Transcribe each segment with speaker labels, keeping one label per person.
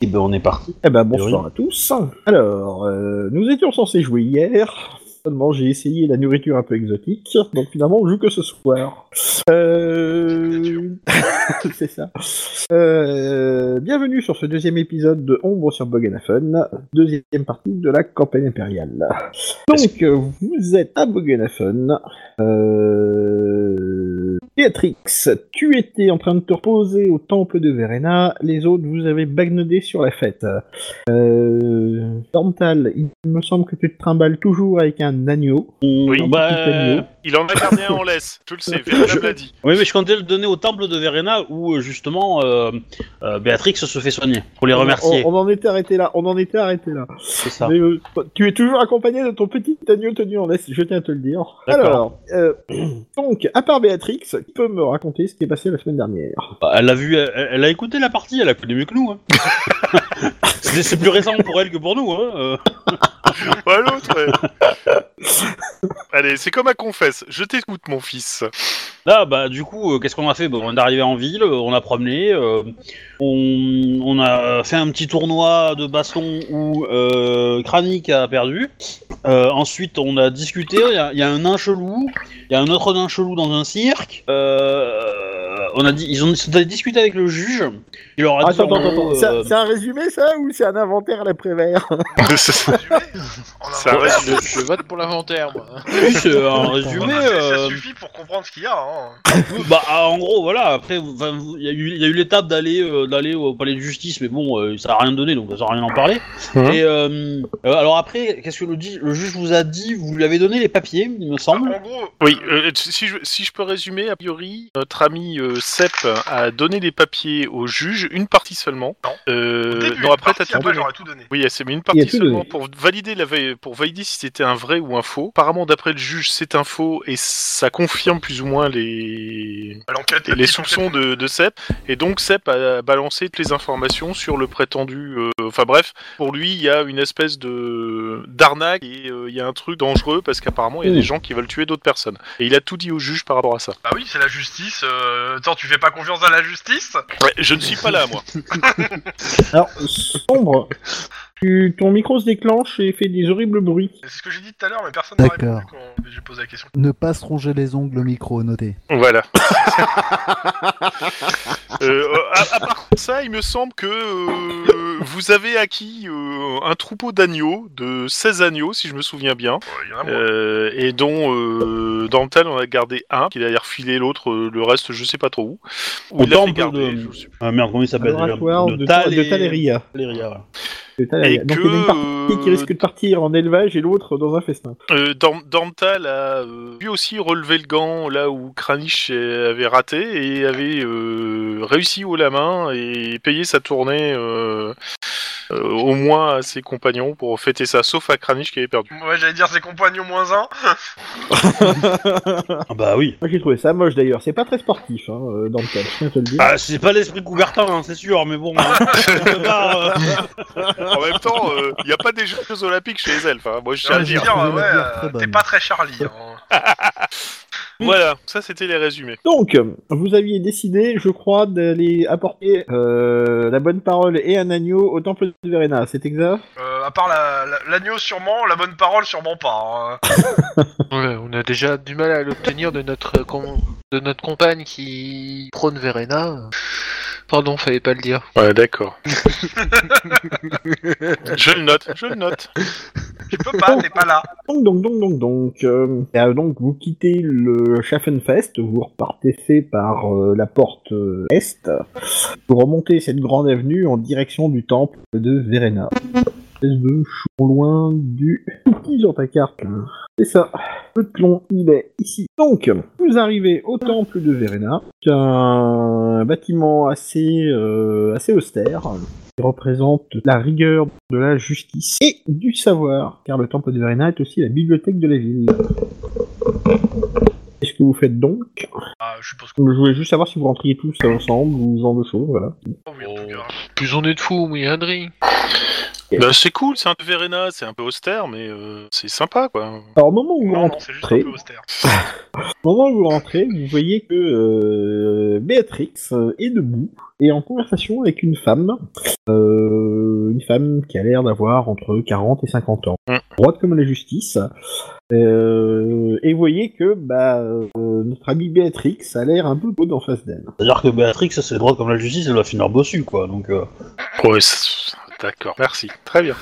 Speaker 1: Et ben on est parti.
Speaker 2: Eh ben bonsoir à tous. Alors, euh, nous étions censés jouer hier. Seulement j'ai essayé la nourriture un peu exotique, donc finalement on joue que ce soir. Euh... C'est ça. Euh, Bienvenue sur ce deuxième épisode de Ombre sur Bogenhafen, deuxième partie de la campagne impériale. Donc euh, vous êtes à Bogenhafen. Euh... Béatrix, tu étais en train de te reposer au temple de Verena, les autres vous avez bagnodé sur la fête. Euh... Dormtal, il me semble que tu te trimbales toujours avec un agneau.
Speaker 3: Oui,
Speaker 2: Un
Speaker 3: bah,
Speaker 2: petit agneau.
Speaker 3: il en a gardé un en laisse, tu le sais, Véronique me l'a dit.
Speaker 4: Oui, mais je comptais le donner au temple de Verena où euh, justement euh, euh, Béatrix se fait soigner pour les remercier.
Speaker 2: On, on en était arrêté là, on en était arrêté là.
Speaker 4: C'est ça.
Speaker 2: Mais, euh, tu es toujours accompagné de ton petit agneau tenu en laisse, je tiens à te le dire.
Speaker 4: D'accord.
Speaker 2: Alors, euh, donc, à part Béatrix, qui peut me raconter ce qui est passé la semaine dernière
Speaker 4: Bah, Elle a vu, elle, elle a écouté la partie, elle a connu mieux que nous. hein. c'est c'est plus récent pour elle que pour nous. Hein. euh.
Speaker 3: Ouais, Bah, l'autre. ouais. Allez, c'est comme à confesse, je t'écoute, mon fils.
Speaker 4: Là, bah, du coup, euh, qu'est-ce qu'on a fait Bon, On est arrivé en ville, euh, on a promené, euh, on, on a fait un petit tournoi de baston où euh, Kranik a perdu. Euh, ensuite, on a discuté, il y, a- il y a un nain chelou, il y a un autre nain chelou dans un cirque. Euh, on a dit, ils ont, ils ont discuté avec le juge. Il leur a dit,
Speaker 2: Attends, attends,
Speaker 4: en gros,
Speaker 2: attends, c'est un-
Speaker 4: euh,
Speaker 2: c'est un résumé ça ou c'est un inventaire à l'après-vert
Speaker 5: On
Speaker 3: Ça
Speaker 5: inventaire,
Speaker 3: reste-
Speaker 5: je, je vote pour l'inventaire, moi.
Speaker 4: oui, c'est un
Speaker 5: Mais
Speaker 4: résumé.
Speaker 5: ça
Speaker 4: euh,
Speaker 5: suffit pour comprendre ce qu'il y a. Hein.
Speaker 4: Bah ah, en gros voilà après enfin, vous- il y a eu, il y a eu l'étape d'aller euh, d'aller au palais de justice mais bon euh, ça a rien donné donc ça sert à rien d'en parler
Speaker 2: Hein
Speaker 3: Mhm.
Speaker 4: et euh, euh, alors après qu'est-ce que le, di- le juge vous a dit vous lui avez donné les papiers il me semble
Speaker 5: En gros,
Speaker 3: Ah Oui, euh, si, je, si je peux résumer, a priori, notre ami euh, Sepp a donné les papiers au juge, une partie seulement.
Speaker 5: Non.
Speaker 3: Euh,
Speaker 5: au début,
Speaker 3: non, après, t'as
Speaker 5: partie,
Speaker 3: tout
Speaker 5: après,
Speaker 3: donné.
Speaker 5: j'aurais tout donné.
Speaker 3: Oui, elle s'est mis une
Speaker 2: Il a
Speaker 3: partie
Speaker 2: tout
Speaker 3: seulement
Speaker 2: donné.
Speaker 3: pour valider, la, vé- pour valider si c'était un vrai ou un faux. Apparemment, d'après le juge, c'est un faux et ça confirme plus ou moins les,
Speaker 5: L'enquête,
Speaker 3: les soupçons de, de Sepp. Et donc, Sepp a balancé toutes les informations sur le prétendu. euh, Enfin, bref, pour lui, il y a une espèce de d'arnaque et euh, il y a un truc dangereux parce qu'apparemment, il y a
Speaker 2: Mm.
Speaker 3: des gens qui veulent tuer d'autres personnes. Et il a tout dit au juge par rapport à ça.
Speaker 5: Bah oui, c'est la justice. Euh... Attends, tu fais pas confiance à la justice
Speaker 3: je ne suis pas là, moi.
Speaker 2: Alors, sombre, tu, ton micro se déclenche et fait des horribles bruits.
Speaker 5: C'est ce que j'ai dit tout à l'heure, mais personne n'a
Speaker 6: D'accord.
Speaker 5: répondu quand j'ai posé la question.
Speaker 6: Ne pas se ronger les ongles au micro, notez.
Speaker 3: Voilà. Euh, à, à part ça, il me semble que euh, vous avez acquis euh, un troupeau d'agneaux, de 16 agneaux, si je me souviens bien.
Speaker 5: Ouais, il y en a moins.
Speaker 3: Euh, et dont euh, Dantal on a gardé un, qu'il a refilé l'autre, euh, le reste je sais pas trop où. Ou
Speaker 4: Au
Speaker 3: il l'a fait
Speaker 4: temple
Speaker 3: garder,
Speaker 2: euh,
Speaker 4: de-
Speaker 3: je sais plus.
Speaker 4: Ah, merde comment il s'appelle déjà
Speaker 2: Laboratoire de,
Speaker 4: Thalé-
Speaker 2: de Thaléria.
Speaker 4: Thaléria, voilà.
Speaker 2: De
Speaker 3: Et
Speaker 2: Thaléria. euh, Donc
Speaker 3: que
Speaker 2: il y en a une partie qui
Speaker 3: euh,
Speaker 2: risque de partir en élevage et l'autre dans un festin.
Speaker 3: euh, Dam- Dantal a euh, lui aussi relevé le gant là où Kranich euh, avait raté et avait euh, réussi haut la main et payé sa tournée euh, euh, au moins à ses compagnons pour fêter ça, sauf à Kranich qui avait perdu.
Speaker 5: Ouais, j'allais dire ses compagnons moins un.
Speaker 4: Ah, bah oui
Speaker 2: Moi j'ai trouvé ça moche d'ailleurs, c'est pas très sportif hein, euh, dans le cas, je tiens à te le dire.
Speaker 4: ah, c'est pas l'esprit Coubertin hein, c'est sûr mais bon hein, quelque part, euh,
Speaker 3: En même temps, euh, il n'y a pas des Jeux Olympiques chez les elfes, hein, moi je tiens à
Speaker 2: Ah,
Speaker 5: J'allais
Speaker 3: le
Speaker 5: dire,
Speaker 3: dire.
Speaker 6: trouvé la
Speaker 5: ouais,
Speaker 6: bière
Speaker 5: euh,
Speaker 6: très bonne.
Speaker 5: t'es pas très Charlie. Hein.
Speaker 3: Voilà, ça c'était les résumés.
Speaker 2: Donc, vous aviez décidé, je crois, d'aller apporter euh, la bonne parole et un agneau au temple de Verena, c'est exact
Speaker 5: Euh, à part la- la- l'agneau, sûrement, la bonne parole, sûrement pas. hein.
Speaker 7: Ouais, on a déjà du mal à l'obtenir de notre euh, com- de notre compagne qui prône Verena. Pardon, fallait pas le dire.
Speaker 3: Ouais, d'accord. je le note, je le note.
Speaker 5: Tu peux pas, t'es pas là.
Speaker 2: Donc, donc, donc, donc, donc, euh, et, euh, donc, vous quittez le Schaffenfest, vous repartez par euh, la porte euh, est, vous remontez cette grande avenue en direction du temple de Verena. Espèce de chou loin du cookie sur ta carte. là. C'est ça. Le plomb, il est ici. Donc, vous arrivez au temple de Verena, qui est un bâtiment assez, euh, assez austère, qui représente la rigueur de la justice et du savoir, car le temple de Verena est aussi la bibliothèque de la ville. Qu'est-ce que vous faites donc
Speaker 5: Ah, je suppose que
Speaker 2: Je voulais juste savoir si vous rentriez tous ensemble ou ce genre de choses, voilà.
Speaker 5: oui, en tout cas.
Speaker 7: Plus on est de fous, oui, Henry.
Speaker 3: Bah, c'est cool, c'est un peu Verena, c'est un peu austère, mais euh, c'est sympa quoi.
Speaker 2: Alors, au moment où vous
Speaker 5: Non, non,
Speaker 2: rentrez,
Speaker 5: c'est juste un peu austère.
Speaker 2: au moment où vous rentrez, vous voyez que euh, Béatrix euh, est debout et en conversation avec une femme, euh, une femme qui a l'air d'avoir entre 40 et 50 ans,
Speaker 3: Mm.
Speaker 2: droite comme la justice. Euh, et vous voyez que bah, euh, notre amie Béatrix a l'air un peu bonne en face d'elle.
Speaker 4: C'est-à-dire que Béatrix, c'est droite comme la justice, elle va finir bossu, quoi. Donc, euh,
Speaker 3: Ouais, c'est- d'accord, merci, très bien.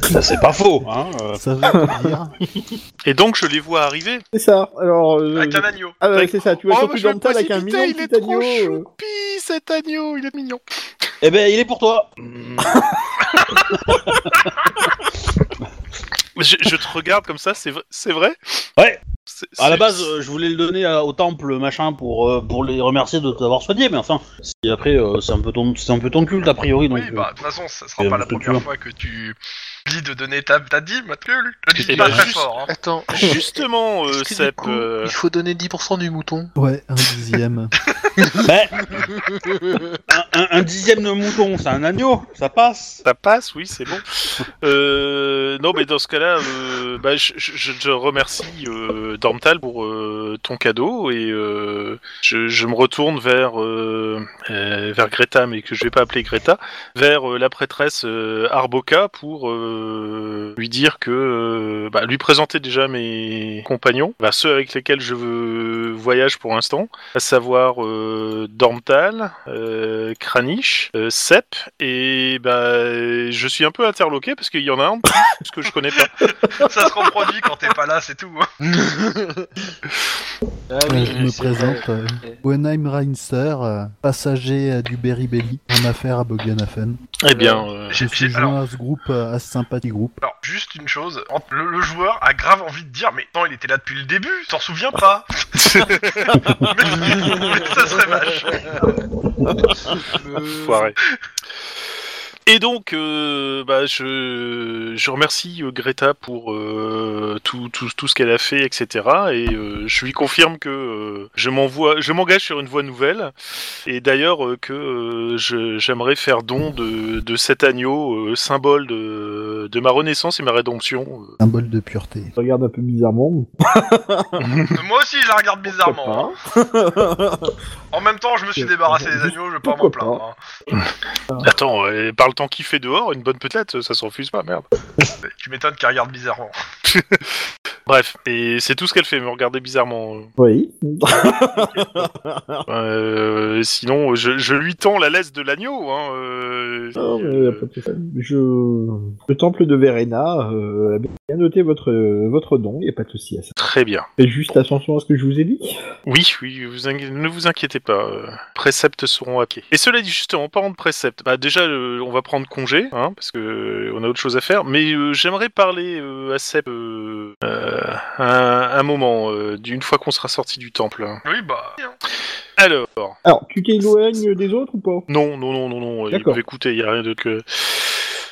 Speaker 4: ça, c'est pas faux, hein. euh.
Speaker 6: Ça veut tout dire.
Speaker 3: Et donc je les vois arriver.
Speaker 2: C'est ça. Alors, euh,
Speaker 5: Avec un agneau.
Speaker 2: ah, ouais,
Speaker 3: avec-
Speaker 2: c'est ça. Tu vois
Speaker 3: Oh,
Speaker 2: ton
Speaker 3: bah,
Speaker 2: truc
Speaker 3: je vais
Speaker 2: dans le tas
Speaker 3: le
Speaker 2: avec un mignon
Speaker 3: précipiter, il est
Speaker 2: petit agneau.
Speaker 3: trop
Speaker 2: euh,
Speaker 3: Pi, cet agneau, il est mignon.
Speaker 4: Eh ben, il est pour toi.
Speaker 3: Je, je te regarde comme ça, c'est vrai, c'est vrai
Speaker 4: Ouais.
Speaker 3: C'est-
Speaker 4: À la
Speaker 3: c'est-
Speaker 4: base, euh, je voulais le donner à- au temple, machin, pour, euh, pour les remercier de t'avoir soigné, mais enfin, si après, euh, c'est un, peu ton- c'est un peu ton culte, a priori, donc.
Speaker 5: Oui, bah, de toute façon, ça
Speaker 4: euh,
Speaker 5: sera pas la
Speaker 4: parce que tu
Speaker 5: première
Speaker 4: vois.
Speaker 5: fois que tu dis de donner ta, ta dîme, à Tulle. Je
Speaker 3: Eh
Speaker 5: dis pas
Speaker 3: ben,
Speaker 5: très
Speaker 3: juste-
Speaker 5: fort, hein.
Speaker 7: Attends,
Speaker 3: Justement,
Speaker 7: est-ce
Speaker 3: euh,
Speaker 7: que du
Speaker 3: Sep,
Speaker 7: coup,
Speaker 3: euh,
Speaker 7: il faut donner 10% du mouton.
Speaker 6: Ouais, un dixième.
Speaker 4: euh, ben, un, un- un dixième de mouton, c'est un agneau, ça passe.
Speaker 3: ça passe, oui, c'est bon. Euh, non, mais dans ce cas-là, euh, bah, je, je- je remercie euh, Dormtal pour euh, ton cadeau et euh, je, je me retourne vers, euh, euh, vers Greta, mais que je vais pas appeler Greta, vers euh, la prêtresse euh, Arboca pour euh, lui dire que. euh, bah, lui présenter déjà mes compagnons, bah, ceux avec lesquels je veux- voyage pour l'instant, à savoir euh, Dormtal, euh, Kranich, euh, Sep, et bah, je suis un peu interloqué parce qu'il y en a un de plus que je connais pas.
Speaker 5: Ça se reproduit quand t'es pas là, c'est tout. hein.
Speaker 6: Euh, je me présente, euh, Wenheim Reinster, euh, passager euh, du Berry Belly, en affaire à Boganafen.
Speaker 3: Eh bien, euh,
Speaker 5: J'ai-
Speaker 6: Je suis
Speaker 5: j'ai-
Speaker 6: joint
Speaker 5: alors-
Speaker 6: à ce groupe, euh, à ce sympathie groupe.
Speaker 5: Alors, juste une chose, le, le joueur a grave envie de dire, mais non, il était là depuis le début, t'en souviens pas Mais ça serait vache.
Speaker 3: euh, foiré. Et donc, euh, bah, je, je remercie euh, Greta pour euh, tout, tout, tout ce qu'elle a fait, etc. Et euh, je lui confirme que euh, je m'envoie, je m'engage sur une voie nouvelle. Et d'ailleurs euh, que euh, je- j'aimerais faire don de, de cet agneau, euh, symbole de, de ma renaissance et ma rédemption.
Speaker 6: Un bol de pureté.
Speaker 2: Je regarde un peu bizarrement.
Speaker 3: euh.
Speaker 5: Moi aussi, je la regarde bizarrement. hein.
Speaker 2: Pourquoi
Speaker 5: En même temps, je me suis débarrassé des agneaux, je vais pas m'en
Speaker 2: Pourquoi
Speaker 5: plaindre. hein.
Speaker 3: Attends, euh, par le temps qu'il fait dehors, une bonne peut-être, ça se refuse pas, merde.
Speaker 5: Mais Tu m'étonnes qu'elle regarde bizarrement.
Speaker 3: Bref, et c'est tout ce qu'elle fait, me regarder bizarrement.
Speaker 2: pas Oui.
Speaker 3: Euh, sinon, je, je lui tends la laisse de l'agneau. Hein, euh,
Speaker 2: Non, mais y a pas de problème. Je... Le temple de Verena euh, a bien noté votre, votre nom, il n'y a pas de souci à ça.
Speaker 3: Très bien.
Speaker 2: Faites juste attention à ce que je vous ai dit.
Speaker 3: Oui, oui, vous inqui- ne vous inquiétez pas. euh, préceptes seront hackés. Et cela dit, justement, parlant de préceptes, bah déjà, euh, on va prendre congé, hein, parce que euh, on a autre chose à faire. Mais euh, j'aimerais parler euh, à Seb euh, euh, un, un moment, euh, d'une fois qu'on sera sorti du temple. hein.
Speaker 5: Oui, bah.
Speaker 3: Alors,
Speaker 2: Alors, tu t'éloignes des autres ou pas
Speaker 3: non, non, non, non, non.
Speaker 2: D'accord.
Speaker 3: euh, Écoutez, il n'y a rien de que.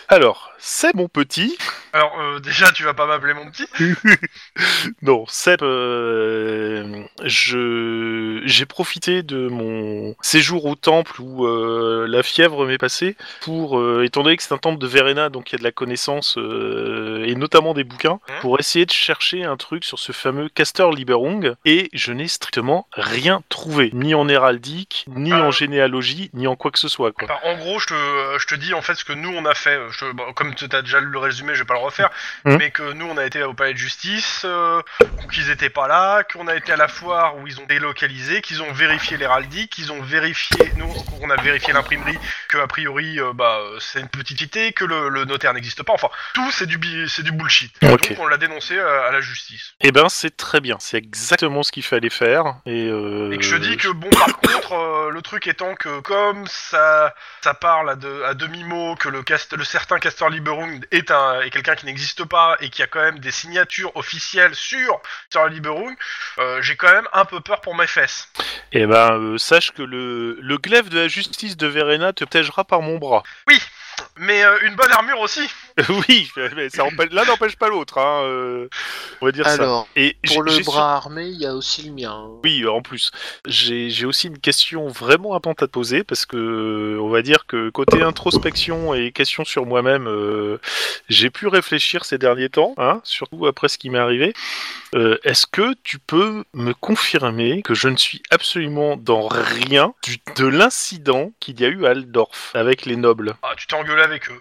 Speaker 3: Alors, Seb, mon petit.
Speaker 5: Alors, euh, déjà, tu vas pas m'appeler mon petit
Speaker 3: Non, Seb, euh, je j'ai profité de mon séjour au temple où euh, la fièvre m'est passée pour, euh, étant donné que c'est un temple de Verena, donc il y a de la connaissance euh, et notamment des bouquins, pour essayer de chercher un truc sur ce fameux Castor Liberung et je n'ai strictement rien trouvé, ni en héraldique, ni en généalogie, ni en quoi que ce soit. Quoi.
Speaker 5: Enfin, en gros, je te, je te dis en fait ce que nous on a fait. Je te- bon, comme tu as déjà lu le résumé, je vais pas le refaire.
Speaker 3: Mhm.
Speaker 5: Mais que nous on a été au palais de justice, euh, qu'ils étaient pas là, qu'on a été à la foire où ils ont délocalisé, qu'ils ont vérifié l'héraldique, qu'ils ont vérifié. Nous on a vérifié l'imprimerie, que a priori euh, bah, euh, c'est une petite idée, que le, le notaire n'existe pas. Enfin, tout c'est du, bi- c'est du bullshit.
Speaker 3: Ok.
Speaker 5: Donc on l'a dénoncé euh, à la justice.
Speaker 3: Eh ben c'est très bien, c'est exactement ce qu'il fallait faire et, euh,
Speaker 5: Et que je te dis que bon, par contre, euh, le truc étant que comme ça, ça parle à, de- à demi mot que le, cast, le certain Castor Liberung est un est quelqu'un qui n'existe pas et qui a quand même des signatures officielles sur Castor Liberung, euh, j'ai quand même un peu peur pour mes fesses.
Speaker 3: Eh ben, euh, sache que le, le glaive de la justice de Verena te piégera par mon bras.
Speaker 5: Mais euh, une bonne armure aussi.
Speaker 3: oui, mais ça empêche- l'un n'empêche pas l'autre. Hein, euh, on va dire ça.
Speaker 7: Alors,
Speaker 3: Et j'ai-
Speaker 7: pour le
Speaker 3: j'ai su-
Speaker 7: bras armé, il y a aussi le mien. hein.
Speaker 3: Oui, euh, en plus. J'ai j'ai aussi une question vraiment importante à te poser parce que euh, on va dire que côté introspection et question sur moi-même, euh, j'ai pu réfléchir ces derniers temps, hein, surtout après ce qui m'est arrivé. Euh, Est-ce que tu peux me confirmer que je ne suis absolument dans rien du- de l'incident qu'il y a eu à Aldorf avec les nobles
Speaker 5: Ah, tu t'es engueulé avec eux.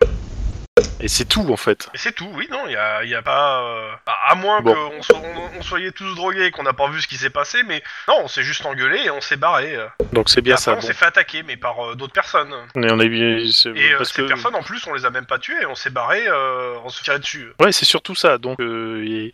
Speaker 3: Et c'est tout en fait.
Speaker 5: Et c'est tout, oui, non, il y a, y a pas... euh, bah, à moins
Speaker 3: Bon.
Speaker 5: qu'on so- on, on soyait tous drogués et qu'on n'a pas vu ce qui s'est passé, mais non, on s'est juste engueulé et on s'est barré. euh.
Speaker 3: Donc Bah, c'est bien
Speaker 5: Après,
Speaker 3: ça.
Speaker 5: on
Speaker 3: bon.
Speaker 5: s'est fait attaquer, mais par euh, d'autres personnes.
Speaker 3: Et on est bien- c'est-
Speaker 5: Et euh,
Speaker 3: parce
Speaker 5: ces
Speaker 3: que-
Speaker 5: personnes, en plus, on les a même pas tuées, on s'est barré, euh, on se tirait dessus.
Speaker 3: Ouais, c'est surtout ça. Donc, euh, et-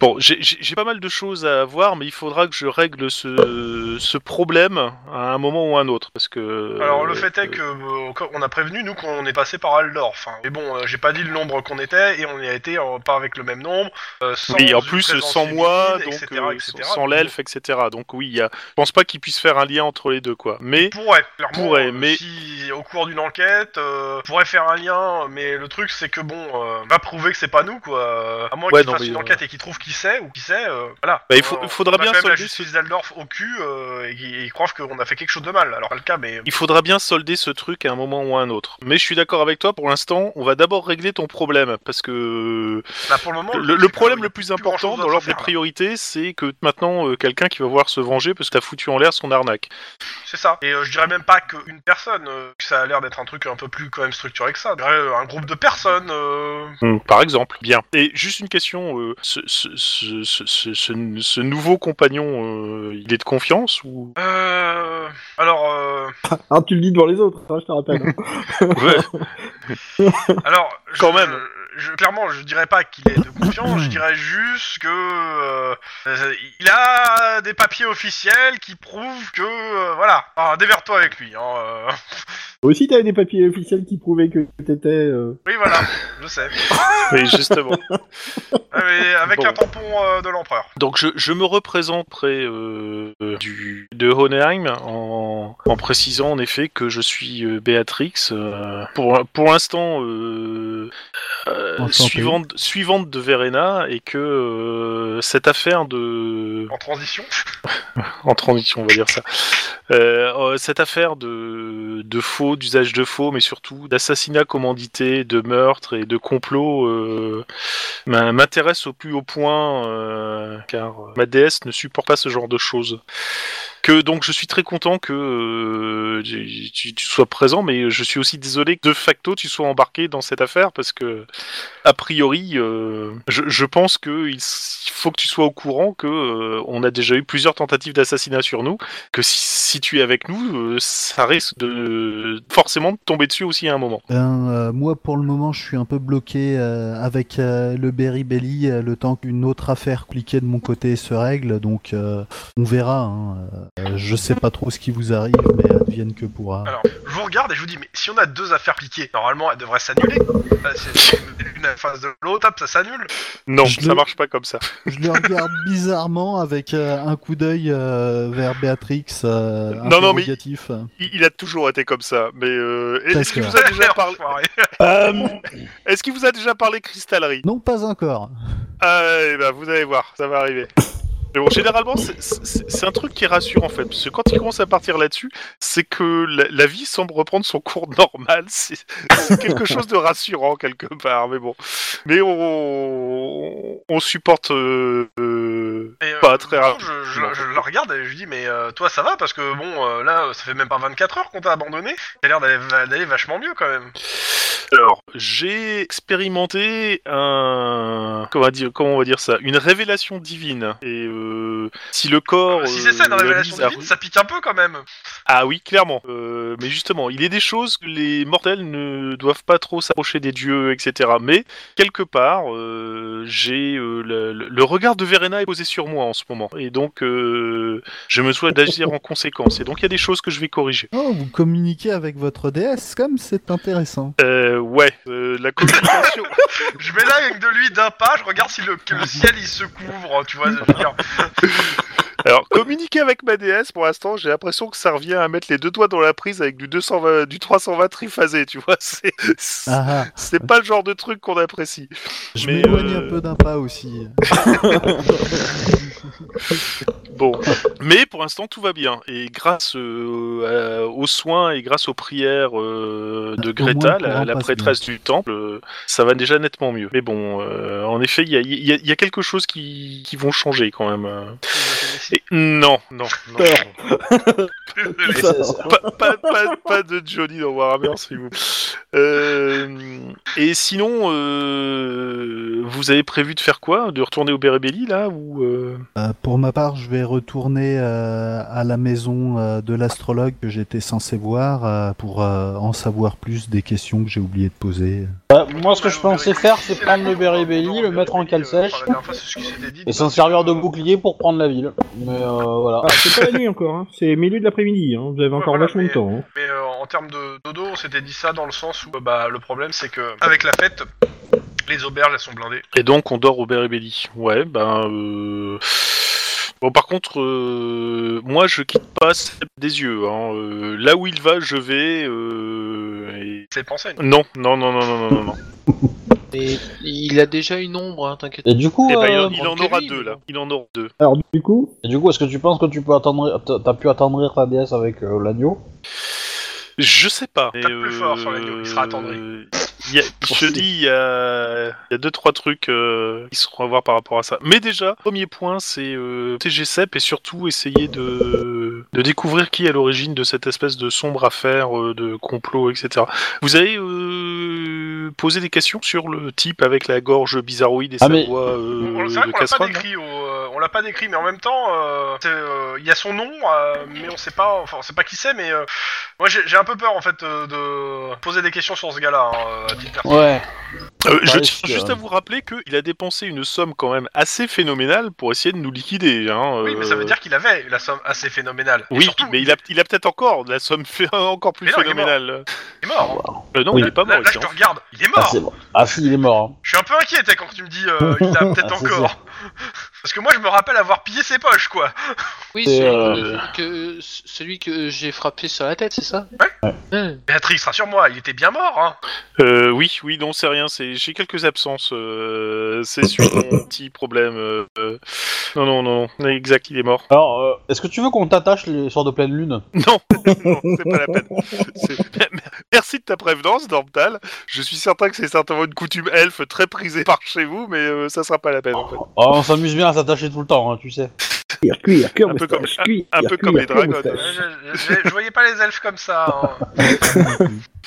Speaker 3: bon, j'ai- j'ai j'ai pas mal de choses à voir, mais il faudra que je règle ce, ce problème à un moment ou à un autre, parce que.
Speaker 5: Alors le fait
Speaker 3: euh,
Speaker 5: est que euh, quand on a prévenu nous qu'on est passé par Aldorf. Hein. Mais bon, euh, j'ai pas dit le nombre qu'on était et on y a été euh, pas avec le même nombre. euh, sans
Speaker 3: Oui, en
Speaker 5: une
Speaker 3: plus,
Speaker 5: présence
Speaker 3: sans moi,
Speaker 5: féminine,
Speaker 3: donc
Speaker 5: etc.,
Speaker 3: euh,
Speaker 5: etc.
Speaker 3: sans sans l'elfe, etc. Donc oui, il y a- je pense pas qu'ils puissent faire un lien entre les deux, quoi. Mais
Speaker 5: Pourrait, clairement.
Speaker 3: Pourrait,
Speaker 5: euh,
Speaker 3: mais-
Speaker 5: Si au cours d'une enquête, euh, pourrait faire un lien, mais le truc c'est que bon, euh, va prouver que c'est pas nous quoi. Euh, À moins
Speaker 3: Ouais,
Speaker 5: qu'ils
Speaker 3: non,
Speaker 5: fassent
Speaker 3: mais,
Speaker 5: une
Speaker 3: euh,
Speaker 5: enquête et qu'ils trouvent qui c'est ou qui c'est, euh, voilà.
Speaker 3: Bah, il faut-
Speaker 5: Euh,
Speaker 3: il faudra
Speaker 5: on a
Speaker 3: bien
Speaker 5: quand même la
Speaker 3: solder
Speaker 5: justice d'Aldorf au cul euh, et qu'ils ils croient qu'on a fait quelque chose de mal. Alors pas le cas, mais
Speaker 3: il faudra bien solder ce truc à un moment ou à un autre. Mais je suis d'accord avec toi. Pour l'instant, on va d'abord régler ton problème, parce que
Speaker 5: là, pour le euh, moment.
Speaker 3: Le, le
Speaker 5: c'est que
Speaker 3: problème
Speaker 5: y a
Speaker 3: le plus
Speaker 5: plus grand-chose
Speaker 3: important dans
Speaker 5: d'autre à
Speaker 3: l'ordre des
Speaker 5: faire, là.
Speaker 3: priorités, c'est que maintenant, euh, quelqu'un qui va vouloir se venger parce que t'as foutu en l'air son arnaque.
Speaker 5: C'est ça. Et euh, je dirais même pas qu'une personne, euh, que ça a l'air d'être un truc un peu plus quand même structuré que ça. Je dirais, euh, un groupe de personnes. euh,
Speaker 3: Par exemple. Bien. Et juste une question, euh, ce, ce- ce- ce- ce- ce- ce nouveau compagnon, euh, il est de confiance ou...
Speaker 5: euh, Alors, euh,
Speaker 2: Ah, tu le dis devant les autres, hein, je te rappelle.
Speaker 5: alors je-
Speaker 3: Quand même.
Speaker 5: je- clairement, je dirais pas qu'il est de confiance. je dirais juste que euh, euh, il a des papiers officiels qui prouvent que euh, voilà. Alors, dévers-toi avec lui. Hein, euh.
Speaker 2: Toi aussi, t'avais des papiers officiels qui prouvaient que t'étais. euh,
Speaker 5: Oui, voilà. je sais.
Speaker 3: Oui, justement.
Speaker 5: Ah, mais avec
Speaker 3: Bon.
Speaker 5: un tampon euh, de l'empereur.
Speaker 3: Donc je, je me représente près euh, du, de Hohenheim en, en précisant en effet que je suis euh, Béatrix. euh, pour pour l'instant, euh, euh,
Speaker 6: Enchanté.
Speaker 3: suivante, suivante de Verena et que euh, cette affaire de...
Speaker 5: En transition.
Speaker 3: En transition, on va dire ça. Euh, euh, cette affaire de, de faux, d'usage de faux, mais surtout d'assassinat commandité, de meurtre et de complot euh, m'in- m'intéresse au plus haut point, euh, car euh, ma déesse ne supporte pas ce genre de choses. Que donc je suis très content que euh, tu, tu- tu sois présent, mais je suis aussi désolé que de facto tu sois embarqué dans cette affaire parce que a priori, euh, je, je pense que il s- faut que tu sois au courant que euh, on a déjà eu plusieurs tentatives d'assassinat sur nous que si, si tu es avec nous, euh, ça risque de forcément de tomber dessus aussi à un moment.
Speaker 6: Ben, euh, moi, pour le moment, je suis un peu bloqué euh, avec euh, le Berry Belly, euh, le temps qu'une autre affaire compliquée de mon côté se règle. Donc, euh, on verra. hein. Euh, je sais pas trop ce qui vous arrive, mais advienne que pourra.
Speaker 5: Alors, je vous regarde et je vous dis, mais si on a deux affaires piquées, normalement, elles devraient s'annuler. Euh, C'est l'une à la face de l'autre, hop, ça s'annule.
Speaker 3: Non,
Speaker 6: Je-
Speaker 3: ça marche pas comme ça.
Speaker 6: Je le regarde bizarrement avec euh, un coup d'œil euh, vers Béatrix. Euh,
Speaker 3: Non, non, mais-
Speaker 6: interrogatif.
Speaker 3: Il, il a toujours été comme ça. Mais euh, est-ce qu'il
Speaker 6: D'accord.
Speaker 3: vous a déjà parlé
Speaker 5: Enfoiré.
Speaker 3: Est-ce qu'il vous a déjà parlé cristallerie
Speaker 6: Non, pas encore.
Speaker 3: Ah, eh ben, vous allez voir, ça va arriver. Mais bon, généralement, c'est- c'est c'est un truc qui rassure en fait, parce que quand il commence à partir là-dessus, c'est que la, la vie semble reprendre son cours normal. C'est c'est quelque chose de rassurant quelque part, mais bon. Mais on, on supporte. euh, euh,
Speaker 5: Et, euh,
Speaker 3: Pas très
Speaker 5: du
Speaker 3: rare.
Speaker 5: coup, Je, je, je la regarde et je lui dis, mais euh, toi ça va parce que bon, euh, là, ça fait même pas 24 heures qu'on t'a abandonné. T'as l'air d'aller, d'aller vachement mieux quand même.
Speaker 3: Alors, j'ai expérimenté un. Comment, dire, comment on va dire ça Une révélation divine. Et euh, si le corps.
Speaker 5: Ah, si c'est ça
Speaker 3: euh,
Speaker 5: une révélation
Speaker 3: mise à
Speaker 5: divine, ça pique un peu quand même.
Speaker 3: Ah oui, clairement. Euh, mais justement, il est des choses que les mortels ne doivent pas trop s'approcher des dieux, etc. Mais quelque part, euh, j'ai euh, le, le- le regard de Verena est posé sur moi en ce moment, et donc euh, je me souhaite d'agir en conséquence. Et donc il y a des choses que je vais corriger.
Speaker 6: Oh, vous communiquez avec votre déesse, comme c'est intéressant.
Speaker 3: Euh, ouais, euh, la communication.
Speaker 5: Je mets là avec de lui d'un pas, je regarde si le, que le ciel il se couvre, tu vois. Je veux dire.
Speaker 3: Alors, communiquer avec ma DS, pour l'instant, j'ai l'impression que ça revient à mettre les deux doigts dans la prise avec du, 220, du 320 triphasé, tu vois. C'est c'est-
Speaker 6: Ah, ah,
Speaker 3: c'est pas le genre de truc qu'on apprécie.
Speaker 6: je
Speaker 3: Mais,
Speaker 6: m'éloigne
Speaker 3: euh,
Speaker 6: un peu d'un pas aussi.
Speaker 3: Bon, mais pour l'instant tout va bien et grâce euh, à- aux soins et grâce aux prières euh, de
Speaker 6: Au moins,
Speaker 3: Greta,
Speaker 6: le
Speaker 3: la,
Speaker 6: courant
Speaker 3: la
Speaker 6: passe
Speaker 3: prêtresse du temple, euh, ça va déjà nettement mieux. Mais bon, euh, en effet, il y a, il y a- il y a quelque chose qui, qui vont changer quand même. euh. Et- non, non, non.
Speaker 2: Peur.
Speaker 3: non.
Speaker 5: Désolé.
Speaker 3: Pas, pas- pas- pas de Johnny dans Warhammer, s'il vous plaît. Euh, et sinon, euh, vous avez prévu de faire quoi De retourner au Berébelli là ou euh,
Speaker 6: Euh, pour ma part, je vais retourner euh, à la maison euh, de l'astrologue que j'étais censé voir euh, pour euh, en savoir plus des questions que j'ai oublié de poser.
Speaker 4: Bah, moi, ce que je pensais faire, c'est prendre le Beribelli, le mettre en cale sèche,
Speaker 5: Euh,
Speaker 4: et s'en servir de bouclier pour prendre la ville. Mais euh, voilà.
Speaker 2: Ah, c'est pas la nuit encore, hein. c'est milieu de l'après-midi, hein. vous avez encore
Speaker 5: voilà,
Speaker 2: vachement de
Speaker 5: mais-
Speaker 2: temps. hein.
Speaker 5: Mais euh, en termes de dodo, on s'était dit ça dans le sens où euh, bah, le problème c'est que avec la fête, les auberges elles sont blindées.
Speaker 3: Et donc on dort au Beribelli. Ouais, ben. euh, Bon, par contre, euh, moi je quitte pas Seb des yeux. hein. Euh, là où il va, je vais. euh, et-
Speaker 5: C'est pensé.
Speaker 3: Non, non, non, non, non, non, non, non.
Speaker 7: Et il a déjà une ombre, hein, t'inquiète.
Speaker 4: Et du coup,
Speaker 3: Eh ben, il
Speaker 4: euh,
Speaker 3: en- il, en
Speaker 7: Kevin,
Speaker 3: aura
Speaker 7: mais
Speaker 3: deux là.
Speaker 7: bon.
Speaker 3: Il en aura deux.
Speaker 2: Alors du coup,
Speaker 4: et du coup, est-ce que tu penses que tu peux attendre, t'as- t'as pu attendrir ta déesse avec euh, l'agneau
Speaker 3: Je sais pas. Mais,
Speaker 5: Tape plus fort sur l'agneau, il sera attendri.
Speaker 3: euh, il y a- je te dis, il y a, il y a deux trois trucs euh, qui seront à voir par rapport à ça. Mais déjà, premier point, c'est euh, protéger Sep et surtout essayer de, de découvrir qui est à l'origine de cette espèce de sombre affaire euh, de complot, etc. Vous avez euh, posé des questions sur le type avec la gorge bizarroïde et
Speaker 4: Ah,
Speaker 3: sa
Speaker 4: mais-
Speaker 3: voix
Speaker 5: On-
Speaker 3: euh,
Speaker 5: on- c'est vrai
Speaker 3: de
Speaker 5: qu'on l'a pas
Speaker 3: casserole.
Speaker 5: décrit, au- euh, on l'a pas décrit, mais en même temps, euh, c'est, euh, il y a son nom, euh, mais on sait pas, enfin on sait pas qui c'est, mais euh, moi j'ai j'ai un peu peur en fait euh, de poser des questions sur ce gars-là. hein, à titre perso.
Speaker 4: Ouais.
Speaker 3: Euh, je
Speaker 4: Ouais,
Speaker 3: tiens
Speaker 4: c'est,
Speaker 3: juste
Speaker 4: euh,
Speaker 3: à vous rappeler qu'il a dépensé une somme quand même assez phénoménale pour essayer de nous liquider. hein,
Speaker 5: Oui, mais ça veut
Speaker 3: euh,
Speaker 5: dire qu'il avait la somme assez phénoménale. Et
Speaker 3: Oui,
Speaker 5: surtout,
Speaker 3: mais il a, il a peut-être encore de la somme fait encore plus
Speaker 5: Mais non, il est
Speaker 3: phénoménale.
Speaker 5: il est mort. hein.
Speaker 3: Euh, non,
Speaker 4: Oui.
Speaker 3: il est pas
Speaker 5: Là,
Speaker 3: mort.
Speaker 5: là,
Speaker 3: ici,
Speaker 5: je te
Speaker 3: hein.
Speaker 5: regarde, il est
Speaker 4: Ah,
Speaker 5: mort.
Speaker 4: c'est bon. Ah, si, il est mort. hein.
Speaker 5: Je suis un peu inquiet hein, quand tu me dis euh, il a peut-être
Speaker 4: Ah, c'est
Speaker 5: encore. Parce que moi je me rappelle avoir pillé ses poches quoi.
Speaker 7: Oui,
Speaker 4: C'est,
Speaker 7: c'est
Speaker 4: euh,
Speaker 7: que, celui que j'ai frappé sur la tête, c'est ça Ouais.
Speaker 5: Béatrix, rassure-moi, il était bien mort hein.
Speaker 3: Euh, oui, oui, non, c'est rien. C'est j'ai quelques absences. euh, c'est sur mon petit problème. euh, euh, non, non, non, non, exact, il est mort.
Speaker 4: Alors, euh, est-ce que tu veux qu'on t'attache les soirs de pleine lune
Speaker 3: Non, non, c'est pas la peine. C'est- Merci de ta prévenance, Dormtal. Je suis certain que c'est certainement une coutume elfe très prisée par chez vous, mais euh, ça sera pas la peine. En fait.
Speaker 4: Oh, On s'amuse bien à s'attacher tout le temps, hein, tu sais.
Speaker 2: cuir, cuir, cuir,
Speaker 3: Un peu comme-
Speaker 2: moustache, cuir,
Speaker 3: un
Speaker 2: cuir,
Speaker 3: peu
Speaker 2: cuir,
Speaker 3: comme les
Speaker 2: cuir,
Speaker 3: dragons,
Speaker 5: Je,
Speaker 2: moustache.
Speaker 5: je- je- je voyais pas les elfes comme ça. hein.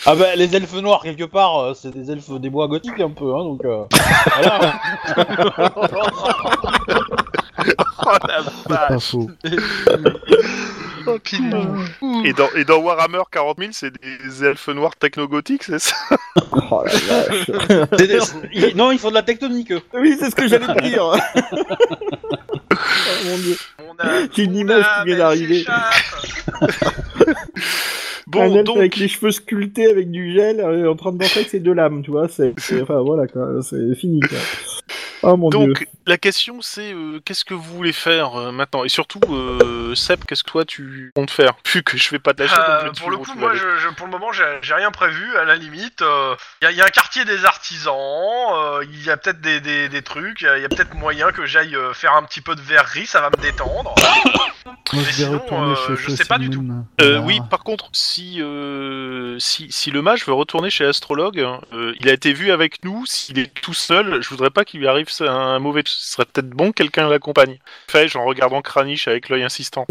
Speaker 4: Ah bah, les elfes noirs, quelque part, euh, c'est des elfes des bois gothiques, un peu, hein, donc... euh, voilà.
Speaker 3: Oh la
Speaker 5: Bah,
Speaker 6: C'est pas
Speaker 3: vache.
Speaker 6: faux.
Speaker 7: Oh,
Speaker 3: Et dans, et dans Warhammer 40 000, c'est des elfes noirs technogothiques, c'est ça
Speaker 2: Oh la vache.
Speaker 4: C'est des- ils- Non, ils font de la tectonique, eux.
Speaker 2: Oui, c'est ce que j'allais te dire. oh mon dieu.
Speaker 5: Mon âme-
Speaker 2: J'ai une
Speaker 5: mon
Speaker 2: image qui
Speaker 5: âme,
Speaker 2: vient
Speaker 5: elle
Speaker 2: d'arriver.
Speaker 5: s'échappe.
Speaker 2: un
Speaker 3: Bon,
Speaker 2: elfe
Speaker 3: donc...
Speaker 2: avec les cheveux sculptés avec du gel euh, en train de danser avec ses deux lames, tu vois. C'est, c'est- enfin voilà quoi, c'est fini quoi. Oh mon dieu.
Speaker 3: Donc la question c'est euh, qu'est-ce que vous voulez faire euh, maintenant et surtout euh, Seb qu'est-ce que toi tu comptes faire vu que je vais pas te lâcher donc je
Speaker 5: Euh,
Speaker 3: vais te
Speaker 5: pour le
Speaker 3: suivre où tu
Speaker 5: coup, moi,
Speaker 3: vas aller.
Speaker 5: je, je- pour le moment, j'ai j'ai rien prévu. À la limite, il y, a- y a un quartier des artisans. euh, Il y a peut-être des, des- des trucs. Il y a, y a peut-être moyen que j'aille euh, faire un petit peu de verrerie. Ça va me détendre.
Speaker 6: Moi,
Speaker 5: Mais
Speaker 6: je vais
Speaker 5: sinon,
Speaker 6: retourner
Speaker 5: euh, je
Speaker 6: chez
Speaker 5: sais pas du tout.
Speaker 6: Fossilmune.
Speaker 3: Euh,
Speaker 6: Ah.
Speaker 3: oui, par contre, si, euh, si si le mage veut retourner chez l'astrologue, hein, euh, il a été vu avec nous. S'il est tout seul, je voudrais pas qu'il lui arrive ça- un mauvais. Ce serait peut-être bon que quelqu'un l'accompagne. Fais, en regardant Kranich avec l'œil insistant.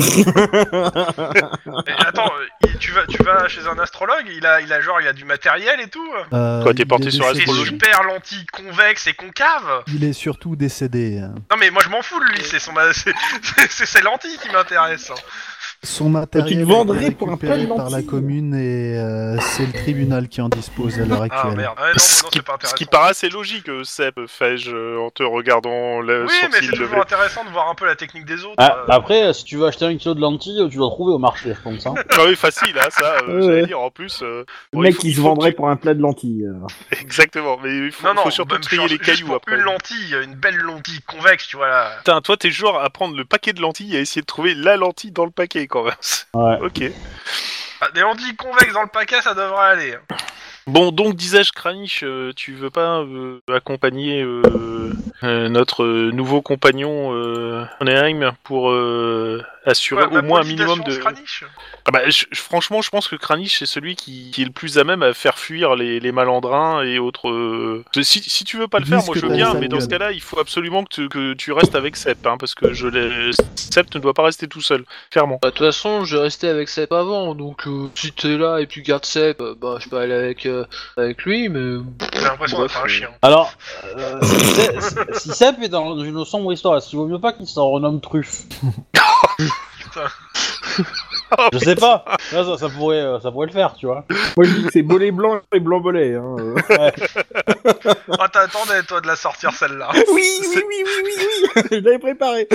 Speaker 5: Et attends, euh, il- tu, vas, tu vas chez un astrologue. Il a, il a genre, il a du matériel et tout.
Speaker 6: Euh,
Speaker 3: Toi, t'es
Speaker 6: il est
Speaker 3: porté sur
Speaker 6: décédé.
Speaker 5: C'est
Speaker 3: Astrologie.
Speaker 5: super lentille, convexe et concave.
Speaker 6: Il est surtout décédé.
Speaker 5: Non mais moi je m'en fous de lui. C'est son, c'est- c'est c'est ses lentilles qui m'intéressent. hein.
Speaker 6: Son matériel
Speaker 2: vendrais
Speaker 6: est
Speaker 2: pour un
Speaker 6: récupéré
Speaker 2: plein de
Speaker 6: par la
Speaker 2: lentilles.
Speaker 6: commune et euh, c'est le tribunal qui en dispose à l'heure
Speaker 5: Ah
Speaker 6: actuelle.
Speaker 5: merde. Ah, non, non,
Speaker 3: ce,
Speaker 5: non,
Speaker 3: qui,
Speaker 5: c'est pas
Speaker 3: ce qui
Speaker 5: intéressant.
Speaker 3: paraît assez logique, euh, Seb, fais-je euh, en te regardant euh, le bah,
Speaker 5: Oui, mais
Speaker 3: sourcil
Speaker 5: c'est
Speaker 3: levé.
Speaker 5: toujours intéressant de voir un peu la technique des autres.
Speaker 4: Ah,
Speaker 5: euh.
Speaker 4: après, euh, si tu veux acheter un kilo de lentilles, tu dois trouver au marché, comme ça.
Speaker 3: Ah oui, facile, hein, ça, euh,
Speaker 2: Ouais,
Speaker 3: j'allais
Speaker 2: ouais.
Speaker 3: dire, en plus... euh,
Speaker 2: Le
Speaker 3: bon, il
Speaker 2: mec
Speaker 3: faut-
Speaker 2: qui
Speaker 3: il
Speaker 2: se
Speaker 3: faut
Speaker 2: vendrait
Speaker 3: que
Speaker 2: pour un plat de lentilles. euh.
Speaker 3: tu- Exactement, mais il faut,
Speaker 5: Non, non,
Speaker 3: faut surtout
Speaker 5: même
Speaker 3: trier
Speaker 5: sur-
Speaker 3: les
Speaker 5: juste
Speaker 3: cailloux
Speaker 5: pour
Speaker 3: après.
Speaker 5: Une lentille, une belle lentille convexe, tu vois là.
Speaker 3: Putain, toi, t'es genre à prendre le paquet de lentilles et à essayer de trouver la lentille dans le paquet, quand même.
Speaker 4: Ouais.
Speaker 3: ok.
Speaker 5: Ah, des lentilles convexes dans le paquet, ça devrait aller.
Speaker 3: Bon, donc, disais-je, Kranich, euh, tu veux pas euh, accompagner euh, euh, notre euh, nouveau compagnon euh, Hohenheim pour euh, assurer
Speaker 5: Ouais,
Speaker 3: au
Speaker 5: la
Speaker 3: moins un
Speaker 5: police
Speaker 3: minimum de...
Speaker 5: d'assurance Kranich.
Speaker 3: Ah bah, je- je- franchement, je pense que Kranich, c'est celui qui, qui est le plus à même à faire fuir les, les malandrins et autres... euh, Si, si tu veux pas le faire,
Speaker 6: Disque
Speaker 3: moi je veux
Speaker 6: dans
Speaker 3: bien,
Speaker 6: sa
Speaker 3: mais dans ce
Speaker 6: gueule.
Speaker 3: cas-là, il faut absolument que tu, que tu restes avec Sept, hein, parce que je l'ai- Sept ne doit pas rester tout seul, clairement.
Speaker 7: Bah, de toute façon, j'ai resté avec Sepp avant, donc euh, si t'es là et tu gardes Sepp, euh, bah je peux aller avec, euh, avec lui, mais.
Speaker 5: J'ai l'impression d'être
Speaker 7: Bref,
Speaker 5: un
Speaker 7: euh,
Speaker 5: chien.
Speaker 4: Alors, euh, si Sep- si Sep est dans une sombre histoire, est-ce qu'il vaut mieux pas qu'il s'en renomme Truffe Je sais pas, Là, ça, ça pourrait, euh, ça pourrait le faire, tu vois.
Speaker 2: Moi je dis que c'est bolet blanc et blanc bolet. Hein. euh.
Speaker 5: Ah, t'attendais, toi, de la sortir celle-là.
Speaker 2: oui, oui, oui, oui, oui, oui. je l'avais préparé.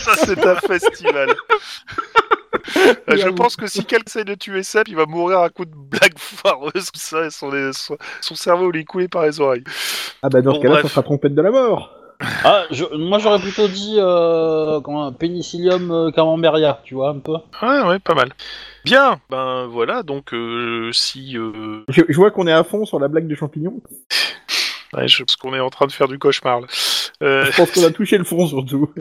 Speaker 3: Ça, c'est un festival. Euh, Je
Speaker 2: J'avoue.
Speaker 3: pense que si quelqu'un essaie de tuer Sep, il va mourir à coup de blague foireuse. comme Ça, et son, son, son cerveau lui est coulé par les oreilles.
Speaker 2: Ah bah dans
Speaker 3: Bon,
Speaker 2: ce cas-là,
Speaker 3: bref.
Speaker 2: ça sera trompette de la mort.
Speaker 4: Ah, je- moi j'aurais plutôt dit euh, comment, Penicillium euh, Camemberia, tu vois, un peu.
Speaker 3: Ouais, ouais, pas mal. Bien, ben voilà, donc euh, si... euh,
Speaker 2: Je, je vois qu'on est à fond sur la blague de champignons.
Speaker 3: ouais, je pense qu'on est en train de faire du cauchemar. là. Euh,
Speaker 2: Je pense qu'on a touché le fond surtout.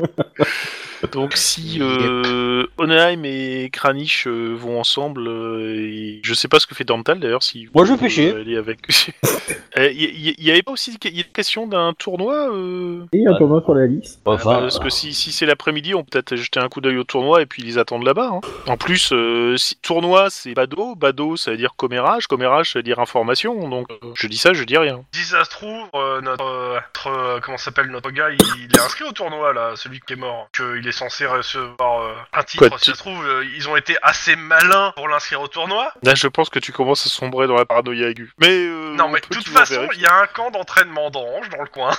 Speaker 3: Donc si euh, Onaheim et Kranich euh, vont ensemble, euh, et je sais pas ce que fait Dormtal d'ailleurs. Si
Speaker 4: Moi, je vais
Speaker 3: vais
Speaker 4: pêcher.
Speaker 3: Elle est avec. Euh, y- y- y avait pas aussi y a une question d'un tournoi. euh
Speaker 2: Et un tournoi sur la liste.
Speaker 3: Bah, Parce que si, si c'est l'après-midi, on peut peut-être jeter un coup d'œil au tournoi et puis ils attendent là-bas. hein. En plus, euh, si, tournoi c'est bado, bado ça veut dire commérage, commérage ça veut dire information. Donc euh, je dis ça, je dis rien.
Speaker 5: Si ça se trouve, euh, notre, euh, notre, euh, comment ça s'appelle notre gars, il, il est inscrit au tournoi là, celui qui est mort. Que il est censé recevoir euh, un titre.
Speaker 3: Quoi,
Speaker 5: si
Speaker 3: ti-
Speaker 5: ça se trouve, euh, ils ont été assez malins pour l'inscrire au tournoi.
Speaker 3: Là, je pense que tu commences à sombrer dans la paranoïa aiguë. Mais euh,
Speaker 5: non, mais de
Speaker 3: on peut
Speaker 5: toute
Speaker 3: toujours
Speaker 5: façon,
Speaker 3: vérifier.
Speaker 5: il y a un camp d'entraînement d'ange dans le coin.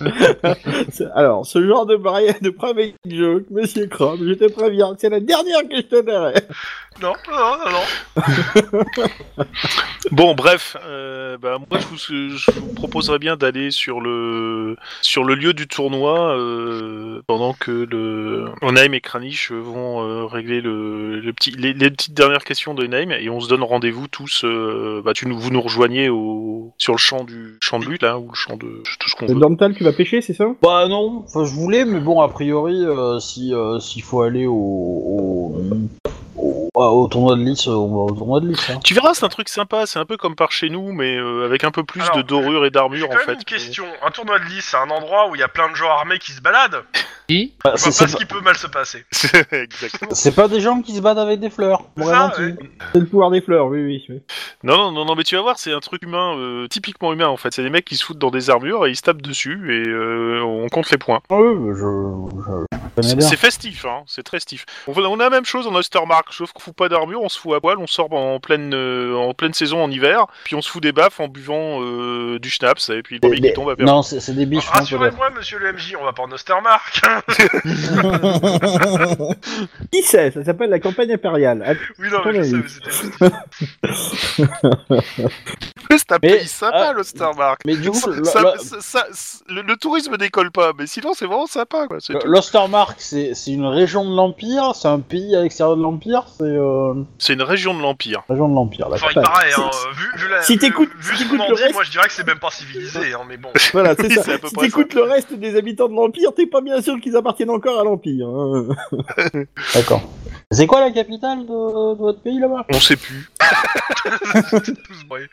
Speaker 2: Alors, ce genre de barrière de private joke, monsieur Crom, je te préviens, c'est la dernière que je te donnerai.
Speaker 5: non, non, non, non.
Speaker 3: Bon, bref, euh, bah, moi je vous, je vous proposerais bien d'aller sur le sur le lieu du tournoi euh, pendant que le Onaim et Kranich vont euh, régler le, le petit les, les petites dernières questions de Onaim et on se donne rendez-vous tous. euh, bah, tu nous vous nous rejoignez au sur le champ du champ de lutte là ou le champ de tout ce qu'on
Speaker 2: C'est
Speaker 3: veut.
Speaker 2: Dormtal qui va pêcher, c'est ça
Speaker 4: Bah non, enfin, je voulais, mais bon, a priori, euh, si euh, s'il faut aller au, au, au- ah, au tournoi de lice, on va au tournoi de lice. Hein.
Speaker 3: Tu verras, c'est un truc sympa. C'est un peu comme par chez nous, mais euh, avec un peu plus
Speaker 5: Alors,
Speaker 3: de dorure et
Speaker 5: J'ai
Speaker 3: d'armure
Speaker 5: quand
Speaker 3: en
Speaker 5: même
Speaker 3: fait. euh,
Speaker 5: une question. Un tournoi de lice, c'est un endroit où il y a plein de gens armés qui se baladent.
Speaker 7: Qui
Speaker 4: Bah,
Speaker 5: Je
Speaker 4: c'est-
Speaker 5: vois pas
Speaker 4: c'est
Speaker 5: ce
Speaker 4: pas-
Speaker 5: qui peut mal se passer.
Speaker 3: Exactement.
Speaker 4: c'est pas Ah, des gens qui se battent avec des fleurs.
Speaker 5: C'est
Speaker 4: Vraiment,
Speaker 5: ça, euh,
Speaker 4: tu-
Speaker 5: ouais.
Speaker 2: C'est le pouvoir des fleurs, oui, oui. oui.
Speaker 3: Non, non, non, non, mais tu vas voir, c'est un truc humain, euh, typiquement humain en fait. C'est des mecs qui se foutent dans des armures et ils se tapent dessus et euh, on compte les points.
Speaker 4: Ah ouais, bah, je, je- je connais
Speaker 3: C'est
Speaker 4: bien.
Speaker 3: c'est festif, hein, c'est très festif. On, va- on a la même chose en Ostermark, sauf qu'on fout pas d'armure, on se fout à poil, on sort en pleine, euh, en pleine saison en hiver, puis on se fout des baffes en buvant euh, du schnapps et puis le premier
Speaker 4: Des-
Speaker 3: qui tombe à perdre.
Speaker 4: Non, c'est c'est des biches. non, peut-être.
Speaker 5: Rassurez-moi, monsieur le MJ, on va pas en Ostermark.
Speaker 2: Qui sait Ça s'appelle la campagne impériale. Ah,
Speaker 5: oui, non, mais je sais, mais c'était juste-
Speaker 3: C'est un
Speaker 4: Mais- ah,
Speaker 3: pays sympa l'Ostermark.
Speaker 4: Mais du coup,
Speaker 3: Ça-
Speaker 4: le-
Speaker 3: ça-
Speaker 4: le-
Speaker 3: ça- ça- le, le tourisme décolle pas, mais sinon c'est vraiment sympa quoi. c'est
Speaker 4: le-
Speaker 3: tout.
Speaker 4: l'Ostermark, c'est c'est une région de l'Empire, c'est un pays à l'extérieur de l'Empire, c'est euh,
Speaker 3: C'est une région de l'Empire.
Speaker 4: région de
Speaker 2: Bah,
Speaker 4: l'Empire.
Speaker 5: Enfin,
Speaker 4: d'accord.
Speaker 5: il paraît,
Speaker 2: Si-
Speaker 5: hein, euh, vu, vu la.
Speaker 2: si
Speaker 5: vu-
Speaker 2: t'écoutes-
Speaker 5: vu
Speaker 2: si
Speaker 5: ce
Speaker 2: t'écoutes
Speaker 5: qu'on en
Speaker 2: le
Speaker 5: dit,
Speaker 2: reste-
Speaker 5: moi je dirais que c'est même pas civilisé, hein, mais bon.
Speaker 2: Voilà, c'est
Speaker 3: Oui,
Speaker 2: ça.
Speaker 3: c'est à peu
Speaker 2: Si
Speaker 3: près
Speaker 2: t'écoutes le reste des habitants de l'Empire, t'es pas bien sûr qu'ils appartiennent encore à l'Empire. hein.
Speaker 4: D'accord. C'est quoi la capitale de, de votre pays là-bas
Speaker 3: On sait plus.
Speaker 5: Tous brés.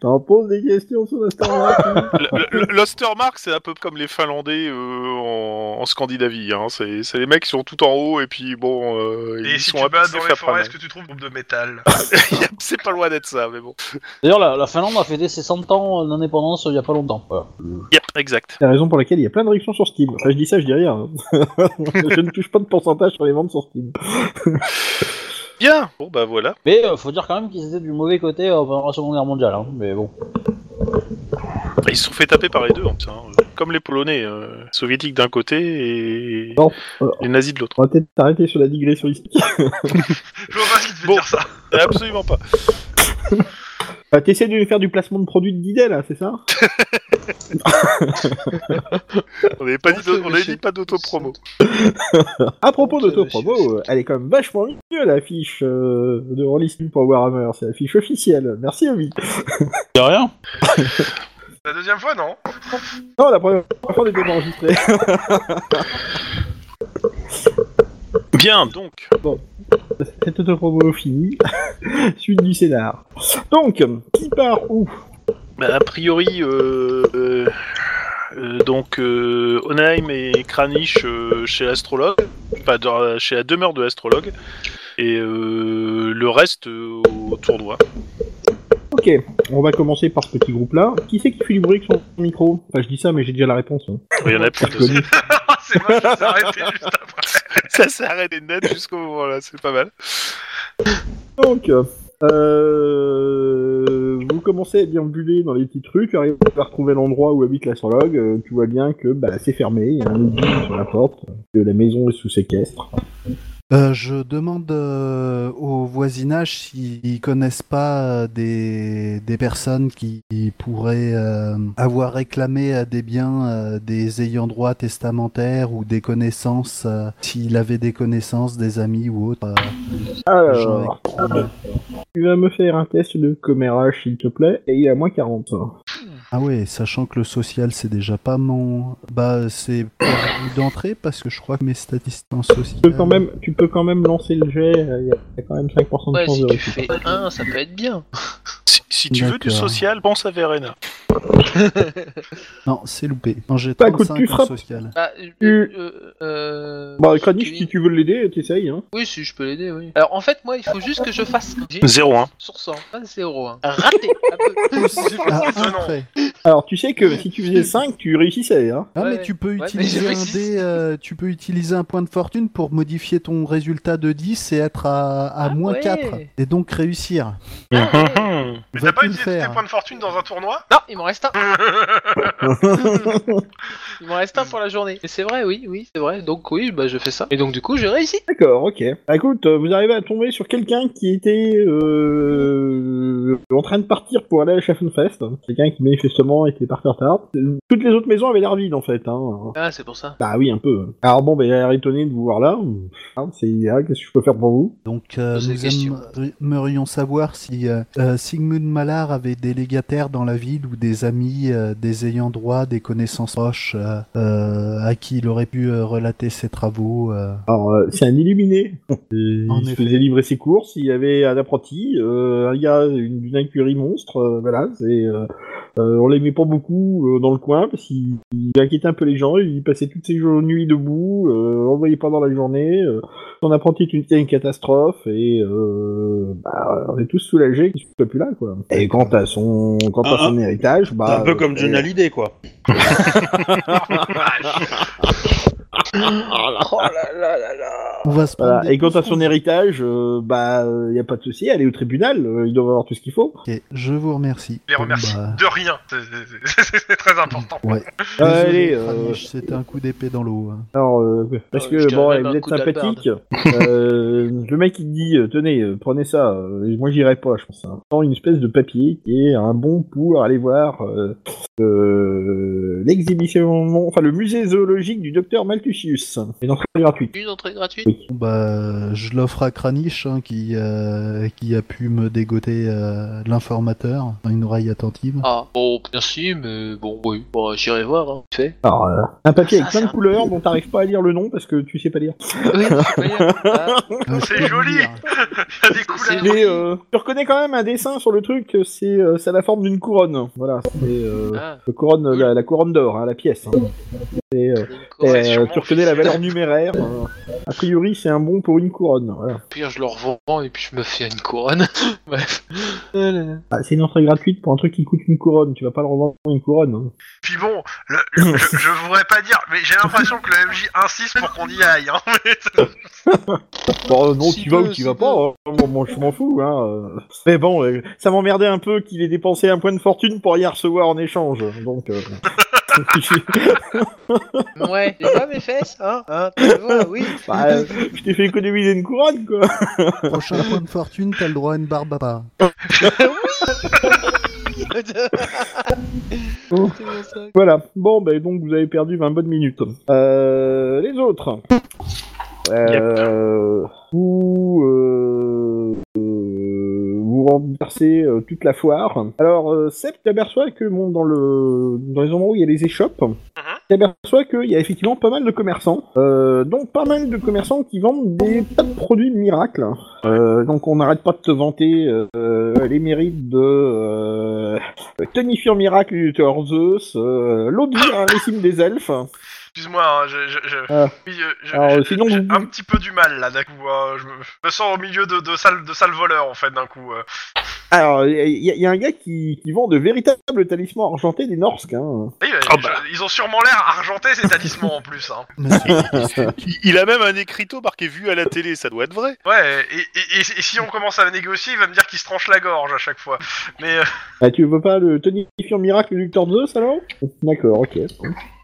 Speaker 2: T'en poses des questions sur la Starmark
Speaker 3: Le- le- L'Ostermark, c'est un peu comme les Finlandais euh, en, en Scandinavie. hein. C'est c'est les mecs qui sont tout en haut et puis bon, euh,
Speaker 5: Et
Speaker 3: ils
Speaker 5: si
Speaker 3: sont
Speaker 5: tu
Speaker 3: à
Speaker 5: vas
Speaker 3: pif
Speaker 5: dans
Speaker 3: à
Speaker 5: les forêts,
Speaker 3: Prague.
Speaker 5: est-ce que tu trouves groupe de métal
Speaker 3: C'est pas loin d'être ça, mais bon.
Speaker 4: D'ailleurs, la, la Finlande a fêté ses 100 ans euh, d'indépendance euh, il y a pas longtemps. Voilà.
Speaker 3: Yep. Exact.
Speaker 2: C'est la raison pour laquelle il y a plein de réductions sur Steam. Enfin, je dis ça, je dis rien. hein. je ne touche pas de pourcentage sur les ventes sur Steam.
Speaker 3: Bien Bon, bah voilà.
Speaker 4: Mais euh, faut dire quand même qu'ils étaient du mauvais côté euh, pendant la Seconde Guerre mondiale, hein, mais bon.
Speaker 3: Bah, Ils se sont fait taper par les deux, en plus, hein. comme les Polonais, euh, soviétiques d'un côté et
Speaker 2: Bon, euh,
Speaker 3: les nazis de l'autre.
Speaker 2: on va peut-être s'arrêter sur la digression ici.
Speaker 5: Je vois pas ce qui te fait
Speaker 3: Bon.
Speaker 5: dire ça.
Speaker 3: Absolument pas.
Speaker 2: Bah, T'essaies de faire du placement de produits de Didet, là, c'est ça
Speaker 3: On n'avait pas dit,
Speaker 7: Bonjour,
Speaker 3: d'au- on avait
Speaker 7: monsieur.
Speaker 3: dit pas d'autopromo.
Speaker 2: À propos d'autopromo, euh, elle est quand même vachement mieux, l'affiche euh, de Rollisting pour Warhammer. C'est l'affiche officielle. Merci, Omi.
Speaker 4: De rien
Speaker 5: La deuxième fois, non
Speaker 2: Non, la première fois, on était pas enregistré.
Speaker 3: Bien, donc.
Speaker 2: Cette autopromo finie. Suite du scénar. Donc, qui part où
Speaker 3: Bah, a priori, euh, euh, euh, donc euh, Onheim et Kranich euh, chez l'astrologue, enfin dans- chez la demeure de l'astrologue, et euh, le reste euh, au tournoi.
Speaker 2: Ok, on va commencer par ce petit groupe-là. Qui c'est qui fait du bruit avec son micro Enfin, je dis ça, mais j'ai déjà la réponse. hein.
Speaker 3: Il y en a plus.
Speaker 2: Je connais.
Speaker 5: Ah, C'est moi qui s'est arrêté juste après.
Speaker 3: Ça s'arrête des net jusqu'au moment là, c'est pas mal.
Speaker 2: Donc, euh, vous commencez à déambuler dans les petits trucs, arrivez à retrouver l'endroit où habite l'astrologue, euh, tu vois bien que bah, c'est fermé, il y a un oubli sur la porte, que la maison est sous séquestre.
Speaker 6: Euh, je demande euh, au voisinage s'ils connaissent pas euh, des, des personnes qui pourraient euh, avoir réclamé à des biens euh, des ayants droit testamentaires ou des connaissances, euh, s'il avait des connaissances, des amis ou autres. euh, gens avec
Speaker 2: Alors,
Speaker 6: qui- Ah,
Speaker 2: tu vas me faire un test de commérage, s'il te plaît, et il est à moins 40.
Speaker 6: Ah ouais, sachant que le social c'est déjà pas mon, bah c'est perdu d'entrée parce que je crois que mes statistiques en social.
Speaker 2: Tu peux quand même, tu peux quand même lancer le jet, euh, il y a- il y a quand même 5% de
Speaker 7: Ouais,
Speaker 2: chance
Speaker 7: si
Speaker 2: de
Speaker 7: tu
Speaker 2: réussite.
Speaker 7: fais un, ça peut être bien.
Speaker 3: Si, si tu veux du
Speaker 6: D'accord.
Speaker 3: social, pense à Verena.
Speaker 6: Non, c'est loupé. Non, j'ai
Speaker 2: Bah, écoute,
Speaker 6: 35
Speaker 2: tu
Speaker 6: en
Speaker 2: frappes.
Speaker 6: social.
Speaker 7: Ah,
Speaker 2: Tu-
Speaker 7: euh, euh,
Speaker 2: Mm. Bah, Kranich,
Speaker 7: oui.
Speaker 2: si tu veux l'aider, t'essayes, hein.
Speaker 7: Oui, si je peux l'aider, oui. Alors en fait, moi, il faut juste que je fasse. J'ai
Speaker 3: 0-1.
Speaker 7: sur 100, pas 0, hein. Raté un peu.
Speaker 6: Ah, un
Speaker 5: étonnant.
Speaker 6: prêt.
Speaker 2: Alors, tu sais que si tu faisais 5, tu réussissais, hein.
Speaker 6: Ah
Speaker 7: Ouais,
Speaker 6: mais tu peux
Speaker 7: mais
Speaker 6: utiliser
Speaker 7: j'ai
Speaker 6: un
Speaker 7: réussi.
Speaker 6: dé, euh, tu peux utiliser un point de fortune pour modifier ton résultat de 10 et être à, à
Speaker 7: Ah
Speaker 6: moins
Speaker 7: ouais.
Speaker 6: 4 et donc réussir.
Speaker 3: Mm.
Speaker 5: Mais t'as pas
Speaker 6: Vas-tu le
Speaker 5: utilisé tous tes
Speaker 6: faire
Speaker 5: points de fortune dans un tournoi
Speaker 7: Ah, Non, il m'en reste un. il m'en reste un pour la journée. Mais c'est vrai, oui, oui, c'est vrai. Donc oui, bah je fais ça. Et donc du coup, j'ai réussi.
Speaker 2: D'accord, ok. Bah, écoute, euh, vous arrivez à tomber sur quelqu'un qui était euh, en train de partir pour aller à Schaffenfest. Quelqu'un qui manifestement était parti en retard. Euh, Toutes les autres maisons avaient l'air vides en fait. Hein.
Speaker 7: Ah, c'est pour ça.
Speaker 2: Bah oui, un peu. Alors bon, bah, il a l'air étonné de vous voir là. Hein, C'est ah, qu'est-ce que je peux faire pour vous
Speaker 6: Donc euh,
Speaker 7: Posez
Speaker 6: nous
Speaker 7: question.
Speaker 6: aimerions savoir si euh, euh, Sigmund Mallard avait des légataires dans la ville ou des amis, euh, des ayants droit, des connaissances proches euh, euh, à qui il aurait pu euh, relater ses travaux. euh.
Speaker 2: Alors, euh, c'est un illuminé. Euh,
Speaker 6: En
Speaker 2: il se
Speaker 6: effet.
Speaker 2: faisait livrer ses courses, il y avait un apprenti, euh, un gars d'une d'une incurie monstre, euh, voilà, c'est... euh, euh, on l'aimait pas beaucoup euh, dans le coin, parce qu'il il inquiétait un peu les gens, il passait toutes ses jo- nuits debout, euh, on le voyait pendant la journée, euh, son apprenti est une, était une catastrophe, et euh, bah, on est tous soulagés qu'il soit plus là, quoi. Et quant à son, quant à
Speaker 4: Ah,
Speaker 2: son héritage, bah...
Speaker 4: un peu comme
Speaker 2: euh,
Speaker 4: John Hallyday, quoi.
Speaker 2: Ah,
Speaker 5: Ah,
Speaker 7: Oh là là là là.
Speaker 6: On va se prendre
Speaker 2: voilà.
Speaker 6: des
Speaker 2: Et quant à
Speaker 6: coups francs.
Speaker 2: son héritage, euh, bah, il y a pas de souci, allez au tribunal, euh, il doit avoir tout ce qu'il faut.
Speaker 6: Ok, je vous remercie.
Speaker 5: Je les
Speaker 6: Bon,
Speaker 5: remercie
Speaker 6: bah,
Speaker 5: de rien. C'est- c'est- C'est c'est très important.
Speaker 6: Ouais.
Speaker 2: Ah, allez,
Speaker 6: Désolé,
Speaker 2: euh,
Speaker 6: Kranich, c'était un coup d'épée dans l'eau. hein.
Speaker 2: Alors, euh, parce
Speaker 7: je
Speaker 2: que
Speaker 7: dirais
Speaker 2: bon,
Speaker 7: même
Speaker 2: vous
Speaker 7: un
Speaker 2: êtes
Speaker 7: coup d'albarde.
Speaker 2: sympathique. Euh, le mec il dit euh, tenez, euh, prenez ça. euh, moi j'irai pas, je pense. hein. Prends une espèce de papier qui est un bon pour aller voir euh, euh, l'exhibition, enfin le musée zoologique du docteur Malthusius. Une entrée gratuite.
Speaker 7: Une entrée gratuite.
Speaker 6: Bon, Bah, je l'offre à Kranich hein, qui, euh, qui a pu me dégoter euh, l'informateur, une oreille attentive.
Speaker 7: Ah, bon, merci, mais bon, oui. Bon, j'irai voir, hein. Fait.
Speaker 2: Alors, euh, un papier avec
Speaker 7: Ah, Ça,
Speaker 2: plein de
Speaker 7: c'est un-
Speaker 2: couleurs dont t'arrives pas à lire le nom parce que tu sais pas lire.
Speaker 7: Oui, c'est pas bien. Ah,
Speaker 6: Euh, je
Speaker 5: c'est
Speaker 6: peux le
Speaker 5: joli.
Speaker 6: lire.
Speaker 5: Il y a des couleurs.
Speaker 2: Mais euh, tu reconnais quand même un dessin sur le truc. C'est euh, ça a la forme d'une couronne. Voilà. C'est euh,
Speaker 7: ah.
Speaker 2: le couronne, la, la couronne d'or, hein, la pièce. hein. C'est, euh,
Speaker 7: Une correction
Speaker 2: euh, tu reconnais la
Speaker 7: officielle.
Speaker 2: valeur numéraire. euh, a priori, c'est un bon pour une couronne. hein, voilà.
Speaker 7: Au pire, je le revends et puis je me fais une couronne. Bref. Voilà.
Speaker 2: Ah, c'est une entrée gratuite pour un truc qui coûte une couronne. Tu vas pas le revendre pour une couronne. hein.
Speaker 5: Puis bon, le- le- je, je voudrais pas dire, mais j'ai l'impression que le MJ insiste pour qu'on y aille. Hein, mais
Speaker 2: Bon, euh, non,
Speaker 7: Si
Speaker 2: tu vas ou
Speaker 7: peu,
Speaker 2: tu
Speaker 7: si
Speaker 2: vas
Speaker 7: peu.
Speaker 2: pas. hein. Bon, bon, je m'en fous. Hein. euh. Mais bon, euh, ça m'emmerdait un peu qu'il ait dépensé un point de fortune pour y recevoir en échange. Donc. euh,
Speaker 7: Ouais, tu vois mes fesses, hein, hein Tu vois, oui.
Speaker 2: bah, euh, je t'ai fait économiser une couronne, quoi.
Speaker 6: Prochain point de fortune, t'as le droit à une barbe à part.
Speaker 7: C'est bon, ça.
Speaker 2: Voilà. Bon, ben donc vous avez perdu 20 bonnes minutes. Euh, les autres. Euh, Vous. euh, euh, vous renversez euh, toute la foire. Alors, euh, Seb, t'aperçois que bon, dans, le, dans les endroits où il y a les échoppes, t'aperçois qu'il y a effectivement pas mal de commerçants. Euh, donc, pas mal de commerçants qui vendent des tas de produits miracles. Euh, donc, on n'arrête pas de te vanter euh, les mérites de euh, Tonifiant Miracle du Tueur Zeus, euh, l'eau de
Speaker 5: Ah.
Speaker 2: vie, un récime des elfes.
Speaker 5: Euh, Excuse-moi, hein, je, je, je-
Speaker 2: Ah.
Speaker 5: oui, je- je-
Speaker 2: Alors,
Speaker 5: je-
Speaker 2: sinon,
Speaker 5: j'ai
Speaker 2: vous-
Speaker 5: un petit peu du mal là d'un coup. hein, je me, je me sens au milieu de, de salles de salles voleurs en fait d'un coup. euh.
Speaker 2: Alors, il y, a- y a un gars qui, qui vend de véritables talismans argentés des Norsk. Hein.
Speaker 5: Oui,
Speaker 3: Ah
Speaker 5: euh, je-
Speaker 3: bah.
Speaker 5: ils ont sûrement l'air argentés ces talismans en plus. Hein.
Speaker 6: Mais c'est-
Speaker 3: Il, il a même un écriteau marqué vu à la télé, ça doit être vrai.
Speaker 5: Ouais, et, et- et- et si on commence à négocier, il va me dire qu'il se tranche la gorge à chaque fois. Mais euh,
Speaker 2: Ah, tu veux pas le tonifiant miracle du Tueur Zeus alors D'accord, ok.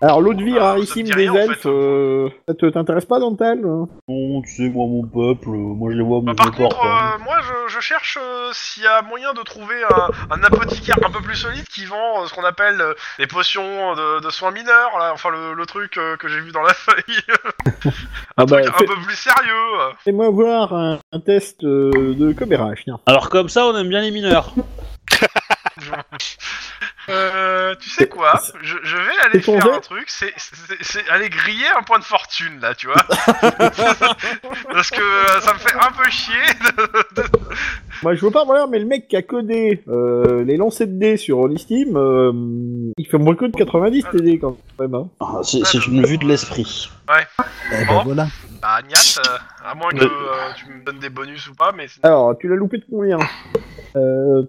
Speaker 2: Alors, l'eau de vie,
Speaker 5: Ah,
Speaker 2: rarissime
Speaker 5: ça me dit
Speaker 2: des
Speaker 5: rien, en
Speaker 2: elfes,
Speaker 5: fait.
Speaker 2: euh, ça te- t'intéresse pas, Dantal hein
Speaker 4: Bon, tu sais, moi, mon peuple, euh, moi, je les vois,
Speaker 5: bah,
Speaker 4: mais je
Speaker 5: par
Speaker 4: les porte.
Speaker 5: contre,
Speaker 4: hein.
Speaker 5: euh, moi je, je cherche euh, s'il y a moyen de trouver un, un apothicaire un peu plus solide qui vend euh, ce qu'on appelle euh, des potions de, de soins mineurs, là, enfin le, le truc euh, que j'ai vu dans la feuille,
Speaker 2: Ah bah,
Speaker 5: un peu plus sérieux. euh.
Speaker 2: fais-moi voir un, un test euh, de commérage, tiens.
Speaker 4: Alors, comme ça, on aime bien les mineurs.
Speaker 5: Euh, tu sais quoi je, je vais aller
Speaker 2: C'est ton
Speaker 5: faire
Speaker 2: jeu
Speaker 5: un truc, c'est c'est- c'est aller griller un point de fortune là, tu vois. Parce que euh, ça me fait un peu chier.
Speaker 2: Moi, je veux pas voir, mais le mec qui a codé euh, les lancers de dés sur Holy Steam, euh, il fait moins que de 90
Speaker 5: Ah.
Speaker 2: tes dés quand même. Hein.
Speaker 4: Ah, c'est c'est une vue de l'esprit.
Speaker 6: Eh ben voilà.
Speaker 5: Bah, Agnat, euh, à moins que euh, tu me donnes des bonus ou pas, mais c'est
Speaker 2: Alors, tu l'as loupé de combien euh,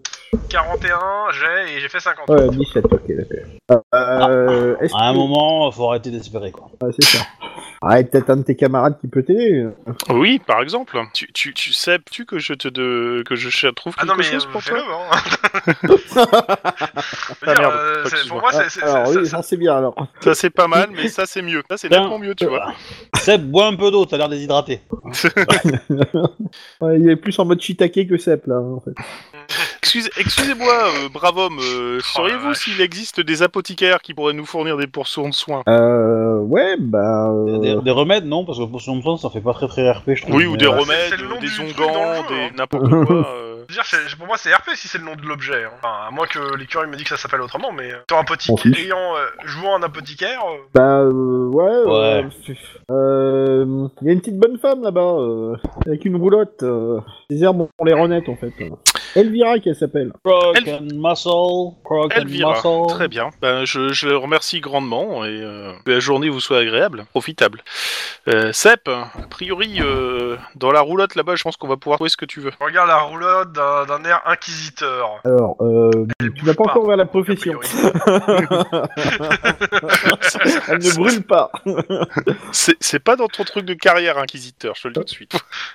Speaker 5: 41, j'ai et j'ai fait 50.
Speaker 2: Ouais, 17, ok, d'accord. Euh, est-ce
Speaker 4: À un
Speaker 2: que-
Speaker 4: moment, faut arrêter d'espérer, quoi.
Speaker 2: Ah, c'est ça. Ah, et peut-être un de tes camarades qui peut t'aider.
Speaker 3: Oui, par exemple. Tu, tu, tu sais-tu que je te de, que je je trouve
Speaker 5: Ah
Speaker 3: quelque
Speaker 5: non, mais
Speaker 3: chose
Speaker 5: euh,
Speaker 3: pour
Speaker 5: fais-le,
Speaker 3: toi
Speaker 5: hein. Je
Speaker 2: Ah,
Speaker 5: veux dire,
Speaker 3: merde,
Speaker 5: euh, c'est-
Speaker 3: excuse-moi.
Speaker 5: pour moi, c'est. c'est-
Speaker 2: alors,
Speaker 5: c'est-
Speaker 2: oui,
Speaker 5: c'est-
Speaker 2: ça c'est bien alors.
Speaker 3: Ça c'est pas mal, mais ça c'est mieux. Ça c'est
Speaker 4: Tiens.
Speaker 3: nettement mieux, tu vois.
Speaker 4: Seb, bois un peu d'eau, t'as l'air déshydraté.
Speaker 2: Ouais, il est plus en mode shiitake que Sep là, en fait.
Speaker 3: Excusez- Excusez-moi, euh, brave homme, euh,
Speaker 5: Oh la
Speaker 3: sauriez-vous
Speaker 5: vache.
Speaker 3: s'il existe des apothicaires qui pourraient nous fournir des poursoins de soins
Speaker 2: Euh, ouais, bah. euh,
Speaker 4: Des, des remèdes, non Parce que pour son sens, ça fait pas très très RP, je trouve.
Speaker 3: Oui, ou
Speaker 4: mais,
Speaker 3: des
Speaker 4: euh,
Speaker 3: remèdes,
Speaker 5: c'est le nom
Speaker 3: des
Speaker 5: du truc dans le
Speaker 3: onguents,
Speaker 5: jeu,
Speaker 3: des
Speaker 5: hein.
Speaker 3: n'importe quoi. euh.
Speaker 5: je veux dire, c'est- pour moi, c'est RP si c'est le nom de l'objet. hein. Enfin, à moins que l'écureuil me dise que ça s'appelle autrement, mais. euh, Sur un petit.
Speaker 2: On fiche.
Speaker 5: Ayant. euh, jouant un apothicaire. euh,
Speaker 2: Bah, euh, ouais.
Speaker 4: Ouais.
Speaker 2: euh, euh, il y a une petite bonne femme là-bas, euh, avec une roulotte. euh, des herbes, on les renaître en fait. Elvira, qu'elle s'appelle.
Speaker 4: Croc
Speaker 3: Elf-
Speaker 4: and muscle, croc and
Speaker 3: Elvira,
Speaker 4: muscle.
Speaker 3: très bien. Ben, je, je le remercie grandement et euh, que la journée vous soit agréable, profitable. Euh, Sep, a priori, euh, dans la roulotte là-bas, je pense qu'on va pouvoir trouver ce que tu veux.
Speaker 5: Je Regarde la roulotte d'un d'un air inquisiteur.
Speaker 2: Alors, euh,
Speaker 5: Elle
Speaker 2: tu vas
Speaker 5: bouge
Speaker 2: pas
Speaker 5: pas,
Speaker 2: encore vers la
Speaker 5: a
Speaker 2: profession.
Speaker 5: priori.
Speaker 2: Elle ne brûle pas.
Speaker 3: C'est c'est pas dans ton truc de carrière, inquisiteur, je te le dis tout de suite.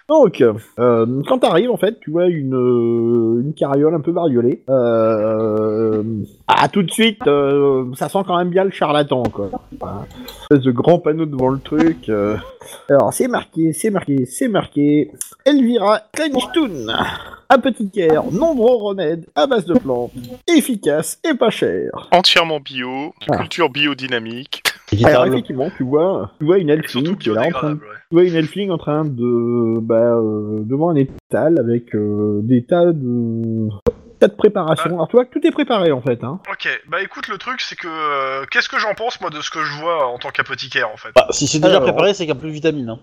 Speaker 2: Donc, euh, quand t'arrives, en fait, tu vois une, euh, une carriole un peu bariolée. Euh, ah, tout de suite, euh, ça sent quand même bien le charlatan, quoi. Un espèce de grand panneau devant le truc. euh. Alors, c'est marqué, c'est marqué, c'est marqué. Elvira Clanishtoun, apothicaire, nombreux remèdes à base de plantes, efficace et pas cher.
Speaker 3: Entièrement bio,
Speaker 2: Ah.
Speaker 3: culture biodynamique.
Speaker 2: Alors,
Speaker 4: Équitable.
Speaker 2: effectivement, tu vois, tu vois une
Speaker 5: Et
Speaker 2: elfine
Speaker 5: surtout
Speaker 2: qui est là en train de
Speaker 5: biodégradable, ouais.
Speaker 2: tu vois une elfling en train de bah, euh, devant un étal avec euh, des tas de tas de préparation. Alors tu vois que tout est préparé en fait. Hein.
Speaker 5: Ok, bah écoute, le truc c'est que. euh, Qu'est-ce que j'en pense moi de ce que je vois en tant qu'apothicaire en fait
Speaker 4: Bah, si c'est déjà
Speaker 2: Alors-
Speaker 4: préparé, c'est qu'il y a plus de vitamines. Hein.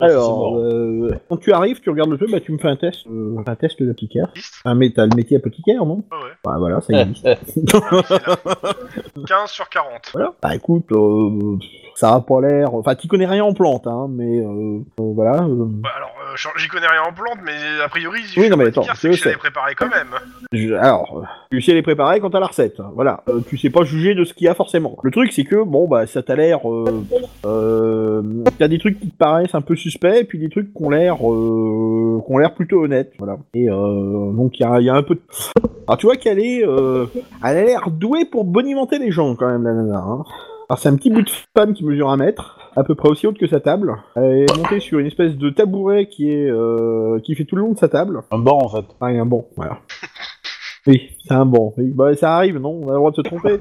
Speaker 4: C'est
Speaker 2: Alors
Speaker 4: mort.
Speaker 2: euh, quand tu arrives, tu regardes le truc, bah tu me fais un test, euh, un test d'apothicaire.
Speaker 5: Liste
Speaker 2: Un métal, métier apothicaire, non
Speaker 5: Ah ouais.
Speaker 2: Bah voilà, ça
Speaker 4: Eh,
Speaker 2: existe.
Speaker 4: eh.
Speaker 5: Ah oui, c'est là. 15 sur 40.
Speaker 2: Voilà. Bah écoute, euh, ça a pas l'air. Enfin, tu connais rien en plantes, hein, mais euh, euh, voilà. euh,
Speaker 5: Bah, alors, euh, j'en- j'y connais rien en plantes, mais a priori, si
Speaker 2: Oui,
Speaker 5: je
Speaker 2: non,
Speaker 5: peux
Speaker 2: mais
Speaker 5: te
Speaker 2: attends,
Speaker 5: dire,
Speaker 2: c'est
Speaker 5: c'est que
Speaker 2: eux,
Speaker 5: je l'ai
Speaker 2: c'est-
Speaker 5: préparé quand même.
Speaker 2: je- alors, euh, tu sais les préparer quand t'as la recette. hein, Voilà, Euh, tu sais pas juger de ce qu'il y a forcément. Le truc, c'est que bon, bah, ça t'a l'air. Euh, euh, t'as des trucs qui te paraissent un peu suspects, et puis des trucs qui ont l'air, euh, qui ont l'air plutôt honnêtes. Voilà. Et euh, donc, il y a, il y a un peu. de- Alors, tu vois qu'elle est, euh, elle a l'air douée pour bonimenter les gens quand même, la nana. hein. Alors c'est un petit bout de femme qui mesure un mètre, à peu près aussi haute que sa table. Elle est montée sur une espèce de tabouret qui est euh, qui fait tout le long de sa table.
Speaker 4: Un banc en fait.
Speaker 2: Ah, il y a un banc, voilà. Oui, c'est un banc. Oui, bah, ça arrive, non On a le droit de se tromper.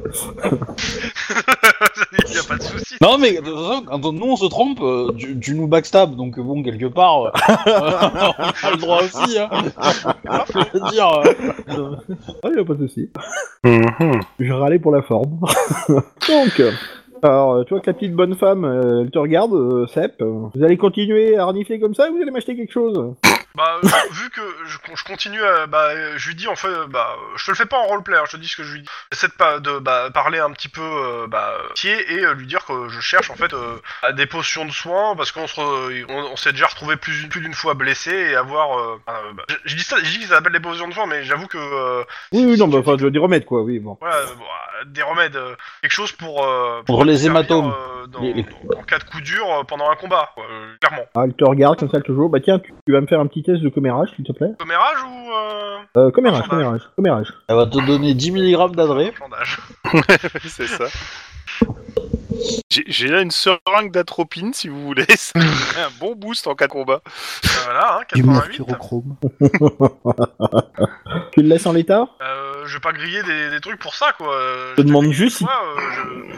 Speaker 5: Il y a pas de souci.
Speaker 4: Non mais de toute façon, quand nous on se trompe, euh, tu, tu nous backstab, donc bon quelque part, euh, on a le droit aussi. Hein. Je veux dire, euh,
Speaker 2: Ah, il y a pas de souci. Je râlais pour la forme. Donc, euh, alors, euh, tu vois que la petite bonne femme, euh, elle te regarde, euh, Sep. euh, Vous allez continuer à renifler comme ça ou vous allez m'acheter quelque chose
Speaker 5: Bah, euh, vu que je, je continue, à- bah, euh, je lui dis en fait, euh, bah, euh, je te le fais pas en roleplay, hein, je te dis ce que je lui dis. J'essaie de, pas- de bah, parler un petit peu, euh, bah, euh, pied et euh, lui dire que je cherche en fait euh, à des potions de soins parce qu'on se, re- on, on s'est déjà retrouvé plus, plus d'une fois blessé et avoir. euh, euh, bah, je, je dis ça, je dis que ça s'appelle des potions de soins, mais j'avoue que euh,
Speaker 2: Oui, oui, non, bah, enfin, je veux des remèdes, quoi, oui, bon.
Speaker 5: voilà, euh, bon, euh, des remèdes, euh, quelque chose pour. euh, pour
Speaker 4: Contre les
Speaker 5: servir,
Speaker 4: hématomes.
Speaker 5: euh, dans,
Speaker 4: Les- les-
Speaker 5: dans- en cas de coup dur euh, pendant un combat, quoi, euh, clairement.
Speaker 2: Ah, elle te regarde comme ça, elle te joue. Bah, tiens, tu, tu vas me faire un petit test de commérage, s'il te plaît
Speaker 5: Commérage ou. Euh...
Speaker 2: euh, Commérage, commérage, commérage.
Speaker 4: elle va te donner 10 mg d'adré.
Speaker 5: marchandage
Speaker 3: c'est ça. J'ai- J'ai là une seringue d'atropine, si vous voulez. Ça fait un bon boost en cas de combat.
Speaker 5: Euh, Voilà, hein,
Speaker 6: Et
Speaker 5: 88.
Speaker 6: mercurochrome.
Speaker 2: Tu le laisses en l'état
Speaker 5: Euh, je vais pas griller des, des trucs pour ça, quoi. Euh,
Speaker 2: Je te demande
Speaker 5: dis
Speaker 2: juste si-
Speaker 5: quoi, euh,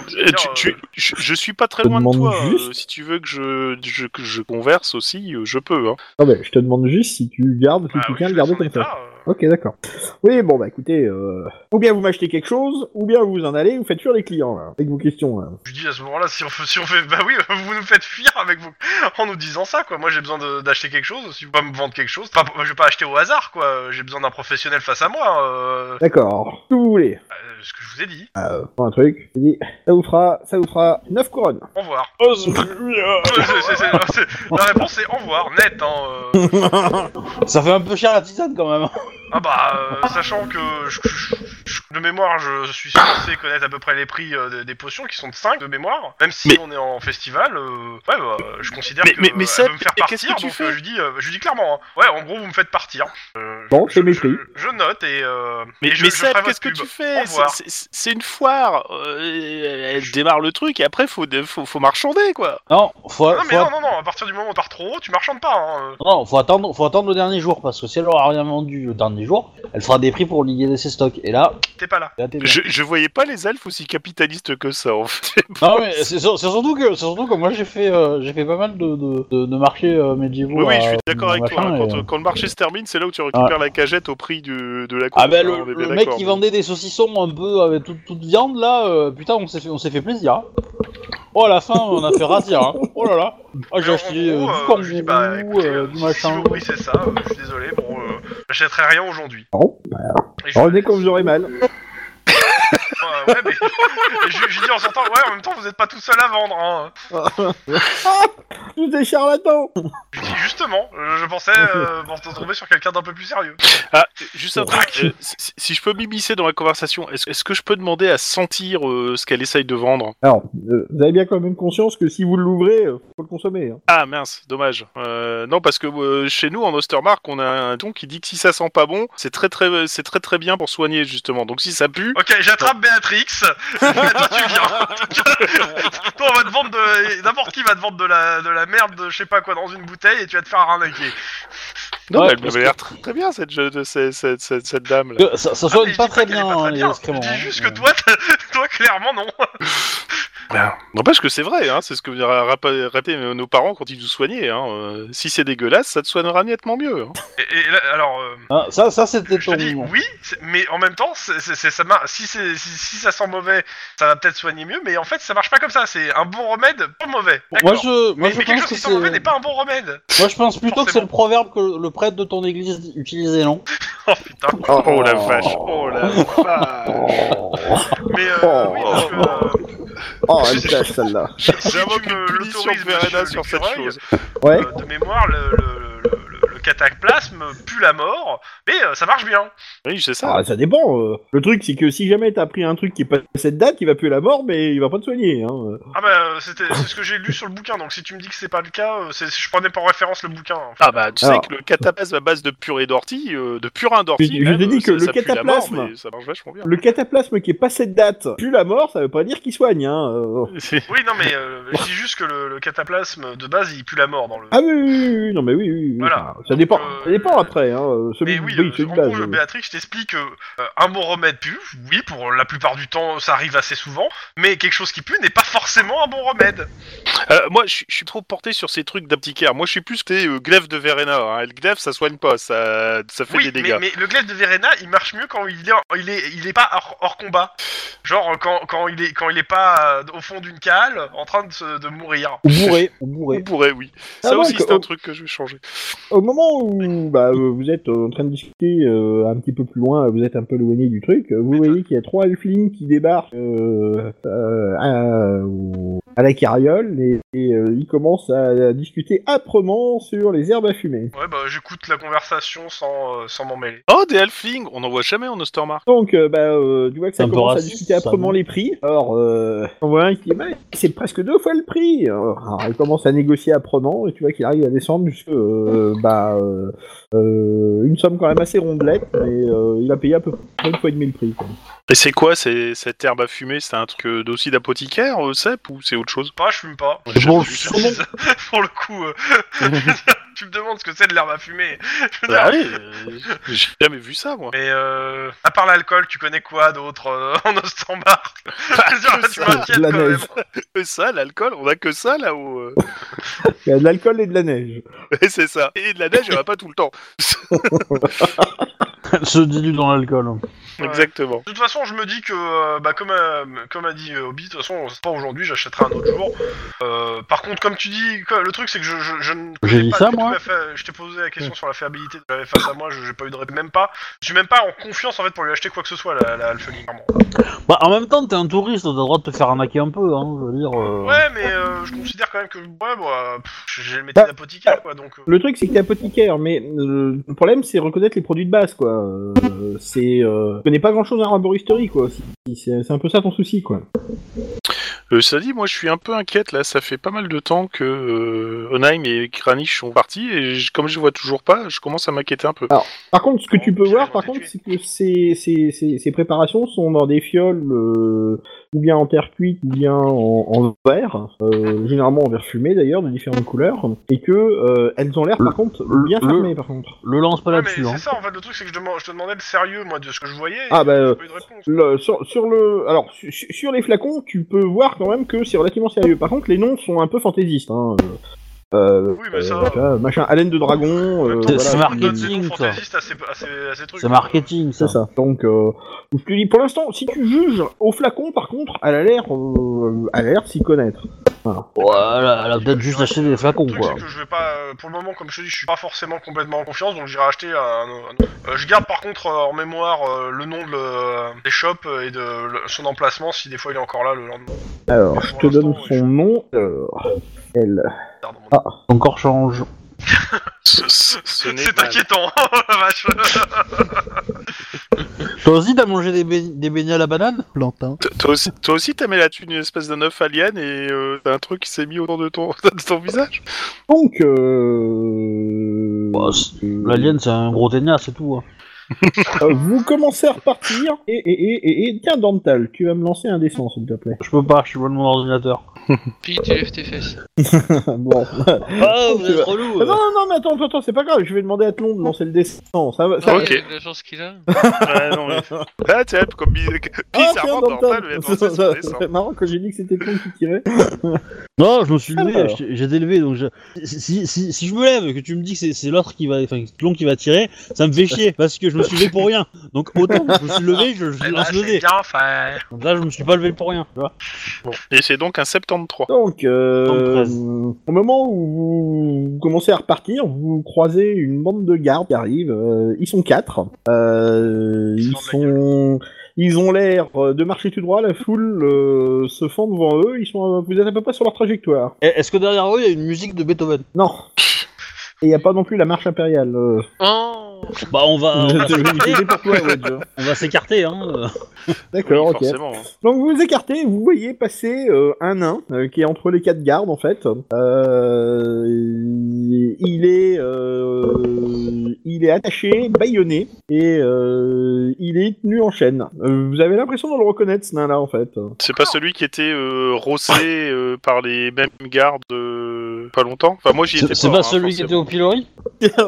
Speaker 5: je- je veux
Speaker 3: Euh, tu-
Speaker 5: dire,
Speaker 3: tu-
Speaker 5: euh,
Speaker 3: je, je suis pas très
Speaker 2: te
Speaker 3: loin de
Speaker 2: demande
Speaker 3: toi. euh,
Speaker 2: juste-
Speaker 3: si tu veux que je, je- que je converse aussi, euh, je peux. hein.
Speaker 2: Ah ben, je te demande juste si tu gardes, si
Speaker 5: bah
Speaker 2: tu
Speaker 5: oui,
Speaker 2: tiens
Speaker 5: je
Speaker 2: le garder
Speaker 5: laisse
Speaker 2: comme
Speaker 5: en
Speaker 2: ça.
Speaker 5: état, euh.
Speaker 2: Ok, d'accord. Oui, bon, bah écoutez, euh, ou bien vous m'achetez quelque chose, ou bien vous en allez, vous faites fuir les clients, là, avec vos questions, là.
Speaker 5: Je dis à ce moment-là, si on, fait, si on fait. Bah oui, vous nous faites fuir avec vous. En nous disant ça, quoi. Moi, j'ai besoin de- d'acheter quelque chose. Si vous pas me vendre quelque chose, enfin, je vais pas acheter au hasard, quoi. J'ai besoin d'un professionnel face à moi. Euh,
Speaker 2: D'accord, ce que vous voulez.
Speaker 5: euh, ce que je vous ai dit.
Speaker 2: Euh, prends un truc, je dis, ça vous fera, ça vous fera 9 couronnes.
Speaker 5: Au revoir.
Speaker 4: Oh, c'est-
Speaker 5: Euh, c'est- c'est- c'est- c'est- la réponse est au revoir, net, hein. euh.
Speaker 4: ça fait un peu cher la tisane quand même.
Speaker 5: Ah bah, euh, sachant que je, je- je- de mémoire, je suis censé connaître à peu près les prix euh, des, des potions qui sont de 5 de mémoire, même si
Speaker 3: Mais-
Speaker 5: on est en festival, euh, ouais, bah, je considère
Speaker 3: Mais-
Speaker 5: que
Speaker 3: mais- mais
Speaker 5: elle
Speaker 3: Seb,
Speaker 5: veut me faire
Speaker 3: et qu'est-ce
Speaker 5: partir,
Speaker 3: que tu
Speaker 5: donc
Speaker 3: fais
Speaker 5: euh, je dis, euh, je dis clairement, hein. ouais, en gros, vous me faites partir. Euh,
Speaker 2: Bon,
Speaker 5: je,
Speaker 2: c'est mes
Speaker 5: je-
Speaker 2: prix.
Speaker 5: je note et, euh,
Speaker 3: Mais,
Speaker 5: et je,
Speaker 3: mais
Speaker 5: je
Speaker 3: Seb,
Speaker 5: ferai votre
Speaker 3: qu'est-ce que
Speaker 5: pub.
Speaker 3: tu
Speaker 5: Au
Speaker 3: fais C'est-
Speaker 5: revoir.
Speaker 3: c'est- C'est une foire. euh, elle démarre le truc et après, faut, dé- faut, faut marchander, quoi.
Speaker 4: Non, faut,
Speaker 5: Non,
Speaker 4: faut-
Speaker 5: mais non, non, non, à partir du moment où on part trop haut, tu marchandes pas, hein. euh.
Speaker 4: Non, faut attendre, faut attendre le dernier jour parce que si elle aura rien vendu le dernier jour, elle fera des prix pour lier ses stocks. Et là,
Speaker 5: t'es pas là.
Speaker 4: là t'es bien.
Speaker 3: Je, je voyais pas les elfes aussi capitalistes que ça, en fait.
Speaker 4: Non mais c'est sur- c'est surtout que, c'est surtout que moi j'ai fait, euh, j'ai fait pas mal de, de, de, de marchés euh, médiévaux.
Speaker 3: Oui, oui, je suis
Speaker 4: à-
Speaker 3: d'accord avec toi.
Speaker 4: machin,
Speaker 3: hein.
Speaker 4: et,
Speaker 3: Quand,
Speaker 4: euh,
Speaker 3: quand le marché se termine, c'est là où tu récupères la cagette au prix du- de la course.
Speaker 4: Ah ben
Speaker 3: hein,
Speaker 4: le,
Speaker 3: on est
Speaker 4: le
Speaker 3: bien
Speaker 4: mec
Speaker 3: d'accord,
Speaker 4: qui
Speaker 3: mais-
Speaker 4: vendait des saucissons un peu avec toute, toute viande là, euh, putain on s'est fait, on s'est fait plaisir. hein. Oh à la fin on a fait rasir. Hein. Oh là là. Ah j'ai
Speaker 5: Mais en
Speaker 4: acheté euh,
Speaker 5: gros,
Speaker 4: du
Speaker 5: euh, je
Speaker 4: kangourou,
Speaker 5: dis, bah, écoutez,
Speaker 4: euh,
Speaker 5: euh,
Speaker 4: du
Speaker 5: si- Si
Speaker 4: machin.
Speaker 5: vos prix c'est ça, euh, je suis désolé, bon, euh, j'achèterai rien aujourd'hui.
Speaker 4: Ah
Speaker 2: Bon,
Speaker 5: Et je-
Speaker 2: revenez quand vous aurez mal.
Speaker 5: Ouais, ouais, mais. Et je, je dis en sortant, ouais, en même temps, vous êtes pas tout seul à vendre, hein.
Speaker 2: Vous êtes charlatan
Speaker 5: Je dis justement, euh, je pensais euh, m'en tomber sur quelqu'un d'un peu plus sérieux.
Speaker 3: Ah, juste un truc, euh, si, si je peux m'immiscer dans la conversation, est-ce est-ce que je peux demander à sentir euh, ce qu'elle essaye de vendre
Speaker 2: Alors, euh, vous avez bien quand même conscience que si vous l'ouvrez, euh, faut le consommer. hein.
Speaker 3: Ah mince, dommage. Euh, non, parce que euh, chez nous, en Ostermark, on a un ton qui dit que si ça sent pas bon, c'est très très, c'est très très bien pour soigner, justement. Donc si ça pue,
Speaker 5: Ok, j'attrape Béatrix. Attends, tu viens. Toi, on va te vendre de. N'importe qui va te vendre de la, de la merde de je sais pas quoi dans une bouteille et tu vas te faire arnaquer.
Speaker 3: non,
Speaker 4: Ouais,
Speaker 3: mais elle
Speaker 4: parce
Speaker 3: m'avait l'air très, très bien, cette, je- de- cette, cette, cette- cette dame. Là.
Speaker 4: Que- Ça, ça
Speaker 5: Ah,
Speaker 4: soigne
Speaker 5: mais je
Speaker 4: pas
Speaker 5: dis
Speaker 4: très
Speaker 5: qu'elle est
Speaker 4: bien,
Speaker 5: pas
Speaker 4: hein, les
Speaker 5: bien.
Speaker 4: excréments.
Speaker 5: Je dis juste que
Speaker 4: hein.
Speaker 5: toi, t'as- toi, clairement, non.
Speaker 3: Ben, N'empêche que c'est vrai, hein, c'est ce que venaient rapa- répéter nos parents quand ils nous soignaient. Hein. Euh, si c'est dégueulasse, ça te soignera nettement mieux. hein.
Speaker 5: Et, et là, alors. euh,
Speaker 4: Ah, ça, ça c'était
Speaker 5: Je
Speaker 4: ton.
Speaker 5: te dis oui, c'est- mais en même temps, c'est- c'est- c'est- ça mar- si, c'est- si, si ça sent mauvais, ça va peut-être soigner mieux, mais en fait, ça marche pas comme ça. C'est un bon remède, pas mauvais.
Speaker 4: Moi
Speaker 5: D'accord.
Speaker 4: je, moi,
Speaker 5: mais,
Speaker 4: je
Speaker 5: mais quelque
Speaker 4: pense
Speaker 5: chose
Speaker 4: que
Speaker 5: qui
Speaker 4: c'est.
Speaker 5: sent mauvais n'est pas un bon remède.
Speaker 4: Moi je pense plutôt que c'est
Speaker 5: Forcément.
Speaker 4: le proverbe que le prêtre de ton église utilisait, non
Speaker 5: Oh putain.
Speaker 3: Oh, la vache, oh la vache.
Speaker 5: Mais euh, oui, parce que, euh,
Speaker 2: Oh, elle me cache celle-là.
Speaker 5: si
Speaker 3: J'ai
Speaker 5: tu
Speaker 3: invoqué
Speaker 5: me
Speaker 3: une punition
Speaker 5: l'autorises,
Speaker 3: de Verena
Speaker 5: monsieur
Speaker 3: sur cette
Speaker 5: l'écureuil,
Speaker 3: chose.
Speaker 2: Ouais.
Speaker 5: Euh, de mémoire, le, le, le- le- le cataplasme pue la mort, mais euh, ça marche bien.
Speaker 3: Oui, c'est ça.
Speaker 2: Ah, ça dépend. euh. Le truc, c'est que si jamais t'as pris un truc qui passe cette date, il va puer la mort, mais il va pas te soigner. Hein.
Speaker 5: Ah bah, euh, c'était- c'est ce que j'ai lu sur le bouquin, donc si tu me dis que c'est pas le cas, euh, c'est- je prenais pas en référence le bouquin. en fait.
Speaker 3: Ah bah tu
Speaker 2: Alors.
Speaker 3: sais que le cataplasme à base de purée d'ortie, euh, de purin d'ortie,
Speaker 2: Je- je
Speaker 3: même,
Speaker 2: te dis
Speaker 3: euh,
Speaker 2: que le
Speaker 3: ça, ça pue la mort,
Speaker 2: cataplasme-
Speaker 3: mais ça marche vachement bien.
Speaker 2: Le cataplasme qui est pas cette date pue la mort, ça veut pas dire qu'il soigne. Hein. euh.
Speaker 5: Oui, non, mais euh, je dis juste que le, le cataplasme de base, il pue la mort dans le.
Speaker 2: Ah oui, oui, oui, oui, non mais oui, oui, oui.
Speaker 5: Voilà.
Speaker 2: enfin, Ça dépend.
Speaker 5: Euh,
Speaker 2: Ça dépend après. Hein. euh, Celui,
Speaker 5: Mais oui, euh,
Speaker 2: celui
Speaker 5: en
Speaker 2: de
Speaker 5: gros,
Speaker 2: base,
Speaker 5: je-
Speaker 2: euh.
Speaker 5: Béatrix, je t'explique euh, euh, un bon remède pue, oui, pour la plupart du temps, ça arrive assez souvent, mais quelque chose qui pue n'est pas forcément un bon remède.
Speaker 3: Euh, moi, je suis- je suis trop porté sur ces trucs d'apticaire. Moi, je suis plus que les euh, glaives de Verena. hein. Et Le glaive, ça soigne pas, ça, ça fait
Speaker 5: Oui,
Speaker 3: des
Speaker 5: mais,
Speaker 3: dégâts.
Speaker 5: mais le glaive de Verena, il marche mieux quand il est, en- il est, il est pas hors, hors combat. Genre euh, quand, quand il est, quand il est pas euh, au fond d'une cale, en train de, se- de mourir.
Speaker 2: Ou bourré, ou
Speaker 3: On
Speaker 2: bourré.
Speaker 3: pourrait, oui.
Speaker 2: Ah
Speaker 3: Ça
Speaker 2: ouais,
Speaker 3: aussi,
Speaker 2: que-
Speaker 3: c'est un
Speaker 2: oh.
Speaker 3: truc que je vais changer.
Speaker 2: Au moment où bah, euh, vous êtes euh, en train de discuter euh, un petit peu plus loin, vous êtes un peu éloigné du truc, euh, vous voyez qu'il y a trois elflings qui débarquent euh, euh, à, au- à la carriole et, et, euh, ils commencent à, à discuter âprement sur les herbes à fumer.
Speaker 5: Ouais, bah j'écoute la conversation sans, euh, sans m'en mêler.
Speaker 3: Oh, des halflings On n'en voit jamais en Ostermark.
Speaker 2: Donc, euh, bah, euh, tu vois que
Speaker 4: C'est
Speaker 2: ça
Speaker 4: un peu
Speaker 2: commence à
Speaker 4: raciste,
Speaker 2: discuter
Speaker 4: ça,
Speaker 2: âprement
Speaker 4: non
Speaker 2: les prix. Alors, euh, on voit un qui dit, bah, c'est presque deux fois le prix. Alors, il commence à négocier âprement et tu vois qu'il arrive à descendre jusque, euh, bah, euh, euh, une somme quand même assez rondelette, mais euh, il a payé à peu près une fois et demi le prix. quoi.
Speaker 3: Et c'est quoi c'est- cette herbe à fumer C'est un truc euh, d'aussi d'apothicaire, euh, cep, ou c'est autre chose
Speaker 5: Pas, je fume pas.
Speaker 3: Je m'en
Speaker 5: Je dis ça, Pour le coup, euh, tu me demandes ce que c'est de l'herbe à fumer. Je veux dire,
Speaker 3: Bah oui, euh, j'ai jamais vu ça, moi.
Speaker 5: Mais euh, à part l'alcool, tu connais quoi d'autre euh, en Ostenbar Tu m'inquiètes
Speaker 2: Bah, La
Speaker 5: quand même.
Speaker 2: neige.
Speaker 3: Que ça, l'alcool, on a que ça là-haut. euh.
Speaker 2: Il y a de l'alcool et de la neige.
Speaker 3: Et c'est ça. Et de la neige, il n'y en a pas tout le temps.
Speaker 4: Se dilue dans l'alcool.
Speaker 5: Ouais.
Speaker 3: Exactement.
Speaker 5: De toute façon, je me dis que, euh, bah, comme, euh, comme a dit euh, Obi, de toute façon, c'est pas aujourd'hui, j'achèterai un autre jour. Euh, par contre, comme tu dis, quoi, le truc, c'est que je, je, je ne connais
Speaker 4: J'ai dit
Speaker 5: pas
Speaker 4: ça,
Speaker 5: du tout
Speaker 4: moi
Speaker 5: la fa- Je t'ai posé la question sur la fiabilité de la face à moi, je- j'ai pas eu de réponse. Même pas. Je suis même pas en confiance, en fait, pour lui acheter quoi que ce soit, la, la Alpha League, clairement.
Speaker 4: Bah en même temps, t'es un touriste, t'as le droit de te faire arnaquer un peu, hein, je veux dire. euh.
Speaker 5: Ouais, mais euh, je considère quand même que, ouais, moi, pff, j'ai le métier
Speaker 2: Bah,
Speaker 5: d'apothicaire, quoi, donc... euh,
Speaker 2: Le truc, c'est que t'es apothicaire, mais euh, le problème, c'est reconnaître les produits de base, quoi. Euh, c'est, euh, tu connais pas grand-chose à herboristerie, quoi. C'est- C'est c'est un peu ça ton souci, quoi.
Speaker 3: Euh, ça dit, moi je suis un peu inquiète là, ça fait pas mal de temps que euh, Onheim et Kranich sont partis et je- comme je les vois toujours pas, je commence à m'inquiéter un peu.
Speaker 2: Par contre, ce que
Speaker 5: Bon,
Speaker 2: tu peux
Speaker 5: je
Speaker 2: voir,
Speaker 5: vais
Speaker 2: par
Speaker 5: les
Speaker 2: contre,
Speaker 5: tuer.
Speaker 2: c'est que ces, ces, ces, ces préparations sont dans des fioles, euh, ou bien en terre cuite, ou bien en, en verre, euh, généralement en verre fumé d'ailleurs, de différentes couleurs, et que euh, elles ont l'air, par contre,
Speaker 4: le-
Speaker 2: bien
Speaker 4: le-
Speaker 2: fermées, par contre.
Speaker 4: Le lance pas
Speaker 5: Ouais, mais
Speaker 4: là-dessus, hein.
Speaker 5: c'est ça, en fait, le truc, c'est que je, demande- je te demandais le sérieux, moi, de ce que je voyais,
Speaker 2: Ah,
Speaker 5: et
Speaker 2: bah,
Speaker 5: j'ai
Speaker 2: euh,
Speaker 5: pas eu de réponse.
Speaker 2: Le- sur, sur le, alors su- su- sur les flacons, tu peux voir quand même que c'est relativement sérieux. Par contre, les noms sont un peu fantaisistes. Hein. Euh,
Speaker 5: Oui, mais
Speaker 2: euh,
Speaker 5: ça-
Speaker 2: tu vois, machin, haleine de dragon.
Speaker 5: En même
Speaker 2: euh,
Speaker 5: temps,
Speaker 2: voilà,
Speaker 4: c'est
Speaker 5: tout le monde
Speaker 4: marketing,
Speaker 5: donne des noms
Speaker 4: ça.
Speaker 5: fantaisistes à ces- à ces- à ces trucs,
Speaker 4: C'est
Speaker 5: hein.
Speaker 4: marketing, ça.
Speaker 2: C'est ça. Donc, euh, je te dis, pour l'instant, si tu juges au flacon, par contre, elle a l'air, euh, elle a l'air de s'y connaître.
Speaker 4: Ouais, elle a, elle a peut-être juste acheté des flacons,
Speaker 5: Le truc,
Speaker 4: quoi.
Speaker 5: c'est que je vais pas, euh, pour le moment, comme je te dis, je suis pas forcément complètement en confiance, donc j'irai acheter un. un- euh, je garde par contre euh, en mémoire euh, le nom de le- des shops euh, et de le- son emplacement si des fois il est encore là le lendemain.
Speaker 2: Alors, je te
Speaker 5: Pour
Speaker 2: donne
Speaker 5: l'instant, ouais, je-
Speaker 2: son nom. Alors, elle.
Speaker 5: Merde, mon-
Speaker 2: Ah,
Speaker 4: Ton corps change.
Speaker 5: C'est inquiétant, la vache.
Speaker 4: Toi aussi, t'as mangé des, bé- des beignets à la banane
Speaker 6: Plantain.
Speaker 3: T- Toi aussi, toi aussi t'as mis la thune une espèce d'un œuf alien et euh, t'as un truc qui s'est mis autour de ton, de ton visage
Speaker 2: Donc, euh...
Speaker 4: Bah, c'est- L'alien, c'est un gros teignasse, c'est tout. Hein.
Speaker 2: euh, vous commencez à repartir. Et, et, et, et, et- tiens, Dantal, tu vas me lancer un dessin, s'il te plaît.
Speaker 4: Je peux pas, je suis loin de mon ordinateur.
Speaker 7: Puis tu lèves tes fesses.
Speaker 2: bon.
Speaker 4: Ah, vous
Speaker 2: Tu
Speaker 4: êtes
Speaker 2: vas-
Speaker 4: relou.
Speaker 2: Ah, non, non, non, mais attends, attends, attends, c'est pas grave, je vais demander à Tlon de lancer le dessin. Ça va, ça va.
Speaker 7: Ah,
Speaker 3: Ok.
Speaker 7: il a de la chance qu'il a.
Speaker 3: Ah, non, mais... Ah, tiens, comme bi-
Speaker 2: Ah,
Speaker 3: bizarrement,
Speaker 2: tiens,
Speaker 3: Dortal
Speaker 2: Danton.
Speaker 3: lui a lancé son dessin.
Speaker 2: C'est marrant quand j'ai dit que c'était Tlon qui tirait.
Speaker 4: Non, je me suis levé,
Speaker 2: Alors.
Speaker 4: j'ai- j'ai élevé, donc je- si, si, si, si je me lève et que tu me dis que c'est- c'est l'autre qui va, enfin, que c'est Tlon qui va tirer, ça me fait chier parce que je me suis levé pour rien. Donc autant je me suis levé, je, je
Speaker 5: Eh ben,
Speaker 4: lance le
Speaker 5: c'est
Speaker 4: dé.
Speaker 5: bien, enfin.
Speaker 4: Donc là, je me suis pas levé pour rien. tu vois.
Speaker 3: Et c'est donc un 73.
Speaker 2: Donc, euh,
Speaker 4: 73.
Speaker 2: au moment où vous commencez à repartir, vous croisez une bande de gardes qui arrivent. euh, ils sont quatre. Euh,
Speaker 5: Ils
Speaker 2: ils
Speaker 5: sont de la
Speaker 2: sont, ils ont l'air euh, de marcher tout droit. La foule euh, se fend devant eux. Ils sont, à- vous êtes à peu près sur leur trajectoire.
Speaker 4: Et- Eh, Est-ce que derrière eux, il y a une musique de Beethoven
Speaker 2: Non. Et il n'y a pas non plus la marche impériale. euh.
Speaker 7: Oh
Speaker 4: Bah, on va, on va
Speaker 2: Je vais vous
Speaker 4: s'écarter,
Speaker 2: aider pour toi, Wedge.
Speaker 4: on va s'écarter, hein.
Speaker 2: D'accord,
Speaker 3: Oui,
Speaker 2: ok.
Speaker 3: forcément. hein.
Speaker 2: Donc vous vous écartez, vous voyez passer euh, un nain euh, qui est entre les quatre gardes en fait. Euh, il est, euh, il est attaché, bâillonné et euh, il est tenu en chaîne. Euh, vous avez l'impression de le reconnaître ce nain-là en fait.
Speaker 3: C'est pas celui qui était euh, rossé euh, par les mêmes gardes euh, pas longtemps Enfin, moi j'y étais
Speaker 4: C'est
Speaker 3: pas.
Speaker 4: c'est pas
Speaker 3: hein,
Speaker 4: celui qui
Speaker 3: forcément.
Speaker 4: était au pilori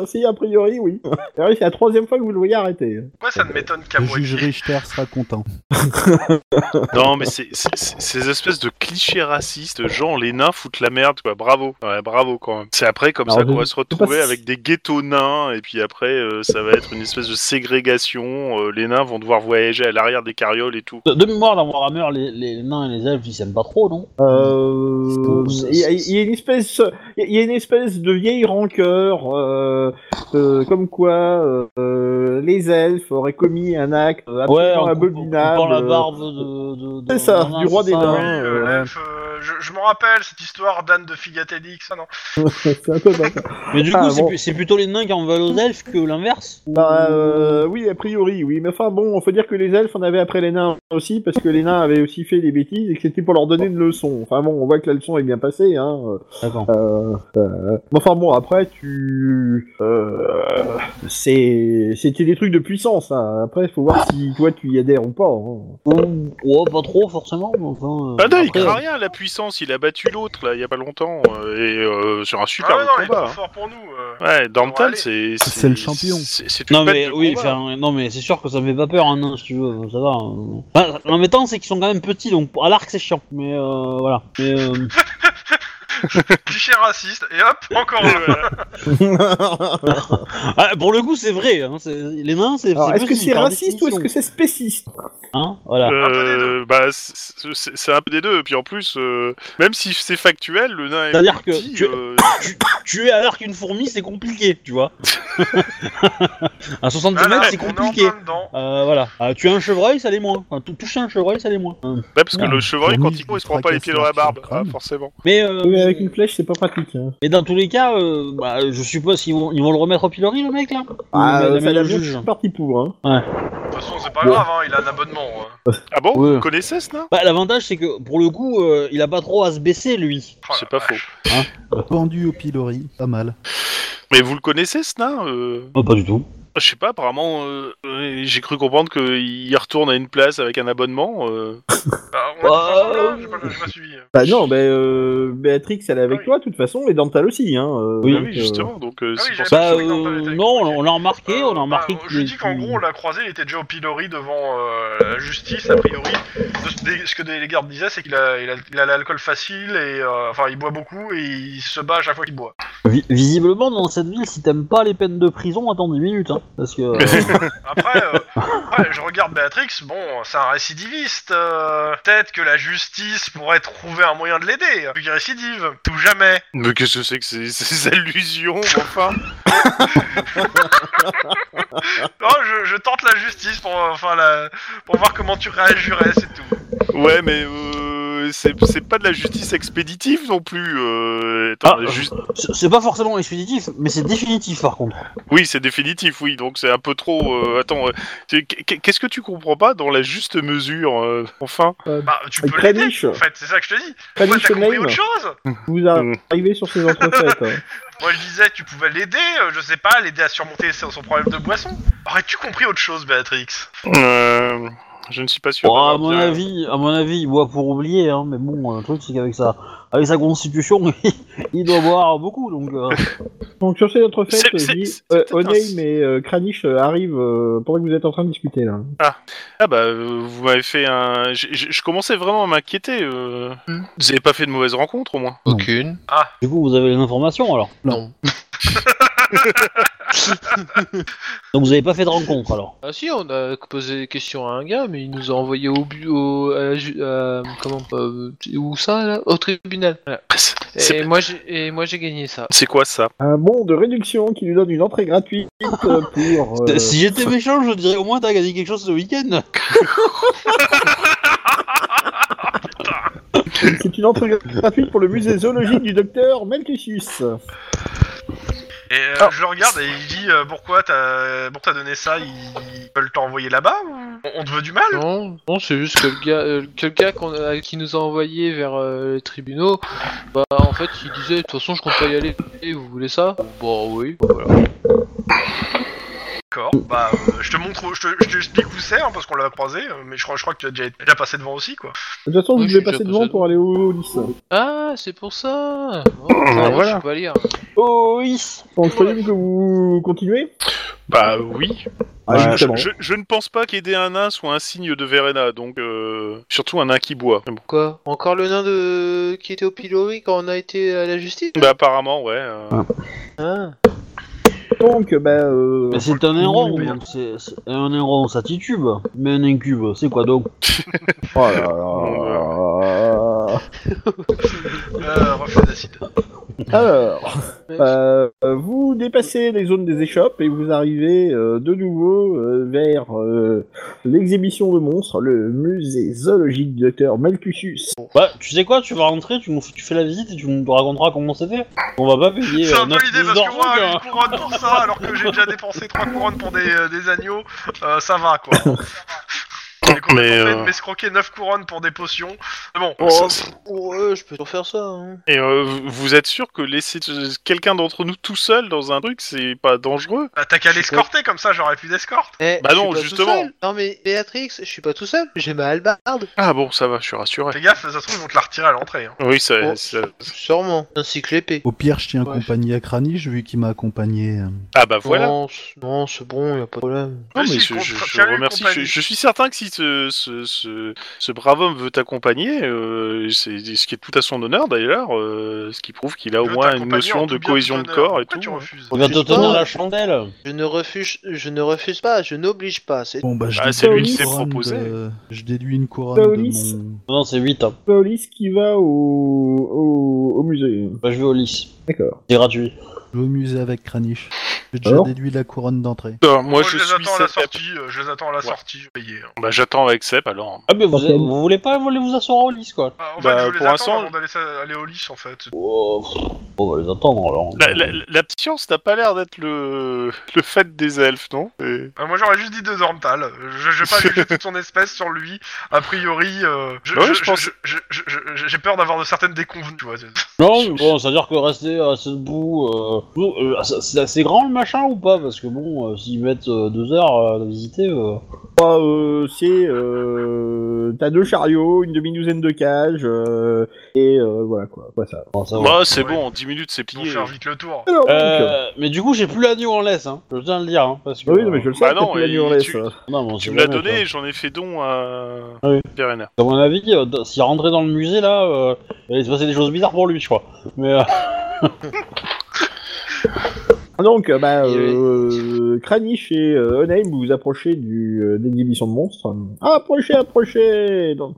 Speaker 2: si a priori oui. Alors, c'est la troisième fois que vous le voyez arrêté.
Speaker 5: Pourquoi ça ne m'étonne qu'à
Speaker 6: Le
Speaker 5: moi
Speaker 6: juge Richter sera content.
Speaker 3: Non, mais c'est c'est- c'est- ces espèces de clichés racistes, genre les nains foutent la merde, quoi. Bravo, ouais, bravo quand même. C'est après comme
Speaker 2: Alors,
Speaker 3: ça qu'on
Speaker 2: je-
Speaker 3: va se
Speaker 2: sais pas
Speaker 3: retrouver
Speaker 2: si-
Speaker 3: avec des ghettos nains, et puis après euh, ça va être une espèce de ségrégation. euh, les nains vont devoir voyager à l'arrière des carrioles et tout.
Speaker 4: De, de mémoire, dans Warhammer, les, les nains et les elfes, ils s'aiment pas trop, non
Speaker 2: Euh, Il y, a- il y a une espèce, il y a une espèce de vieille rancœur, euh, euh, comme quoi euh, euh, les elfes auraient commis un acte absolument
Speaker 4: on- on-
Speaker 2: abominable.
Speaker 4: on prend la barbe de. de, de
Speaker 2: Ah, C'est ça,
Speaker 4: d'un nain,
Speaker 2: du roi
Speaker 4: c'est
Speaker 2: des
Speaker 4: ça,
Speaker 5: Oui,
Speaker 2: nains.
Speaker 4: hein.
Speaker 5: euh,
Speaker 2: ouais.
Speaker 5: l'elfe, euh, je, je m'en rappelle cette histoire d'Anne de Figatellix, ça non
Speaker 2: C'est un peu bâtard.
Speaker 4: Mais du coup,
Speaker 2: Ah,
Speaker 4: c'est
Speaker 2: bon.
Speaker 4: pu- c'est plutôt les nains qui en veulent aux elfes que l'inverse
Speaker 2: Bah, euh, oui, a priori, oui. Mais enfin, bon, faut dire que les elfes en avaient après les nains aussi, parce que les nains avaient aussi fait des bêtises et que c'était pour leur donner une leçon. Enfin bon, on voit que la leçon est bien passée. Hein.
Speaker 4: D'accord.
Speaker 2: Euh, euh, mais enfin bon, après, tu... Euh, c'est- C'était des trucs de puissance. Hein. Après, faut voir si toi, tu y adhères ou pas. hein.
Speaker 4: Ouh, Ouais, pas trop forcément, mais enfin. euh,
Speaker 3: Ah non, il
Speaker 4: après,
Speaker 3: craint
Speaker 4: euh,
Speaker 3: rien à la puissance, il a battu l'autre là il y a pas longtemps, euh, et euh, sur un super
Speaker 5: Ah ouais,
Speaker 3: beau
Speaker 5: non, il est
Speaker 3: combat.
Speaker 5: trop
Speaker 3: hein.
Speaker 5: fort pour nous. euh.
Speaker 3: Ouais, Dormtal,
Speaker 5: Allez.
Speaker 3: c'est.
Speaker 6: C'est le champion.
Speaker 3: C'est c'est une
Speaker 4: Non
Speaker 3: bête
Speaker 4: mais
Speaker 3: de
Speaker 4: oui,
Speaker 3: combat.
Speaker 4: enfin, non mais c'est sûr que ça me fait pas peur un nain si tu veux, ça va. euh. Enfin, L'embêtant c'est qu'ils sont quand même petits donc à l'arc c'est chiant, mais euh, voilà. Mais, euh,
Speaker 5: Cliché raciste, et hop, encore
Speaker 3: Et
Speaker 5: un.
Speaker 3: voilà.
Speaker 4: ah, pour le coup c'est vrai, hein, c'est- les nains c'est.
Speaker 2: Alors, est-ce que
Speaker 4: petit,
Speaker 2: c'est
Speaker 4: par
Speaker 2: raciste ou est-ce
Speaker 4: définition.
Speaker 2: que c'est spéciste
Speaker 4: Hein, voilà.
Speaker 5: Un peu des
Speaker 3: Euh, bah, c'est c'est- c'est un peu des deux. Et puis en plus, euh, même si c'est factuel, le nain est.
Speaker 4: C'est-à-dire que
Speaker 3: petit,
Speaker 4: tu-
Speaker 3: euh,
Speaker 4: Tuer à l'arc une fourmi c'est compliqué, tu vois. à 70
Speaker 5: Voilà,
Speaker 4: mètres c'est
Speaker 5: on est en
Speaker 4: compliqué.
Speaker 5: plein dedans.
Speaker 4: Euh, voilà. Euh, tuer un chevreuil ça l'est moins. Enfin, tou- toucher un chevreuil ça l'est moins. Hein.
Speaker 3: Ouais, Bah, parce que
Speaker 6: Non,
Speaker 3: le chevreuil,
Speaker 6: pour
Speaker 3: quand
Speaker 6: lui,
Speaker 3: il court, il se
Speaker 6: il
Speaker 3: prend pas les
Speaker 6: fracasse
Speaker 3: pieds dans la
Speaker 6: l'arc sur le
Speaker 3: barbe,
Speaker 6: crâne.
Speaker 3: Ah, forcément.
Speaker 4: Mais euh,
Speaker 2: Oui, avec une flèche, c'est pas pratique. Hein.
Speaker 4: mais dans tous les cas, euh, bah, je suppose qu'ils vont, ils vont le remettre au pilori le mec là. Ou
Speaker 2: Ah,
Speaker 4: le-
Speaker 2: euh,
Speaker 4: le
Speaker 2: ça l'a
Speaker 4: juge.
Speaker 2: bien, je suis parti pour. Hein.
Speaker 5: De toute façon, c'est pas
Speaker 2: Ouais.
Speaker 5: grave, hein, il a un abonnement. euh.
Speaker 3: Ah bon
Speaker 4: Ouais.
Speaker 3: Vous connaissez ce nain
Speaker 4: Bah, L'avantage, c'est que pour le coup, euh, il a pas trop à se baisser, lui.
Speaker 5: Oh la
Speaker 3: C'est pas
Speaker 5: vache.
Speaker 3: faux.
Speaker 6: Pendu au pilori, pas mal.
Speaker 3: Mais vous le connaissez ce nain euh
Speaker 2: Oh,
Speaker 4: pas du tout.
Speaker 3: Je sais pas, apparemment, euh, euh, j'ai cru comprendre qu'il retourne à une place avec un abonnement. euh.
Speaker 5: Bah, on a tous ensemble, là, j'ai pas- j'ai pas suivi.
Speaker 2: Bah non, bah, euh, Béatrix, elle est avec
Speaker 5: Ah oui.
Speaker 2: toi, de toute façon, et Dantal aussi. Hein, euh,
Speaker 4: Oui,
Speaker 3: Ah
Speaker 2: donc,
Speaker 3: oui,
Speaker 2: euh,
Speaker 3: justement. Donc euh,
Speaker 5: Ah
Speaker 3: c'est
Speaker 5: oui,
Speaker 3: pour
Speaker 5: j'avais
Speaker 3: ça.
Speaker 4: Bah,
Speaker 5: oui, non, pas
Speaker 4: euh,
Speaker 5: avec-
Speaker 4: non, on l'a remarqué, on a
Speaker 5: Euh,
Speaker 4: remarqué.
Speaker 5: bah,
Speaker 4: qu'il-
Speaker 5: je dis qu'en gros, on l'a croisé, il était déjà au pilori devant euh, la justice, a priori. De ce, des- ce que des- les gardes disaient, c'est qu'il a, il a, il a l'alcool facile, et euh, enfin, il boit beaucoup, et il se bat à chaque fois qu'il boit.
Speaker 4: Vi- Visiblement, dans cette ville, si t'aimes pas les peines de prison, attends 10 minutes, hein, parce que... euh,
Speaker 5: Après, euh, après, je regarde Béatrix, bon, c'est un récidiviste. euh, Peut-être que la justice pourrait trouver un moyen de l'aider, vu qu'il récidive. Tout jamais.
Speaker 3: Mais qu'est-ce que c'est que ces, ces allusions, mais enfin
Speaker 5: Oh, je, je tente la justice pour, euh, enfin, la, pour voir comment tu réagirais, c'est tout.
Speaker 3: Ouais, mais euh, c'est c'est pas de la justice expéditive non plus. euh, attends,
Speaker 4: Ah.
Speaker 3: juste-
Speaker 4: c'est c'est pas forcément expéditif, mais c'est définitif, par contre.
Speaker 3: Oui, c'est définitif, oui. Donc c'est un peu trop. euh, attends, euh, tu- qu'est- qu'est-ce que tu comprends pas dans la juste mesure euh, Enfin.
Speaker 5: Bah, tu peux
Speaker 2: Très
Speaker 5: l'aider,
Speaker 2: riche.
Speaker 5: en fait, c'est ça que je te dis.
Speaker 2: Très
Speaker 5: Toi,
Speaker 2: riche
Speaker 5: t'as compris
Speaker 2: name,
Speaker 5: autre chose
Speaker 2: vous arrivez sur ces entrefaites. hein.
Speaker 5: Moi je disais tu pouvais l'aider, euh, je sais pas, l'aider à surmonter son son problème de boisson. Aurais-tu compris autre chose, Béatrix
Speaker 3: Euh, Je ne suis pas sûr.
Speaker 4: Bon, à
Speaker 3: d'avoir
Speaker 4: mon
Speaker 3: bien-
Speaker 4: avis, à mon avis, il boit pour oublier, hein, mais bon, euh, le truc c'est qu'avec sa, avec sa constitution, il doit boire beaucoup, donc. euh,
Speaker 2: Donc sur ces autres faits,
Speaker 3: C'est- c'est-
Speaker 2: je dis,
Speaker 3: c'est
Speaker 2: euh,
Speaker 3: peut-être un-
Speaker 2: Oneim et euh, Kranich euh, arrivent euh, pendant que vous êtes en train de discuter là.
Speaker 3: Ah bah, euh, vous m'avez fait un. j'ai- j'ai- Je commençais vraiment à m'inquiéter. euh.
Speaker 7: Hmm.
Speaker 3: Vous n'avez pas fait de mauvaise rencontre au moins.
Speaker 7: Aucune.
Speaker 4: Du coup, vous avez les informations alors.
Speaker 7: Non.
Speaker 4: Donc vous avez pas fait de rencontre alors.
Speaker 7: Ah si, on a posé des questions à un gars, mais il nous a envoyé au but, au, à la ju- à- comment, euh, où ça, là Au tribunal. Voilà.
Speaker 3: C'est-
Speaker 7: Et moi, j'ai- et moi, j'ai gagné ça.
Speaker 3: C'est quoi ça
Speaker 2: Un bon de réduction qui lui donne une entrée gratuite euh, pour. euh,
Speaker 4: Si j'étais méchant, je dirais au moins t'as gagné quelque chose ce week-end.
Speaker 2: C'est une entrée gratuite pour le musée zoologique du docteur Melchius.
Speaker 5: Et euh,
Speaker 3: Ah.
Speaker 5: je le regarde et il dit euh, pourquoi t'as pourquoi t'as donné ça Ils veulent t'envoyer là-bas ou- on, on te veut du mal
Speaker 7: Non, non c'est juste que le gars, euh, que le gars qu'on a- qui nous a envoyé vers euh, les tribunaux, bah en fait il disait de toute façon je compte pas y aller, Et vous voulez ça Bon oui, voilà.
Speaker 5: D'accord. Bah euh, je te montre, où- je te je t'explique où c'est hein, parce qu'on l'a croisé, euh, mais je crois, je crois que tu as déjà, déjà passé devant aussi quoi.
Speaker 2: De toute façon,
Speaker 7: Oui,
Speaker 2: vous
Speaker 7: je
Speaker 2: devez
Speaker 7: suis
Speaker 2: passer
Speaker 7: déjà
Speaker 2: devant
Speaker 7: passé
Speaker 2: pour aller au lycée.
Speaker 7: Ah c'est pour ça oh, putain,
Speaker 3: voilà.
Speaker 7: Je peux pas lire.
Speaker 4: Oh oui.
Speaker 5: Euh,
Speaker 2: Donc, je présume que vous continuez
Speaker 3: Bah oui.
Speaker 2: Ah,
Speaker 3: je,
Speaker 2: justement.
Speaker 3: je- je ne pense pas qu'aider un nain soit un signe de Verena, donc euh, surtout un nain qui boit. Mais bon.
Speaker 7: Quoi Encore le nain de qui était au pilori quand on a été à la justice
Speaker 3: Bah apparemment, ouais. euh.
Speaker 7: Ah.
Speaker 2: Donc, bah, euh,
Speaker 4: Mais c'est un héron, donc c'est c'est- un héron, ça titube. Mais un incube, c'est quoi donc
Speaker 2: oh là là.
Speaker 5: Euh, reflet d'acide.
Speaker 2: Alors,
Speaker 7: Ouais.
Speaker 2: euh, vous dépassez les zones des échoppes et vous arrivez euh, de nouveau euh, vers euh, l'exhibition de monstres, le musée zoologique du docteur Melchius.
Speaker 4: Bah, tu sais quoi, tu vas rentrer, tu, nous- tu fais la visite et tu nous raconteras comment c'était. On va pas payer.
Speaker 5: C'est
Speaker 4: euh,
Speaker 5: un peu
Speaker 4: 9
Speaker 5: l'idée parce que
Speaker 4: d'euros,
Speaker 5: moi
Speaker 4: quoi.
Speaker 5: une couronne pour ça alors que j'ai déjà dépensé trois couronnes pour des, euh, des agneaux, euh, ça va quoi. J'ai compris
Speaker 3: Mais,
Speaker 5: de
Speaker 3: euh,
Speaker 5: m'escroquer 9 couronnes pour des potions. Mais bon,
Speaker 3: Ça-
Speaker 7: Pour eux, Oh, euh, je peux toujours faire ça. Hein.
Speaker 3: Et euh, vous- vous êtes sûr que laisser euh, quelqu'un d'entre nous tout seul dans un truc, c'est pas dangereux
Speaker 5: bah, t'as qu'à
Speaker 7: Je sais
Speaker 5: l'escorter comme ça j'aurais plus d'escorte.
Speaker 7: Eh,
Speaker 3: Bah
Speaker 7: je
Speaker 3: non,
Speaker 7: suis pas tout
Speaker 3: justement.
Speaker 7: seul. Non mais Béatrix, je suis pas tout seul. J'ai ma hallebarde.
Speaker 3: Ah bon, ça va, je suis rassuré.
Speaker 5: Fais gaffe, ça se trouve ils vont te la retirer à l'entrée. hein.
Speaker 3: Oui, ça,
Speaker 7: Oh.
Speaker 3: ça-
Speaker 7: Sûrement. Ainsi que l'épée.
Speaker 6: Au pire, je tiens
Speaker 7: Ouais.
Speaker 6: compagnie à Kranich, vu qu'il m'a accompagné. euh.
Speaker 3: Ah bah voilà.
Speaker 7: Non, c'est- non, c'est bon, y a pas de problème.
Speaker 3: Non, mais
Speaker 5: Vas-y,
Speaker 3: je,
Speaker 5: compte-
Speaker 3: je- je
Speaker 5: tiens une
Speaker 3: remercie. Je,
Speaker 5: compagnie.
Speaker 3: je suis certain que si ce, ce, ce, ce brave homme veut t'accompagner, euh, c'est ce qui est tout à son honneur d'ailleurs, euh, ce qui prouve qu'il a au
Speaker 5: Je
Speaker 3: moins une
Speaker 5: t'accompagne en
Speaker 3: notion
Speaker 5: tout
Speaker 3: de
Speaker 5: bien, tout
Speaker 3: cohésion de
Speaker 5: honneur.
Speaker 3: corps et
Speaker 5: Pourquoi tu
Speaker 3: tout. hein.
Speaker 5: refuses
Speaker 4: On vient de euh, te tenir
Speaker 7: Oh.
Speaker 4: la chandelle.
Speaker 7: Je ne refuse, je ne refuse pas, je n'oblige pas. C'est
Speaker 6: Bon, bah, je
Speaker 3: Ah,
Speaker 6: déduis
Speaker 3: c'est
Speaker 2: lui
Speaker 6: une
Speaker 2: qui
Speaker 3: s'est
Speaker 6: couronne
Speaker 3: proposé.
Speaker 6: de- Je déduis une couronne
Speaker 2: Paolis.
Speaker 6: de mon.
Speaker 4: Non, c'est hein. 8.
Speaker 2: Paolis qui va au, au, au musée.
Speaker 4: Bah, je vais au lycée.
Speaker 2: D'accord.
Speaker 4: C'est gratuit.
Speaker 6: Je vais au musée avec Kranich. J'ai déjà
Speaker 2: Alors
Speaker 6: déduit la couronne d'entrée.
Speaker 3: Putain, moi,
Speaker 5: Moi,
Speaker 3: je
Speaker 5: je, les
Speaker 3: suis Bah,
Speaker 5: attends à la
Speaker 3: Sep.
Speaker 5: sortie, euh, je les attends à la
Speaker 3: Ouais.
Speaker 5: sortie, je vais payer. hein.
Speaker 3: Bah, j'attends avec Sep alors.
Speaker 4: Ah, mais vous,
Speaker 2: Parfait.
Speaker 4: vous voulez pas voler vous asseoir au lycée, quoi
Speaker 5: Bah, en
Speaker 3: Bah,
Speaker 5: fait, je les
Speaker 3: pour
Speaker 5: attends
Speaker 3: l'instant-
Speaker 5: avant d'aller sa- aller au lycée en fait.
Speaker 4: Oh, pff, on va les attendre alors.
Speaker 3: Ah, La, la, la science n'a pas l'air d'être le, le fait des elfes, non Et-
Speaker 5: Euh, moi, j'aurais juste dit deux Ormtal. Je, je vais pas juger toute son espèce sur lui. A priori, euh, je-
Speaker 3: Bah Ouais,
Speaker 5: je-
Speaker 3: je pense-
Speaker 5: je- je- je- je- j'ai peur d'avoir de certaines déconvenues, tu vois. c'est-
Speaker 4: Non, mais bon, c'est-à-dire que rester, rester debout, euh, vous, euh, c'est- c'est assez grand le machin ou pas Parce que bon, euh, s'ils mettent euh, deux heures euh, à visiter, euh,
Speaker 2: Bah, euh, c'est euh, t'as deux chariots, une demi-douzaine de cages euh, et euh, voilà quoi, quoi ça.
Speaker 4: bon, ça va.
Speaker 3: Bah, c'est
Speaker 5: Ouais.
Speaker 3: bon, en 10 minutes, c'est
Speaker 5: Ils vont
Speaker 3: plié.
Speaker 5: faire vite le tour.
Speaker 2: Alors Ah, donc,
Speaker 4: Euh, mais du coup, j'ai plus l'agneau en laisse, hein. je tiens à le dire. Hein, parce que,
Speaker 2: ah oui, non, mais je le sais,
Speaker 3: bah
Speaker 2: t'as
Speaker 3: non,
Speaker 2: plus la
Speaker 3: et
Speaker 2: Nurless,
Speaker 3: tu-
Speaker 2: euh.
Speaker 4: Non, mais on
Speaker 3: Tu
Speaker 4: sait
Speaker 3: me l'as
Speaker 4: jamais,
Speaker 3: donné et j'en ai fait don à
Speaker 4: Ah oui.
Speaker 3: Verena.
Speaker 4: quoi. À mon avis, euh, d- s'il rentrait dans le musée là, euh, il allait se passer des choses bizarres pour lui, je crois. Mais euh,
Speaker 2: Donc, euh, bah,
Speaker 7: Et
Speaker 2: euh, Kranich et euh, Onaim, vous vous approchez du, euh, des divisions de monstres. Approchez, approchez Donc,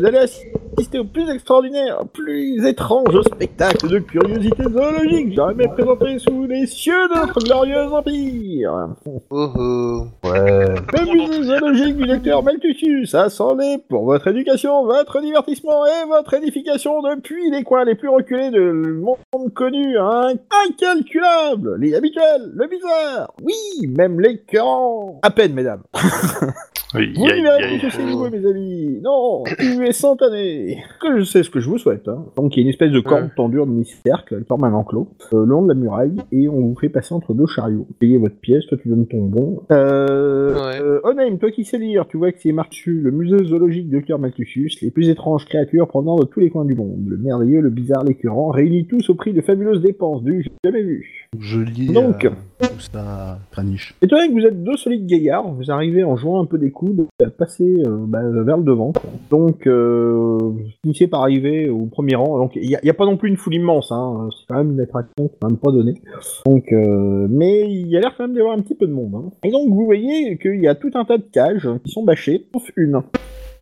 Speaker 2: Vous allez assister au plus extraordinaire, au plus étrange spectacle de curiosité zoologique jamais présenté sous les cieux de notre glorieux empire
Speaker 7: Oh, oh.
Speaker 2: Le musée zoologique du docteur Malthusius, assemblé pour votre éducation, votre divertissement et votre édification depuis les coins les plus reculés de le monde connu, hein, incalculable, les habituels, le bizarre, oui, même l'écœurant. À peine, mesdames.
Speaker 3: Oui,
Speaker 2: Vous
Speaker 3: y a-
Speaker 2: n'y verrez
Speaker 3: y a-
Speaker 2: plus que chez vous, mes amis. Non, tu es centenaire. Que je sais ce que je vous souhaite. hein. Donc, il y a une espèce de corde tendue en demi-cercle, elle forme un enclos, euh, le long de la muraille, et on vous fait passer entre deux chariots. Payez votre pièce, toi tu donnes ton bon. Euh,
Speaker 7: Ouais.
Speaker 2: euh, Onaim, toi qui sais lire, tu vois que c'est marqué dessus, le musée zoologique de Kermalcusius, les plus étranges créatures provenant de tous les coins du monde. Le merveilleux, le bizarre, l'écœurant, réunis tous au prix de fabuleuses dépenses du jamais vu.
Speaker 6: Je lis
Speaker 2: Donc.
Speaker 6: euh, tout ça, Kranich.
Speaker 2: Étant donné que vous êtes deux solides gaillards, vous arrivez en jouant un peu des coudes à passer euh, bah, vers le devant. quoi. Donc, euh, vous finissez par arriver au premier rang. Donc, il n'y a, il y a pas non plus une foule immense. Hein. C'est quand même une attraction qui est quand même pas donnée. Donc, euh, mais il y a l'air quand même d'y avoir un petit peu de monde. hein. Et donc, vous voyez qu'il y a tout un tas de cages qui sont bâchées, sauf une.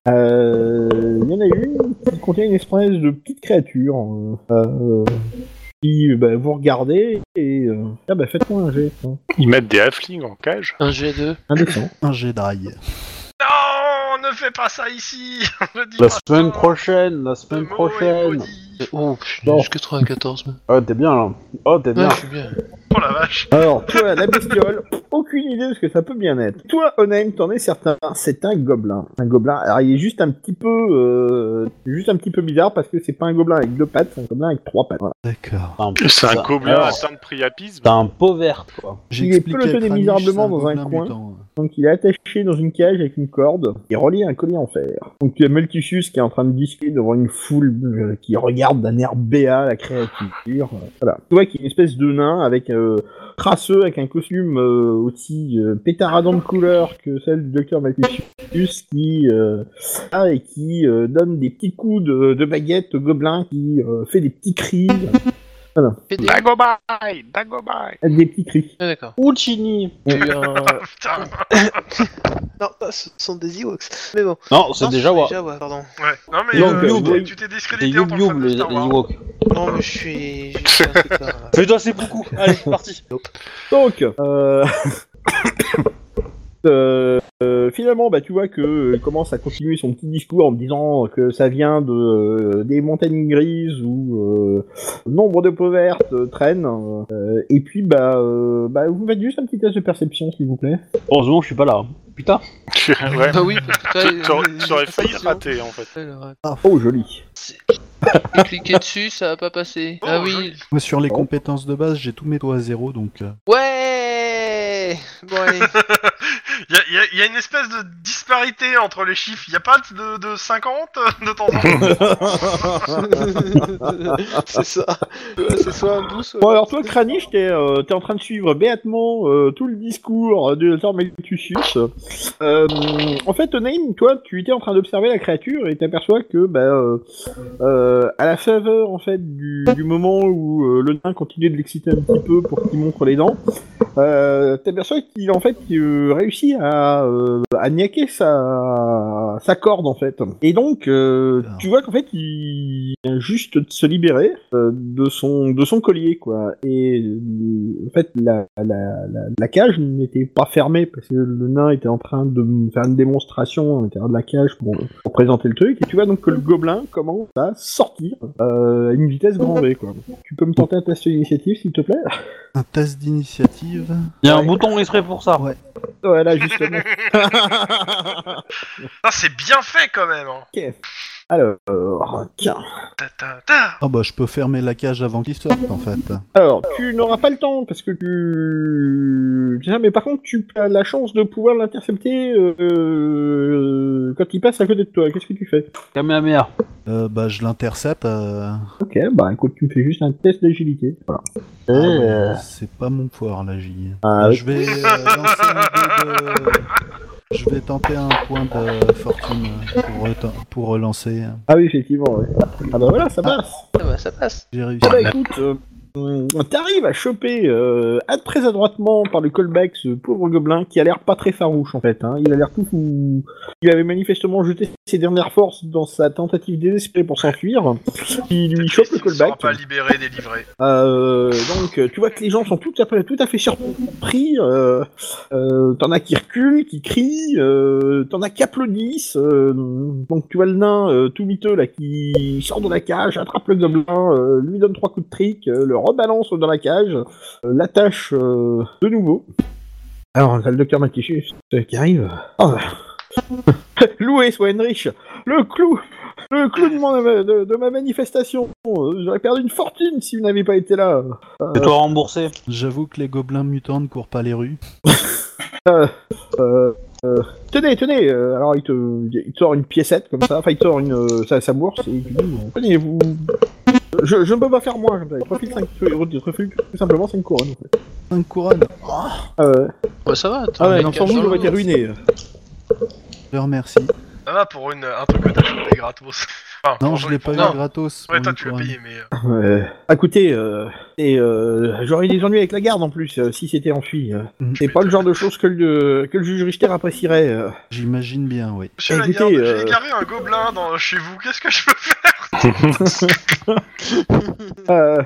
Speaker 2: Euh, Il y en a une qui contient une espèce de petite créature. euh, euh, qui, bah, vous regardez et... euh, ah bah faites-moi un jet. hein.
Speaker 3: Ils mettent des halflings en cage.
Speaker 7: Un G2.
Speaker 2: Indécent.
Speaker 6: Un Jedi.
Speaker 5: Non, ne fais pas ça ici. Ne dis
Speaker 4: La
Speaker 5: pas
Speaker 4: semaine
Speaker 5: ça.
Speaker 4: prochaine, la
Speaker 5: Ce
Speaker 4: semaine
Speaker 5: mot est
Speaker 4: prochaine.
Speaker 5: maudit.
Speaker 7: Oh, putain,
Speaker 4: Bon.
Speaker 7: j'ai 94. moi.
Speaker 4: Oh, t'es bien là. Oh, t'es bien.
Speaker 7: Ouais, Ah, je suis bien.
Speaker 5: Oh la vache.
Speaker 2: Alors, toi, la bestiole, aucune idée de ce que ça peut bien être. Toi, Onaim, t'en es certain, c'est un gobelin. Un gobelin, alors il est juste un petit peu... euh, juste un petit peu bizarre parce que c'est pas un gobelin avec deux pattes, c'est un gobelin avec trois pattes. Voilà.
Speaker 6: D'accord.
Speaker 3: C'est un
Speaker 4: Ça-
Speaker 3: gobelin
Speaker 4: alors,
Speaker 3: atteint de priapisme.
Speaker 4: T'as un pot vert, quoi.
Speaker 2: Il est
Speaker 6: J'explique à
Speaker 2: pelotonné
Speaker 6: Kranich,
Speaker 2: misérablement
Speaker 6: c'est
Speaker 2: dans un
Speaker 6: gobelin
Speaker 2: coin.
Speaker 6: mutant.
Speaker 2: Donc il est attaché dans une cage avec une corde et relié à un collier en fer. Donc tu as Multisius qui est en train de discuter devant une foule euh, qui regarde d'un air béat la créature. Euh, Voilà. Tu vois qu'il y a une espèce de nain avec euh, crasseux, avec un costume euh, aussi euh, pétaradant de couleur que celle du docteur Multisius qui euh, ah, et qui euh, donne des petits coups de, de baguette au gobelin qui euh, fait des petits cris,
Speaker 7: Fais des-
Speaker 3: Dagobay Dagobay
Speaker 2: des petits cris.
Speaker 7: Ah, d'accord.
Speaker 4: Uchini.
Speaker 7: Il y a eu un-
Speaker 5: Putain.
Speaker 1: Non, pas- ce sont des Ewoks. Mais bon.
Speaker 4: Non, c'est
Speaker 1: Non,
Speaker 4: déjà
Speaker 1: ce sont
Speaker 4: wa.
Speaker 1: des Jawa, pardon.
Speaker 5: Ouais. Non mais
Speaker 2: Donc,
Speaker 5: euh,
Speaker 2: Youb,
Speaker 5: tu t'es-
Speaker 4: Youb.
Speaker 5: tu t'es
Speaker 4: C'est
Speaker 5: discrédité en tant que
Speaker 4: Yub
Speaker 5: fan de
Speaker 4: les les
Speaker 5: Star Wars.
Speaker 4: Ewoks.
Speaker 1: Non, mais je suis. je suis un
Speaker 7: euh,
Speaker 1: connard.
Speaker 4: Fais-toi, c'est beaucoup. Allez, c'est parti.
Speaker 2: Donc, euh... euh, euh, finalement, bah, tu vois que euh, il commence à continuer son petit discours en me disant que ça vient de euh, des montagnes grises où euh, nombre de peaux vertes euh, traînent. euh, et puis, bah, euh, bah, vous faites juste un petit test de perception, s'il vous plaît.
Speaker 4: Heureusement, je suis pas là. Putain.
Speaker 3: Ouais.
Speaker 7: Ah oui, parce que toi,
Speaker 3: Tu- T'aurais
Speaker 7: euh,
Speaker 3: t'aurais failli
Speaker 7: attention.
Speaker 3: rater en fait.
Speaker 7: Ouais, le rat.
Speaker 2: Oh, joli.
Speaker 7: J'ai cliqué dessus, ça va pas passer.
Speaker 5: Oh,
Speaker 7: ah oui.
Speaker 5: joli.
Speaker 6: Moi, sur les
Speaker 2: Oh.
Speaker 6: compétences de base, j'ai tous mes taux à zéro, donc... euh,
Speaker 7: Ouais. Bon allez.
Speaker 5: Il y, a- il y a- il y a une espèce de disparité entre les chiffres. Il n'y a pas de, de 50 euh, de temps en temps.
Speaker 1: c'est ça. Ouais, c'est soit un bout, soit.
Speaker 2: Bon, alors toi, Kranich, t'es euh, t'es en train de suivre béatement euh, tout le discours du docteur Meltusius. Euh, en fait, Onaim, toi, tu étais en train d'observer la créature et t'aperçois que, bah, euh, euh, à la faveur, en fait, du, du moment où euh, le nain continue de l'exciter un petit peu pour qu'il montre les dents, euh, t'aperçois qu'il, en fait, euh, réussit à, euh, à niaquer sa, sa corde, en fait. Et donc, euh, tu vois qu'en fait, il vient juste de se libérer euh, de son de son collier quoi et euh, en fait la, la, la, la cage n'était pas fermée parce que le nain était en train de m- faire une démonstration à l'intérieur de la cage pour, pour présenter le truc et tu vois donc que le gobelin commence à sortir euh, à une vitesse grand V quoi tu peux me tenter un test d'initiative s'il te plaît
Speaker 6: Un test d'initiative...
Speaker 4: Il y a un bouton exprès pour ça.
Speaker 2: voilà justement
Speaker 5: Ah, c'est bien fait quand même. hein.
Speaker 2: Ok. alors tiens
Speaker 5: Ta, ta, ta.
Speaker 6: Ah bah, je peux fermer la cage avant qu'il sorte, en fait.
Speaker 2: Alors, tu n'auras pas le temps parce que tu. Tiens, mais par contre, tu as la chance de pouvoir l'intercepter euh, euh, quand il passe à côté de toi. Qu'est-ce que tu fais
Speaker 4: Kamehameha.
Speaker 6: Euh, bah, je l'intercepte. euh,
Speaker 2: Ok, bah écoute, tu me fais juste un test d'agilité. Voilà.
Speaker 6: ah ouais,
Speaker 2: Euh.
Speaker 6: C'est pas mon pouvoir, la J.
Speaker 2: Ah,
Speaker 6: Euh,
Speaker 2: oui.
Speaker 6: Je vais euh, lancer un dé de- Je vais tenter un point de fortune euh, pour, reta- pour relancer.
Speaker 2: Ah oui, effectivement, ouais. Ah bah voilà, ça passe.
Speaker 1: Ah bah, ça passe.
Speaker 6: J'ai réussi.
Speaker 2: Ah bah écoute, euh, hum, t'arrives à choper euh, à- très adroitement par le callback ce pauvre gobelin qui a l'air pas très farouche en fait. hein. Il a l'air tout, fou. Il avait manifestement jeté ses dernières forces dans sa tentative désespérée pour s'enfuir. Il lui chope
Speaker 5: Triste,
Speaker 2: le
Speaker 5: il ne sera
Speaker 2: callback.
Speaker 5: pas libéré, délivré.
Speaker 2: Euh, donc euh, tu vois que les gens sont tout à fait, tout à fait surpris. Euh, euh, t'en as qui reculent, qui crient, euh, t'en as qui applaudissent. euh, donc tu vois le nain euh, tout miteux là qui sort de la cage, attrape le gobelin, euh, lui donne trois coups de trick, euh, le rebalance dans la cage, euh, l'attache euh, de nouveau. Alors t'as le docteur Matichus qui arrive. Oh, Loué soit Heinrich Le clou Le clou de, mon- de- de ma manifestation Euh, J'aurais perdu une fortune si vous n'avez pas été là
Speaker 4: Et toi remboursé.
Speaker 6: J'avoue que les gobelins mutants ne courent pas les rues.
Speaker 2: Euh, euh, Tenez, tenez euh, Alors il te, il te sort une piécette comme ça, enfin il te sort une, euh, sa, sa bourse et il te dit euh, Tenez, vous. euh, Je, je ne peux pas faire moins, comme ça. Il te refile cinq- il te refile tout simplement 5 couronnes.
Speaker 6: 5 couronnes.
Speaker 2: Ah ouais,
Speaker 7: Bah ça va,
Speaker 2: ah ouais
Speaker 7: les
Speaker 2: non, sans
Speaker 7: gars,
Speaker 2: vous
Speaker 7: ça
Speaker 2: j'aurais
Speaker 7: va.
Speaker 2: été ruiné.
Speaker 6: Je leur remercie.
Speaker 5: Ça va pour une, un truc que t'as chopé gratos. Enfin,
Speaker 6: Non,
Speaker 5: pour-
Speaker 6: je l'ai pas eu
Speaker 5: non,
Speaker 6: gratos.
Speaker 5: Ouais, toi
Speaker 6: pour une
Speaker 5: tu l'as
Speaker 6: couronne.
Speaker 5: payé, mais. euh,
Speaker 2: Ouais. Ah, écoutez, euh, et, euh, j'aurais eu des ennuis avec la garde en plus euh, si c'était enfui. euh.
Speaker 7: Mm.
Speaker 6: Mhm.
Speaker 2: C'est pas le genre de choses que le, que le juge Richter apprécierait. euh.
Speaker 6: J'imagine bien, oui.
Speaker 5: Monsieur
Speaker 2: Écoutez,
Speaker 5: Lagarde,
Speaker 2: euh,
Speaker 5: j'ai égaré un gobelin dans, chez vous, qu'est-ce que je peux faire
Speaker 2: Euh,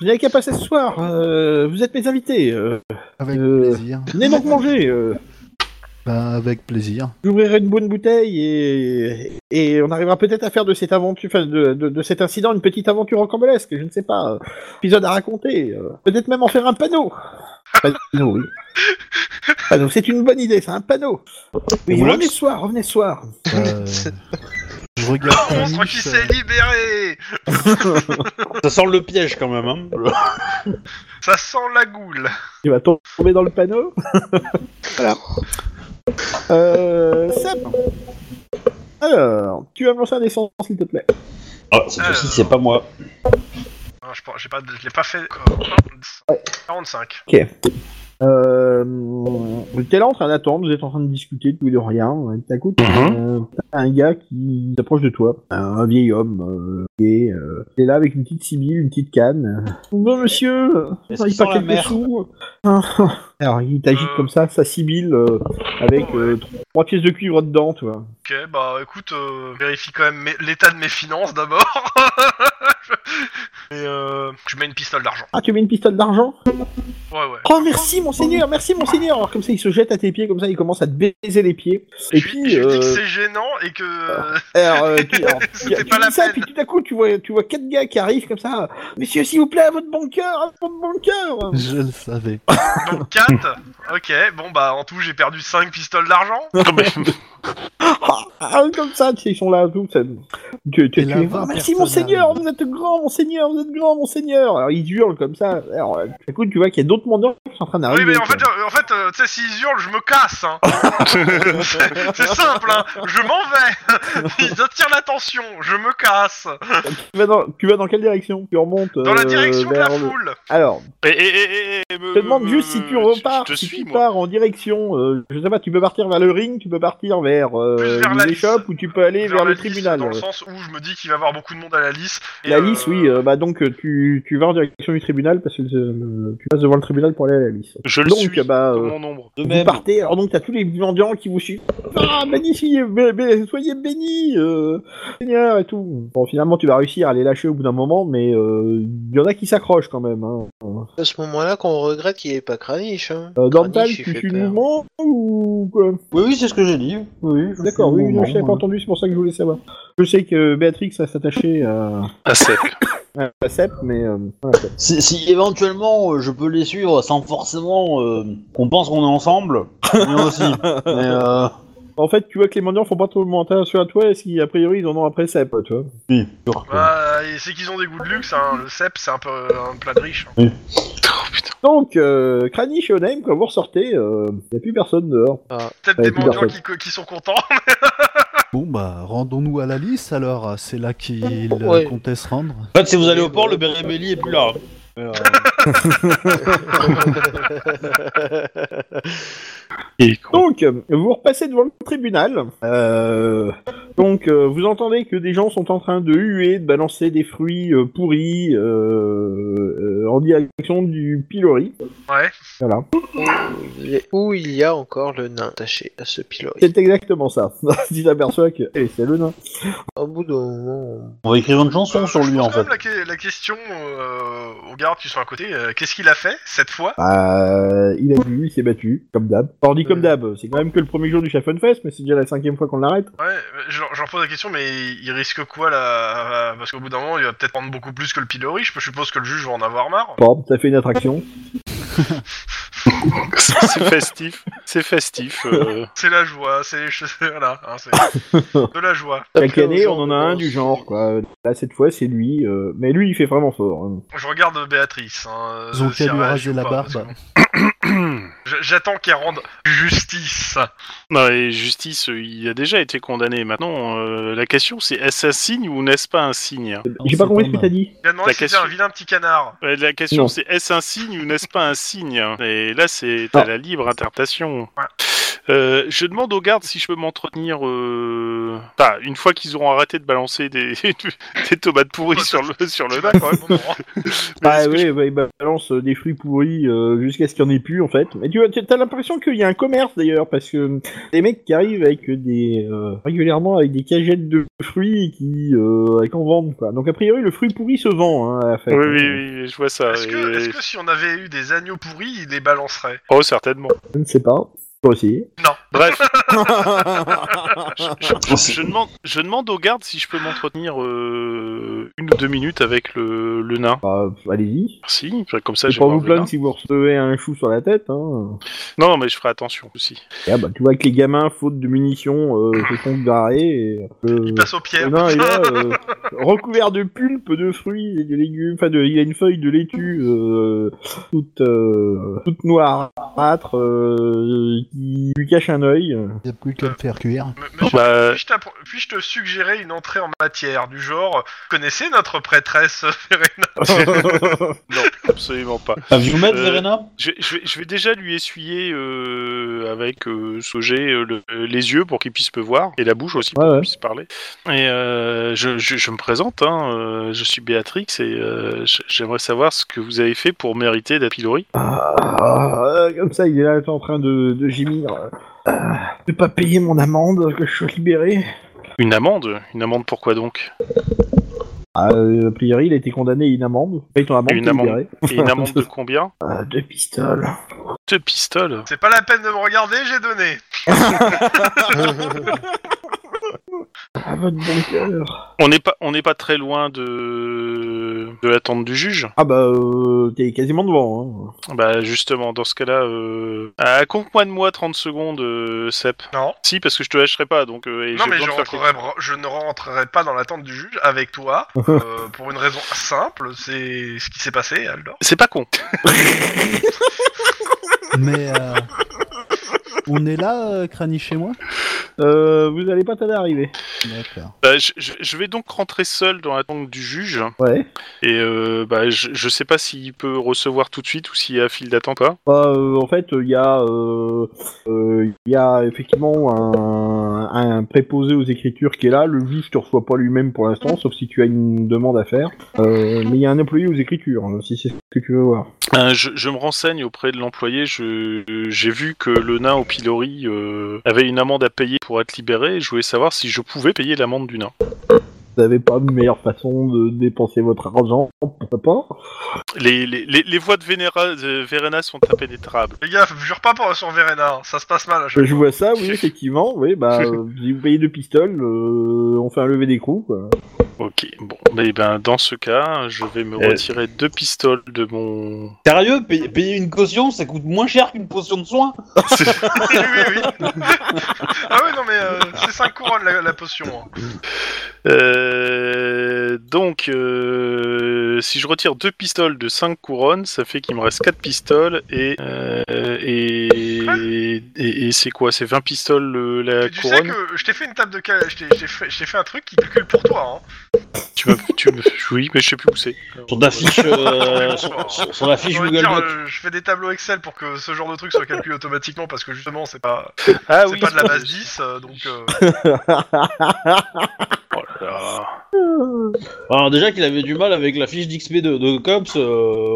Speaker 2: vous n'avez qu'à passer ce soir. euh, vous êtes mes invités. euh,
Speaker 6: Avec
Speaker 2: Euh.
Speaker 6: plaisir.
Speaker 2: venez donc manger. euh,
Speaker 6: Bah, avec plaisir.
Speaker 2: J'ouvrirai une bonne bouteille et, et on arrivera peut-être à faire de cette aventure, enfin, de, de- de cet incident une petite aventure rocambolesque. Je ne sais pas. euh, épisode à raconter. euh, peut-être même en faire un panneau. Panneau, oui. Panneau, c'est une bonne idée. C'est un panneau. Oui,
Speaker 4: Moulox
Speaker 2: revenez ce soir. Revenez ce soir.
Speaker 6: Euh, je regarde.
Speaker 5: Le monstre qui
Speaker 6: Caniche,
Speaker 5: s'est
Speaker 6: euh,
Speaker 5: libéré
Speaker 4: Ça sent le piège quand même. Hein.
Speaker 5: Ça sent la goule
Speaker 2: Tu vas tomber dans le panneau. voilà. Euh, Seb. Alors, tu vas me lancer un descend, s'il te plaît.
Speaker 4: Ah, cette fois-ci, c'est pas moi.
Speaker 5: Non, je pense- j'ai pas, je l'ai pas fait. encore. 45.
Speaker 2: Euh, t'es là en train d'attendre, vous êtes en train de discuter tout et de rien. T'as coup, t'as un- t'as un gars qui s'approche de toi, un, un vieil homme, euh, et euh, t'es là avec une petite sibylle, une petite canne. Bon monsieur,
Speaker 4: Est-ce qu'il
Speaker 2: il
Speaker 4: sent
Speaker 2: part
Speaker 4: la
Speaker 2: quelques
Speaker 4: mer
Speaker 2: sous. Alors il t'agite comme ça, sa sibylle, euh, avec euh, trois pièces de cuivre dedans, tu vois.
Speaker 5: Ok, bah écoute, euh, vérifie quand même mes- l'état de mes finances d'abord. Et euh, je mets une pistole d'argent.
Speaker 2: Ah, tu mets une pistole d'argent
Speaker 5: Ouais, ouais.
Speaker 2: Oh, merci, monseigneur, merci, monseigneur Alors, comme ça, il se jette à tes pieds, comme ça, il commence à te baiser les pieds. Et
Speaker 5: je, lui-
Speaker 2: puis,
Speaker 5: je lui dis que
Speaker 2: euh,
Speaker 5: c'est gênant et que.
Speaker 2: alors, euh, tu, alors, tu-
Speaker 5: C'était
Speaker 2: tu
Speaker 5: pas
Speaker 2: dis
Speaker 5: la
Speaker 2: ça,
Speaker 5: peine.
Speaker 2: puis tout à coup, tu vois, tu vois quatre gars qui arrivent comme ça. Monsieur, s'il vous plaît, à votre banqueur, à votre banqueur
Speaker 6: Je le savais.
Speaker 5: Donc 4. ok, bon bah en tout j'ai perdu 5 pistoles d'argent.
Speaker 2: Ah, ah, Comme ça, tu sais, ils sont là, tout. Ça... Tu, tu, tu
Speaker 6: Et là,
Speaker 2: les
Speaker 6: vingt
Speaker 2: vois, merci,
Speaker 6: personnes
Speaker 2: monseigneur,
Speaker 6: arrivent.
Speaker 2: vous êtes grand, monseigneur, vous êtes grand, monseigneur Alors, ils hurlent comme ça. Alors, euh, tout à coup, tu vois qu'il y a d'autres mandants qui sont en train
Speaker 5: Oui,
Speaker 2: d'arriver.
Speaker 5: mais en
Speaker 2: quoi.
Speaker 5: fait, euh, en fait euh, tu sais, s'ils hurlent, je me casse. Hein. C'est- C'est simple, hein. je m'en vais. Ils attirent l'attention, je me casse.
Speaker 2: tu, vas dans, tu vas dans quelle direction Tu remontes
Speaker 5: Dans la
Speaker 2: euh,
Speaker 5: direction de la
Speaker 2: vers le-
Speaker 5: foule. Euh,
Speaker 2: Alors,
Speaker 3: Et, et- et- et- eh, me-
Speaker 2: Je te demande
Speaker 3: me-
Speaker 2: juste si tu
Speaker 3: je-
Speaker 2: repars,
Speaker 3: Je te
Speaker 2: si
Speaker 3: suis,
Speaker 2: tu
Speaker 3: moi.
Speaker 2: pars en direction, euh, je sais pas, tu peux partir vers le ring, tu peux partir vers, euh,
Speaker 5: Plus vers la
Speaker 2: les shops,
Speaker 5: lice.
Speaker 2: ou tu peux aller vers,
Speaker 5: la
Speaker 2: le
Speaker 5: lice,
Speaker 2: tribunal.
Speaker 5: Dans le sens où je me dis qu'il va y avoir beaucoup de monde à la lice. et,
Speaker 2: La
Speaker 5: euh,
Speaker 2: lice, oui, euh, bah donc euh, tu, tu vas en direction du tribunal parce que euh, tu passes devant le tribunal pour aller à la lice.
Speaker 3: Je le
Speaker 2: donc,
Speaker 3: suis.
Speaker 2: bah,
Speaker 3: dans
Speaker 2: euh,
Speaker 3: mon ombre.
Speaker 4: De
Speaker 2: vous
Speaker 4: même.
Speaker 2: partez, alors donc t'as tous les mendiants qui vous suivent. Ah, magnifique, bé- bé- soyez bénis, euh, Seigneur et tout. Bon, finalement, tu vas réussir à les lâcher au bout d'un moment, mais il y en a qui s'accrochent quand même. Hein.
Speaker 1: À ce moment-là qu'on regrette qu'il n'y ait pas Kranich. Hein.
Speaker 2: Euh, Dorntal,
Speaker 1: Kranich, il
Speaker 2: tu
Speaker 1: fait
Speaker 2: suis le
Speaker 1: peur.
Speaker 2: mouvement ou quoi
Speaker 4: Oui, oui, c'est ce que j'ai dit. Oui, je
Speaker 2: D'accord,
Speaker 4: suis
Speaker 2: oui,
Speaker 4: au
Speaker 2: oui,
Speaker 4: moment,
Speaker 2: je l'avais pas
Speaker 4: hein.
Speaker 2: entendu, c'est pour ça que je voulais savoir. Je sais que Béatrix va s'attacher à,
Speaker 3: Ah, c'est-
Speaker 2: à Sepp, mais euh,
Speaker 4: Si, si éventuellement euh, je peux les suivre sans forcément euh, qu'on pense qu'on est ensemble, moi aussi. Mais, euh,
Speaker 2: en fait, tu vois que les mendiants font pas trop le attention à toi, et si a priori ils en ont après Sepp, tu vois.
Speaker 4: oui, sûr que-
Speaker 5: bah, et c'est qu'ils ont des goûts de luxe, hein. le cep c'est un peu euh, un plat de riche. hein.
Speaker 2: Donc, euh, Kranich et Onaim, quand vous ressortez, il n'y a plus personne dehors.
Speaker 5: Peut-être
Speaker 2: Ouais,
Speaker 5: des
Speaker 2: plusieurs
Speaker 5: mendiants qui, qui sont contents.
Speaker 6: Bon, bah, rendons-nous à la lice alors. C'est là qu'il euh,
Speaker 1: Ouais.
Speaker 6: comptait se rendre.
Speaker 4: En fait, si vous allez au port, le Bérébelli est plus là. Mais, euh,
Speaker 2: Donc, euh, vous repassez devant le tribunal. Euh, donc, euh, vous entendez que des gens sont en train de huer, de balancer des fruits euh, pourris euh, euh, en direction du pilori.
Speaker 5: Ouais.
Speaker 2: Voilà,
Speaker 1: Et où il y a encore le nain attaché à ce pilori
Speaker 2: c'est exactement ça. tu t'aperçois que eh, c'est le nain.
Speaker 1: Au bout d'un moment.
Speaker 4: on va écrire une chanson
Speaker 5: Euh,
Speaker 4: sur
Speaker 5: je
Speaker 4: lui
Speaker 5: pose
Speaker 4: en
Speaker 5: quand
Speaker 4: fait.
Speaker 5: même La, que- la question euh, aux gardes qui sont à côté, euh, qu'est-ce qu'il a fait cette fois
Speaker 2: Euh, il a bu, il s'est battu, comme d'hab. On dit comme
Speaker 1: Euh.
Speaker 2: d'hab, c'est quand même que le premier jour du Schaffenfest, mais c'est déjà la cinquième fois qu'on l'arrête.
Speaker 5: Ouais, euh, je, leur- je leur pose la question, mais il risque quoi là euh, Parce qu'au bout d'un moment, il va peut-être prendre beaucoup plus que le pilori. Je suppose que le juge va en avoir marre.
Speaker 2: Bon, ça fait une attraction.
Speaker 3: C'est festif. C'est festif. euh.
Speaker 5: C'est la joie, c'est voilà, hein, c'est de la joie.
Speaker 2: Chaque année, on en a un du genre, quoi. Là, cette fois, c'est lui. euh, Mais lui, il fait vraiment fort. hein.
Speaker 5: Je regarde Béatrice. hein,
Speaker 6: Ils ont
Speaker 5: si
Speaker 6: qu'à
Speaker 5: elle
Speaker 6: lui
Speaker 5: réagit
Speaker 6: raser
Speaker 5: ou
Speaker 6: la
Speaker 5: pas,
Speaker 6: barbe.
Speaker 5: parce que- J- J'attends qu'elle rende justice.
Speaker 3: Non, et justice, euh, il a déjà été condamné. Maintenant, euh, la question, c'est est-ce un signe ou n'est-ce pas un signe hein
Speaker 6: Non,
Speaker 2: J'ai
Speaker 6: c'est
Speaker 2: pas compris
Speaker 6: pas
Speaker 2: ce que
Speaker 6: mal.
Speaker 2: t'as dit.
Speaker 5: Il a demandé
Speaker 3: La
Speaker 5: si
Speaker 3: question-
Speaker 5: c'était un vilain petit canard.
Speaker 3: Euh, La
Speaker 2: Non.
Speaker 3: question, c'est est-ce un signe ou n'est-ce pas un signe hein Et là, c'est à
Speaker 2: Non.
Speaker 3: la libre interprétation.
Speaker 5: Ouais.
Speaker 3: Euh, je demande aux gardes si je peux m'entretenir. euh, enfin, une fois qu'ils auront arrêté de balancer des, des tomates pourries sur le sur le lac, quand même. Mais
Speaker 2: Ah
Speaker 3: est-ce que
Speaker 2: ouais, bah, il balance euh, des fruits pourris euh, jusqu'à ce qu'il n'y en ait plus en fait. Mais tu vois, tu- t'as l'impression qu'il y a un commerce d'ailleurs parce que euh, les mecs qui arrivent avec des euh, régulièrement avec des cagettes de fruits et qui euh, et qu'en vendent quoi. Donc a priori le fruit pourri se vend hein, à la fête.
Speaker 3: Oui, oui, oui, je vois ça.
Speaker 5: Est-ce que,
Speaker 3: et-
Speaker 5: est-ce que si on avait eu des agneaux pourris, il les balancerait
Speaker 3: Oh, certainement.
Speaker 2: Je ne sais pas. Faut essayer.
Speaker 3: Bref, je demande, je demande aux gardes si je peux m'entretenir euh, une ou deux minutes avec le, le nain.
Speaker 2: Bah, Allez-y.
Speaker 3: Merci. Comme ça,
Speaker 2: Je
Speaker 3: j'ai
Speaker 2: pas
Speaker 3: voir
Speaker 2: vous
Speaker 3: le
Speaker 2: plaindre
Speaker 3: nain.
Speaker 2: si vous recevez un chou sur la tête. Hein.
Speaker 3: Non, mais je ferai attention aussi.
Speaker 2: Et, ah, bah, tu vois que les gamins, faute de munitions, euh, se sont garés. Et, euh,
Speaker 5: Il passe aux pierres.
Speaker 2: Le nain est là, euh, recouvert de pulpe, de fruits et de légumes. Enfin, de, il a une feuille de laitue euh, toute, euh, toute noirâtre euh, qui lui cache un œil.
Speaker 6: Il n'y a plus qu'à
Speaker 5: Euh.
Speaker 6: le faire cuire.
Speaker 5: M- Monsieur,
Speaker 3: Bah,
Speaker 5: puis-je, t'appro- puis-je te suggérer une entrée en matière du genre Vous connaissez notre prêtresse Verena
Speaker 3: non, absolument pas.
Speaker 4: T'as vu mettre,
Speaker 3: Euh,
Speaker 4: Verena
Speaker 3: Je, je vais, je vais déjà lui essuyer euh, avec euh, ce que j'ai, euh, le- euh, les yeux pour qu'il puisse me voir et la bouche aussi pour
Speaker 2: Ouais,
Speaker 3: qu'il
Speaker 2: ouais.
Speaker 3: puisse parler. Et euh, je, je- je me présente, hein, euh, je suis Béatrix et euh, j- j'aimerais savoir ce que vous avez fait pour mériter d'être pilori.
Speaker 2: Ah, comme ça, il est là il est en train de, de gémir. Ah, de pas payer mon amende, que je sois libéré.
Speaker 3: Une amende Une amende pourquoi donc
Speaker 2: Ah, euh, a priori, il a été condamné à une amende. Paye ton amende,
Speaker 3: Une
Speaker 2: t'es
Speaker 3: amende.
Speaker 2: libéré.
Speaker 3: Et une amende de combien
Speaker 2: Ah, deux pistoles.
Speaker 3: Deux pistoles
Speaker 5: C'est pas la peine de me regarder, j'ai donné.
Speaker 2: À Ah, votre bon cœur.
Speaker 3: On n'est pas, on n'est pas très loin de, de l'attente du juge.
Speaker 2: Ah bah, euh, t'es quasiment devant. Hein.
Speaker 3: Bah justement, dans ce cas-là, euh... ah, compte-moi de moi 30 secondes, euh, Sep.
Speaker 5: Non.
Speaker 3: Si, parce que je te lâcherai pas, donc... euh, et
Speaker 5: non,
Speaker 3: j'ai besoin
Speaker 5: mais je,
Speaker 3: de faire quelque-
Speaker 5: rentrerai- je ne rentrerai pas dans l'attente du juge avec toi euh, pour une raison simple c'est ce qui s'est passé, Aldor.
Speaker 3: C'est pas con.
Speaker 6: Mais euh, on est là, euh, Crani, chez moi
Speaker 2: Euh, vous allez pas tarder à arriver.
Speaker 6: D'accord.
Speaker 3: Bah, je, je- je vais donc rentrer seul dans l'attente du juge,
Speaker 2: Ouais.
Speaker 3: et euh, bah, je, je sais pas s'il peut recevoir tout de suite ou s'il y a file d'attente pas.
Speaker 2: Bah, euh, en fait, il y a, euh, euh, il y a effectivement un, un préposé aux écritures qui est là. Le juge te reçoit pas lui-même pour l'instant, sauf si tu as une demande à faire. Euh, mais il y a un employé aux écritures, hein, si c'est ce que tu veux voir.
Speaker 3: Euh, je, je me renseigne auprès de l'employé, je- je- j'ai vu que le nain au pilori euh, avait une amende à payer pour être libéré, et je voulais savoir si je pouvais payer l'amende du nain.
Speaker 2: Vous n'avez pas de meilleure façon de dépenser votre argent, pourquoi pas
Speaker 3: Les, les, les, les voix de, Vénéra, de Verena sont impénétrables.
Speaker 5: Les gars, jure pas pour, sur Verena, hein, ça se passe mal. à chaque
Speaker 2: Je vois ça, oui, effectivement. Oui, bah, euh, si vous payez deux pistoles, euh, on fait un lever d'écrou, quoi.
Speaker 3: Ok, bon, mais ben dans ce cas, je vais me
Speaker 4: Euh.
Speaker 3: retirer deux pistoles de mon.
Speaker 4: Sérieux, payer, payer une caution, ça coûte moins cher qu'une potion de soin
Speaker 5: fois. oui, oui, oui. ah oui, non, mais euh, c'est 5 couronnes la, la potion. hein.
Speaker 3: Euh, donc, euh, si je retire deux pistoles de 5 couronnes, ça fait qu'il me reste 4 pistoles et. euh, et, et, et c'est quoi C'est 20 pistoles euh, la
Speaker 5: Et tu sais
Speaker 3: couronne
Speaker 5: que je t'ai fait une table de cal... je t'ai- je t'ai fait, je t'ai fait un truc qui calcule pour toi. Hein.
Speaker 3: tu, me, tu me- Oui, mais je sais plus où c'est.
Speaker 4: Sur ta fiche, euh, sur, sur- sur la fiche
Speaker 5: hein. J'ai envie de
Speaker 4: Google
Speaker 5: dire,
Speaker 4: Doc.
Speaker 5: euh, je fais des tableaux Excel pour que ce genre de truc soit calculé automatiquement parce que justement c'est pas
Speaker 3: Ah
Speaker 5: c'est pas de la base 10 euh, donc euh,
Speaker 3: Oh là là.
Speaker 4: Alors déjà qu'il avait du mal avec la fiche d'XP de, de Cops, euh,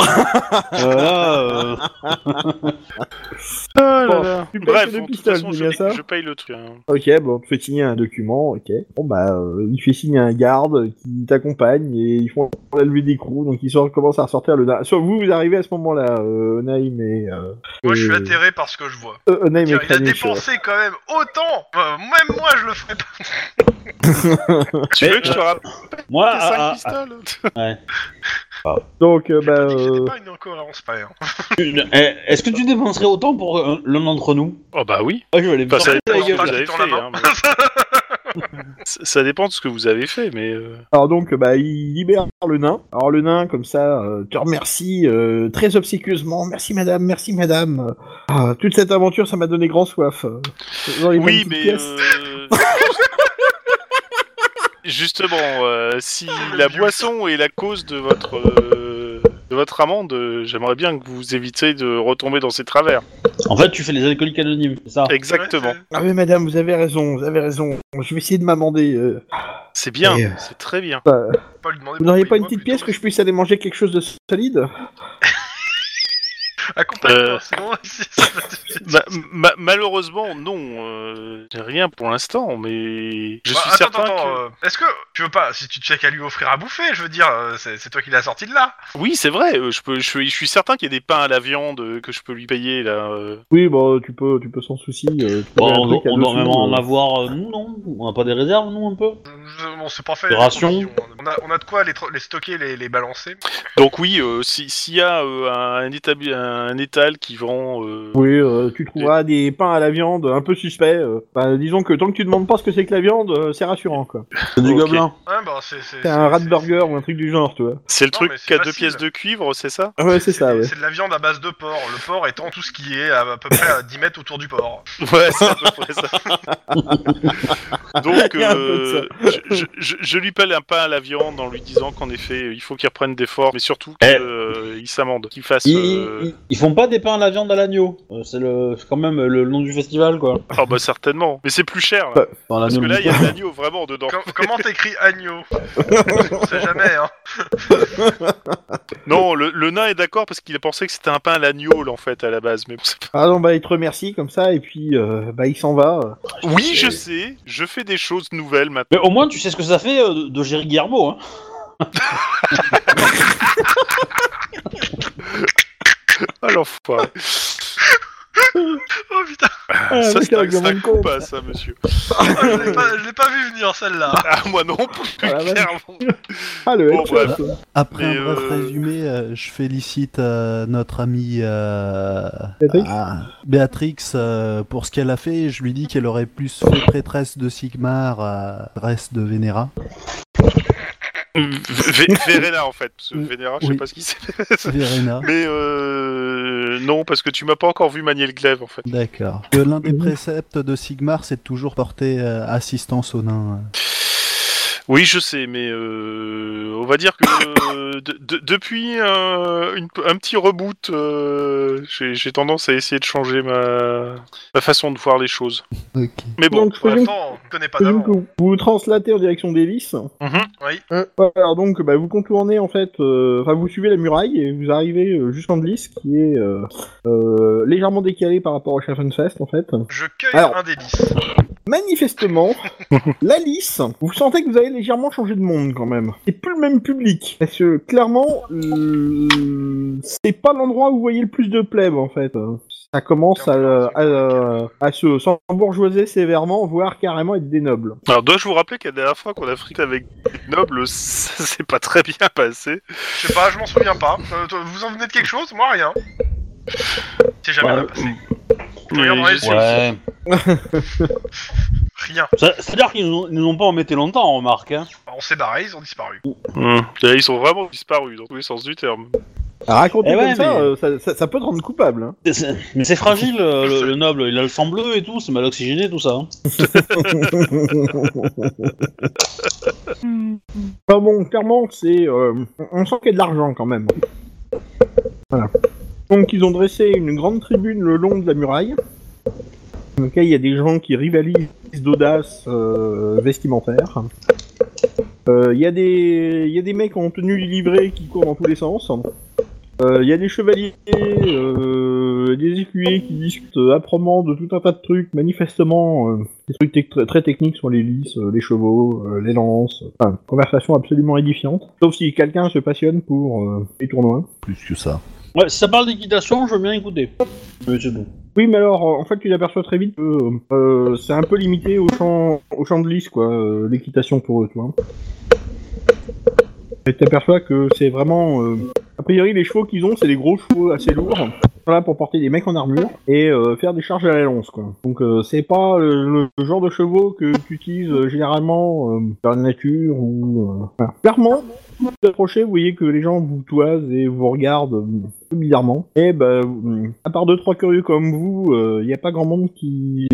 Speaker 4: euh, là, euh,
Speaker 2: Oh là là. Tu payes
Speaker 3: Bref,
Speaker 2: tes deux
Speaker 3: de toute
Speaker 2: pistoles,
Speaker 3: façon,
Speaker 2: c'est
Speaker 3: je,
Speaker 2: bien ça
Speaker 3: je paye le truc. hein.
Speaker 2: Ok, bon, tu fais signer un document, ok. Bon, bah, euh, il fait signer un garde qui t'accompagne et ils font la levée d'écrou, donc ils sortent- commencent à ressortir le nain. Soit vous, vous arrivez à ce moment-là, euh, Naïm et. Euh,
Speaker 5: moi je suis
Speaker 2: euh,
Speaker 5: atterré par ce que je vois.
Speaker 2: euh, Naïm et
Speaker 5: Tiens, il a
Speaker 2: Kranich,
Speaker 5: dépensé quand même autant. euh, même moi, je le ferais pas.
Speaker 2: euh,
Speaker 3: Tu veux que je te rappelle
Speaker 2: ah,
Speaker 4: Moi, ah,
Speaker 3: T'as cinq
Speaker 4: à- à-
Speaker 3: pistoles
Speaker 2: Donc, euh,
Speaker 5: J'ai
Speaker 2: bah,
Speaker 5: pas dit que
Speaker 2: euh,
Speaker 5: c'était pas une incohérence, pas rien.
Speaker 4: Eh, Est-ce que tu dépenserais autant pour euh, l'un d'entre nous
Speaker 3: Oh bah oui.
Speaker 4: Ah, je vais aller me
Speaker 3: Enfin, ça
Speaker 4: sortir la
Speaker 3: dépend de ce que
Speaker 4: gueule,
Speaker 3: vous
Speaker 5: pas
Speaker 4: là.
Speaker 3: avez
Speaker 5: de- Dans la
Speaker 3: fait.
Speaker 5: main.
Speaker 3: hein, mais- Ça- ça dépend de ce que vous avez fait, mais. euh,
Speaker 2: alors donc, euh, bah, il libère le nain. Alors le nain, comme ça, euh, te remercie euh, très obséquieusement. Merci madame, merci madame. Ah, toute cette aventure, ça m'a donné grand soif. Euh, j'en ai pas une
Speaker 3: Oui,
Speaker 2: petite
Speaker 3: mais.
Speaker 2: pièce.
Speaker 3: euh, Justement, euh, si la boisson est la cause de votre. euh, De votre amende, euh, j'aimerais bien que vous évitiez de retomber dans ces travers.
Speaker 4: En fait, tu fais les alcooliques anonymes, c'est ça
Speaker 3: Exactement.
Speaker 5: Ouais,
Speaker 2: Ah oui madame, vous avez raison, vous avez raison. Je vais essayer de m'amender. euh.
Speaker 3: C'est bien,
Speaker 2: Et, euh,
Speaker 3: c'est très bien.
Speaker 5: c'est- pas lui demander
Speaker 2: vous n'auriez pas
Speaker 5: pourquoi il
Speaker 2: une
Speaker 5: boit
Speaker 2: petite
Speaker 5: plutôt.
Speaker 2: pièce que je puisse aller manger quelque chose de solide
Speaker 5: Accompagne-moi,
Speaker 3: Euh.
Speaker 5: sinon, ici,
Speaker 3: Ma- ma- malheureusement, non, euh, j'ai rien pour l'instant, mais je
Speaker 5: Bah,
Speaker 3: suis
Speaker 5: attends,
Speaker 3: certain
Speaker 5: attends,
Speaker 3: que.
Speaker 5: euh, Est-ce que tu veux pas, si tu check à lui offrir à bouffer, je veux dire, euh, c'est c'est toi qui l'as sorti de là
Speaker 3: Oui, c'est vrai. euh, Je peux, je, suis- je suis certain qu'il y a des pains à la viande euh, que je peux lui payer là. euh.
Speaker 2: Oui, bon, tu peux, tu peux sans souci. euh, tu peux
Speaker 4: Bon,
Speaker 2: faire un
Speaker 4: Bah, on,
Speaker 2: truc à
Speaker 4: on
Speaker 2: deux
Speaker 4: doit même
Speaker 2: sous,
Speaker 4: en
Speaker 2: euh.
Speaker 4: avoir, euh, nous, non On a pas des réserves, nous, un peu
Speaker 5: Je- On s'est pas fait.
Speaker 4: Des rations.
Speaker 5: les conditions. On a, on a de quoi les, tro- les stocker, les, les balancer.
Speaker 3: Donc oui, euh, si- s'il y a euh, un, établi- un étal qui vend, euh,
Speaker 2: Oui, euh, tu trouveras des pains à la viande un peu suspects. euh. Bah, disons que tant que tu demandes pas ce que c'est que la viande, euh, c'est rassurant quoi.
Speaker 4: C'est du
Speaker 3: Ok.
Speaker 4: gobelin.
Speaker 5: Hein, bah, c'est c'est-
Speaker 2: C'est un rat de
Speaker 5: c'est-
Speaker 2: burger ou un truc du genre, tu vois.
Speaker 3: c'est le
Speaker 5: Non,
Speaker 3: truc
Speaker 5: mais c'est
Speaker 3: qu'à deux
Speaker 5: facile.
Speaker 3: pièces de cuivre, c'est ça
Speaker 2: Ah ouais, c'est ça, ouais.
Speaker 5: C'est de la viande à base de porc, le porc étant tout ce qui est à, à peu près à 10 mètres autour du porc.
Speaker 3: Ouais, c'est à peu près ça. Donc,
Speaker 2: Il y a un peu de
Speaker 3: euh, je, je- je- je lui paye un pain à la viande en lui disant qu'en effet, euh, il faut qu'il reprenne des forces, mais surtout qu'il euh,
Speaker 4: Eh.
Speaker 3: s'amende, qu'il fasse.
Speaker 4: Ils,
Speaker 3: euh,
Speaker 4: ils- ils font pas des pains à la viande à l'agneau. Euh, C'est le, c'est quand même le nom du festival, quoi.
Speaker 3: Ah bah certainement, mais c'est plus cher. là.
Speaker 2: Bah,
Speaker 4: Enfin,
Speaker 3: Parce
Speaker 4: l'agneau,
Speaker 3: que
Speaker 4: le
Speaker 3: là, il y a
Speaker 4: bouquin.
Speaker 3: de l'agneau vraiment dedans.
Speaker 5: Com- comment t'écris agneau On sait jamais, hein.
Speaker 3: Non, le, le nain est d'accord parce qu'il a pensé que c'était un pain à l'agneau, là, en fait, à la base. Mais bon, c'est pas-
Speaker 2: Ah non, bah il te remercie comme ça et puis euh, bah il s'en va.
Speaker 3: Oui, je sais, je fais des choses nouvelles maintenant.
Speaker 4: Mais au moins, tu sais ce que ça fait euh, de, de gérer Guillermo, hein
Speaker 3: Ah, l'enfoiré.
Speaker 5: Oh putain,
Speaker 2: Ah,
Speaker 3: ça,
Speaker 2: mec,
Speaker 3: c'est un,
Speaker 2: avec la
Speaker 3: c'est un
Speaker 2: bonne
Speaker 3: coup
Speaker 2: con.
Speaker 3: pas, ça, monsieur.
Speaker 5: je l'ai pas, je l'ai pas vu venir celle-là.
Speaker 3: Ah, moi non plus,
Speaker 2: Ah, la vache.
Speaker 3: clairement.
Speaker 2: Ah le
Speaker 3: Bon,
Speaker 2: headshot,
Speaker 3: bref.
Speaker 2: quoi.
Speaker 6: Après
Speaker 3: Mais,
Speaker 6: un bref
Speaker 3: euh,
Speaker 6: résumé, euh, je félicite euh, notre amie euh,
Speaker 2: Béatrix
Speaker 6: ah, Béatrix, euh, pour ce qu'elle a fait. Je lui dis qu'elle aurait plus fait prêtresse de Sigmar, à prêtresse de Vénéra.
Speaker 3: V- V- Verena, en fait. Parce que
Speaker 2: Mm.
Speaker 6: Oui.
Speaker 3: Vénéra, je sais pas ce qu'il sait.
Speaker 6: Verena.
Speaker 3: Mais euh, non, parce que tu m'as pas encore vu manier le glaive, en fait.
Speaker 6: D'accord. Que L'un des préceptes de Sigmar, c'est de toujours porter euh, assistance aux nains.
Speaker 3: Oui, je sais, mais euh, on va dire que euh, de- de- depuis euh, une- un petit reboot, euh, j'ai j'ai tendance à essayer de changer ma, ma façon de voir les choses.
Speaker 6: Ok.
Speaker 3: Mais bon,
Speaker 2: Donc je
Speaker 5: Pour
Speaker 2: présume-
Speaker 5: l'instant, on connaît pas
Speaker 2: je présume
Speaker 5: d'avant.
Speaker 2: que vous vous translatez en direction d'Hélice.
Speaker 3: Mhm.
Speaker 5: Euh,
Speaker 2: Ouais, alors donc bah, vous contournez en fait, euh, enfin vous suivez la muraille et vous arrivez euh, jusqu'en Hélice qui est euh, euh, légèrement décalée par rapport au Schaffenfest en fait.
Speaker 5: Je cueille
Speaker 2: Alors.
Speaker 5: un délice.
Speaker 2: Manifestement, la lice, vous sentez que vous avez légèrement changé de monde quand même. C'est plus le même public. Parce que clairement, euh, c'est pas l'endroit où vous voyez le plus de plebs en fait. Ça commence à, à- à se s'embourgeoiser sévèrement, voire carrément être des nobles.
Speaker 3: Alors, dois-je vous rappeler que la dernière fois qu'on a friqué avec des nobles, ça s'est pas très bien passé.
Speaker 5: Je sais pas, je m'en souviens pas. Euh, toi, vous en venez de quelque chose Moi rien. C'est jamais
Speaker 4: Ouais.
Speaker 5: bien passé.
Speaker 3: Mais
Speaker 5: Regarde,
Speaker 3: je-
Speaker 5: ouais.
Speaker 4: Ouais.
Speaker 5: Rien. Bah,
Speaker 4: Ça- C'est-à-dire qu'ils nous ont- nous ont pas embêté longtemps, remarque. Hein.
Speaker 5: On s'est barré, ils ont disparu.
Speaker 3: Hmm. Là, Ils sont vraiment disparus, dans tous les sens du terme.
Speaker 2: Alors, raconter
Speaker 4: Eh
Speaker 2: comme
Speaker 4: ouais,
Speaker 2: ça,
Speaker 4: mais-
Speaker 2: euh, ça, ça- ça peut te rendre coupable. hein.
Speaker 4: C'est- c'est- Mais c'est fragile, euh, le, le noble. Il a le sang bleu et tout, c'est mal oxygéné, tout ça. hein.
Speaker 2: Enfin bon, clairement, c'est. euh, on- on sent qu'il y a de l'argent quand même. Voilà. Donc, ils ont dressé une grande tribune le long de la muraille. Dans laquelle il y a des gens qui rivalisent d'audace euh, vestimentaire. Euh, Il y, a des- il y a des mecs en tenue livrée qui courent dans tous les sens. Euh, Il y a des chevaliers, euh, des écuyers qui discutent âprement de tout un tas de trucs. Manifestement, euh, des trucs tec- très, très techniques sur les lices, euh, les chevaux, euh, les lances. Enfin, conversation absolument édifiante. Sauf si quelqu'un se passionne pour euh, les tournois.
Speaker 6: Plus que ça.
Speaker 4: Ouais, si ça parle d'équitation, je veux bien écouter. Mais c'est bon.
Speaker 2: Oui, mais alors, euh, en fait, tu t'aperçois très vite que euh, euh, c'est un peu limité au champ, au champ de lice, quoi, euh, l'équitation pour eux, tu vois. Et t'aperçois que c'est vraiment... euh, A priori, les chevaux qu'ils ont, c'est des gros chevaux assez lourds. Voilà, pour porter des mecs en armure et euh, faire des charges à la lance, quoi. Donc, euh, c'est pas le, le genre de chevaux que tu utilises euh, généralement euh, dans la nature ou... euh, voilà. Clairement, vous vous approchez, vous voyez que les gens vous toisent et vous regardent euh, un peu bizarrement. Et bah, euh, à part deux, trois curieux comme vous, il n'y a pas grand monde qui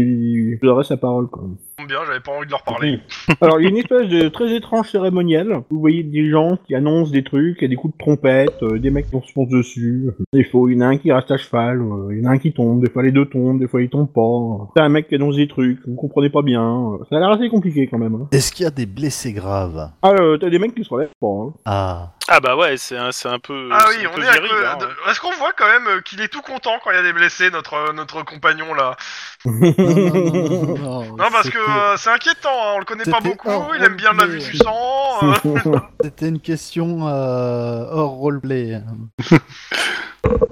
Speaker 2: vous adresse la parole, quoi.
Speaker 5: Tombe bien, j'avais pas envie de leur parler.
Speaker 2: Alors, il y a une espèce de très étrange cérémonial. Vous voyez des gens qui annoncent des trucs, il y a des coups de trompette, euh, des mecs qui se foncent dessus, des faux, il y en a un qui reste à cheval, euh, il y en a un qui tombe, des fois les deux tombent, des fois ils tombent pas. C'est un mec qui annonce des trucs, vous comprenez pas bien. Ça a l'air assez compliqué quand même. hein.
Speaker 6: Est-ce qu'il y a des blessés graves
Speaker 2: Ah, euh, t'as des mecs qui se relèvent pas. hein.
Speaker 6: Ah,
Speaker 3: Ah bah ouais, c'est un, c'est un peu.
Speaker 5: Ah
Speaker 3: c'est
Speaker 5: oui,
Speaker 3: un
Speaker 5: on
Speaker 3: peu
Speaker 5: est à
Speaker 3: viril,
Speaker 5: que-
Speaker 3: hein.
Speaker 5: de- Est-ce qu'on voit quand même euh, qu'il est tout content quand il y a des blessés, notre, euh, notre compagnon là
Speaker 6: non, non, non, non, non,
Speaker 5: Non, parce que
Speaker 6: c'était-
Speaker 5: euh, c'est inquiétant, hein, on le connaît pas
Speaker 6: c'était
Speaker 5: beaucoup,
Speaker 6: un
Speaker 5: il aime bien la vue
Speaker 6: roleplay.
Speaker 5: du sang. euh,
Speaker 6: C'était une question euh, hors roleplay.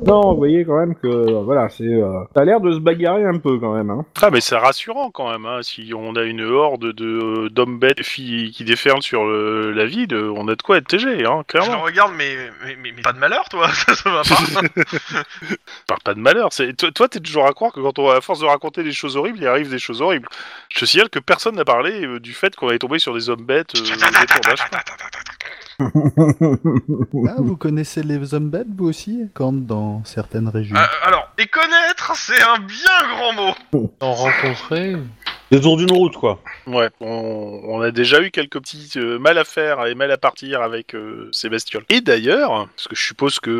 Speaker 2: non, vous voyez quand même que, euh, voilà, c'est. euh, ça a l'air de se bagarrer un peu quand même. Hein.
Speaker 3: Ah mais c'est rassurant quand même. Hein. Si on a une horde de euh, d'hommes bêtes et filles qui déferlent sur le- la ville, euh, on a de quoi être TG, hein,
Speaker 5: Je le
Speaker 3: clairement.
Speaker 5: regarde, mais, mais, mais, mais pas de malheur, toi, ça, ça va pas.
Speaker 3: Pas, pas de malheur. C'est toi, toi, t'es toujours à croire que quand on à force de raconter des choses horribles, il arrive des choses horribles. Je te signale que personne n'a parlé euh, du fait qu'on est tombé sur des hommes bêtes. euh, des tours d'âge.
Speaker 6: Ah, vous connaissez les hommes bêtes, vous aussi Quand dans certaines régions.
Speaker 5: Euh, alors, et connaître, c'est un bien grand mot.
Speaker 7: En rencontrer
Speaker 4: Des tours d'une route, quoi.
Speaker 3: ouais, on, on a déjà eu quelques petits euh, mal à faire et mal à partir avec euh, ces bestioles. Et d'ailleurs, parce que je suppose que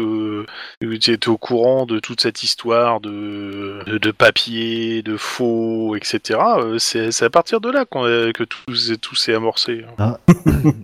Speaker 3: euh, tu étais au courant de toute cette histoire de, de, de papier, de faux, etc. euh, c'est c'est à partir de là qu'on a- que tout, s'est- tout s'est amorcé.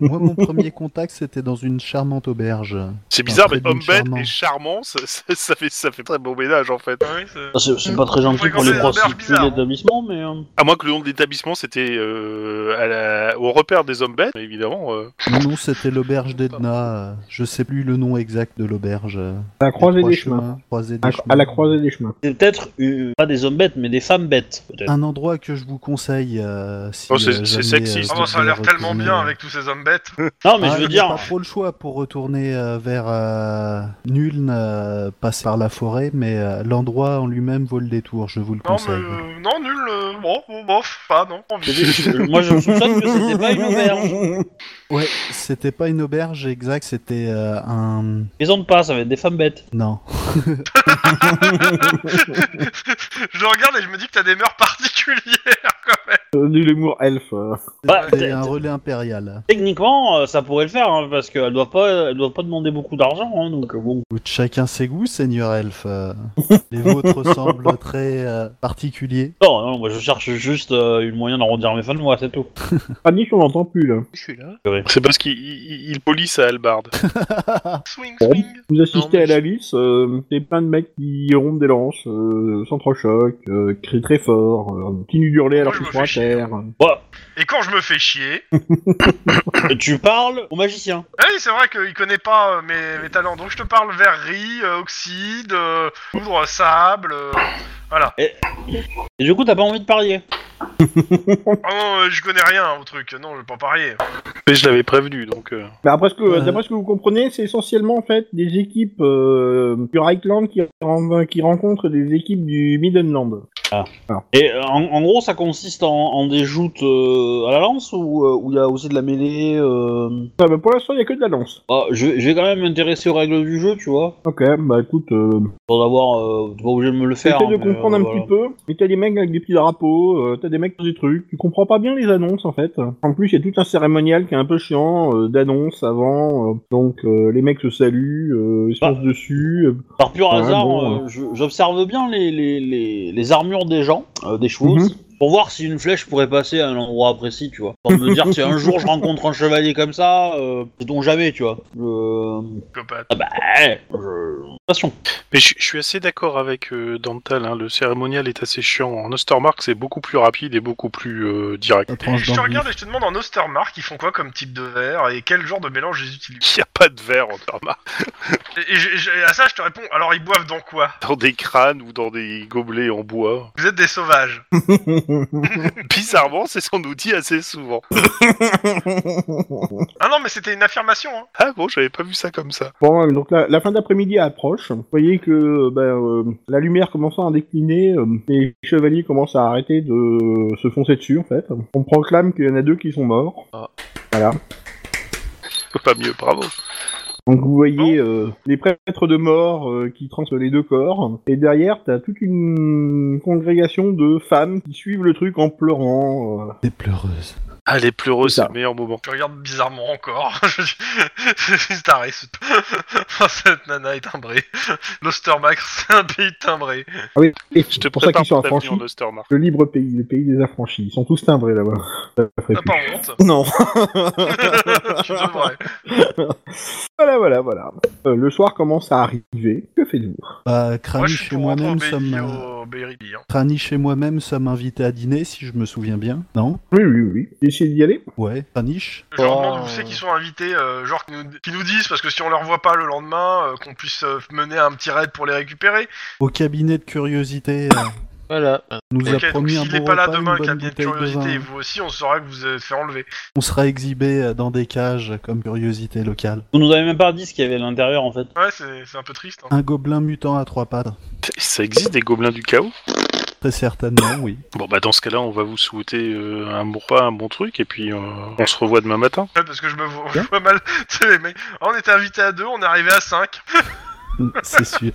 Speaker 6: Moi, mon premier contact, c'était dans une charmante auberge.
Speaker 3: C'est bizarre,
Speaker 6: Après,
Speaker 3: mais homme
Speaker 6: donc,
Speaker 3: bête
Speaker 6: charmant.
Speaker 3: et charmant, ça, ça- ça fait, ça fait très bon ménage en fait.
Speaker 5: Ah Oui, c'est-
Speaker 4: C'est
Speaker 3: Mmh.
Speaker 4: c'est pas très gentil pour les
Speaker 5: Fréquencer les auberges
Speaker 4: prostituées
Speaker 3: hein.
Speaker 5: bizarres.
Speaker 4: d'établissement, mais. euh,
Speaker 3: À moins que le nom de l'établissement c'était euh, à la- au repère des hommes bêtes, évidemment. euh,
Speaker 6: Non, c'était l'auberge d'Edna. euh, Je sais plus le nom exact de l'auberge. euh,
Speaker 2: À la croisée
Speaker 6: les trois
Speaker 2: des chemins.
Speaker 6: croisée des
Speaker 2: À,
Speaker 6: chemins.
Speaker 2: à la croisée des chemins.
Speaker 4: C'est peut-être euh, pas des hommes bêtes, mais des femmes bêtes, peut-être.
Speaker 6: Un endroit que je vous conseille. euh, si,
Speaker 3: Oh, c'est-
Speaker 6: euh,
Speaker 3: c'est
Speaker 6: jamais,
Speaker 3: sexiste.
Speaker 5: Ah,
Speaker 6: vous
Speaker 5: bon, ça a l'air
Speaker 6: devez
Speaker 5: tellement
Speaker 6: retourner,
Speaker 5: bien
Speaker 6: euh,
Speaker 5: avec tous ces hommes bêtes.
Speaker 4: Non, mais
Speaker 6: Ah,
Speaker 4: je veux
Speaker 6: il y a
Speaker 4: dire.
Speaker 6: pas trop le choix pour retourner euh, vers euh, Nuln, euh, passer par la forêt, mais euh, l'endroit en lui-même vaut le détour, je vous le
Speaker 5: Non, mais
Speaker 6: conseille.
Speaker 5: euh, non, nul. euh, bon, bon, bof, pas, non. pas envie.
Speaker 4: Moi, je soupçonne que c'était pas une auberge.
Speaker 6: Ouais, c'était pas une auberge exact, c'était euh, un.
Speaker 4: Ils ont pas, ça va être des femmes bêtes.
Speaker 6: Non.
Speaker 5: je le regarde et je me dis que t'as des mœurs particulières.
Speaker 2: Euh, de l'humour elfe. euh.
Speaker 4: Bah,
Speaker 5: Ah,
Speaker 6: C'était
Speaker 4: t-
Speaker 6: un relais impérial.
Speaker 4: Techniquement, euh, ça pourrait le faire, hein, parce qu'elles doivent pas, elles doivent pas demander beaucoup d'argent, hein, donc euh, bon.
Speaker 6: Chacun ses goûts, seigneur elfe. euh. Les vôtres semblent très euh, particuliers.
Speaker 4: Non, non, moi je cherche juste euh, une moyen d'arrondir mes fins de mois, c'est tout.
Speaker 2: Annick, on l'entend plus là.
Speaker 7: Je suis là.
Speaker 3: C'est parce qu'il il- il polisse à Albarde.
Speaker 5: Swing,
Speaker 2: Bon.
Speaker 5: swing.
Speaker 2: Vous assistez
Speaker 7: Non, mais
Speaker 2: à la lice, euh, c'est plein de mecs qui rompent des lances, euh, s'entrechoquent, euh, crient très fort, euh, continuent d'hurler alors
Speaker 5: Moi, je
Speaker 2: qu'ils
Speaker 5: me
Speaker 2: sont à
Speaker 5: fais
Speaker 2: terre.
Speaker 4: Bah,
Speaker 5: Et quand je me fais chier.
Speaker 4: tu parles au magicien.
Speaker 5: Ah oui, c'est vrai qu'il connaît pas euh, mes, mes talents. Donc je te parle verrerie, euh, oxyde, euh, poudre, sable. euh, Voilà.
Speaker 4: Et du coup, t'as pas envie de parier.
Speaker 5: Ah non, euh, je connais rien au truc. Non, je vais pas parier.
Speaker 3: Mais je l'avais prévenu, donc. euh,
Speaker 2: Bah, après ce que,
Speaker 6: Ouais.
Speaker 2: D'après ce que vous comprenez, c'est essentiellement en fait des équipes euh, du Reichland qui, ren- qui rencontrent des équipes du Middenland.
Speaker 4: Et euh, en, en gros, ça consiste en, en des joutes euh, à la lance ou euh, où il y a aussi de la mêlée. euh,
Speaker 2: Ah, bah, pour l'instant, il y a que de la lance.
Speaker 4: bah, je, vais- je vais quand même m'intéresser aux règles du jeu, tu vois.
Speaker 2: Ok, bah écoute, euh,
Speaker 4: Pour avoir, euh, t'es pas obligé de me le faire.
Speaker 2: j'essaie de
Speaker 4: hein, mais,
Speaker 2: comprendre
Speaker 4: euh,
Speaker 2: un
Speaker 4: voilà.
Speaker 2: petit peu. Mais t'as des mecs avec des petits drapeaux, euh, t'as des mecs qui font des trucs, tu comprends pas bien les annonces en fait. En plus, il y a tout un cérémonial qui est un peu chiant euh, d'annonces avant, euh, donc euh, les mecs se saluent, euh, ils se
Speaker 4: Bah.
Speaker 2: lancent dessus. euh,
Speaker 4: Par pur
Speaker 2: Ouais,
Speaker 4: hasard,
Speaker 2: bon,
Speaker 4: euh, je- j'observe bien les, les, les, les armures des gens, euh, des chevaux
Speaker 2: Mhm.
Speaker 4: aussi, pour voir si une flèche pourrait passer à un endroit précis, tu vois. Pour me dire si un jour je rencontre un chevalier comme ça, euh, dont jamais, tu vois. Je...
Speaker 5: Psychopathe.
Speaker 4: Ah bah, eh, je... Passion.
Speaker 3: Mais je, je suis assez d'accord avec euh, Dantal, hein, le cérémonial est assez chiant. En Ostermark, c'est beaucoup plus rapide et beaucoup plus euh, direct.
Speaker 6: La
Speaker 5: Et
Speaker 6: tranche
Speaker 5: je te
Speaker 6: d'envie.
Speaker 5: regarde et je te demande en Ostermark, ils font quoi comme type de verre et quel genre de mélange ils utilisent
Speaker 3: Il n'y a pas de verre en Ostermark.
Speaker 5: Et, et je- je- à ça, je te réponds alors ils boivent dans quoi
Speaker 3: Dans des crânes ou dans des gobelets en bois.
Speaker 5: Vous êtes des sauvages.
Speaker 3: Bizarrement, c'est ce qu'on nous dit assez souvent.
Speaker 5: Ah non, mais c'était une affirmation. Hein.
Speaker 3: Ah bon, j'avais pas vu ça comme ça.
Speaker 2: Bon, ouais, donc la, la fin d'après-midi approche. Vous voyez que euh, bah, euh, la lumière commence à décliner, euh, les chevaliers commencent à arrêter de euh, se foncer dessus, en fait. On proclame qu'il y en a deux qui sont morts.
Speaker 3: Pas mieux, bravo.
Speaker 2: Donc vous voyez euh, les prêtres de mort euh, qui tranchent les deux corps. Et derrière, t'as toute une congrégation de femmes qui suivent le truc en pleurant. euh.
Speaker 6: Des pleureuses.
Speaker 3: Ah, les pleureux,
Speaker 2: C'est
Speaker 3: c'est
Speaker 2: ça.
Speaker 3: le meilleur moment.
Speaker 5: Je regarde bizarrement encore. Je- c'est taré. Ce... Oh, Cette nana est timbrée. L'Ostermax, c'est un pays timbré.
Speaker 2: Ah oui, et
Speaker 3: Je te
Speaker 2: c'est pour ça
Speaker 3: prépare
Speaker 2: qu'ils sont
Speaker 3: pour ta venue
Speaker 2: affranchis.
Speaker 3: en Ostermark.
Speaker 2: Le libre pays, le pays des affranchis. Ils sont tous timbrés là-bas. Ça ferait
Speaker 5: T'as
Speaker 2: plus.
Speaker 5: pas honte
Speaker 2: Non.
Speaker 5: Tu devrais.
Speaker 2: Voilà, voilà, voilà. Euh, le soir commence à arriver. Que faites-vous
Speaker 6: Bah,
Speaker 5: Moi,
Speaker 6: Crani
Speaker 5: je suis
Speaker 6: et
Speaker 5: pour rentrer au
Speaker 6: moi-même
Speaker 5: Berry,
Speaker 6: sommes. euh,
Speaker 5: au Berry, hein.
Speaker 6: Kranich et moi-même sommes invités à dîner, si je me souviens bien. Non
Speaker 2: Oui, oui, oui. Essayez d'y aller.
Speaker 6: Ouais, Kranich
Speaker 5: Je leur
Speaker 7: Oh.
Speaker 5: demande où c'est qu'ils sont invités, euh, genre qu'ils nous, qu'ils nous disent, parce que si on leur voit pas le lendemain, euh, qu'on puisse euh, mener un petit raid pour les récupérer.
Speaker 6: Au cabinet de curiosité, euh,
Speaker 7: Voilà.
Speaker 6: nous a
Speaker 5: Ok, donc
Speaker 6: promis un
Speaker 5: s'il est
Speaker 6: bon
Speaker 5: pas là
Speaker 6: repas, une
Speaker 5: demain,
Speaker 6: bonne
Speaker 5: qu'il y a bien de
Speaker 6: bouteille de
Speaker 5: curiosité, et
Speaker 6: vin.
Speaker 5: vous aussi, on saura que vous êtes fait enlever.
Speaker 6: On sera exhibé euh, dans des cages comme curiosité locale.
Speaker 4: Vous nous avez même pas dit ce qu'il y avait à l'intérieur en fait.
Speaker 5: Ouais, c'est c'est un peu triste. hein.
Speaker 6: Un gobelin mutant à trois pattes.
Speaker 3: Ça existe des gobelins du chaos
Speaker 6: Très certainement, oui.
Speaker 3: Bon, bah dans ce cas-là, on va vous souhaiter euh, un bon repas, un bon truc, et puis euh, on se revoit demain matin.
Speaker 5: Ouais, parce que je me vois, je vois mal. Tu sais, les mecs, Ah, on était invités à deux, on est arrivé à cinq.
Speaker 6: Mm, C'est sûr.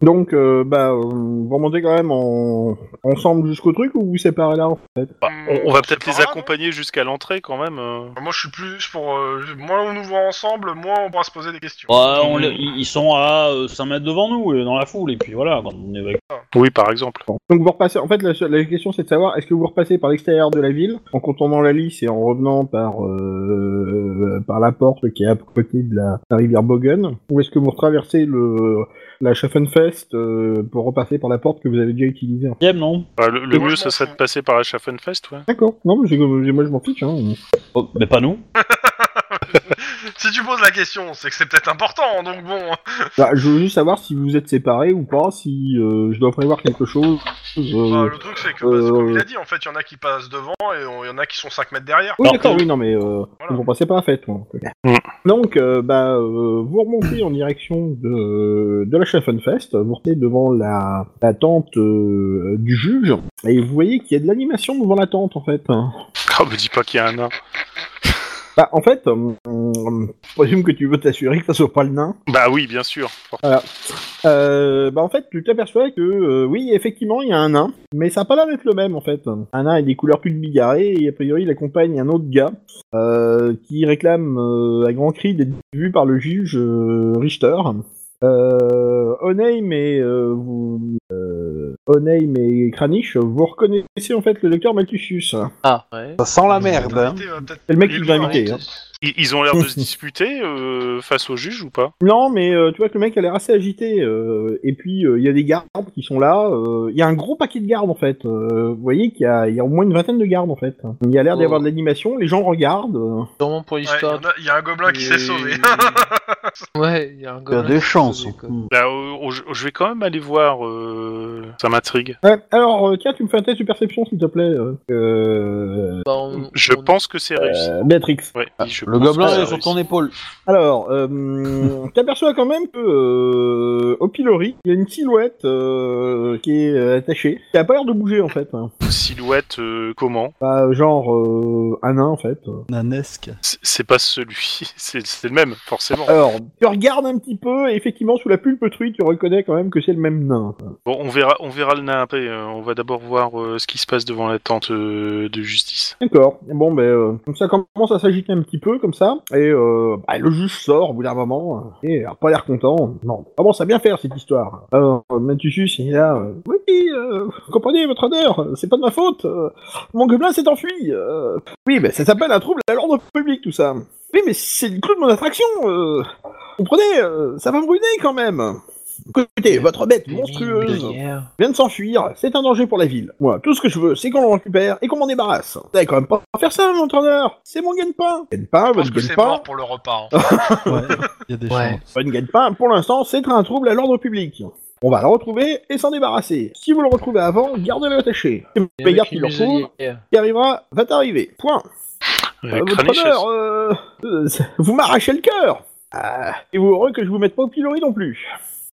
Speaker 2: Donc, euh, bah, euh, vous remontez quand même en... ensemble jusqu'au truc ou vous vous séparez là en fait
Speaker 3: Bah, on, on va peut-être
Speaker 5: pas
Speaker 3: les
Speaker 5: grave,
Speaker 3: accompagner jusqu'à l'entrée quand même. euh.
Speaker 5: Moi, je suis plus pour. euh, moins on nous voit ensemble, moins on pourra se poser des questions.
Speaker 4: Ouais, on les- ils ils sont à euh, 5 mètres devant nous, euh, dans la foule, et puis voilà, quand on évacue.
Speaker 3: Oui, par exemple.
Speaker 2: Bon. Donc vous repassez. En fait, la, la question c'est de savoir est-ce que vous repassez par l'extérieur de la ville en contournant la Lys et en revenant par euh, par la porte qui est à côté de la, la rivière Bogen, ou est-ce que vous traversez le la Schaffenfest euh, pour repasser par la porte que vous avez déjà utilisée
Speaker 4: Deuxième, non
Speaker 3: Bah, le le
Speaker 5: Moi,
Speaker 3: mieux,
Speaker 5: je
Speaker 3: ça
Speaker 5: m'en
Speaker 3: serait
Speaker 5: fous.
Speaker 3: de passer par la Schaffenfest, ouais.
Speaker 2: D'accord. Non, mais c'est comme- moi je m'en fiche. Hein.
Speaker 4: Oh, Mais pas nous.
Speaker 5: Si tu poses la question, c'est que c'est peut-être important, donc bon. hein.
Speaker 2: Bah, je veux juste savoir si vous êtes séparés ou pas, si euh, je dois prévoir quelque chose. euh,
Speaker 5: Bah, le truc, c'est que, bah, c'est
Speaker 2: euh,
Speaker 5: comme il a dit, en fait, il y en a qui passent devant et on- il y en a qui sont 5 mètres derrière.
Speaker 2: Oui,
Speaker 4: Alors,
Speaker 2: d'accord,
Speaker 4: euh,
Speaker 2: oui, non, mais euh,
Speaker 5: Voilà.
Speaker 2: vous repassez pas la fête. moi.
Speaker 3: Mm.
Speaker 2: Donc, euh, bah, euh, vous remontez en direction de, de la Schaffenfest, vous remontez devant la, la tente euh, du juge, et vous voyez qu'il y a de l'animation devant la tente, en fait.
Speaker 3: Ah, me dis pas qu'il y a un nain.
Speaker 2: Bah, en fait, euh, euh, je présume que tu veux t'assurer que ça soit pas le nain.
Speaker 3: Bah oui, bien sûr.
Speaker 2: Euh, bah, en fait, tu t'aperçois que, euh, oui, effectivement, il y a un nain, mais ça a pas l'air d'être le même, en fait. Un nain avec des couleurs toutes bigarrées, et a priori, il accompagne un autre gars, euh, qui réclame euh, à grands cris d'être vu par le juge euh, Richter. Euh, Oneim et euh, vous, euh, Oneim et Kranich, vous reconnaissez en fait le docteur Malthusius. C'est
Speaker 7: Ah, ouais.
Speaker 8: Ça sent la merde,
Speaker 6: ben.
Speaker 8: hein.
Speaker 5: L'invité va euh, peut-être-
Speaker 2: le mec
Speaker 5: Il
Speaker 2: qui
Speaker 5: est
Speaker 2: vous a
Speaker 5: mort.
Speaker 2: invité. hein.
Speaker 3: Ils, ils ont l'air de se disputer euh, face au juge ou pas
Speaker 2: Non, mais euh, tu vois que le mec a l'air assez agité. euh, et puis, euh, il y a des gardes qui sont là. euh, Il y a un gros paquet de gardes, en fait. euh, vous voyez qu'il y, a- il y a au moins une vingtaine de gardes, en fait. Il y a l'air
Speaker 7: Oh.
Speaker 2: d'y avoir de l'animation. Les gens regardent. euh.
Speaker 7: Sûrement pour
Speaker 5: Ouais, il y
Speaker 7: l'histoire.
Speaker 5: en a- il y, a un gobelin qui s'est sauvé.
Speaker 7: ouais, il y a un
Speaker 8: Il y a
Speaker 7: gobelin.
Speaker 8: des
Speaker 7: qui s'est
Speaker 8: chances.
Speaker 4: hein.
Speaker 7: sauvé, quoi.
Speaker 8: Hmm.
Speaker 3: Bah, euh, je- je vais quand même aller voir. euh, Ça m'intrigue.
Speaker 2: Ouais, alors, euh, tiens, tu me fais un test de perception, s'il te plaît. euh, euh,
Speaker 7: Bah, on-
Speaker 3: Je
Speaker 7: on-
Speaker 3: pense que c'est réussi.
Speaker 2: euh, Béatrix.
Speaker 3: Ouais, oui, je
Speaker 8: Le
Speaker 3: pense
Speaker 8: gobelin
Speaker 3: que c'est
Speaker 8: est sur
Speaker 3: réussi.
Speaker 8: ton épaule.
Speaker 2: Alors, euh, t'aperçois quand même que euh, au pilori, il y a une silhouette euh, qui est euh, attachée. Qui a pas l'air de bouger, en fait. hein.
Speaker 3: Silhouette, euh, comment
Speaker 2: Bah, genre, euh, un nain, en fait.
Speaker 6: Nanesque.
Speaker 3: C'est c'est pas celui, c'est c'est le même, forcément.
Speaker 2: Alors, tu regardes un petit peu, et effectivement, sous la pulpe truie, tu reconnais quand même que c'est le même nain.
Speaker 3: Bon, on verra, on verra le nain après. euh, on va d'abord voir euh, ce qui se passe devant la tente euh, de justice.
Speaker 2: D'accord. Bon, ben, euh, donc ça commence à s'agiter un petit peu, comme ça, et euh, bah, le juge sort au bout d'un moment, euh, et il a pas l'air content. Non, ah bon, ça a bien faire, cette histoire. Alors, euh, Malthusius, il est là, euh, oui, euh, vous comprenez, votre honneur, euh, c'est pas de ma faute, euh, mon gobelin s'est enfui. euh. oui, mais ça s'appelle un trouble à l'ordre public, tout ça. Oui, mais c'est le clou de mon attraction, euh, vous comprenez, euh, ça va me ruiner, quand même. Écoutez, votre bête monstrueuse... vient de s'enfuir, c'est un danger pour la ville. Moi, tout ce que je veux, c'est qu'on le récupère et qu'on m'en débarrasse. Vous allez quand même pas faire ça, mon tourneur C'est mon gagne-pain Gagne-pain,
Speaker 5: Je pense
Speaker 2: votre
Speaker 5: que c'est
Speaker 2: gagne-pain
Speaker 5: mort pour le repas. hein.
Speaker 6: Ouais, il y a des
Speaker 7: Ouais.
Speaker 6: chances.
Speaker 2: Votre gagne-pain, pour l'instant, c'est un trouble à l'ordre public. On va le retrouver et s'en débarrasser. Si vous le retrouvez avant, gardez-le attaché. C'est
Speaker 7: Avec
Speaker 2: mes gardes
Speaker 7: les
Speaker 2: qui le retrouvent,
Speaker 7: museliers.
Speaker 2: qui arrivera, va t'arriver. Point. Euh, votre
Speaker 3: Kranich,
Speaker 2: honneur, euh, euh, vous m'arrachez le cœur. Ah, et vous heureux que je vous mette pas au pilori non plus.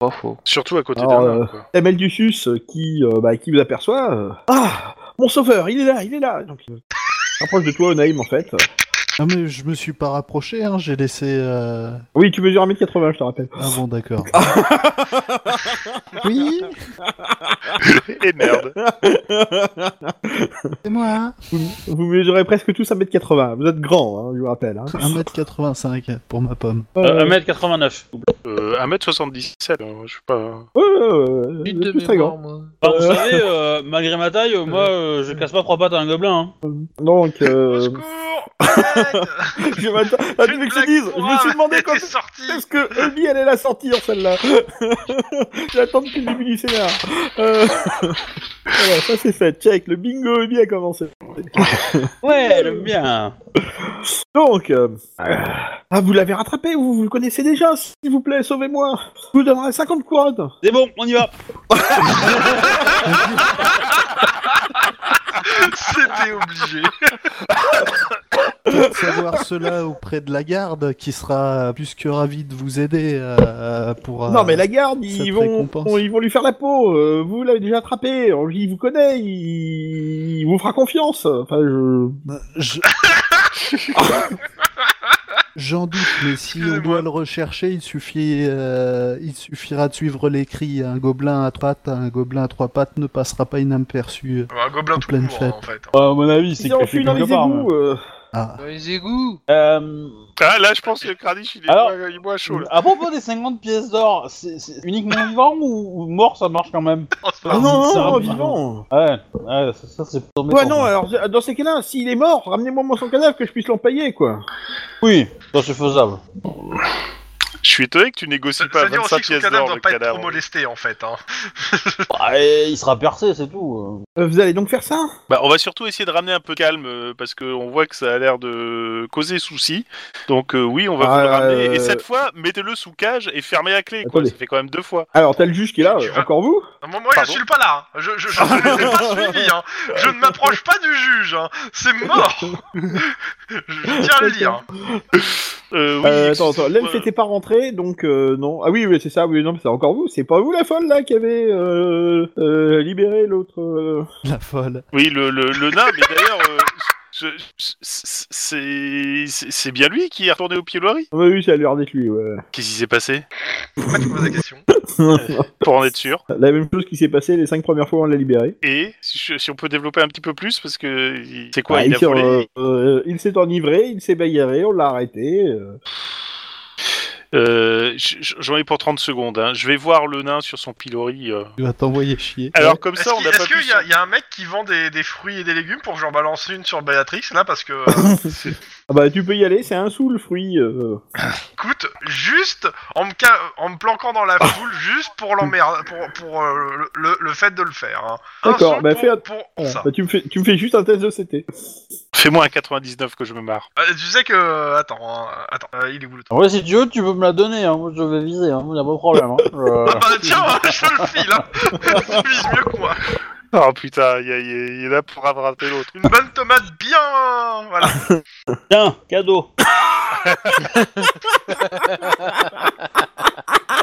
Speaker 7: Pas faux.
Speaker 3: surtout à côté
Speaker 2: Alors,
Speaker 3: d'un
Speaker 2: euh,
Speaker 3: quoi.
Speaker 2: ML Ducius euh, qui, euh, bah, qui vous aperçoit. euh, ah, mon sauveur, il est là, il est là. Donc, il s'approche de toi, Naïm, en fait.
Speaker 6: Ah, mais je me suis pas rapproché, hein, j'ai laissé. euh,
Speaker 2: Oui, tu mesures 1m80, je te rappelle.
Speaker 6: Ah bon, d'accord.
Speaker 2: Oui,
Speaker 3: Et merde.
Speaker 6: C'est moi, hein.
Speaker 2: vous mesurez presque tous 1m80. Vous êtes grand, hein, je vous rappelle. hein.
Speaker 6: 1m85 pour ma pomme.
Speaker 4: Euh, 1m89.
Speaker 3: Euh, 1m77, hein, je sais pas.
Speaker 2: Ouais, ouais, ouais, ouais,
Speaker 7: Une
Speaker 2: Euh, vous
Speaker 7: de
Speaker 2: êtes tous très
Speaker 7: mémoire,
Speaker 2: grand.
Speaker 7: moi.
Speaker 4: Enfin, vous savez, euh, malgré ma taille, euh, moi, euh, je casse pas trois pattes à un gobelin. hein.
Speaker 2: Donc,
Speaker 5: Au
Speaker 2: euh,
Speaker 5: secours Aide
Speaker 2: je m'attends- Ah, tu veux que je te dise, je me suis demandé quand
Speaker 5: t'es sorti
Speaker 2: est-ce que Ellie allait la sortir, celle-là. J'attends depuis le début du scénar. Euh, voilà, ça c'est fait. Check, le bingo Ellie a commencé.
Speaker 4: Ouais, j'aime bien.
Speaker 2: Donc, euh, ah, vous l'avez rattrapé, vous, vous le connaissez déjà, s'il vous plaît, sauvez-moi. Je vous donnerai 50 couronnes.
Speaker 4: C'est bon, on y va.
Speaker 5: C'était obligé.
Speaker 6: Faites savoir cela auprès de la garde qui sera plus que ravie de vous aider euh, pour. euh,
Speaker 2: Non, mais la garde,
Speaker 6: cette
Speaker 2: ils vont,
Speaker 6: récompense.
Speaker 2: on- ils vont lui faire la peau. euh, vous l'avez déjà attrapé, on- il vous connaît, il, il vous fera confiance. Enfin, je...
Speaker 6: Bah, je- J'en doute, mais si on doit le rechercher, il, suffit, euh, il suffira de suivre l'écrit. Un gobelin à trois pattes, un gobelin à trois pattes ne passera pas inaperçu.
Speaker 5: Un gobelin
Speaker 6: En
Speaker 5: tout
Speaker 6: pleine
Speaker 5: court,
Speaker 6: fête.
Speaker 5: hein, en fait.
Speaker 4: à mon avis,
Speaker 2: Si on fuit dans les égouts, euh,
Speaker 6: Ah,
Speaker 7: Dans les égouts
Speaker 4: Euh,
Speaker 3: Ah, là, je pense que Kranich, il est,
Speaker 4: Alors-
Speaker 3: moins, il est moins chaud, là.
Speaker 4: à propos des 50 pièces d'or, c'est c'est uniquement vivant ou, ou mort, ça marche quand même
Speaker 5: Oh, c'est
Speaker 2: ah
Speaker 5: pas-
Speaker 2: non, non,
Speaker 4: ça
Speaker 2: non,
Speaker 4: va,
Speaker 2: vivant.
Speaker 4: Ouais, ouais ça, ça, c'est plutôt
Speaker 2: Ouais,
Speaker 4: méchant,
Speaker 2: non,
Speaker 4: quoi.
Speaker 2: alors dans ces cas-là, s'il est mort, ramenez-moi moi son cadavre que je puisse l'empailler, quoi.
Speaker 4: Oui, ça c'est faisable.
Speaker 3: Je suis étonné que tu négocies
Speaker 5: Ça
Speaker 3: pas
Speaker 5: veut dire aussi
Speaker 3: 25
Speaker 5: que son
Speaker 3: pièces
Speaker 5: cadavre
Speaker 3: d'or
Speaker 5: doit
Speaker 3: le
Speaker 5: pas être trop
Speaker 3: cadavre.
Speaker 5: molesté en fait. Hein.
Speaker 4: Bah, et il sera percé, c'est tout.
Speaker 2: Euh, vous allez donc faire ça
Speaker 3: Bah, on va surtout essayer de ramener un peu de calme euh, parce qu'on voit que ça a l'air de causer souci. Donc, euh, oui, on va
Speaker 2: Ah,
Speaker 3: vous le ramener. Et
Speaker 2: euh,
Speaker 3: cette fois, mettez-le sous cage et fermez à clé. Quoi.
Speaker 2: Attendez.
Speaker 3: Ça fait quand même deux fois.
Speaker 2: Alors t'as le juge qui est là,
Speaker 5: Tu
Speaker 2: euh,
Speaker 5: vas-
Speaker 2: encore vous
Speaker 5: Non, moi, moi, je
Speaker 3: Pardon
Speaker 5: suis pas là. hein. Je, je, je ne les ai pas suivis. Hein. Je ne m'approche pas du juge. Hein. C'est mort. je, je tiens à le dire.
Speaker 3: Euh, oui,
Speaker 2: Euh, attends, attends, l'elfe
Speaker 3: euh,
Speaker 2: était pas rentré, donc euh, non. Ah oui, oui, c'est ça, oui, non, mais c'est encore vous, c'est pas vous la folle là qui avait euh, euh, libéré l'autre. euh.
Speaker 6: la folle.
Speaker 3: Oui, le, le, le nain, mais d'ailleurs, euh, je- je- c'est c'est- c'est bien lui qui est retourné au pilori.
Speaker 2: Ah bah oui, ça a l'air d'être lui, ouais.
Speaker 3: Qu'est-ce qui s'est passé
Speaker 5: Pourquoi tu poses la question
Speaker 3: Pour en être sûr.
Speaker 2: La même chose qui s'est passée les cinq premières fois où on l'a libéré.
Speaker 3: Et si, je- si on peut développer un petit peu plus, parce que il- c'est quoi
Speaker 2: Ah,
Speaker 3: Bah, Il
Speaker 2: il
Speaker 3: a
Speaker 2: s'est-
Speaker 3: volé.
Speaker 2: euh, euh, il s'est enivré, il s'est bagarré, on l'a arrêté. euh.
Speaker 3: Euh, j- j- J'en ai pour 30 secondes. hein. Je vais voir le nain sur son pilori. euh.
Speaker 6: Tu vas t'envoyer chier.
Speaker 3: Alors comme
Speaker 5: Est-ce
Speaker 3: ça, on
Speaker 5: qu'il
Speaker 3: n'a pas
Speaker 5: est-ce
Speaker 3: pu.
Speaker 5: qu'il y, a- y a un mec qui vend des, des fruits et des légumes pour que j'en balance une sur Béatrix là Parce que, euh,
Speaker 2: Ah bah tu peux y aller, c'est un sou le fruit. euh.
Speaker 5: écoute, juste en me, ca- en me planquant dans
Speaker 2: Ah.
Speaker 5: la foule, juste pour l'emmerder, pour, pour euh, le, le- le fait de le faire. Hein. Un
Speaker 2: D'accord,
Speaker 5: seul
Speaker 2: bah,
Speaker 5: pour,
Speaker 2: fais att-
Speaker 5: pour
Speaker 2: Voilà.
Speaker 5: ça.
Speaker 2: Bah, tu, me fais, tu me fais juste un test de CT.
Speaker 3: Fais-moi un 99 que je me marre.
Speaker 5: Euh, tu sais que, attends, hein, attends, euh, il est où le temps
Speaker 4: Ouais, si tu veux, tu peux me la donner, hein. moi je vais viser, hein. y a pas de problème. Hein.
Speaker 5: Ah bah tiens, je te le file. Hein. tu vises mieux que moi.
Speaker 3: Oh putain, il y a- il y a- il est là pour rattraper l'autre.
Speaker 5: Une bonne tomate bien, voilà.
Speaker 4: Tiens, cadeau.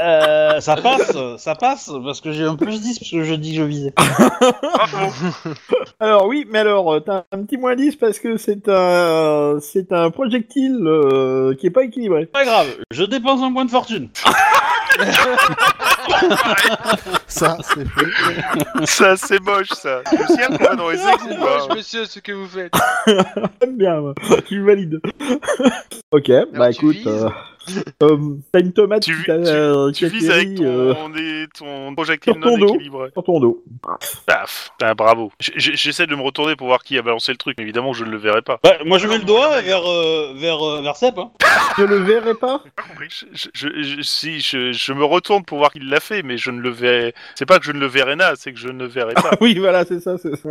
Speaker 4: Euh, ça passe, ça passe, parce que j'ai un plus 10 parce que je dis que je visais.
Speaker 5: Pas faux.
Speaker 2: Alors oui, mais alors, euh, t'as un petit moins 10 parce que c'est un, c'est un projectile euh, qui est pas équilibré.
Speaker 4: Pas grave, je dépense un point de fortune.
Speaker 6: Ça, c'est fait.
Speaker 3: ça, c'est moche, ça. Le ciel qu'on va dans les
Speaker 7: C'est
Speaker 3: égouts. hein.
Speaker 7: moche, monsieur, ce que vous faites.
Speaker 2: J'aime bien, moi. tu valides. ok, bah
Speaker 7: tu
Speaker 2: écoute,
Speaker 7: vises.
Speaker 2: euh, euh, t'as une tomate
Speaker 3: Tu
Speaker 2: qui,
Speaker 3: vi-
Speaker 2: t'a- euh, qui
Speaker 3: Tu vises avec
Speaker 2: atterrit, euh,
Speaker 3: ton, des- ton projectile
Speaker 2: sur ton
Speaker 3: non
Speaker 2: dos.
Speaker 3: équilibré.
Speaker 2: sur ton dos.
Speaker 3: Paf. Ah, bravo. J- j- J'essaie de me retourner pour voir qui a balancé le truc, mais évidemment, je ne le verrai pas.
Speaker 4: Ouais, Ah moi je mets le doigt vers, euh, vers, euh, vers Sep. Hein.
Speaker 2: Je le verrai pas
Speaker 3: Je, je- je- je- si, je, je me retourne pour voir qui l'a fait, mais je ne le verrai. C'est pas que je ne le verrai pas, c'est que je ne le verrai pas.
Speaker 2: Oui, voilà, c'est ça, c'est ça.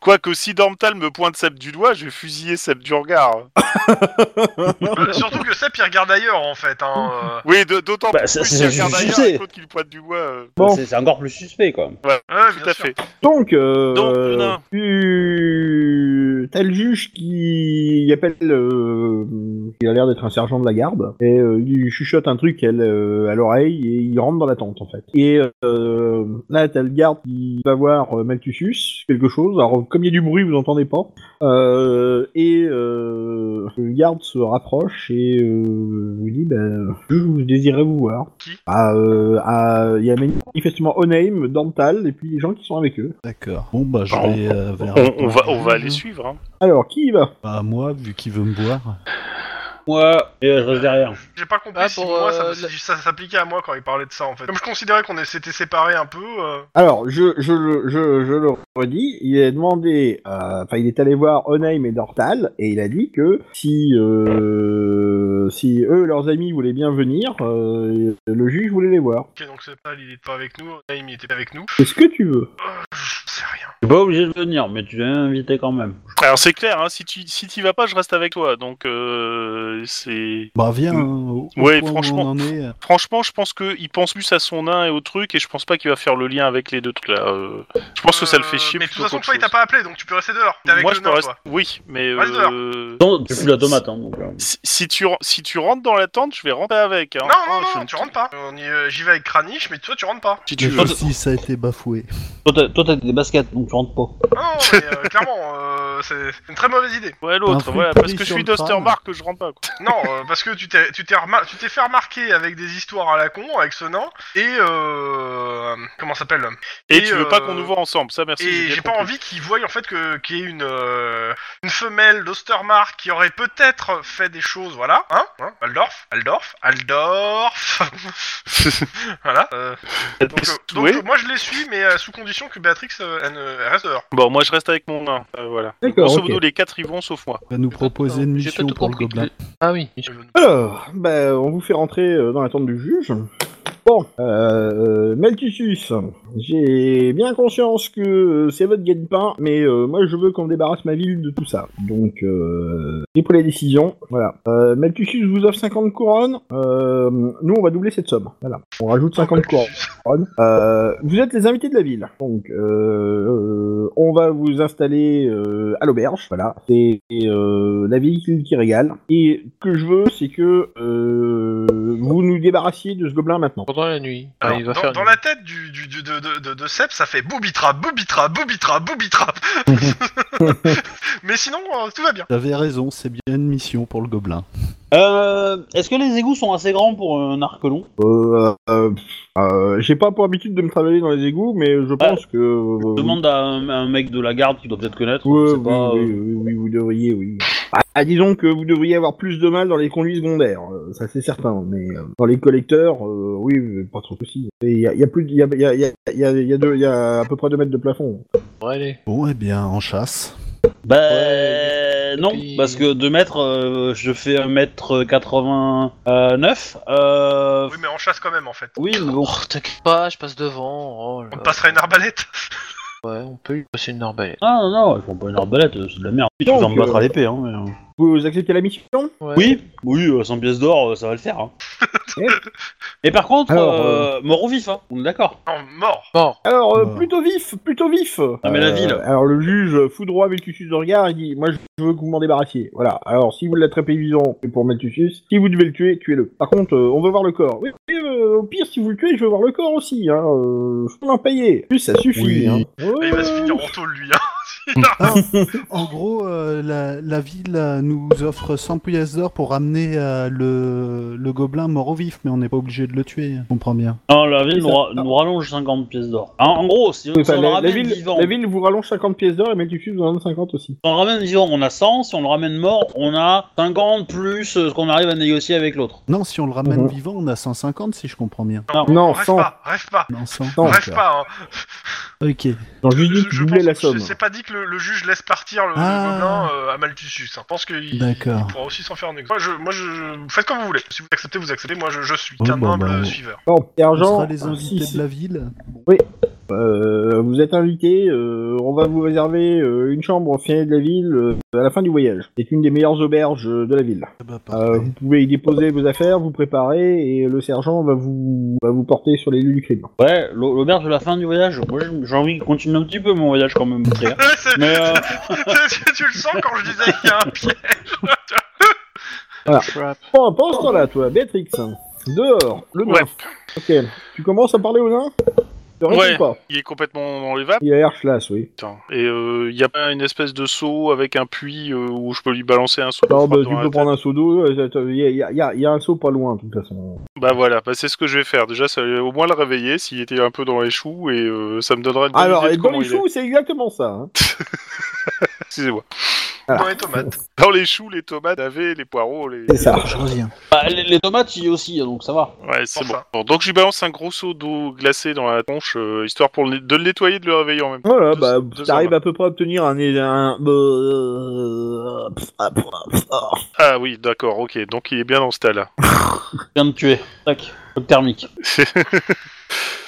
Speaker 3: Quoique, si Dormtal me pointe Seb du doigt, je vais fusiller Seb du regard.
Speaker 5: Euh, Surtout que Sep, il regarde d'ailleurs en fait. Hein,
Speaker 3: Oui, de- d'autant
Speaker 4: Bah,
Speaker 3: plus
Speaker 4: ça,
Speaker 3: qu'il
Speaker 4: c'est
Speaker 3: y a un
Speaker 4: juste
Speaker 3: derrière
Speaker 4: succès.
Speaker 3: et que l'autre qui le pointe du doigt. euh,
Speaker 2: Bon.
Speaker 4: C'est c'est encore plus suspect, quoi.
Speaker 5: euh. Ouais,
Speaker 3: Tout
Speaker 5: bien
Speaker 3: à
Speaker 5: sûr.
Speaker 3: fait.
Speaker 2: Donc, euh,
Speaker 3: Donc, Luna.
Speaker 2: tu... t'as le juge qui appelle, euh, qui a l'air d'être un sergent de la garde, et euh, il chuchote un truc elle, euh, à l'oreille, et il rentre dans la tente, en fait. Et euh, là, t'as le garde qui va voir euh, Malthusius, quelque chose, alors comme il y a du bruit, vous entendez pas, euh, et euh, le garde se rapproche et euh, vous dit, ben, juge, vous désirez vous voir.
Speaker 5: Qui
Speaker 2: Ah, euh, ah, Il y a manifestement Onaim, Dental, et puis les gens qui sont avec eux.
Speaker 6: D'accord. Bon, bah, je
Speaker 3: Bah, on-
Speaker 6: vais euh, vers.
Speaker 3: On, on va, on va aller suivre. hein.
Speaker 2: Alors, qui y va
Speaker 6: Bah, moi, vu qu'il veut me boire.
Speaker 4: Moi, et euh, je reste derrière.
Speaker 5: J'ai pas compris
Speaker 7: Ah,
Speaker 5: si
Speaker 7: pour,
Speaker 5: moi ça,
Speaker 7: euh,
Speaker 5: si ça s'appliquait à moi quand il parlait de ça en fait. Comme je considérais qu'on est- s'était séparés un peu. euh,
Speaker 2: Alors, je, je, le- je, je le redis, il a demandé, euh, enfin, il est allé voir Onaim et Dortal, et il a dit que si, euh, si eux, leurs amis, voulaient bien venir, euh, le juge voulait les voir.
Speaker 5: Ok, donc c'est pas, il était pas avec nous. Naïm il était avec nous.
Speaker 2: C'est ce que tu veux.
Speaker 5: Je sais rien.
Speaker 4: T'es pas obligé de venir, mais tu es invité quand même.
Speaker 3: Alors c'est clair, hein, si tu si t'y vas pas, je reste avec toi. Donc euh, c'est
Speaker 6: Bah, viens. hein, au- au
Speaker 3: Euh, Ouais,
Speaker 6: point où
Speaker 3: franchement.
Speaker 6: on en est, euh.
Speaker 3: franchement, je pense que il pense plus à son nain et au truc, et je pense pas qu'il va faire le lien avec les deux trucs là. euh. Je pense que ça le fait
Speaker 5: Euh,
Speaker 3: chier.
Speaker 5: Mais de
Speaker 3: plutôt
Speaker 5: toute façon,
Speaker 3: qu'autre
Speaker 5: toi, il t'a
Speaker 3: chose.
Speaker 5: pas appelé, donc tu peux rester dehors. T'es avec
Speaker 3: Moi,
Speaker 5: le
Speaker 3: je peux
Speaker 5: nain,
Speaker 3: rester.
Speaker 5: toi.
Speaker 3: Oui, mais
Speaker 5: Reste dehors.
Speaker 3: euh,
Speaker 4: Non, tu fous la tomate, hein, donc. euh.
Speaker 3: si, si tu ren- si tu rentres dans la tente, je vais rentrer avec. hein.
Speaker 5: Non,
Speaker 3: Oh,
Speaker 5: non,
Speaker 3: je
Speaker 5: non,
Speaker 3: ne-
Speaker 5: tu rentres pas. On y- euh, J'y vais avec Kranich, mais toi, tu rentres pas.
Speaker 3: Si tu
Speaker 6: Le
Speaker 3: veux.
Speaker 6: justice ça a été bafoué.
Speaker 4: Toi, t'as- Toi, t'as des baskets, donc tu rentres pas.
Speaker 5: Non, non, mais euh, clairement, euh, c'est c'est une très mauvaise idée.
Speaker 3: Ouais,
Speaker 6: Un
Speaker 3: l'autre,
Speaker 6: fruit
Speaker 3: voilà,
Speaker 6: pourri
Speaker 3: parce que je
Speaker 6: sur
Speaker 3: suis
Speaker 6: le crâne.
Speaker 3: d'Ostermark que je rentre pas. quoi.
Speaker 5: Non, euh, parce que tu t'es tu t'es remar- tu t'es fait remarquer avec des histoires à la con, avec ce nain, et euh, comment ça s'appelle
Speaker 3: Et,
Speaker 5: Et,
Speaker 3: tu veux pas
Speaker 5: euh,
Speaker 3: qu'on nous voit ensemble, ça merci.
Speaker 5: Et
Speaker 3: bien
Speaker 5: j'ai pas
Speaker 3: compris.
Speaker 5: envie qu'ils voient en fait que qu'il y ait une euh, une femelle d'Ostermark qui aurait peut-être fait des choses, voilà, hein, hein Aldorf, Aldorf, Aldorf, voilà. euh, donc, euh, donc,
Speaker 3: Ouais.
Speaker 5: euh, moi je les suis, mais euh, sous condition que Béatrix euh, elle, ne- elle reste dehors.
Speaker 3: Bon, moi je reste avec mon nain. euh, voilà.
Speaker 2: D'accord,
Speaker 3: Grosso
Speaker 2: ok.
Speaker 3: modo, les quatre y vont sauf moi.
Speaker 6: Il va nous proposer une
Speaker 7: J'ai pas
Speaker 6: mission
Speaker 7: tout
Speaker 6: pour le
Speaker 7: compris.
Speaker 6: gobelin.
Speaker 7: Ah oui.
Speaker 5: Euh,
Speaker 2: Alors, bah, on vous fait rentrer euh, dans la tente du juge. Bon, euh, Malthusius, j'ai bien conscience que euh, c'est votre gagne-pain, mais euh, moi je veux qu'on débarrasse ma ville de tout ça. Donc, euh, j'ai pris la décision, voilà. Euh, Malthusius vous offre 50 couronnes, euh, nous on va doubler cette somme, voilà. On rajoute 50 couronnes. Euh, vous êtes les invités de la ville. Donc, euh, euh, on va vous installer euh, à l'auberge. Voilà. C'est euh, la ville qui, qui régale. Et ce que je veux, c'est que euh, vous nous débarrassiez de ce gobelin maintenant.
Speaker 7: Pendant la nuit. Ah,
Speaker 5: Alors,
Speaker 7: il va
Speaker 5: dans,
Speaker 7: faire
Speaker 5: dans
Speaker 7: nuit.
Speaker 5: la tête du, du- du- de, de, de, de Seb, ça fait boobitrap, boobitrap, boobitrap, boobitrap. Mais sinon, euh, tout va bien.
Speaker 6: T'avais raison, c'est bien une mission pour le gobelin.
Speaker 4: Euh, Est-ce que les égouts sont assez grands pour un arc long
Speaker 2: Euh, euh, euh, J'ai pas pour habitude de me travailler dans les égouts, mais je pense que. euh,
Speaker 4: Demande à un, à un mec de la garde qui doit peut-être connaître.
Speaker 2: ouais,
Speaker 4: je sais
Speaker 2: oui,
Speaker 4: pas,
Speaker 2: oui,
Speaker 4: euh.
Speaker 2: oui, oui, vous devriez, oui. Ah, ah, disons que vous devriez avoir plus de mal dans les conduits secondaires, euh, ça c'est certain, mais euh, dans les collecteurs, euh, oui, pas trop aussi. Et Il y a, il y a plus, de- il y a, il y a- il y a- il y a- il y a deux- il y a à peu près 2 mètres de plafond.
Speaker 7: Ouais, allez.
Speaker 6: Bon, eh bien, en chasse.
Speaker 4: Bah
Speaker 7: Ouais,
Speaker 4: non,
Speaker 7: puis-
Speaker 4: parce que 2 mètres, euh, je fais 1 mètre 89. Euh,
Speaker 5: Oui, mais on chasse quand même en fait.
Speaker 4: oui, mais bon.
Speaker 7: Oh, t'inquiète pas, je passe devant. Oh, là
Speaker 5: On te
Speaker 7: là.
Speaker 5: passera une arbalète.
Speaker 7: Ouais, on peut lui passer une arbalète.
Speaker 4: Ah non, non, ils font pas une arbalète, euh, c'est de la merde. Tu
Speaker 2: Donc,
Speaker 4: vas me battre
Speaker 2: euh,
Speaker 4: à l'épée. Hein, mais, euh.
Speaker 2: Vous acceptez la mission
Speaker 7: Ouais.
Speaker 4: Oui, oui, euh, 100 pièces d'or, euh, ça va le faire. hein.
Speaker 2: Ouais.
Speaker 4: Et par contre,
Speaker 2: Alors,
Speaker 4: euh, mort ou vif, hein, on est d'accord.
Speaker 5: Non, mort.
Speaker 7: Mort.
Speaker 2: Alors, euh,
Speaker 6: Bah.
Speaker 2: plutôt vif, plutôt vif
Speaker 4: Ah,
Speaker 6: Euh,
Speaker 4: mais la ville.
Speaker 2: Alors, le juge fout droit Malthusius de regard, il dit Moi, je veux que vous m'en débarrassiez. Voilà. Alors, si vous l'attrapez vivant, c'est pour Malthusius. Si vous devez le tuer, tuez-le. Par contre, euh, on veut voir le corps. Oui, mais, euh, au pire, si vous le tuez, je veux voir le corps aussi. Hein. Euh, je peux l'en payer. Plus, ça suffit.
Speaker 6: Oui.
Speaker 2: hein.
Speaker 5: Là, il va se
Speaker 6: Euh.
Speaker 2: Ouais.
Speaker 5: finir en tôle lui. Hein.
Speaker 6: En gros, euh, la, la ville euh, nous offre 100 pièces d'or pour ramener euh, le, le gobelin mort au vif, mais on n'est pas obligé de le tuer, on comprend bien.
Speaker 4: Non, Ah, la ville nous,
Speaker 2: Ça-
Speaker 4: ra- nous rallonge 50 pièces d'or. Hein, En, en gros, si, si
Speaker 2: Enfin,
Speaker 4: on le
Speaker 2: la, la
Speaker 4: ramène
Speaker 2: ville,
Speaker 4: vivant,
Speaker 2: la ville vous rallonge 50 pièces d'or et Malthusius vous en donne 50 aussi.
Speaker 4: si on le ramène vivant, on a 100. Si on le ramène mort, on a 50 plus euh, ce qu'on arrive à négocier avec l'autre.
Speaker 6: Non, si on le ramène
Speaker 2: Mhm.
Speaker 6: vivant, on a 150 si je comprends bien.
Speaker 2: Non,
Speaker 5: rêve
Speaker 2: 100.
Speaker 5: pas, rêve pas.
Speaker 6: Non, 100.
Speaker 2: Non.
Speaker 5: Rêve pas, hein.
Speaker 6: Ok.
Speaker 2: Donc, je lui dis
Speaker 5: Je, je
Speaker 2: que
Speaker 5: pense
Speaker 2: la
Speaker 5: que
Speaker 2: somme.
Speaker 5: c'est- c'est pas dit que le, le juge laisse partir le, le
Speaker 6: Ah.
Speaker 5: gobelin euh, à Malthusius. hein. Je pense qu'il
Speaker 6: D'accord.
Speaker 5: il pourra aussi s'en faire un exemple. Moi, je, moi je, faites comme vous voulez. Si vous acceptez, vous acceptez. Moi, je, je suis
Speaker 6: Oui,
Speaker 5: qu'un
Speaker 6: bon,
Speaker 5: humble
Speaker 6: bah, on-
Speaker 5: suiveur.
Speaker 2: Bon, et
Speaker 6: On
Speaker 2: argent. Ah,
Speaker 6: sera les invités
Speaker 2: si-
Speaker 6: de la ville.
Speaker 2: Oui. Euh, vous êtes invité, euh, on va vous réserver euh, une chambre au final de la ville euh, à la fin du voyage. C'est une des meilleures auberges euh, de la ville.
Speaker 6: Ah bah, parfait.
Speaker 2: Euh, vous pouvez y déposer vos affaires, vous préparer, et le sergent va vous, va vous porter sur les lieux du crime.
Speaker 4: Ouais, l'au- l'auberge de la fin du voyage. Moi, j'ai- j'ai envie de continuer un petit peu mon voyage quand même. frère.
Speaker 5: Ouais, c'est-
Speaker 4: Mais euh,
Speaker 5: tu, tu le sens quand je disais qu'il y a un pied.
Speaker 1: Crap.
Speaker 2: Bon, pendant ce temps-là, toi, Béatrix, dehors, le nain.
Speaker 3: Ouais.
Speaker 2: Ok, tu commences à parler au nain Te réponds
Speaker 3: Ouais.
Speaker 2: pas.
Speaker 3: Il est complètement dans les vapes.
Speaker 2: Il a l'air schlass, oui.
Speaker 3: Putain. Et euh, il y a pas une espèce de seau avec un puits euh, où je peux lui balancer un seau. de
Speaker 2: Non,
Speaker 3: frappe
Speaker 2: bah,
Speaker 3: dans
Speaker 2: tu
Speaker 3: la
Speaker 2: peux
Speaker 3: tête.
Speaker 2: prendre un seau d'eau, euh, attends, il y, a- il y a- il y a- il y a un seau pas loin, de toute façon.
Speaker 3: Bah voilà, bah, c'est ce que je vais faire. Déjà, ça va au moins le réveiller s'il était un peu dans les choux et euh, ça me donnera une bonne
Speaker 2: Alors,
Speaker 3: idée
Speaker 2: et
Speaker 3: de
Speaker 2: dans
Speaker 3: comment
Speaker 2: les
Speaker 3: il est.
Speaker 2: choux, c'est exactement ça. hein.
Speaker 3: Excusez-moi.
Speaker 5: Dans les tomates.
Speaker 3: Dans les choux, les tomates, avait les poireaux, les.
Speaker 2: C'est ça.
Speaker 6: Je reviens.
Speaker 4: bah, les, les tomates, il y a aussi, hein, donc ça va.
Speaker 3: Ouais, c'est
Speaker 5: Enfin.
Speaker 3: bon. Bon, Donc je lui balance un gros seau d'eau glacée dans la tronche, euh, histoire pour le- de le nettoyer, et de le réveiller en même temps.
Speaker 2: Voilà,
Speaker 3: Deux-
Speaker 2: bah,
Speaker 3: deux
Speaker 2: t'arrives
Speaker 3: hommes.
Speaker 2: à peu près à obtenir un. un- euh, pff, ah, pff, ah, pff, ah.
Speaker 3: Ah oui, d'accord, ok. Donc il est bien dans ce tas-là.
Speaker 4: Je viens de tuer. Tac. Choc thermique.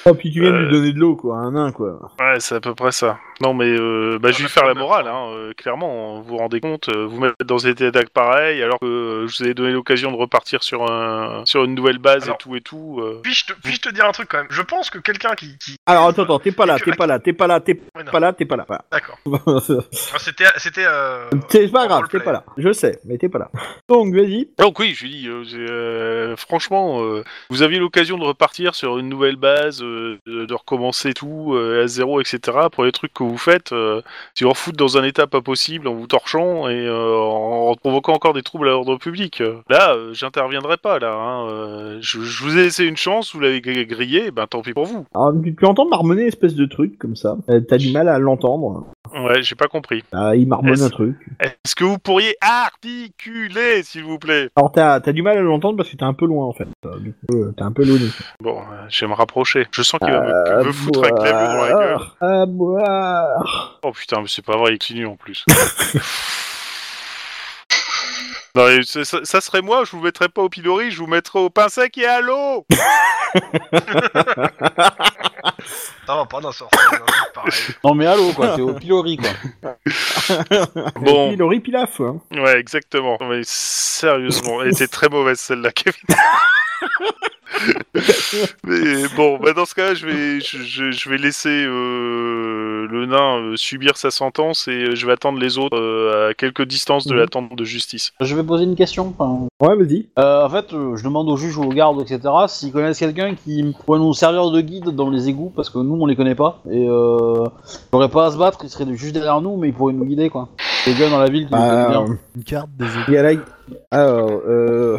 Speaker 2: Oh, puis tu viens de
Speaker 3: Euh.
Speaker 2: lui donner de l'eau, quoi, un nain, quoi.
Speaker 3: Ouais, c'est à peu près ça. Non, mais euh, bah, je vais
Speaker 5: mais
Speaker 3: lui faire la
Speaker 5: quand même.
Speaker 3: morale, hein, euh, clairement. Vous vous rendez compte, euh, vous mettez dans cet état pareil, alors que euh, je vous ai donné l'occasion de repartir sur, un, sur une nouvelle base
Speaker 5: Alors.
Speaker 3: et tout et tout. euh.
Speaker 5: Puis-je te, puis-je te dire un truc quand même Je pense que quelqu'un qui. qui...
Speaker 2: Alors, attends, attends, t'es pas là,
Speaker 5: que-
Speaker 2: t'es pas là, t'es pas là, t'es
Speaker 5: Ouais, non,
Speaker 2: pas là, t'es pas là. Voilà.
Speaker 5: D'accord. Ah, C'était. c'était euh,
Speaker 2: C'est pas grave,
Speaker 5: roleplay.
Speaker 2: t'es pas là. Je sais, mais t'es pas là. Donc, vas-y.
Speaker 3: Donc oui, je lui dis, euh, j'ai, euh, franchement, euh, vous aviez l'occasion de repartir sur une nouvelle base, euh, de, de recommencer tout euh, à zéro, etc. Pour les trucs que vous faites, euh, si vous en foutez dans un état pas possible, en vous torchant et euh, en provoquant encore des troubles à l'ordre public. euh, Là, euh, j'interviendrai pas, là. hein, euh, je, je vous ai laissé une chance, vous l'avez gr- grillé, ben tant pis pour vous.
Speaker 2: Alors, tu, tu entends marmonner une espèce de truc comme ça. Euh, T'as du mal à l'entendre.
Speaker 3: Ouais, j'ai pas compris.
Speaker 2: Ah, il marmonne
Speaker 3: Est-ce-
Speaker 2: un truc.
Speaker 3: Est-ce que vous pourriez articuler, s'il vous plaît
Speaker 2: Alors, t'as t'as du mal à l'entendre parce que t'es un peu loin, en fait. Euh, Du coup, euh, t'es un peu loin.
Speaker 3: Bon, euh, je vais me rapprocher. Je sens qu'il va me, qu'il
Speaker 2: À
Speaker 3: veut foutre un clavier dans la gueule.
Speaker 2: boire, À boire.
Speaker 3: Oh putain, mais c'est pas vrai, il continue en plus. non, mais c'est- ça, ça serait moi, je vous mettrais pas au pilori, je vous mettrais au pain sec et à l'eau
Speaker 5: Ça va pas d'un sort. c'est un truc pareil.
Speaker 4: Non mais allô quoi, t'es au pilori quoi.
Speaker 2: Et puis,
Speaker 3: Bon,
Speaker 2: le riz pilaf, hein.
Speaker 3: ouais, exactement. Non, mais sérieusement, elle était très mauvaise celle-là, Kevin. mais bon, bah dans ce cas, je vais, je, je- je vais laisser euh, le nain euh, subir sa sentence et euh, je vais attendre les autres euh, à quelques distances de
Speaker 4: Mhm.
Speaker 3: l'attente de justice.
Speaker 4: Je vais poser une question. enfin,
Speaker 2: Ouais, vas-y.
Speaker 4: euh, en fait, euh, je demande aux juges ou aux gardes, etc. S'ils connaissent quelqu'un qui pourrait nous servir de guide dans les égouts, parce que nous on les connaît pas. Et euh, il aurait pas à se battre, il serait juste derrière nous, mais il pourrait nous guider quoi. Les gars dans la ville qui nous connaissent bien.
Speaker 2: Alors,
Speaker 6: Une carte des
Speaker 2: il y a la... Alors, euh,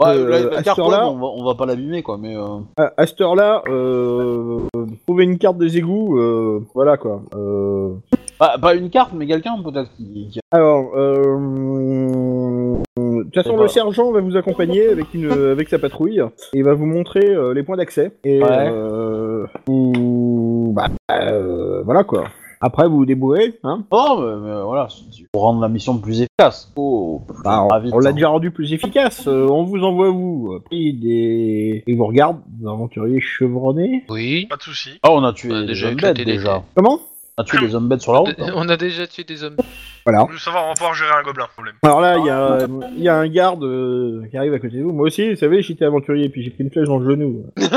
Speaker 4: Ouais,
Speaker 2: euh,
Speaker 4: là,
Speaker 2: à
Speaker 4: la
Speaker 2: ce
Speaker 4: carte, ouais,
Speaker 2: heure-là-
Speaker 4: bon, on, va, on va pas l'abîmer quoi, mais. euh,
Speaker 2: à, à cette heure-là, euh, trouver une carte des égouts, euh, voilà quoi. Euh,
Speaker 4: Pas, pas une carte, mais quelqu'un peut-être qui. qui-
Speaker 2: alors, euh, de toute façon,
Speaker 4: Voilà.
Speaker 2: le sergent va vous accompagner avec, une, avec sa patrouille et va vous montrer euh, les points d'accès. Et
Speaker 4: Ouais.
Speaker 2: euh, vous- bah, euh, voilà quoi. Après, vous vous débrouillez, hein.
Speaker 4: Oh, mais, mais voilà, c'est- pour rendre la mission plus efficace. Oh,
Speaker 2: Bah, on
Speaker 4: Ah, vite,
Speaker 2: on l'a
Speaker 4: hein.
Speaker 2: déjà rendu plus efficace. euh, on vous envoie vous. euh, Pris des. Il vous regarde, des aventuriers chevronnés.
Speaker 7: Oui.
Speaker 5: Pas de soucis.
Speaker 4: Ah, on a tué
Speaker 7: On a
Speaker 4: des
Speaker 7: déjà
Speaker 4: hommes
Speaker 7: éclaté
Speaker 4: bêtes
Speaker 7: des-
Speaker 4: déjà.
Speaker 2: Comment
Speaker 4: On a tué des hommes bêtes sur la
Speaker 7: Oh.
Speaker 4: route. hein.
Speaker 7: On a déjà tué des hommes.
Speaker 5: Ça va, on va pouvoir gérer un gobelin, problème.
Speaker 2: Alors là, il y a, euh, il y a un garde euh, qui arrive à côté de vous. Moi aussi, vous savez, j'étais aventurier, puis j'ai pris une flèche dans le genou.
Speaker 5: Ouais,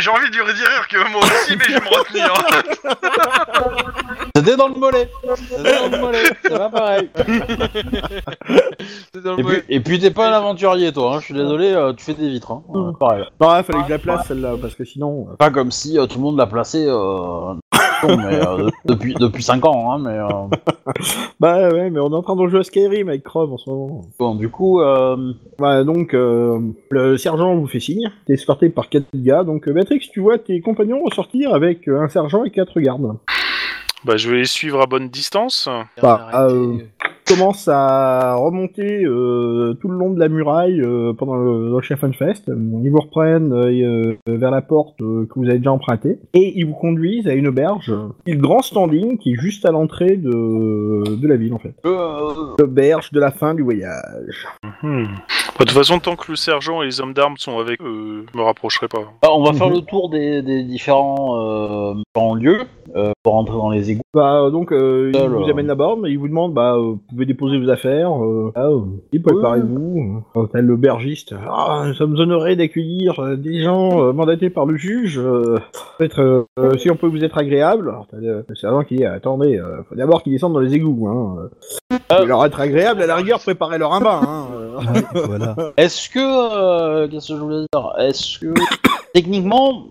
Speaker 5: J'ai envie de lui dire que moi aussi, mais je vais me retenir.
Speaker 4: C'était dans le mollet C'était dans le mollet C'est pas pareil
Speaker 7: C'est dans le
Speaker 4: Et puis,
Speaker 7: mauvais-
Speaker 4: et puis t'es pas un aventurier toi, hein. je suis désolé, euh, tu fais des vitres. Hein. Euh, pareil.
Speaker 2: Non, là, Bah, fallait que je la place celle-là, parce que sinon. euh,
Speaker 4: Pas comme si euh, tout le monde l'a placé euh, non, mais, euh, de- depuis, depuis 5 ans, hein, mais euh,
Speaker 2: Bah ouais, mais on est en train de jouer à Skyrim avec Chrome en ce moment.
Speaker 4: bon, du coup, euh,
Speaker 2: Bah donc, euh, le sergent vous fait signe. T'es escorté par quatre gars. Donc, euh, Matrix, tu vois tes compagnons ressortir avec euh, un sergent et quatre gardes.
Speaker 3: Bah, je vais les suivre à bonne distance.
Speaker 2: Bah,
Speaker 7: Arrêtez,
Speaker 2: euh,
Speaker 7: euh.
Speaker 2: commence à remonter euh, tout le long de la muraille euh, pendant le, dans le Schaffenfest. Ils vous reprennent euh, et, euh, vers la porte euh, que vous avez déjà empruntée et ils vous conduisent à une auberge, euh, le grand standing qui est juste à l'entrée de, de la ville en fait.
Speaker 4: euh,
Speaker 2: L'auberge de la fin du voyage.
Speaker 3: Hmm. Bah, de toute façon, tant que le sergent et les hommes d'armes sont avec eux, je me rapprocherai pas.
Speaker 4: Bah, on va faire
Speaker 2: Mhm.
Speaker 4: le tour des, des différents euh, différents lieux euh, pour rentrer dans les égouts.
Speaker 2: Bah, donc, euh, il
Speaker 4: Alors.
Speaker 2: vous amène là-bas, mais il vous demande, bah, euh, vous pouvez déposer vos affaires, euh, ah, euh, et préparez-vous. Euh, t'as l'aubergiste, ah, nous sommes honorés d'accueillir euh, des gens euh, mandatés par le juge, euh, peut-être, euh, euh, si on peut vous être agréable. Alors, t'as euh, le, le sergent qui dit, attendez, euh, faut d'abord qu'ils descendent dans les égouts, hein. euh.
Speaker 4: Ah.
Speaker 2: Et leur être agréable, à la rigueur, préparez leur un bain, hein. euh.
Speaker 6: Ouais, voilà.
Speaker 4: Est-ce que euh, qu'est-ce que je voulais dire Est-ce que techniquement,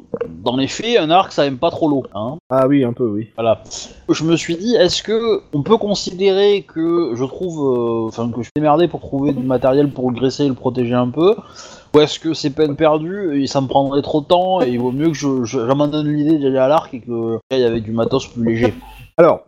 Speaker 4: dans les faits, un arc ça aime pas trop l'eau, hein
Speaker 2: Ah oui, un peu, oui.
Speaker 4: Voilà. Je me suis dit, est-ce que on peut considérer que je trouve, euh, enfin que je suis démerdé pour trouver du matériel pour le graisser et le protéger un peu, ou est-ce que c'est peine perdue et ça me prendrait trop de temps et il vaut mieux que je, je- j'abandonne l'idée d'aller à l'arc et que j'aille avec du matos plus léger.
Speaker 2: Alors,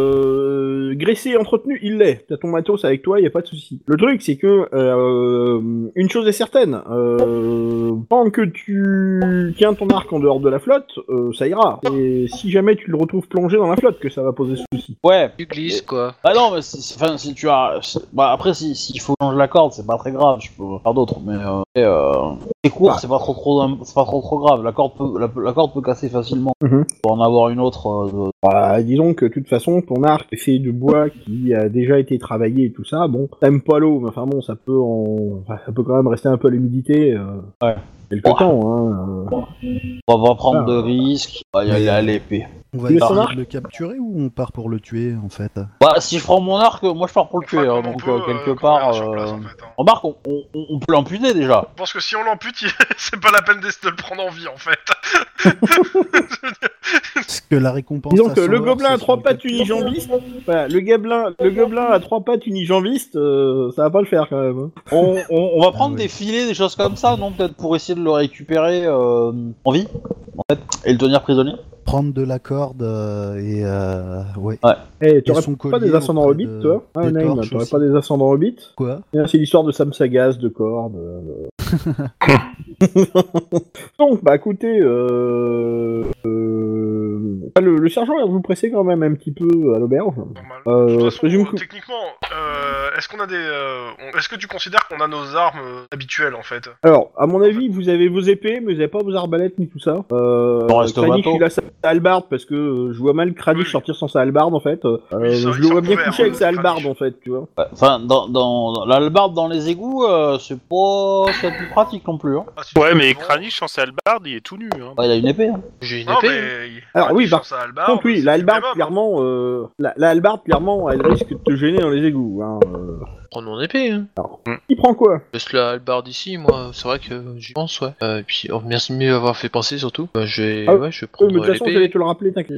Speaker 2: euh, graissé et entretenu, il l'est. T'as ton matos avec toi, y a pas de souci. Le truc, c'est que euh, une chose est certaine, euh, tant que tu tiens ton arc en dehors de la flotte, euh, ça ira. Et si jamais tu le retrouves plongé dans la flotte, que ça va poser souci.
Speaker 4: Ouais.
Speaker 7: Tu glisses quoi.
Speaker 4: Ah non, mais c'est- c'est- enfin, si tu as. c'est- Bah, après, si- s'il faut changer la corde, c'est pas très grave, je peux faire d'autres, mais. Euh, et, euh, c'est court, c'est pas trop, trop, c'est pas trop, trop grave, la corde, peut, la, la corde peut casser facilement.
Speaker 2: Mhm.
Speaker 4: Pour en avoir une autre. euh,
Speaker 2: Bah, disons que de toute façon, ton arc est fait de bois qui a déjà été travaillé et tout ça. Bon, t'aimes pas l'eau, mais enfin bon, ça peut en... enfin, ça peut quand même rester un peu à l'humidité. euh,
Speaker 4: Ouais.
Speaker 2: Quelque temps, hein. euh.
Speaker 4: on va pas prendre de risques, on va y aller à l'épée.
Speaker 6: On va
Speaker 2: Tu veux son
Speaker 6: essayer
Speaker 2: arc
Speaker 6: de le capturer ou on part pour le tuer en fait
Speaker 4: Bah, si je prends mon arc, moi je pars pour le
Speaker 5: On
Speaker 4: tuer,
Speaker 5: fera
Speaker 4: hein,
Speaker 5: comme on
Speaker 4: donc
Speaker 5: peut,
Speaker 4: euh,
Speaker 5: euh,
Speaker 4: quelque
Speaker 5: quand on
Speaker 4: part.
Speaker 5: ira sur place,
Speaker 4: euh,
Speaker 5: en fait, hein.
Speaker 4: Remarque, on, on- on peut l'amputer déjà.
Speaker 5: Je pense que si on l'ampute, il- c'est pas la peine de de le prendre en vie en fait.
Speaker 6: Parce que la récompense.
Speaker 2: Disons
Speaker 6: à
Speaker 2: que
Speaker 6: son
Speaker 2: le
Speaker 6: or,
Speaker 2: gobelin
Speaker 6: c'est
Speaker 2: à trois
Speaker 6: son
Speaker 2: pattes
Speaker 6: capture.
Speaker 2: unijambiste, voilà, le, gobelin, le gobelin à trois pattes unijambiste, euh, ça va pas le faire quand même. hein.
Speaker 4: On, on- on va prendre
Speaker 6: ouais.
Speaker 4: des filets, des choses comme ça, non Peut-être pour essayer de le récupérer euh, en vie, en fait, et le tenir prisonnier.
Speaker 6: Prendre de la corde euh, et euh, ouais.
Speaker 2: Eh,
Speaker 6: Et
Speaker 2: t'aurais
Speaker 6: son
Speaker 2: pas
Speaker 6: collier
Speaker 2: des ascendants
Speaker 6: auprès
Speaker 2: orbites,
Speaker 6: de-
Speaker 2: toi Ah,
Speaker 6: des
Speaker 2: Naïm,
Speaker 6: torches
Speaker 2: t'aurais
Speaker 6: aussi.
Speaker 2: pas des ascendants orbites
Speaker 6: Quoi
Speaker 2: Tiens, C'est l'histoire de Sam Sagas, de cordes. euh. Donc, bah écoutez, euh, euh, ah, le, le sergent va vous presser quand même un petit peu à l'auberge.
Speaker 5: Normal.
Speaker 2: Euh,
Speaker 5: De toute
Speaker 2: je
Speaker 5: façon,
Speaker 2: présume
Speaker 5: euh,
Speaker 2: que-
Speaker 5: techniquement, euh, est-ce qu'on a des, euh, on- est-ce que tu considères qu'on a nos armes euh, habituelles en fait
Speaker 2: Alors, à mon avis, vous avez vos épées, mais vous avez pas vos arbalètes ni tout ça. Euh,
Speaker 4: On reste au
Speaker 2: Kranich,
Speaker 4: bateau.
Speaker 2: il a sa hallebarde parce que euh, je vois mal Kranich
Speaker 5: Oui.
Speaker 2: sortir sans sa hallebarde en fait. Euh,
Speaker 5: il sort-
Speaker 2: je le
Speaker 5: il sort
Speaker 2: vois bien
Speaker 5: couvert,
Speaker 2: couché avec
Speaker 5: hein,
Speaker 2: sa hallebarde
Speaker 5: Kranich. Ah,
Speaker 2: en fait, tu vois.
Speaker 4: Enfin, dans, dans, dans l'hallebarde dans les égouts, euh, c'est pas c'est plus pratique non plus. Hein.
Speaker 5: Ah, si tu
Speaker 3: Ouais,
Speaker 5: fais
Speaker 3: mais
Speaker 5: souvent-
Speaker 3: Kranich en salbarde, il est tout nu. Hein.
Speaker 4: Ouais, il a une épée. Hein.
Speaker 7: J'ai une
Speaker 5: Non
Speaker 7: épée.
Speaker 5: mais. il-
Speaker 2: Alors,
Speaker 5: Kranich
Speaker 2: oui, par
Speaker 5: sort sa hallebarde,
Speaker 2: Donc oui,
Speaker 5: c'est
Speaker 2: la
Speaker 5: le
Speaker 2: hallebarde
Speaker 5: minimum.
Speaker 2: clairement, euh, la, la hallebarde clairement, elle risque de te gêner dans les égouts. Hein. euh.
Speaker 7: Prends mon épée. Hein.
Speaker 2: Il prend quoi
Speaker 7: Parce que la hallebarde ici, moi, c'est vrai que j'y pense, ouais. Euh, et puis, oh, merci de m'avoir fait penser surtout. Bah, je vais,
Speaker 2: Ah,
Speaker 7: ouais, je vais
Speaker 2: Oui,
Speaker 7: prendre
Speaker 2: mais de toute façon, j'allais
Speaker 7: l'épée.
Speaker 2: te le rappeler, t'inquiète.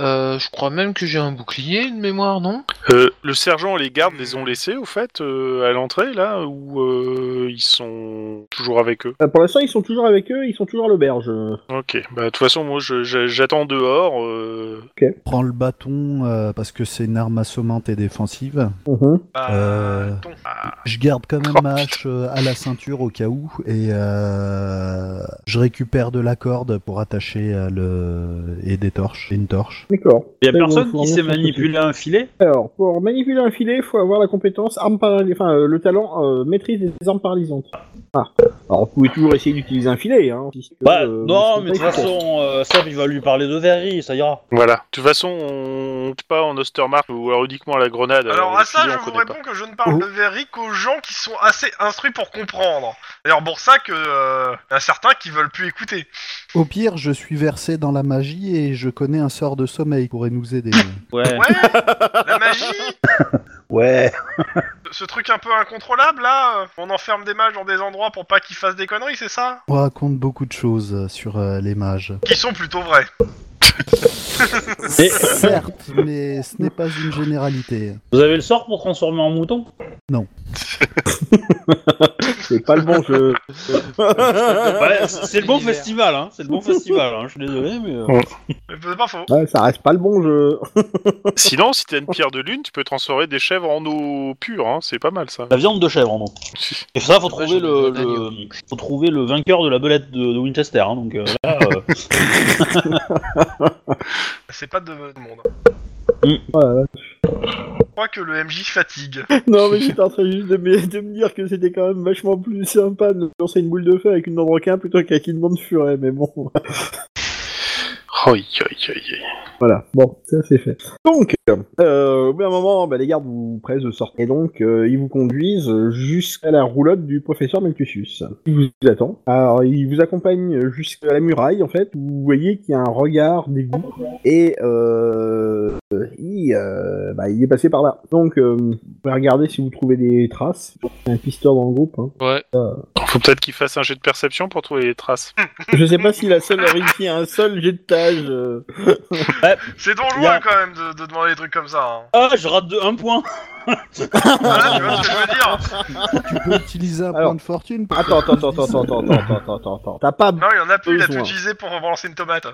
Speaker 7: Euh, je crois même que j'ai un bouclier de mémoire, non
Speaker 3: Euh, le sergent et les gardes les
Speaker 5: Hmm.
Speaker 3: ont laissés, au fait, euh, à l'entrée, là, ou euh, ils sont toujours avec eux
Speaker 2: Euh, pour l'instant, ils sont toujours avec eux, ils sont toujours à l'auberge.
Speaker 3: Ok, bah, de toute façon, moi, je- je- j'attends dehors. euh,
Speaker 6: Prends le bâton euh, parce que c'est une arme assommante et défensive.
Speaker 2: Mhm.
Speaker 5: Bah,
Speaker 6: Euh,
Speaker 5: ton- ah,
Speaker 6: Je garde quand même
Speaker 3: Oh,
Speaker 6: ma hache euh, à la ceinture au cas où et euh, je récupère de la corde pour attacher euh, le et des torches, et une torche.
Speaker 2: D'accord.
Speaker 4: Il y a
Speaker 2: Très bon,
Speaker 4: personne
Speaker 2: faut
Speaker 4: qui
Speaker 2: vraiment
Speaker 4: sait
Speaker 2: faire tout de suite.
Speaker 4: manipuler un filet.
Speaker 2: Alors, pour manipuler un filet, il faut avoir la compétence arme paralysée, enfin euh, le talent euh, maîtrise des armes paralysantes. Ah. Alors, vous pouvez toujours essayer d'utiliser un filet, hein. puisque,
Speaker 4: Bah,
Speaker 2: euh,
Speaker 4: non,
Speaker 2: vous
Speaker 4: mais de toute
Speaker 2: serez pas efficace.
Speaker 4: façon, euh, Seb, il va lui parler de verrerie, ça ira.
Speaker 3: voilà. De toute façon, on ne pas en Ostermark ou alors uniquement à la grenade.
Speaker 5: Alors
Speaker 3: euh,
Speaker 5: à
Speaker 3: les
Speaker 5: ça,
Speaker 3: filets,
Speaker 5: je
Speaker 3: on
Speaker 5: vous
Speaker 3: connaît pas.
Speaker 5: réponds que je ne parle de Verric qu'aux gens qui sont assez instruits pour comprendre. D'ailleurs pour ça que euh, y a certains qui veulent plus écouter.
Speaker 6: Au pire, je suis versé dans la magie et je connais un sort de sommeil qui pourrait nous aider.
Speaker 4: Ouais.
Speaker 5: Ouais, la magie,
Speaker 4: Ouais.
Speaker 5: ce truc un peu incontrôlable là, euh, on enferme des mages dans des endroits pour pas qu'ils fassent des conneries, c'est ça
Speaker 6: On raconte beaucoup de choses euh, sur euh, les mages.
Speaker 5: Qui sont plutôt vrais.
Speaker 4: Et-
Speaker 6: Certes, mais ce n'est pas une généralité.
Speaker 4: Vous avez le sort pour transformer en mouton
Speaker 2: C'est pas le bon jeu.
Speaker 4: Bah, C'est c'est le bon
Speaker 7: L'hiver.
Speaker 4: festival, hein. C'est le bon festival, hein. Je suis désolé, mais. euh,
Speaker 5: Mais C'est pas faux.
Speaker 2: Ouais, ça reste pas le bon jeu.
Speaker 3: Sinon, si t'as une pierre de lune, tu peux transformer des chèvres en eau pure, hein, c'est pas mal ça.
Speaker 4: La viande de chèvre, non. Et ça, faut
Speaker 7: Dommage,
Speaker 4: trouver le,
Speaker 7: j'en ai pas
Speaker 4: le- faut trouver le vainqueur de la belette de, de Winchester, hein. Donc euh, là, euh,
Speaker 5: C'est pas de tout le monde.
Speaker 2: Mm. Ouais, ouais.
Speaker 5: Je crois que le MJ fatigue.
Speaker 2: Non, mais j'étais en train juste de me, de me dire que c'était quand même vachement plus sympa de lancer une boule de feu avec une dent de requin plutôt qu'avec une dent de furet, mais bon.
Speaker 3: Aïe, aïe, aïe, aïe.
Speaker 2: Voilà, bon, ça c'est fait. Donc, euh, au bout d'un moment, bah, les gardes vous pressent de sortir. Et donc, euh, ils vous conduisent jusqu'à la roulotte du professeur Malthusius. Il vous attend. Alors, il vous accompagne jusqu'à la muraille, en fait, où vous voyez qu'il y a un regard dégoût. Et euh, il, euh, bah, il est passé par là. Donc, euh, vous pouvez regarder si vous trouvez des traces. Il y a un pisteur dans le groupe. hein.
Speaker 7: Ouais.
Speaker 3: Faut peut-être qu'il fasse un jet de perception pour trouver les traces.
Speaker 2: Je sais pas si la seule a réussi à un seul jet de tâche. euh.
Speaker 5: C'est dangereux
Speaker 4: Y a-
Speaker 5: quand même de, de demander des trucs comme ça. hein.
Speaker 4: Ah, je rate de un point.
Speaker 5: Voilà, tu vois ce que je veux dire
Speaker 6: Tu peux utiliser un
Speaker 2: Alors.
Speaker 6: point de fortune pour-
Speaker 2: Attends, attends, attends, attends, attends, attends, attends, attends, attends. T'as pas
Speaker 5: Non, il y en a plus, il a tout
Speaker 2: Besoin.
Speaker 5: utilisé pour relancer une tomate.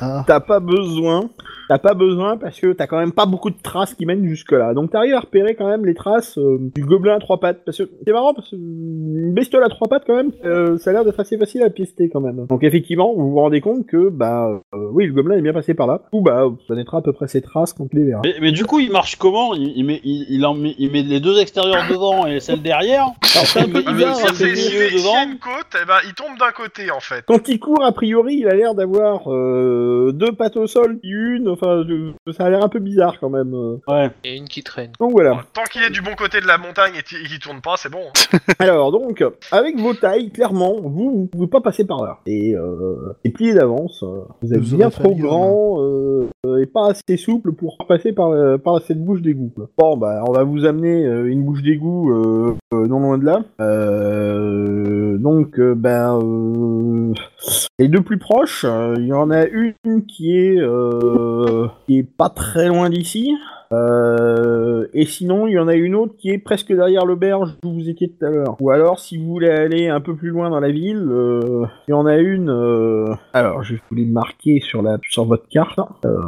Speaker 6: Ah.
Speaker 2: T'as pas besoin, t'as pas besoin parce que t'as quand même pas beaucoup de traces qui mènent jusque là. Donc t'arrives à repérer quand même les traces euh, du gobelin à trois pattes. Parce que c'est marrant parce que une bestiole à trois pattes quand même, euh, ça a l'air d'être assez facile à pister quand même. Donc effectivement, vous vous rendez compte que bah euh, oui, le gobelin est bien passé par là. Ou bah vous connaîtrez à peu près ses traces quand tu les verras.
Speaker 4: Mais, mais du coup, il marche comment il, il met, il, il en met, il met les deux extérieurs devant et celle derrière.
Speaker 2: c'est un peu
Speaker 4: Il
Speaker 5: Ah, mais
Speaker 4: vient,
Speaker 5: si
Speaker 4: hein,
Speaker 5: c'est-
Speaker 4: c'est le
Speaker 5: si
Speaker 4: milieu
Speaker 5: c'est- s'il y
Speaker 4: devant.
Speaker 5: a une côte, eh ben, il tombe d'un côté en fait.
Speaker 2: Quand il court, a priori, il a l'air d'avoir euh, deux pattes au sol, puis une. Enfin, je- ça a l'air un peu bizarre quand même. euh.
Speaker 4: Ouais.
Speaker 7: Il y a une qui traîne.
Speaker 2: Donc voilà.
Speaker 4: Ah.
Speaker 5: Tant qu'il est du bon côté de la montagne et t- et qu'il tourne pas, c'est bon. hein.
Speaker 2: Alors donc, avec vos tailles, clairement, vous vous pouvez pas passer par là. Et euh, les pliés d'avance, euh, vous êtes
Speaker 6: Vous
Speaker 2: bien
Speaker 6: aurez
Speaker 2: trop
Speaker 6: fallu, hein.
Speaker 2: grand euh, euh, et pas assez souple pour passer par, euh, par cette bouche d'égout. quoi. Bon, bah on va vous amener euh, une bouche d'égout euh, euh, non loin de là. Euh, donc, euh, ben euh, les deux plus proches, euh, il y en a une qui est euh, qui est pas très loin d'ici. Euh, et sinon, il y en a une autre qui est presque derrière l'auberge où vous étiez tout à l'heure. Ou alors, si vous voulez aller un peu plus loin dans la ville, euh, il y en a une. euh, alors, je vais vous les marquer sur la sur votre carte. Euh,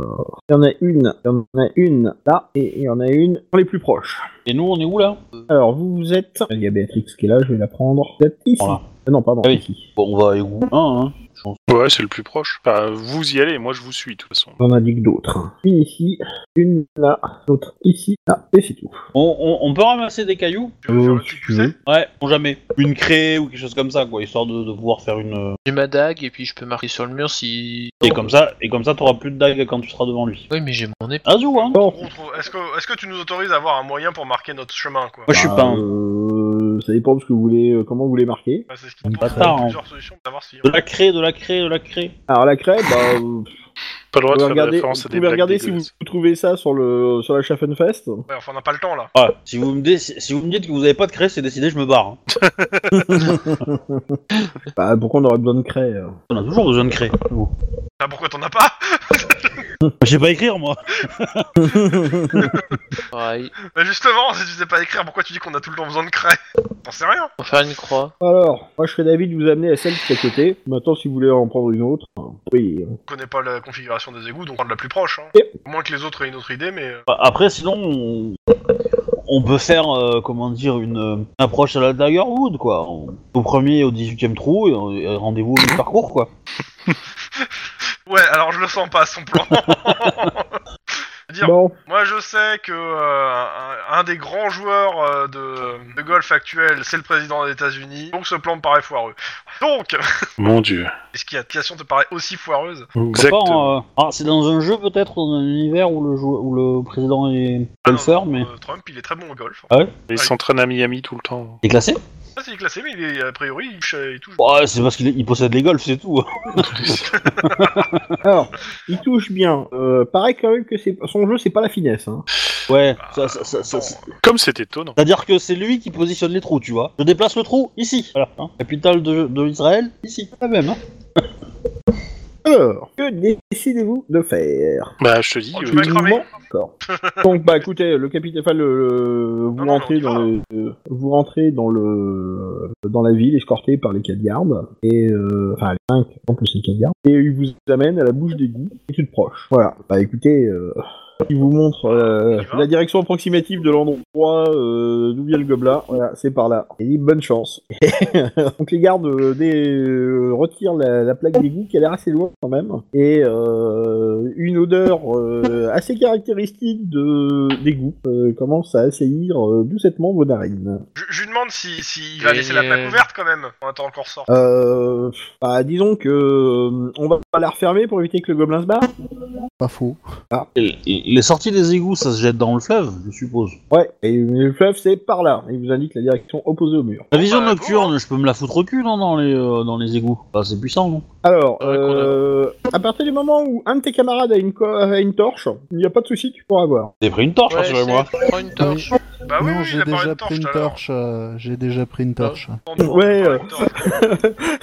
Speaker 2: Il y en a une, il y en a une là, et il y en a une dans les plus proches.
Speaker 4: Et nous, on est où là
Speaker 2: Alors, vous vous êtes. Il y a Béatrix qui est là, je vais la prendre. Vous êtes ici.
Speaker 4: Voilà.
Speaker 2: Ah non, pardon.
Speaker 4: Ah oui.
Speaker 2: ici.
Speaker 4: Bon, on va à égout 1, hein. je pense.
Speaker 3: Ouais, c'est le plus proche. Enfin, vous y allez, moi je vous suis de toute façon.
Speaker 2: J'en indique d'autres. Une ici, une là, l'autre ici, là, et c'est tout.
Speaker 4: On, on- on peut ramasser des cailloux
Speaker 5: Tu veux faire
Speaker 2: Euh,
Speaker 5: le truc, tu sais
Speaker 4: Ouais, on jamais. Une craie ou quelque chose comme ça, quoi, histoire de, de pouvoir faire une. euh,
Speaker 7: J'ai ma dague et puis je peux marquer sur le mur si.
Speaker 4: Et comme ça, et comme ça, t'auras plus de dague quand tu seras devant lui.
Speaker 7: Oui, mais j'ai mon épée.
Speaker 4: Ah, zou, hein
Speaker 2: Bon,
Speaker 5: On trouve- Est-ce que, est que tu nous autorises à avoir un moyen pour marquer notre chemin quoi
Speaker 4: Moi, je suis
Speaker 2: Bah,
Speaker 4: pas un.
Speaker 2: euh, ça dépend de ce que vous voulez, euh, comment vous voulez marquer.
Speaker 5: Ouais, C'est ce qui
Speaker 4: On
Speaker 5: te
Speaker 4: est
Speaker 5: pose
Speaker 4: bâtard, hein.
Speaker 5: plusieurs solutions pour savoir si.
Speaker 4: De la craie, de la craie, de la craie.
Speaker 2: Alors la craie, bah, euh, vous
Speaker 3: Pas le droit de
Speaker 2: pouvez
Speaker 3: faire des
Speaker 2: regarder,
Speaker 3: références
Speaker 2: vous
Speaker 3: à des
Speaker 2: pouvez
Speaker 3: blagues
Speaker 2: regarder si vous
Speaker 3: dégueulasses.
Speaker 2: trouvez ça sur le sur la Schaffenfest.
Speaker 5: Ouais, enfin, on n'a pas le temps là.
Speaker 4: Ah, si vous me, dé- si vous me dites que vous avez pas de craie, c'est décidé, je me barre. hein.
Speaker 2: Bah, pourquoi on aurait besoin de craie euh
Speaker 4: On a toujours besoin de craie.
Speaker 5: Ah, pourquoi t'en as pas
Speaker 4: Je sais pas écrire, moi.
Speaker 7: Pareil.
Speaker 5: Bah, Justement, si tu sais pas écrire, pourquoi tu dis qu'on a tout le temps besoin de craie T'en sais rien
Speaker 7: On va faire une croix.
Speaker 2: Alors, moi je serais d'avis de vous amener à celle qui est à côté. Maintenant, si vous voulez en prendre une autre, euh, oui.
Speaker 5: On connaît pas la configuration des égouts, donc on prend de la plus proche. Hein.
Speaker 2: Yep.
Speaker 5: Au moins que les autres aient une autre idée, mais. euh,
Speaker 4: Bah, Après, sinon, on, on peut faire, euh, comment dire, une euh, approche à la Daggerwood, quoi. On- Au premier et au 18 e trou, et, on- et rendez-vous au parcours, quoi.
Speaker 5: Ouais, alors je le sens pas son plan. Dire,
Speaker 2: Bon,
Speaker 5: Moi, je sais que euh, un, un des grands joueurs euh, de, de golf actuel, c'est le président des États-Unis. Donc, ce plan me paraît foireux. Donc,
Speaker 3: Mon dieu.
Speaker 5: est-ce qu'il y a question te paraît aussi foireuse
Speaker 3: Exactement.
Speaker 4: Enfin, euh, ah, c'est dans un jeu, peut-être, dans un univers où le, jou- où le président est
Speaker 5: Ah non,
Speaker 4: golfeur,
Speaker 5: non,
Speaker 4: mais.
Speaker 5: euh, Trump, il est très bon au golf.
Speaker 3: Il s'entraîne à Miami tout le temps.
Speaker 4: Il est classé
Speaker 5: Ça, c'est classé, mais il est a priori, il touche. il touche.
Speaker 4: Ouais, c'est parce qu'il est- il possède les golfs, c'est tout. hein.
Speaker 2: alors, il touche bien. Euh, pareil quand même que c'est son jeu, c'est pas la finesse. Hein.
Speaker 4: Ouais,
Speaker 5: Bah,
Speaker 4: ça- ça- ça- ça-
Speaker 5: bon,
Speaker 4: ça-
Speaker 3: Comme c'est étonnant.
Speaker 4: c'est-à-dire que c'est lui qui positionne les trous, tu vois. Je déplace le trou ici, voilà, hein. capitale de, de Israël, ici, la même. Hein.
Speaker 2: Alors, que décidez-vous de faire
Speaker 3: Bah, je te dis,
Speaker 5: Oh,
Speaker 3: euh,
Speaker 5: tu m'as
Speaker 2: Tout
Speaker 5: cramé.
Speaker 2: le monde D'accord. Donc bah écoutez, le capitaine, enfin le, le- vous
Speaker 5: Non, non,
Speaker 2: rentrez
Speaker 5: on y va.
Speaker 2: dans le, euh, vous rentrez dans le, dans la ville escorté par les quatre gardes et euh, enfin les cinq, en plus les quatre gardes et ils vous amènent à la bouche d'égout et tu te proches. Voilà. Bah écoutez, euh, qui vous montre euh,
Speaker 5: Il va
Speaker 2: la direction approximative de l'endroit euh, d'où vient le gobelin. Voilà, c'est par là. Et il dit bonne chance. Donc les gardes euh, des- euh, retirent la, la plaque d'égout qui a l'air assez loin quand même. Et euh, une odeur euh, assez caractéristique de d'égout euh, commence à assaillir euh, doucettement vos narines.
Speaker 5: Je, je lui demande si, si il va
Speaker 7: Et,
Speaker 5: laisser la plaque
Speaker 7: euh,
Speaker 5: ouverte quand même. On attend encore sort.
Speaker 2: Euh, bah, disons que euh, on va pas la refermer pour éviter que le gobelin se barre.
Speaker 6: Pas faux.
Speaker 4: Et- et Les sorties des égouts, ça se jette dans le fleuve, je suppose.
Speaker 2: Ouais, et le fleuve c'est par là. Il vous indique la direction opposée au mur.
Speaker 4: La vision
Speaker 5: bah,
Speaker 4: nocturne, je peux me la foutre au cul, non, dans les, euh, dans les égouts. Bah, c'est puissant, non
Speaker 2: Alors,
Speaker 7: Ouais, qu'on a-
Speaker 2: euh, à partir du moment où un de tes camarades a une, co- a une torche, il n'y a pas de souci, tu pourras voir.
Speaker 4: J'ai pris une torche,
Speaker 7: Ouais,
Speaker 4: rassurez-moi.
Speaker 7: c'est- prends une torche.
Speaker 5: Bah oui,
Speaker 6: non,
Speaker 5: oui, il
Speaker 6: j'ai
Speaker 5: a pas
Speaker 6: déjà
Speaker 5: une
Speaker 6: pris
Speaker 5: torche
Speaker 6: une
Speaker 5: tout à l'heure.
Speaker 6: torche. euh, j'ai déjà pris une torche.
Speaker 2: Ouais, euh,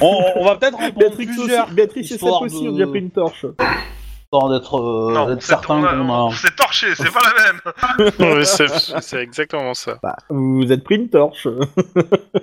Speaker 4: on, on va peut-être en prendre
Speaker 2: Béatrix
Speaker 4: plusieurs,
Speaker 2: aussi, Béatrice et Seth
Speaker 4: histoire
Speaker 2: aussi
Speaker 4: de-
Speaker 2: ont déjà pris une torche.
Speaker 4: histoire d'être euh,
Speaker 5: Non,
Speaker 4: d'être
Speaker 5: c'est-
Speaker 4: certain
Speaker 5: on hein. a-
Speaker 4: qu'on
Speaker 5: on-
Speaker 4: a...
Speaker 5: c'est torché, c'est pas la même.
Speaker 3: Ouais, c'est c'est exactement ça.
Speaker 2: Vous êtes pris une torche.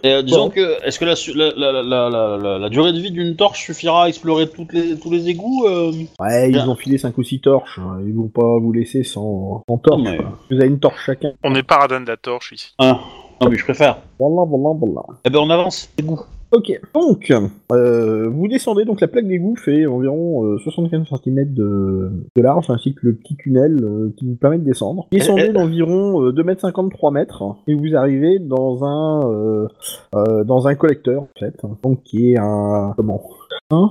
Speaker 4: Et, euh, disons que, est-ce que la, su- la, la, la, la, la- la durée de vie d'une torche suffira à explorer toutes les, tous les égouts euh
Speaker 2: Ouais, ils
Speaker 4: Bien.
Speaker 2: ont filé 5 ou 6 torches. hein, Ils vont pas vous laisser sans, sans torche.
Speaker 4: Non, mais-
Speaker 2: Vous avez une torche chacun.
Speaker 3: On est paradin de la torche ici.
Speaker 4: Ah, non, mais je préfère.
Speaker 2: Voilà, voilà, voilà.
Speaker 4: Eh ben, on avance. Égout.
Speaker 2: Ok, donc, euh, vous descendez, donc la plaque d'égout fait environ euh, 75 cm de, de large, ainsi que le petit tunnel euh, qui vous permet de descendre. Vous descendez d'environ euh, 2m50, 3m, et vous arrivez dans un euh, euh, dans un collecteur, en fait, hein, donc qui est un... comment Un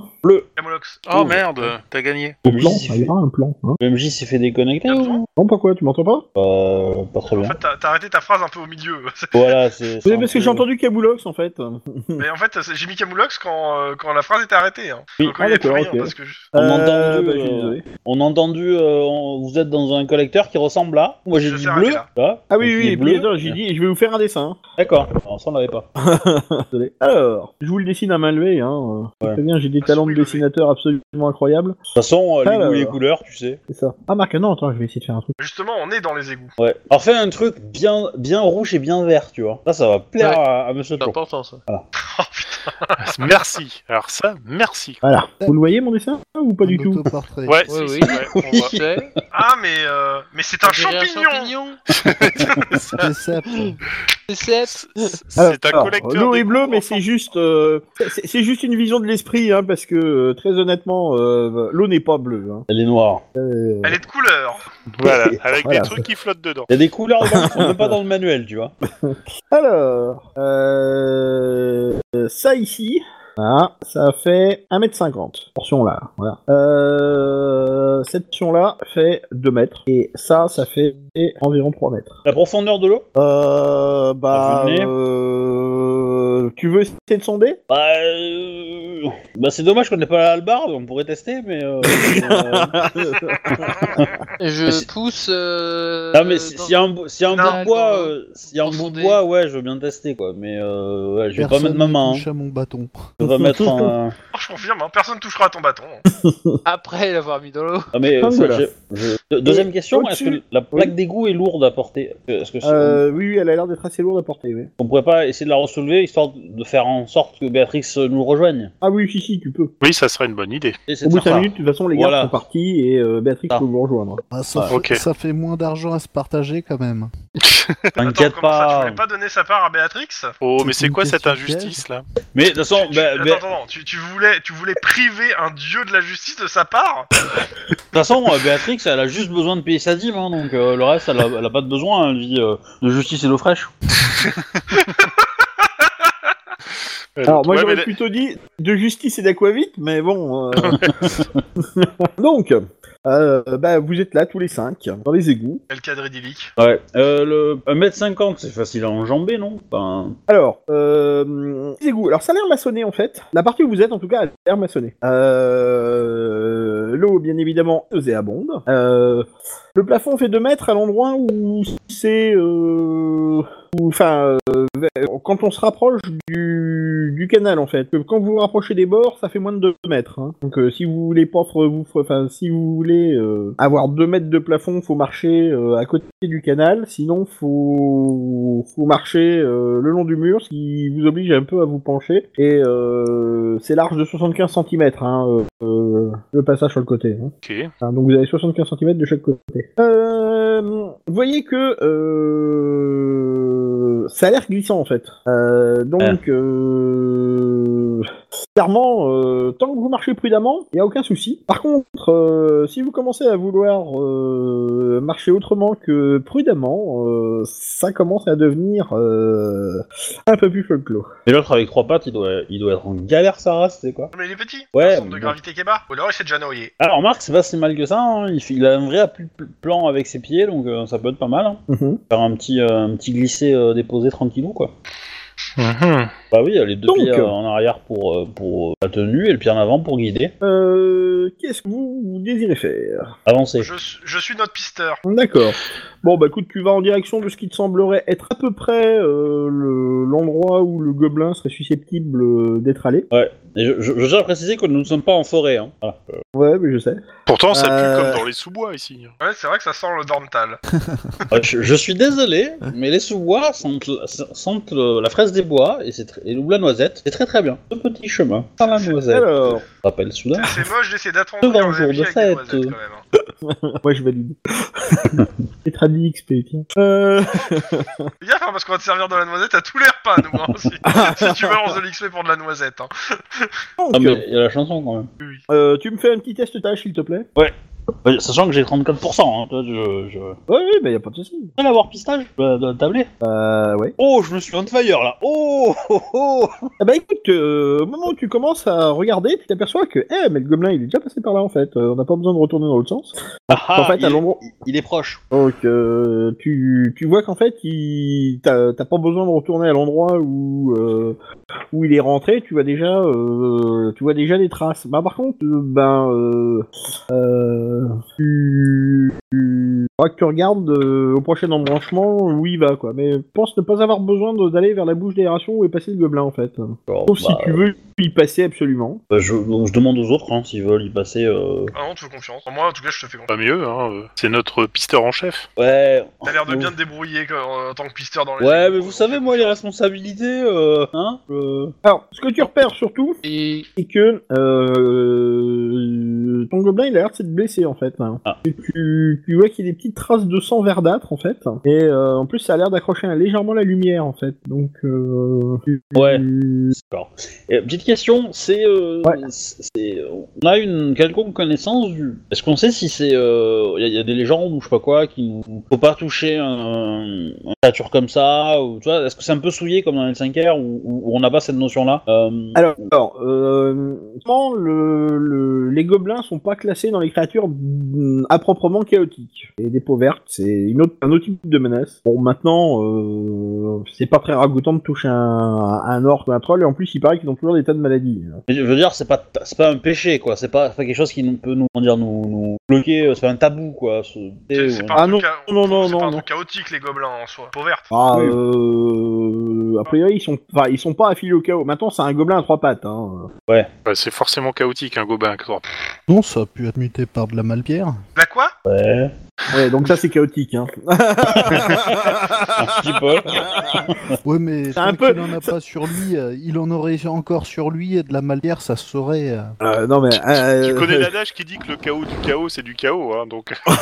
Speaker 5: Camolox.
Speaker 3: Oh merde, t'as gagné.
Speaker 2: Un
Speaker 4: Le
Speaker 2: plan,
Speaker 4: MJ s'est
Speaker 2: ça
Speaker 4: fait-
Speaker 2: ira, un plan. Hein
Speaker 4: le MJ s'est fait déconnecter
Speaker 5: T'as
Speaker 4: ou
Speaker 2: non, pourquoi Tu m'entends pas
Speaker 4: euh, Pas très
Speaker 5: En
Speaker 4: bien.
Speaker 5: fait, t'as t'as arrêté ta phrase un peu au milieu.
Speaker 4: Voilà, c'est... c'est
Speaker 2: Oui,
Speaker 4: un
Speaker 2: parce
Speaker 4: peu-
Speaker 2: que j'ai entendu Caboulox, en fait.
Speaker 4: Hmm.
Speaker 5: Mais en fait, c'est- j'ai mis Camoulox quand, euh, quand la phrase était arrêtée. Hein.
Speaker 4: Oui.
Speaker 5: Quand il y avait plus
Speaker 2: Ah,
Speaker 5: rien,
Speaker 2: d'accord, ok.
Speaker 5: parce que je-
Speaker 4: On entend
Speaker 2: Euh,
Speaker 4: deux,
Speaker 2: bah, je suis
Speaker 4: euh,
Speaker 2: désolé.
Speaker 4: On a entendu, euh, on- vous êtes dans un collecteur qui ressemble à. Moi j'ai
Speaker 5: Je
Speaker 4: dit
Speaker 5: sais
Speaker 4: bleu.
Speaker 5: arrêter là.
Speaker 4: là.
Speaker 2: Ah
Speaker 4: Donc,
Speaker 2: oui,
Speaker 4: il
Speaker 2: oui,
Speaker 4: est
Speaker 2: et puis attends, j'ai dit, je vais vous faire un dessin. hein.
Speaker 4: D'accord, Alors, ça on l'avait pas.
Speaker 2: Désolé. Alors, je vous le dessine à main levée. Hein. euh,
Speaker 4: Ouais.
Speaker 2: Très bien, j'ai des
Speaker 5: Ah,
Speaker 2: talents de
Speaker 5: celui-là,
Speaker 2: dessinateur absolument incroyables.
Speaker 4: De toute façon, euh, les
Speaker 2: Alors.
Speaker 4: goûts et les couleurs, tu sais.
Speaker 2: C'est ça. Ah, Marc, non, attends, je vais essayer de faire un truc.
Speaker 5: Justement, on est dans les égouts.
Speaker 4: Ouais. Alors fais un truc bien, bien rouge et bien vert, tu vois. Là, ça va plaire
Speaker 7: Ouais.
Speaker 4: à, à Monsieur
Speaker 7: C'est
Speaker 4: Tour.
Speaker 7: important ça.
Speaker 3: Bah, Merci. Alors ça, merci.
Speaker 2: Voilà. Vous le voyez, mon dessin Ou pas
Speaker 6: Un
Speaker 2: du tout
Speaker 6: autoportrait.
Speaker 3: Ouais,
Speaker 7: Oui,
Speaker 3: si,
Speaker 7: oui.
Speaker 3: si, ouais, on voit.
Speaker 7: C'est
Speaker 5: Ah, mais, euh, mais c'est un
Speaker 7: derrière
Speaker 5: champignon
Speaker 7: champignon.
Speaker 6: Décept.
Speaker 7: C'est sept.
Speaker 2: Alors,
Speaker 3: C'est un
Speaker 2: alors,
Speaker 3: collecteur. hein.
Speaker 2: L'eau est
Speaker 3: d'égouts,
Speaker 2: bleue, mais
Speaker 3: enfin.
Speaker 2: c'est juste, euh, c'est c'est juste une vision de l'esprit, hein, parce que euh, très honnêtement, euh, l'eau n'est pas bleue. Hein.
Speaker 4: Elle est noire.
Speaker 2: Euh,
Speaker 5: Elle est de couleur.
Speaker 3: Voilà, avec
Speaker 2: Voilà.
Speaker 3: des trucs qui flottent dedans.
Speaker 4: Il y a des couleurs dedans qui sont même pas dans le manuel, tu vois.
Speaker 2: Alors, euh, euh, ça ici, voilà, ça fait 1m50. Portion là, voilà. Euh, cette portion là fait 2 mètres. Et ça, ça fait environ 3 mètres.
Speaker 4: La profondeur de l'eau
Speaker 2: Euh, bah,
Speaker 4: Dans le nez.
Speaker 2: euh, tu veux essayer de sonder
Speaker 4: Bah, euh, bah c'est dommage qu'on n'ait pas la hallebarde, on pourrait tester, mais. euh, euh,
Speaker 7: Je
Speaker 4: Mais c'est-
Speaker 7: pousse. euh,
Speaker 4: Non mais
Speaker 7: dans-
Speaker 4: si- s'il y a un, bout- s'il y a un
Speaker 7: Non.
Speaker 4: bout de bois,
Speaker 7: Dans-
Speaker 4: euh, s'il y a un
Speaker 7: dans
Speaker 4: bout
Speaker 7: son
Speaker 4: de
Speaker 7: dé.
Speaker 4: bois, ouais, je veux bien tester quoi. Mais euh, ouais, je vais pas
Speaker 6: Personne
Speaker 4: mettre ma
Speaker 6: ne
Speaker 4: main. hein.
Speaker 6: touche à mon bâton.
Speaker 4: Je vais pas mettre un.
Speaker 5: Oh, je confirme, hein, personne touchera à ton bâton.
Speaker 7: Après l'avoir mis dans l'eau.
Speaker 4: Ah, mais, euh,
Speaker 2: Ah,
Speaker 4: ça,
Speaker 2: voilà.
Speaker 4: je- je- De- Deuxième question, est-ce
Speaker 2: au-dessus-
Speaker 4: que la plaque d'égout est lourde à porter Est-ce que c'est-
Speaker 2: Euh, oui, oui, elle a l'air d'être assez lourde à porter. oui.
Speaker 4: on pourrait pas essayer de la ressoulever histoire de faire en sorte que Béatrix euh, nous rejoigne
Speaker 2: Ah oui, si, si, tu peux.
Speaker 3: Oui, ça serait une bonne idée.
Speaker 4: Et c'est
Speaker 2: Au
Speaker 4: de
Speaker 2: bout de
Speaker 4: faire
Speaker 2: 5
Speaker 4: ça.
Speaker 2: minutes, de toute façon, les gars
Speaker 4: Voilà.
Speaker 2: sont partis et euh, Béatrix
Speaker 4: Ah.
Speaker 2: peut vous rejoindre.
Speaker 6: Ah, ça,
Speaker 4: Ouais.
Speaker 6: fait,
Speaker 3: Ok.
Speaker 6: ça fait moins d'argent à se partager quand même.
Speaker 5: Attends,
Speaker 4: T'inquiète
Speaker 5: comment ça, tu
Speaker 4: pas.
Speaker 5: voulais pas donner sa part à Béatrix
Speaker 3: Oh, mais
Speaker 6: C'est
Speaker 3: c'est
Speaker 6: une
Speaker 3: quoi cette
Speaker 6: question piège.
Speaker 3: injustice là
Speaker 4: Mais de toute façon,
Speaker 5: Tu-
Speaker 4: bah,
Speaker 5: attends,
Speaker 4: bah, de
Speaker 5: attends, attends, tu, tu voulais, tu voulais priver un dieu de la justice de sa part
Speaker 4: toute façon, euh, Béatrix, elle a juste besoin de payer sa dîme, hein, donc euh, le reste, elle a, elle a pas de besoin. hein, Elle vit euh, de justice et d'eau fraîche.
Speaker 2: Alors moi
Speaker 3: Ouais,
Speaker 2: j'aurais
Speaker 3: mais-
Speaker 2: plutôt dit de justice et d'aquavit, mais bon. euh, Donc, euh, bah, vous êtes là tous les cinq dans les égouts.
Speaker 5: Quel cadre idyllique.
Speaker 4: Ouais. Euh, le 1m50, c'est facile à enjamber, non Enfin,
Speaker 2: Alors, euh, les égouts. Alors ça a l'air maçonné en fait. La partie où vous êtes en tout cas a l'air maçonnée. Euh, L'eau bien évidemment nauséabonde. Euh, le plafond fait 2 mètres à l'endroit où c'est, euh, où- enfin, euh, vers- quand on se rapproche du, du canal en fait. Quand vous vous rapprochez des bords, ça fait moins de 2 mètres. hein. Donc euh, si vous voulez pas, fre- vous, fre- enfin, si vous voulez euh, avoir 2 mètres de plafond, faut marcher euh, à côté du canal. Sinon, faut vous marchez euh, le long du mur, ce qui vous oblige un peu à vous pencher. Et euh, c'est large de 75 cm, hein, euh, euh, le passage sur le côté. hein.
Speaker 3: Ok.
Speaker 2: Enfin, donc vous avez 75 cm de chaque côté. Euh, vous voyez que euh, ça a l'air glissant en fait. Euh, donc euh, clairement, euh, tant que vous marchez prudemment, il n'y a aucun souci. Par contre, euh, si vous commencez à vouloir euh, marcher autrement que prudemment, euh, ça commence à devenir euh, un peu plus folklore.
Speaker 4: Et l'autre avec trois pattes, il doit, il doit être en galère sa race, c'est quoi
Speaker 5: Mais il est petit.
Speaker 4: Ouais,
Speaker 5: le centre
Speaker 4: mais
Speaker 5: de
Speaker 4: bon.
Speaker 5: gravité qui est bas. Ou alors il s'est déjà noyé.
Speaker 4: Alors Marc, c'est pas si mal que ça, hein. il, fait- il a un vrai appui de plan avec ses pieds, donc euh, ça peut être pas mal. hein.
Speaker 2: Mm-hmm.
Speaker 4: Faire un petit, euh, un petit glissé euh, déposé tranquillou, quoi. Bah oui, les deux
Speaker 2: Donc.
Speaker 4: pieds euh, en arrière pour, euh, pour euh, la tenue et le pied en avant pour guider.
Speaker 2: Euh, Qu'est-ce que vous, vous désirez faire
Speaker 4: Avancer.
Speaker 5: Je, suis- je suis notre pisteur.
Speaker 2: D'accord. Bon, bah écoute, tu vas en direction de ce qui te semblerait être à peu près euh, le- l'endroit où le gobelin serait susceptible euh, d'être allé.
Speaker 4: Et je, je, je tiens à préciser que nous ne sommes pas en forêt. Hein. Voilà.
Speaker 2: Ouais, mais je sais.
Speaker 3: Pourtant, ça pue
Speaker 2: Euh.
Speaker 3: comme dans les sous-bois ici.
Speaker 5: Ouais, c'est vrai que ça sent le dental.
Speaker 4: Euh, je, je suis désolé, mais les sous-bois sentent, la- sentent le- la fraise des bois et, c'est tr- et ou la noisette. C'est très très bien. Ce petit chemin par la noisette.
Speaker 2: Alors,
Speaker 4: Je rappelle soudain.
Speaker 5: C'est moche d'essayer
Speaker 4: Devant
Speaker 5: d'attendre
Speaker 4: le jour de
Speaker 5: avec des
Speaker 4: fête.
Speaker 5: noisettes,
Speaker 2: euh.
Speaker 5: quand même. hein.
Speaker 2: moi je valide. C'est traduit XP, tiens. Euh,
Speaker 5: Fais gaffe, hein, parce qu'on va te servir de la noisette à tous les repas, nous, hein, si, si tu balances de l'XP pour de la noisette. Hein.
Speaker 2: donc,
Speaker 4: Ah, mais il y a la chanson quand même.
Speaker 2: euh, tu me fais un petit test tâche, s'il te plaît
Speaker 4: Ouais, Sachant que j'ai 34%, hein, toi, je, je... Je
Speaker 2: Ouais, ouais, bah y a pas de soucis.
Speaker 4: peux l'avoir pistage euh, de la tablée
Speaker 2: Euh, ouais.
Speaker 4: Oh, je me suis on fire là Oh, oh, oh.
Speaker 2: Ah bah écoute, euh, au moment où tu commences à regarder, tu t'aperçois que, eh, mais le gobelin il est déjà passé par là en fait, Euh, on n'a pas besoin de retourner dans l'autre sens.
Speaker 4: Ah, ah,
Speaker 2: en fait,
Speaker 4: il,
Speaker 2: à
Speaker 4: est,
Speaker 2: l'endroit.
Speaker 4: il est proche.
Speaker 2: Donc, euh, tu, tu vois qu'en fait, il- t'as t'as pas besoin de retourner à l'endroit où, euh, où il est rentré, tu vois déjà, euh, tu vois déjà des traces. Bah, par contre, euh, ben, euh, euh, tu, tu- faudra que tu regardes euh, au prochain embranchement où il va, quoi. Mais pense ne pas avoir besoin de- d'aller vers la bouche d'aération où est passé le gobelin, en fait.
Speaker 4: Bon,
Speaker 2: Sauf si
Speaker 4: bah,
Speaker 2: tu veux y passer absolument.
Speaker 4: bah, je, donc, je demande aux autres hein, s'ils veulent y passer. euh,
Speaker 5: Ah non, tu veux confiance. Moi, en tout cas, je te fais confiance.
Speaker 3: Pas mieux, hein. euh. C'est notre pisteur en chef.
Speaker 4: Ouais.
Speaker 5: T'as
Speaker 2: Ah,
Speaker 5: l'air de bien te débrouiller quoi, en en tant que pisteur dans les.
Speaker 4: Ouais, mais vous savez, moi, les responsabilités, euh, hein euh,
Speaker 2: Alors, ce que tu repères surtout,
Speaker 7: Et
Speaker 2: c'est que euh, ton gobelin il a l'air de s'être blessé en fait.
Speaker 4: Ah.
Speaker 2: Et Tu, tu vois qu'il y a des petites traces de sang verdâtre en fait. Et euh, en plus ça a l'air d'accrocher euh, légèrement la lumière en fait. Donc euh, tu-
Speaker 4: Ouais.
Speaker 2: tu-
Speaker 4: D'accord. Et, petite question, c'est, euh,
Speaker 2: Ouais.
Speaker 4: c'est- on a une quelconque connaissance du. Est-ce qu'on sait si c'est, il y, a- y a des légendes ou je sais pas quoi qui nous faut pas toucher un, une créature comme ça ou tu vois, est-ce que c'est un peu souillé comme dans les 5 r où, où- où on n'a pas cette notion-là Euh,
Speaker 2: Alors, alors, euh, comment le, le- les gobelins sont pas classés dans les créatures mm, à proprement chaotiques. Et des peaux vertes, c'est une autre, un autre type de menace. Bon, maintenant, euh, c'est pas très ragoûtant de toucher un, un orc ou un troll, et en plus, il paraît qu'ils ont toujours des tas de maladies.
Speaker 4: Je veux dire, c'est pas, c'est pas un péché quoi, c'est pas, c'est pas quelque chose qui nous peut nous, comment dire, nous, nous bloquer, euh, c'est pas un tabou quoi. ce-
Speaker 5: C'est c'est pas
Speaker 2: Ah
Speaker 5: un truc
Speaker 2: non,
Speaker 5: cha-
Speaker 2: non, non,
Speaker 5: c'est pas un
Speaker 2: non,
Speaker 5: truc chaotique, les gobelins en soi. Peau verte.
Speaker 2: Ah,
Speaker 4: Oui.
Speaker 2: euh, a priori, ils sont, enfin, ils sont pas affiliés au chaos. Maintenant, c'est un gobelin à trois pattes. Hein.
Speaker 3: Bah, c'est forcément chaotique, hein, un gobelin.
Speaker 6: Non, ça a pu être muté par de la malpierre.
Speaker 5: La quoi
Speaker 4: Ouais.
Speaker 2: Ouais, donc ça, c'est chaotique. Hein.
Speaker 4: Un petit peu.
Speaker 6: Ouais, mais
Speaker 2: C'est un
Speaker 6: tant
Speaker 2: peu-
Speaker 6: qu'il en a pas sur lui, euh, il en aurait encore sur lui et de la malpierre, ça se saurait. euh.
Speaker 2: Euh, non, mais. euh,
Speaker 3: Tu connais l'adage qui dit que le chaos du chaos, c'est du chaos, hein, donc.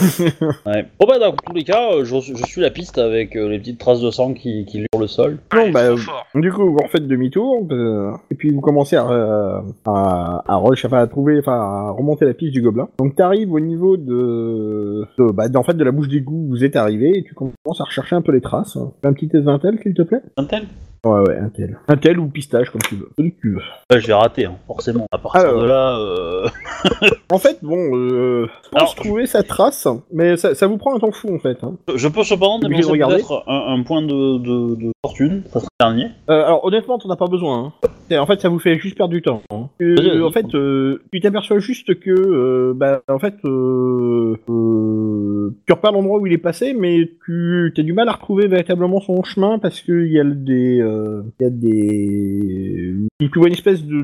Speaker 4: Ouais. Bon bah dans tous les cas, euh, je, je suis la piste avec euh, les petites traces de sang qui, qui lient sur le sol.
Speaker 2: non,
Speaker 5: Ouais, ils
Speaker 2: bah,
Speaker 5: sont
Speaker 2: euh,
Speaker 5: forts.
Speaker 2: Du coup, vous refaites demi-tour, euh, et puis vous commencez à, euh, à, à, rush, enfin, à trouver, enfin, à remonter la piste du gobelin. Donc, t'arrives au niveau de, de- bah, en fait, de la bouche d'égout où vous êtes arrivé, et tu commences à rechercher un peu les traces. Fais Un petit test d'intel, s'il te plaît
Speaker 4: Un tel
Speaker 2: Ouais, ouais, intel. Intel ou pistage, comme tu veux. Celui que tu veux.
Speaker 4: Bah, je vais rater, hein, forcément. À partir
Speaker 2: Alors.
Speaker 4: de là, euh...
Speaker 2: En fait, bon, euh, je pense
Speaker 4: Alors,
Speaker 2: trouver sa trace, mais ça, ça vous prend un temps fou en fait. hein.
Speaker 4: je peux cependant
Speaker 2: Obligé de
Speaker 4: dépenser
Speaker 2: regarder.
Speaker 4: peut-être un, un point de, de, de fortune, ça sera le dernier.
Speaker 2: Euh, alors honnêtement, t'en as pas besoin. hein. C'est- En fait, ça vous fait juste perdre du temps. hein. Euh,
Speaker 4: Vas-y, vas-y.
Speaker 2: en fait, euh, tu t'aperçois juste que, euh, bah, en fait, euh, euh, tu repères l'endroit où il est passé, mais tu as du mal à retrouver véritablement son chemin parce qu'il y a des, euh, euh, il y a des... Tu vois une espèce de, de,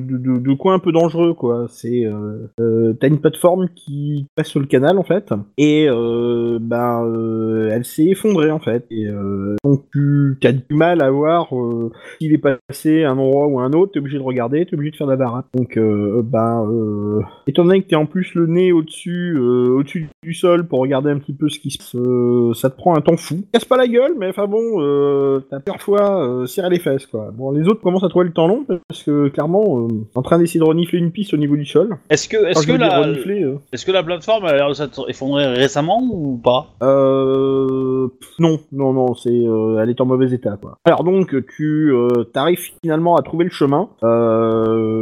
Speaker 2: de, de- de coin un peu dangereux, quoi. C'est... Euh, euh, T'as une plateforme qui passe sur le canal, en fait, et euh, ben, euh, elle s'est effondrée, en fait. Et, euh, donc tu as du mal à voir euh, s'il est passé à un endroit ou à un autre, t'es obligé de regarder, t'es obligé de faire de la baraque. Donc, euh, ben... Euh, étant donné que t'es en plus le nez au-dessus euh, au-dessus du sol pour regarder un petit peu ce qui se passe, euh, ça te prend un temps fou. Casse pas la gueule, mais enfin bon, euh, t'as parfois euh, serré les fesses quoi. Bon, les autres commencent à trouver le temps long parce que clairement, euh, en train d'essayer de renifler une piste au niveau du sol.
Speaker 4: Est-ce que,
Speaker 2: Quand
Speaker 4: est-ce
Speaker 2: je
Speaker 4: que,
Speaker 2: veux dire
Speaker 4: la,
Speaker 2: renifler, euh,
Speaker 4: est-ce que la plateforme a l'air de s'être effondrée récemment ou pas
Speaker 2: Euh, pff, non, non, non, c'est, euh, elle est en mauvais état. Quoi. Alors donc, tu euh, arrives finalement à trouver le chemin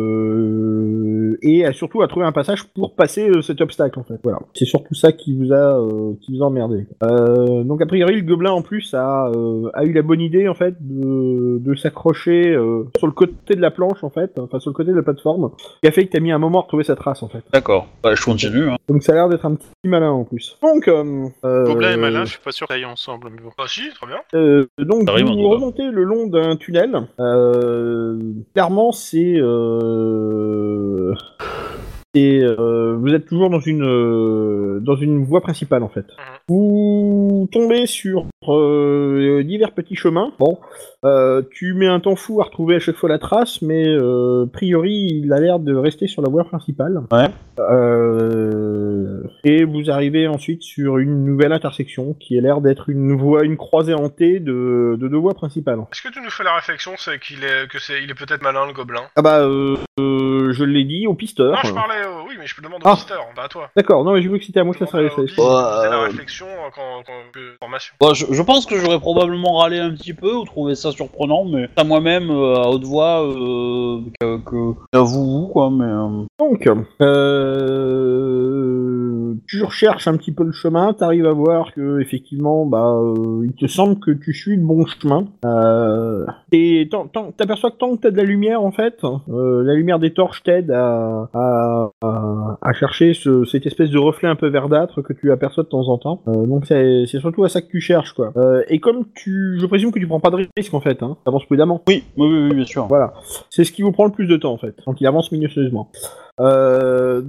Speaker 2: euh, et à- surtout à trouver un passage pour passer euh, cet obstacle. En fait, voilà. C'est surtout ça qui vous a, euh, qui vous a emmerdé. Euh, donc a priori, le gobelin en plus a, euh, a eu la bonne idée en fait de, de s'accrocher euh, sur le côté de la planche en fait, enfin sur le côté de la plateforme, qui a fait que t'as mis un moment à retrouver sa trace en fait.
Speaker 4: D'accord. Bah, je continue. hein.
Speaker 2: Donc ça a l'air d'être un petit malin en plus. Donc, euh, euh,
Speaker 3: Gobelin et Malin, je suis pas sûr qu'ils aillent ensemble, mais bon.
Speaker 5: Bah si, très bien.
Speaker 2: Euh, donc
Speaker 4: Ça arrive, en tout
Speaker 2: vous
Speaker 4: cas.
Speaker 2: remontez le long d'un tunnel. Euh, clairement, c'est euh, et euh, vous êtes toujours dans une euh, dans une voie principale en fait. Vous tombez sur euh, divers petits chemins. Bon, euh, tu mets un temps fou à retrouver à chaque fois la trace, mais euh, a priori, il a l'air de rester sur la voie principale.
Speaker 4: Ouais.
Speaker 2: Euh, et vous arrivez ensuite sur une nouvelle intersection qui a l'air d'être une voie, une croisée hantée de, de deux voies principales.
Speaker 5: Est-ce que tu nous fais la réflexion, c'est qu'il est que c'est il est peut-être malin le gobelin
Speaker 2: Ah bah, euh, euh, je l'ai dit, au pisteur.
Speaker 5: Non, je parlais. euh, oui, mais je te demande au
Speaker 2: Ah.
Speaker 5: pisteur, pas à toi.
Speaker 2: D'accord, non mais j'ai vu que c'était à moi que ça
Speaker 5: Demande, euh, au
Speaker 2: s'arrêtait.
Speaker 5: pisteur,
Speaker 7: Ouais,
Speaker 5: c'est la
Speaker 7: euh,
Speaker 5: réflexion euh, quand, quand- que- formation.
Speaker 4: Bah, je, je pense que j'aurais probablement râlé un petit peu ou trouvé ça surprenant, mais à moi-même, euh, à haute voix, euh, que, que à vous, vous, quoi. Mais euh,
Speaker 2: Donc, euh, tu recherches un petit peu le chemin, t'arrives à voir que effectivement, bah, euh, il te semble que tu suis le bon chemin. Euh, et tant- tant- t'aperçois que tant que t'as de la lumière en fait, euh, la lumière des torches t'aide à, à, à- à chercher ce- cette espèce de reflet un peu verdâtre que tu aperçois de temps en temps. Euh, donc c'est c'est surtout à ça que tu cherches quoi. Euh, et comme tu, je présume que tu prends pas de risque en fait, hein, t'avances prudemment.
Speaker 4: oui, oui, oui, oui, bien sûr.
Speaker 2: Voilà. C'est ce qui vous prend le plus de temps, en fait. Donc il avance minutieusement. Euh,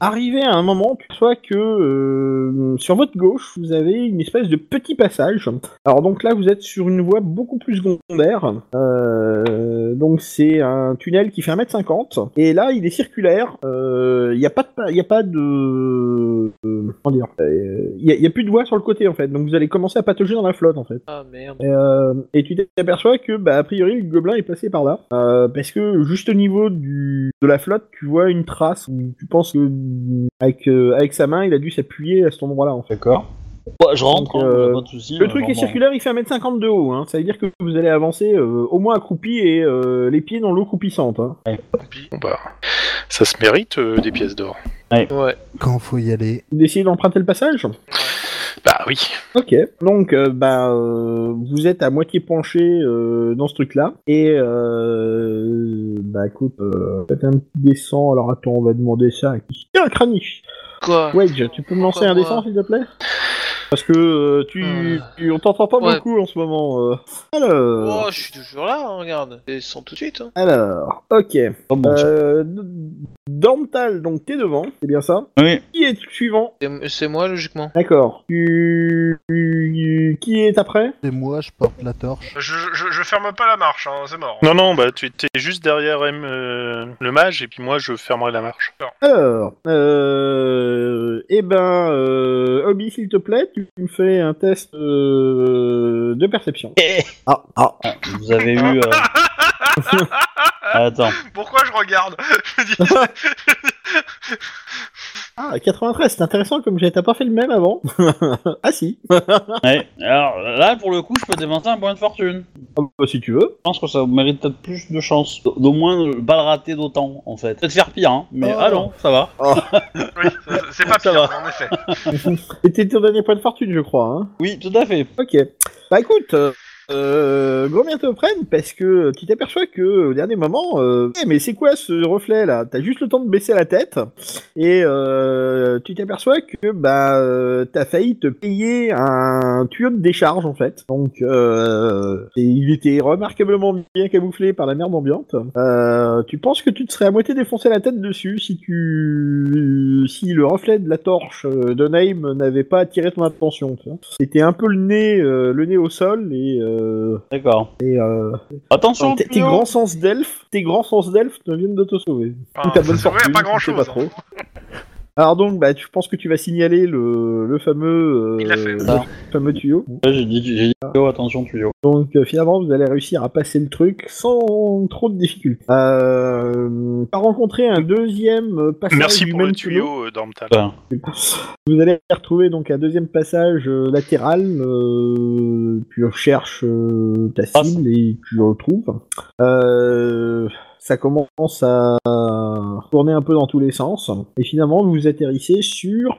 Speaker 2: arrivé à un moment, tu vois que euh, sur votre gauche, vous avez une espèce de petit passage. Alors donc là, vous êtes sur une voie beaucoup plus secondaire. Euh, donc c'est un tunnel qui fait 1m50. Et là, il est circulaire. Euh, Il n'y a pas de... pa- Il y a pas de... euh, comment dire Euh, Il n'y a, il y a plus de voie sur le côté, en fait. Donc vous allez commencer à patauger dans la flotte, en fait.
Speaker 7: Ah merde.
Speaker 2: Euh, et tu t'aperçois que, bah, a priori, le gobelin est passé par là. Euh, parce que juste au niveau du, de la flotte, tu vois une trace où tu penses que, mm, avec, euh, avec sa main, il a dû s'appuyer à cet endroit-là, en fait.
Speaker 4: D'accord. Bah, je rentre,
Speaker 2: Donc,
Speaker 4: hein,
Speaker 2: euh,
Speaker 4: pas de soucis.
Speaker 2: Le
Speaker 4: euh,
Speaker 2: truc est
Speaker 4: j'entends.
Speaker 2: circulaire, il fait 1m50 de haut, hein. Ça veut dire que vous allez avancer euh, au moins accroupi et euh, les pieds dans l'eau coupissante, hein.
Speaker 3: Bon, bah, ça se mérite euh, des pièces d'or.
Speaker 7: Ouais.
Speaker 6: Quand faut y aller.
Speaker 2: Vous essayez d'emprunter le passage
Speaker 3: Bah oui.
Speaker 2: Ok, donc euh, bah, euh, vous êtes à moitié penché euh, dans ce truc-là. Et euh, bah écoute, euh, faites un petit dessin. Alors attends, on va demander ça à qui Tiens, Kranich
Speaker 7: Quoi
Speaker 2: Wedge, tu peux me lancer un
Speaker 7: Moi.
Speaker 2: dessin s'il te plaît Parce que euh, tu,
Speaker 7: Euh.
Speaker 2: tu- on t'entend pas
Speaker 7: Ouais.
Speaker 2: beaucoup en ce moment. euh. Alors,
Speaker 7: Oh, je suis toujours là, hein, regarde. Et sans tout de suite. Hein.
Speaker 2: alors, ok.
Speaker 4: Oh, bon,
Speaker 2: Euh, Dormtal, donc t'es devant, c'est bien ça.
Speaker 4: Oui.
Speaker 2: Qui est suivant
Speaker 7: C'est- C'est moi logiquement.
Speaker 2: D'accord. Tu- tu- Qui est après
Speaker 6: C'est moi, je porte la torche.
Speaker 5: Je, je, je ferme pas la marche, hein, c'est mort.
Speaker 3: Non, non, bah tu étais juste derrière M, euh, le mage, et puis moi je fermerai la marche.
Speaker 2: Alors, euh, eh ben, euh, Obi, s'il te plaît, tu me fais un test euh, de perception. Ah, ah,
Speaker 4: Ah, vous avez eu. euh, Attends.
Speaker 5: Pourquoi je regarde Je dis-
Speaker 2: ah, 93, c'est intéressant comme j'ai- t'as pas fait le même avant. ah si. Ah
Speaker 4: Ouais. Alors là, pour le coup, je peux dépenser un point de fortune.
Speaker 2: bah, si tu veux.
Speaker 4: Je pense que ça mérite peut-être plus de chance. D'au moins, ne pas le rater d'autant, en fait. Peut-être faire pire, hein. Mais
Speaker 2: Oh.
Speaker 4: ah non, ça va.
Speaker 5: oui, c'est- c'est pas
Speaker 4: Ça
Speaker 5: pire, en effet.
Speaker 2: C'était ton dernier point de fortune, je crois. Hein.
Speaker 4: Oui, tout à fait.
Speaker 2: Ok. Bah écoute, euh, euh, combien te prennent parce que tu t'aperçois que au dernier moment, euh, Eh, mais c'est quoi ce reflet là T'as juste le temps de baisser la tête et euh, tu t'aperçois que bah euh, t'as failli te payer un tuyau de décharge en fait. Donc euh, et il était remarquablement bien camouflé par la merde ambiante. Euh, tu penses que tu te serais à moitié défoncé la tête dessus si tu si le reflet de la torche euh, de Naïm n'avait pas attiré ton attention. tu vois. C'était un peu le nez euh, le nez au sol et euh,
Speaker 4: D'accord.
Speaker 2: et, euh,
Speaker 4: Attention,
Speaker 2: tes, tes
Speaker 4: Pio.
Speaker 2: grands sens d'elfe, tes grands sens d'elfe ne viennent de te sauver.
Speaker 5: Enfin,
Speaker 2: Ou ta bonne
Speaker 5: Ah, ça sert à
Speaker 2: fortune,
Speaker 5: pas
Speaker 2: je sais
Speaker 5: grand-chose, hein.
Speaker 2: pas trop. Alors donc, bah, tu penses que tu vas signaler le, le fameux, euh,
Speaker 5: Il l'a fait.
Speaker 2: le fameux tuyau.
Speaker 4: Ouais, J'ai dit, j'ai dit, Pio, attention, Pio.
Speaker 2: Donc euh, finalement, vous allez réussir à passer le truc sans trop de difficultés. Euh, t'as rencontré un deuxième passage
Speaker 3: Merci
Speaker 2: du
Speaker 3: pour
Speaker 2: même
Speaker 3: le tuyau, euh, Dormtal.
Speaker 4: Enfin,
Speaker 2: Vous allez retrouver donc un deuxième passage euh, latéral, euh, tu recherches euh, ta
Speaker 4: Ah,
Speaker 2: cible et tu le retrouves. Euh, ça commence à tourner un peu dans tous les sens et finalement vous atterrissez sur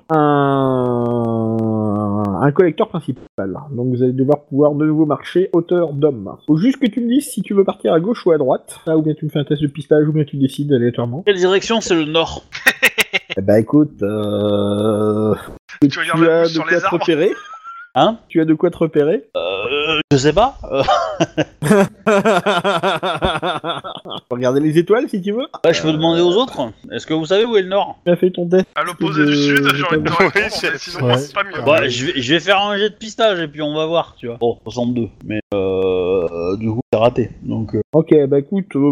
Speaker 2: un, un collecteur principal. Donc vous allez devoir pouvoir de nouveau marcher hauteur d'homme. Faut juste que tu me dises si tu veux partir à gauche ou à droite, Ah, ou bien tu me fais un test de pistage ou bien tu décides aléatoirement.
Speaker 4: Quelle direction C'est le nord.
Speaker 2: Eh ben écoute, euh...
Speaker 5: Tu regardes la
Speaker 2: as
Speaker 5: mousse
Speaker 2: de
Speaker 5: sur
Speaker 2: quoi
Speaker 5: les
Speaker 2: te
Speaker 5: arbres
Speaker 2: repérer
Speaker 4: Hein
Speaker 2: Tu as de quoi te repérer
Speaker 4: Euh, je sais pas. Euh,
Speaker 2: Regardez les étoiles si tu veux.
Speaker 4: ouais, bah, je peux demander aux autres. Est-ce que vous savez où est le nord
Speaker 2: Tu as fait ton test.
Speaker 5: À l'opposé du
Speaker 2: Euh,
Speaker 5: sud, j'ai envie de te
Speaker 3: ouais,
Speaker 5: répondre, mais
Speaker 3: c'est-
Speaker 5: sinon
Speaker 6: ouais.
Speaker 5: c'est pas mieux.
Speaker 4: Ouais, Bah, je vais, je vais faire un jet de pistage et puis on va voir, tu vois. Bon, 62, mais euh, du coup, c'est raté. Donc, euh,
Speaker 2: Ok, bah écoute, euh,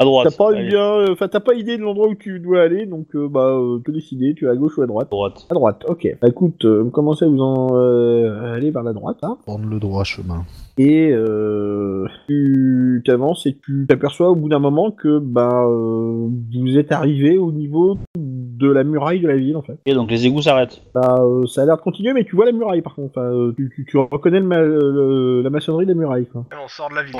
Speaker 4: à
Speaker 5: Oh,
Speaker 4: droite.
Speaker 2: t'as pas
Speaker 4: Allez,
Speaker 2: bien, euh, enfin t'as pas idée de l'endroit où tu dois aller, donc euh, bah euh, te décider, tu es à gauche ou à droite.
Speaker 4: À droite.
Speaker 2: À droite, ok. Bah écoute, euh, commencez à vous en euh, aller vers la droite, hein.
Speaker 6: Prendre le droit chemin.
Speaker 2: Et euh, tu t'avances et tu t'aperçois au bout d'un moment que bah euh, vous êtes arrivé au niveau de la muraille de la ville en fait.
Speaker 4: Et donc, les égouts s'arrêtent.
Speaker 2: Bah, euh, ça a l'air de continuer mais tu vois la muraille par contre. Enfin, euh, tu, tu- tu reconnais le ma- euh, le- la maçonnerie de la muraille quoi.
Speaker 5: On sort de la ville.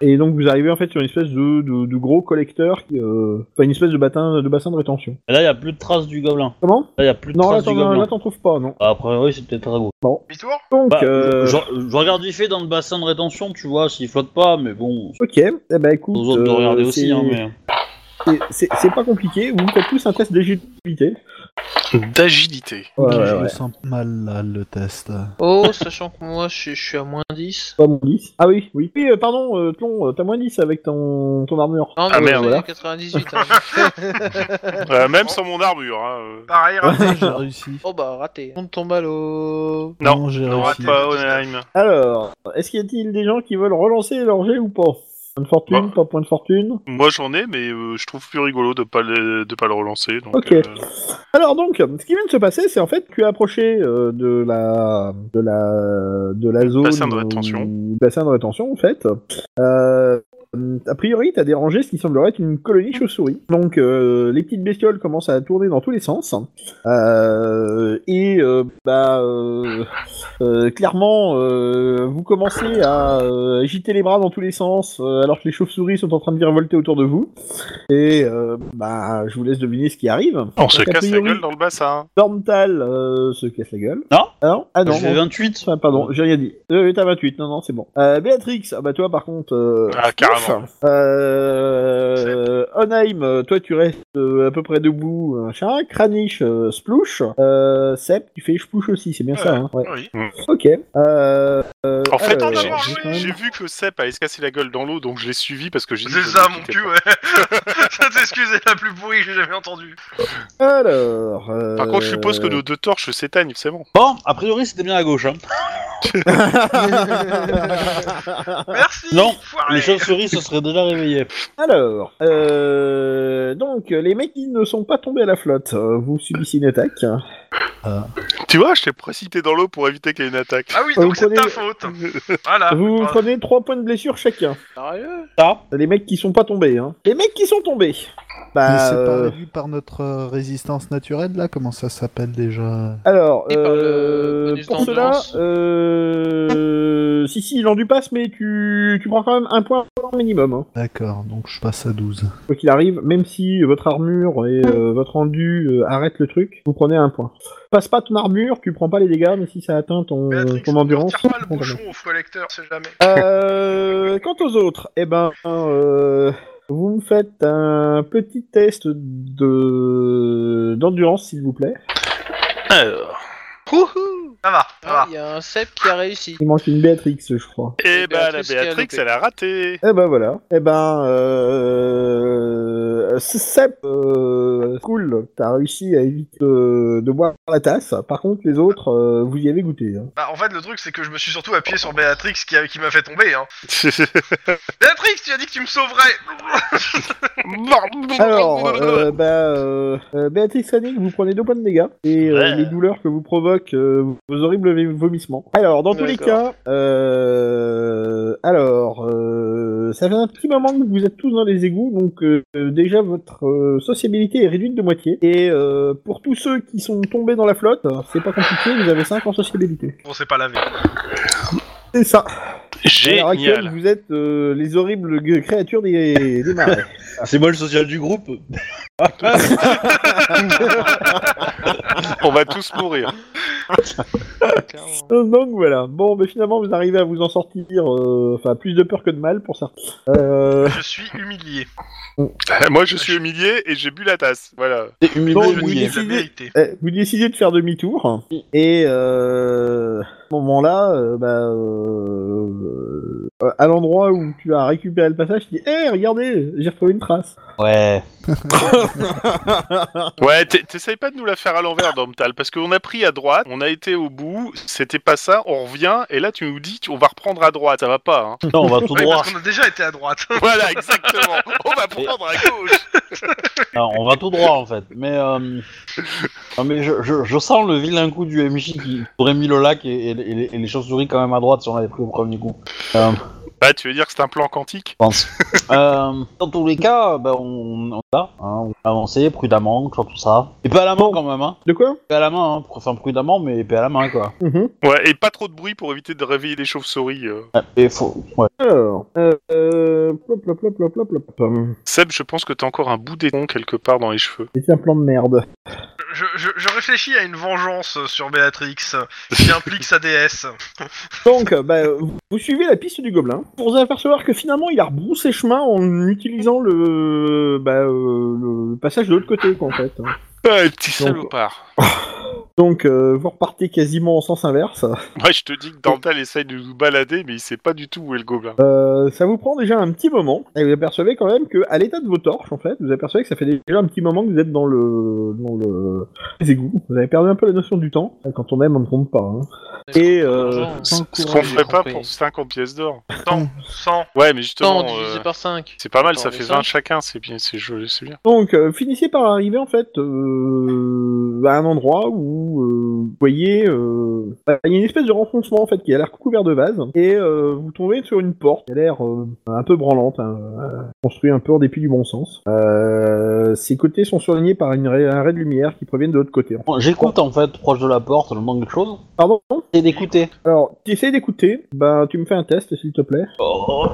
Speaker 2: Et donc vous arrivez en fait sur une espèce de, de, de gros collecteur, qui, euh, enfin une espèce de, batin, de bassin de rétention.
Speaker 4: Et là, il n'y a plus de traces du gobelin.
Speaker 2: Comment
Speaker 4: Là, il n'y a plus de
Speaker 2: Non là
Speaker 4: traces
Speaker 2: t'en
Speaker 4: du gobelin.
Speaker 2: là, t'en trouves pas non.
Speaker 4: Bah, Après, oui, c'est peut-être à gauche.
Speaker 5: Mi-tour
Speaker 2: Donc
Speaker 4: Bah,
Speaker 2: euh,
Speaker 4: je, je regarde vite fait dans le bassin de rétention, tu vois, s'il flotte pas, mais bon,
Speaker 2: ok, eh bah écoute,
Speaker 4: aux autres de
Speaker 2: euh,
Speaker 4: regarder aussi,
Speaker 2: c'est-
Speaker 4: hein, mais...
Speaker 2: c'est- c'est c'est pas compliqué, vous me faites tous un test d'agilité. Euh,
Speaker 3: D'agilité.
Speaker 2: Ouais, ouais,
Speaker 6: je
Speaker 2: ouais.
Speaker 6: le sens mal là, le test.
Speaker 7: Oh, sachant que moi je, je suis à moins 10.
Speaker 2: Pas moins 10. Ah oui, oui. Oui, euh, pardon, euh, Tlon, euh, t'as moins 10 avec ton, ton armure.
Speaker 7: Non, mais
Speaker 3: Ah, merde,
Speaker 7: c'est
Speaker 3: voilà.
Speaker 7: 98. hein.
Speaker 3: Euh, même sans mon armure. hein, euh.
Speaker 5: Pareil, raté.
Speaker 6: J'ai réussi.
Speaker 7: oh bah, raté. On tombe à l'eau.
Speaker 3: Non,
Speaker 6: j'ai
Speaker 3: Non,
Speaker 6: réussi.
Speaker 3: pas Hohenheim.
Speaker 2: Alors, est-ce qu'il y a-t-il des gens qui veulent relancer leur jet ou pas Point de fortune,
Speaker 3: Bah.
Speaker 2: pas point de fortune.
Speaker 3: Moi j'en ai, mais euh, je trouve plus rigolo de pas le, de pas le relancer. Donc,
Speaker 2: Ok.
Speaker 3: euh,
Speaker 2: Alors donc, ce qui vient de se passer, c'est en fait tu es approché euh, de la de la de la zone
Speaker 3: Bassin de rétention.
Speaker 2: où- bassin de rétention en fait. Euh, a priori, t'as dérangé ce qui semblerait être une colonie chauve-souris. Donc, euh, les petites bestioles commencent à tourner dans tous les sens. Euh, et euh, bah, euh, euh, clairement, euh, vous commencez à euh, agiter les bras dans tous les sens, euh, alors que les chauves-souris sont en train de virevolter autour de vous. Et euh, bah, je vous laisse deviner ce qui arrive.
Speaker 3: on se
Speaker 2: Donc, a
Speaker 3: casse la
Speaker 2: priori,
Speaker 3: gueule dans le bassin.
Speaker 2: Dormtal euh, se casse la gueule.
Speaker 4: Non.
Speaker 2: Ah non Ah non.
Speaker 4: je fais 28.
Speaker 2: Enfin, pardon, j'ai rien dit. Euh, t'as 28, non, non, c'est bon. Euh, Béatrix, ah bah toi par contre. Euh,
Speaker 3: Ah, carrément.
Speaker 2: ouf. Euh, Onheim, euh, toi tu restes euh, à peu près debout, machin. Kranich, euh, splouche. Euh, Sep, tu fais splouche aussi, c'est bien ça, hein. Ouais.
Speaker 5: Oui.
Speaker 2: Ok. Euh, euh,
Speaker 3: En fait,
Speaker 2: alors,
Speaker 3: j'ai-
Speaker 5: avoir
Speaker 2: j'ai quand
Speaker 3: j'ai
Speaker 2: même-
Speaker 3: j'ai vu que Sepp allait se casser la gueule dans l'eau, donc je l'ai suivi parce que j'ai dit
Speaker 5: C'est
Speaker 3: que je
Speaker 5: ça,
Speaker 3: le
Speaker 5: mon
Speaker 3: quittais
Speaker 5: cul,
Speaker 3: pas.
Speaker 5: ouais. Cette excuse est la plus pourrie que j'ai jamais entendue.
Speaker 2: Alors. euh,
Speaker 3: Par contre, je suppose que nos deux torches s'éteignent, c'est bon.
Speaker 4: Bon, a priori, c'était bien à gauche, hein.
Speaker 5: Merci
Speaker 4: Non,
Speaker 5: foiré.
Speaker 4: Les chauves-souris se seraient déjà réveillées.
Speaker 2: Alors, euh, donc les mecs qui ne sont pas tombés à la flotte, euh, vous subissez une attaque.
Speaker 3: Tu vois, je t'ai précipité dans l'eau pour éviter qu'il y ait une attaque.
Speaker 5: Ah oui,
Speaker 2: Vous
Speaker 5: donc c'est de ta
Speaker 2: prenez-
Speaker 5: faute. Voilà.
Speaker 2: Vous
Speaker 5: Voilà.
Speaker 2: prenez 3 points de blessure chacun.
Speaker 7: Sérieux
Speaker 4: Ça
Speaker 2: Les mecs qui sont pas tombés, hein. Les mecs qui sont tombés
Speaker 6: Mais
Speaker 2: Bah,
Speaker 6: c'est pas
Speaker 2: euh,
Speaker 6: réduit par notre euh, résistance naturelle, là Comment ça s'appelle déjà
Speaker 2: Alors,
Speaker 7: Et par le
Speaker 2: euh,
Speaker 7: bonus
Speaker 2: pour cela,
Speaker 7: d'endurance.
Speaker 2: euh, si, si, l'endu passe, mais tu, tu prends quand même un point minimum. hein.
Speaker 6: D'accord, donc je passe à 12.
Speaker 2: Quoi qu'il arrive, même si votre armure et euh, votre endu euh, arrêtent le truc, vous prenez un point. Passe pas ton armure, tu prends pas les dégâts, mais si ça atteint ton,
Speaker 5: Béatrix,
Speaker 2: ton endurance.
Speaker 5: ne tire pas le
Speaker 2: tu prends quand même.
Speaker 5: bouchon au collecteur, c'est jamais.
Speaker 2: Euh, quant aux autres, eh ben, euh, vous me faites un petit test de d'endurance, s'il vous plaît.
Speaker 3: Alors.
Speaker 7: Wouhou
Speaker 5: Ça va, ça
Speaker 7: Ah,
Speaker 5: va.
Speaker 7: Il y a un cep qui a réussi.
Speaker 2: Il manque une Béatrix, je crois.
Speaker 3: Eh bah, la
Speaker 7: Béatrice qui a
Speaker 3: Béatrix,
Speaker 7: loupé.
Speaker 3: elle a raté.
Speaker 2: Eh ben voilà. Eh ben, euh... Sep, euh, cool, t'as réussi à éviter euh, de boire la tasse. Par contre, les autres, euh, vous y avez goûté. hein.
Speaker 5: Bah, en fait, le truc, c'est que je me suis surtout appuyé sur Béatrix qui, a- qui m'a fait tomber. Hein. Béatrix, tu as dit que tu me sauverais
Speaker 2: Alors, euh, bah, euh, euh, Béatrice Fanning, vous prenez deux points de dégâts et euh,
Speaker 3: Ouais.
Speaker 2: les douleurs que vous provoquent euh, vos horribles v- vomissements. Alors, dans tous les cas, euh, alors, euh, ça fait un petit moment que vous êtes tous dans les égouts, donc euh, euh, déjà votre euh, sociabilité est réduite de moitié. Et euh, pour tous ceux qui sont tombés dans la flotte, c'est pas compliqué, vous avez 5 en sociabilité.
Speaker 5: Bon, c'est pas lavé.
Speaker 2: C'est ça. À l'heure actuelle,
Speaker 3: Génial.
Speaker 2: vous êtes euh, les horribles gue- créatures des, des marais.
Speaker 4: C'est moi le social du groupe.
Speaker 3: On va tous mourir.
Speaker 7: Clairement.
Speaker 2: Euh, Donc voilà. Bon, mais finalement, vous arrivez à vous en sortir. euh, Enfin, plus de peur que de mal pour certains. Euh,
Speaker 5: Je suis humilié.
Speaker 3: Moi, je suis humilié et j'ai bu la tasse. Voilà.
Speaker 7: T'es humilié,
Speaker 2: Non,
Speaker 5: je
Speaker 2: vous
Speaker 5: dis
Speaker 7: humilié.
Speaker 5: la
Speaker 2: décidez-
Speaker 5: vérité.
Speaker 2: eh, vous décidez de faire demi-tour. Et euh, à ce moment-là, euh, bah, euh, euh, à l'endroit où tu as récupéré le passage, tu dis Hé, regardez, j'ai retrouvé une trace.
Speaker 4: Ouais.
Speaker 3: Ouais, t'es- t'essayes pas de nous la faire à l'envers, Domtal, parce qu'on a pris à droite, on a été au bout, c'était pas ça, on revient, et là tu nous dis, tu- on va reprendre à droite, ça va pas, hein.
Speaker 4: Non, on va tout
Speaker 5: Oui,
Speaker 4: droit.
Speaker 5: parce qu'on a déjà été à droite.
Speaker 3: Voilà, exactement, on va prendre à gauche.
Speaker 4: Non, Ah, on va tout droit en fait. Mais, euh, non, mais je, je- je sens le vilain coup du MJ qui aurait mis le lac et, et les- et les, et les chauves-souris quand même à droite si on l'avait pris au premier coup. Euh,
Speaker 3: Bah, tu veux dire que c'est un plan quantique
Speaker 4: je pense. Euh, dans tous les cas, bah, on, on va, hein, on va avancer prudemment, sur tout ça. Et pas à la main quand même, hein.
Speaker 2: De quoi
Speaker 4: Pas à la main, hein. pr- enfin prudemment, mais pas à la main quoi.
Speaker 2: Mhm.
Speaker 3: Ouais, et pas trop de bruit pour éviter de réveiller les chauves-souris. euh.
Speaker 4: Ouais, Et faut, ouais.
Speaker 2: Alors, euh, euh, plop, plop, plop, plop, plop, plop. Hum,
Speaker 3: Seb, je pense que t'as encore un bout d'éton quelque part dans les cheveux.
Speaker 2: C'est un plan de merde.
Speaker 5: Je, je, je réfléchis à une vengeance sur Béatrix qui implique sa déesse.
Speaker 2: Donc, euh, bah, euh, vous suivez la piste du gobelin pour vous apercevoir que finalement il a rebroussé chemin en utilisant le, bah, euh, le passage de l'autre côté, quoi, en fait.
Speaker 3: Ah, petit
Speaker 2: Donc-
Speaker 3: salopard.
Speaker 2: Donc, euh, vous repartez quasiment en sens inverse.
Speaker 3: Ouais, je te dis que Domtal essaye de nous balader, mais il sait pas du tout où est le gobelin.
Speaker 2: Euh, ça vous prend déjà un petit moment, et vous apercevez quand même que, à l'état de vos torches, en fait, vous apercevez que ça fait déjà un petit moment que vous êtes dans le, dans le, les égouts. Vous avez perdu un peu la notion du temps. Quand on aime, on ne compte pas. hein. Et, euh,
Speaker 7: Sans
Speaker 3: Ce
Speaker 7: courage,
Speaker 3: qu'on
Speaker 7: j'ai
Speaker 3: ferait pas
Speaker 7: compris.
Speaker 3: pour 50 pièces d'or.
Speaker 5: 100.
Speaker 3: Ouais, mais
Speaker 7: Tant
Speaker 3: justement,
Speaker 7: divisé
Speaker 3: euh,
Speaker 7: par 5.
Speaker 3: c'est pas mal, ça
Speaker 7: Attends,
Speaker 3: fait
Speaker 7: mais ça
Speaker 3: 20 chacun, c'est bien, c'est joli, c'est bien.
Speaker 2: Donc, euh, finissez par arriver en fait euh, à un endroit où euh, vous voyez, euh, bah, il y a une espèce de renfoncement en fait qui a l'air couvert de vases et euh, vous tombez sur une porte qui a l'air euh, un peu branlante, hein, euh, construite un peu en dépit du bon sens. Euh, ses côtés sont surlignés par une ray- un ray de lumière qui proviennent de l'autre côté.
Speaker 4: Bon, J'écoute en fait, proche de la porte, le manque de chose.
Speaker 2: Pardon
Speaker 4: Et d'écouter.
Speaker 2: Alors, t'essayes d'écouter. Bah, tu me fais un test s'il te plaît.
Speaker 4: Oh,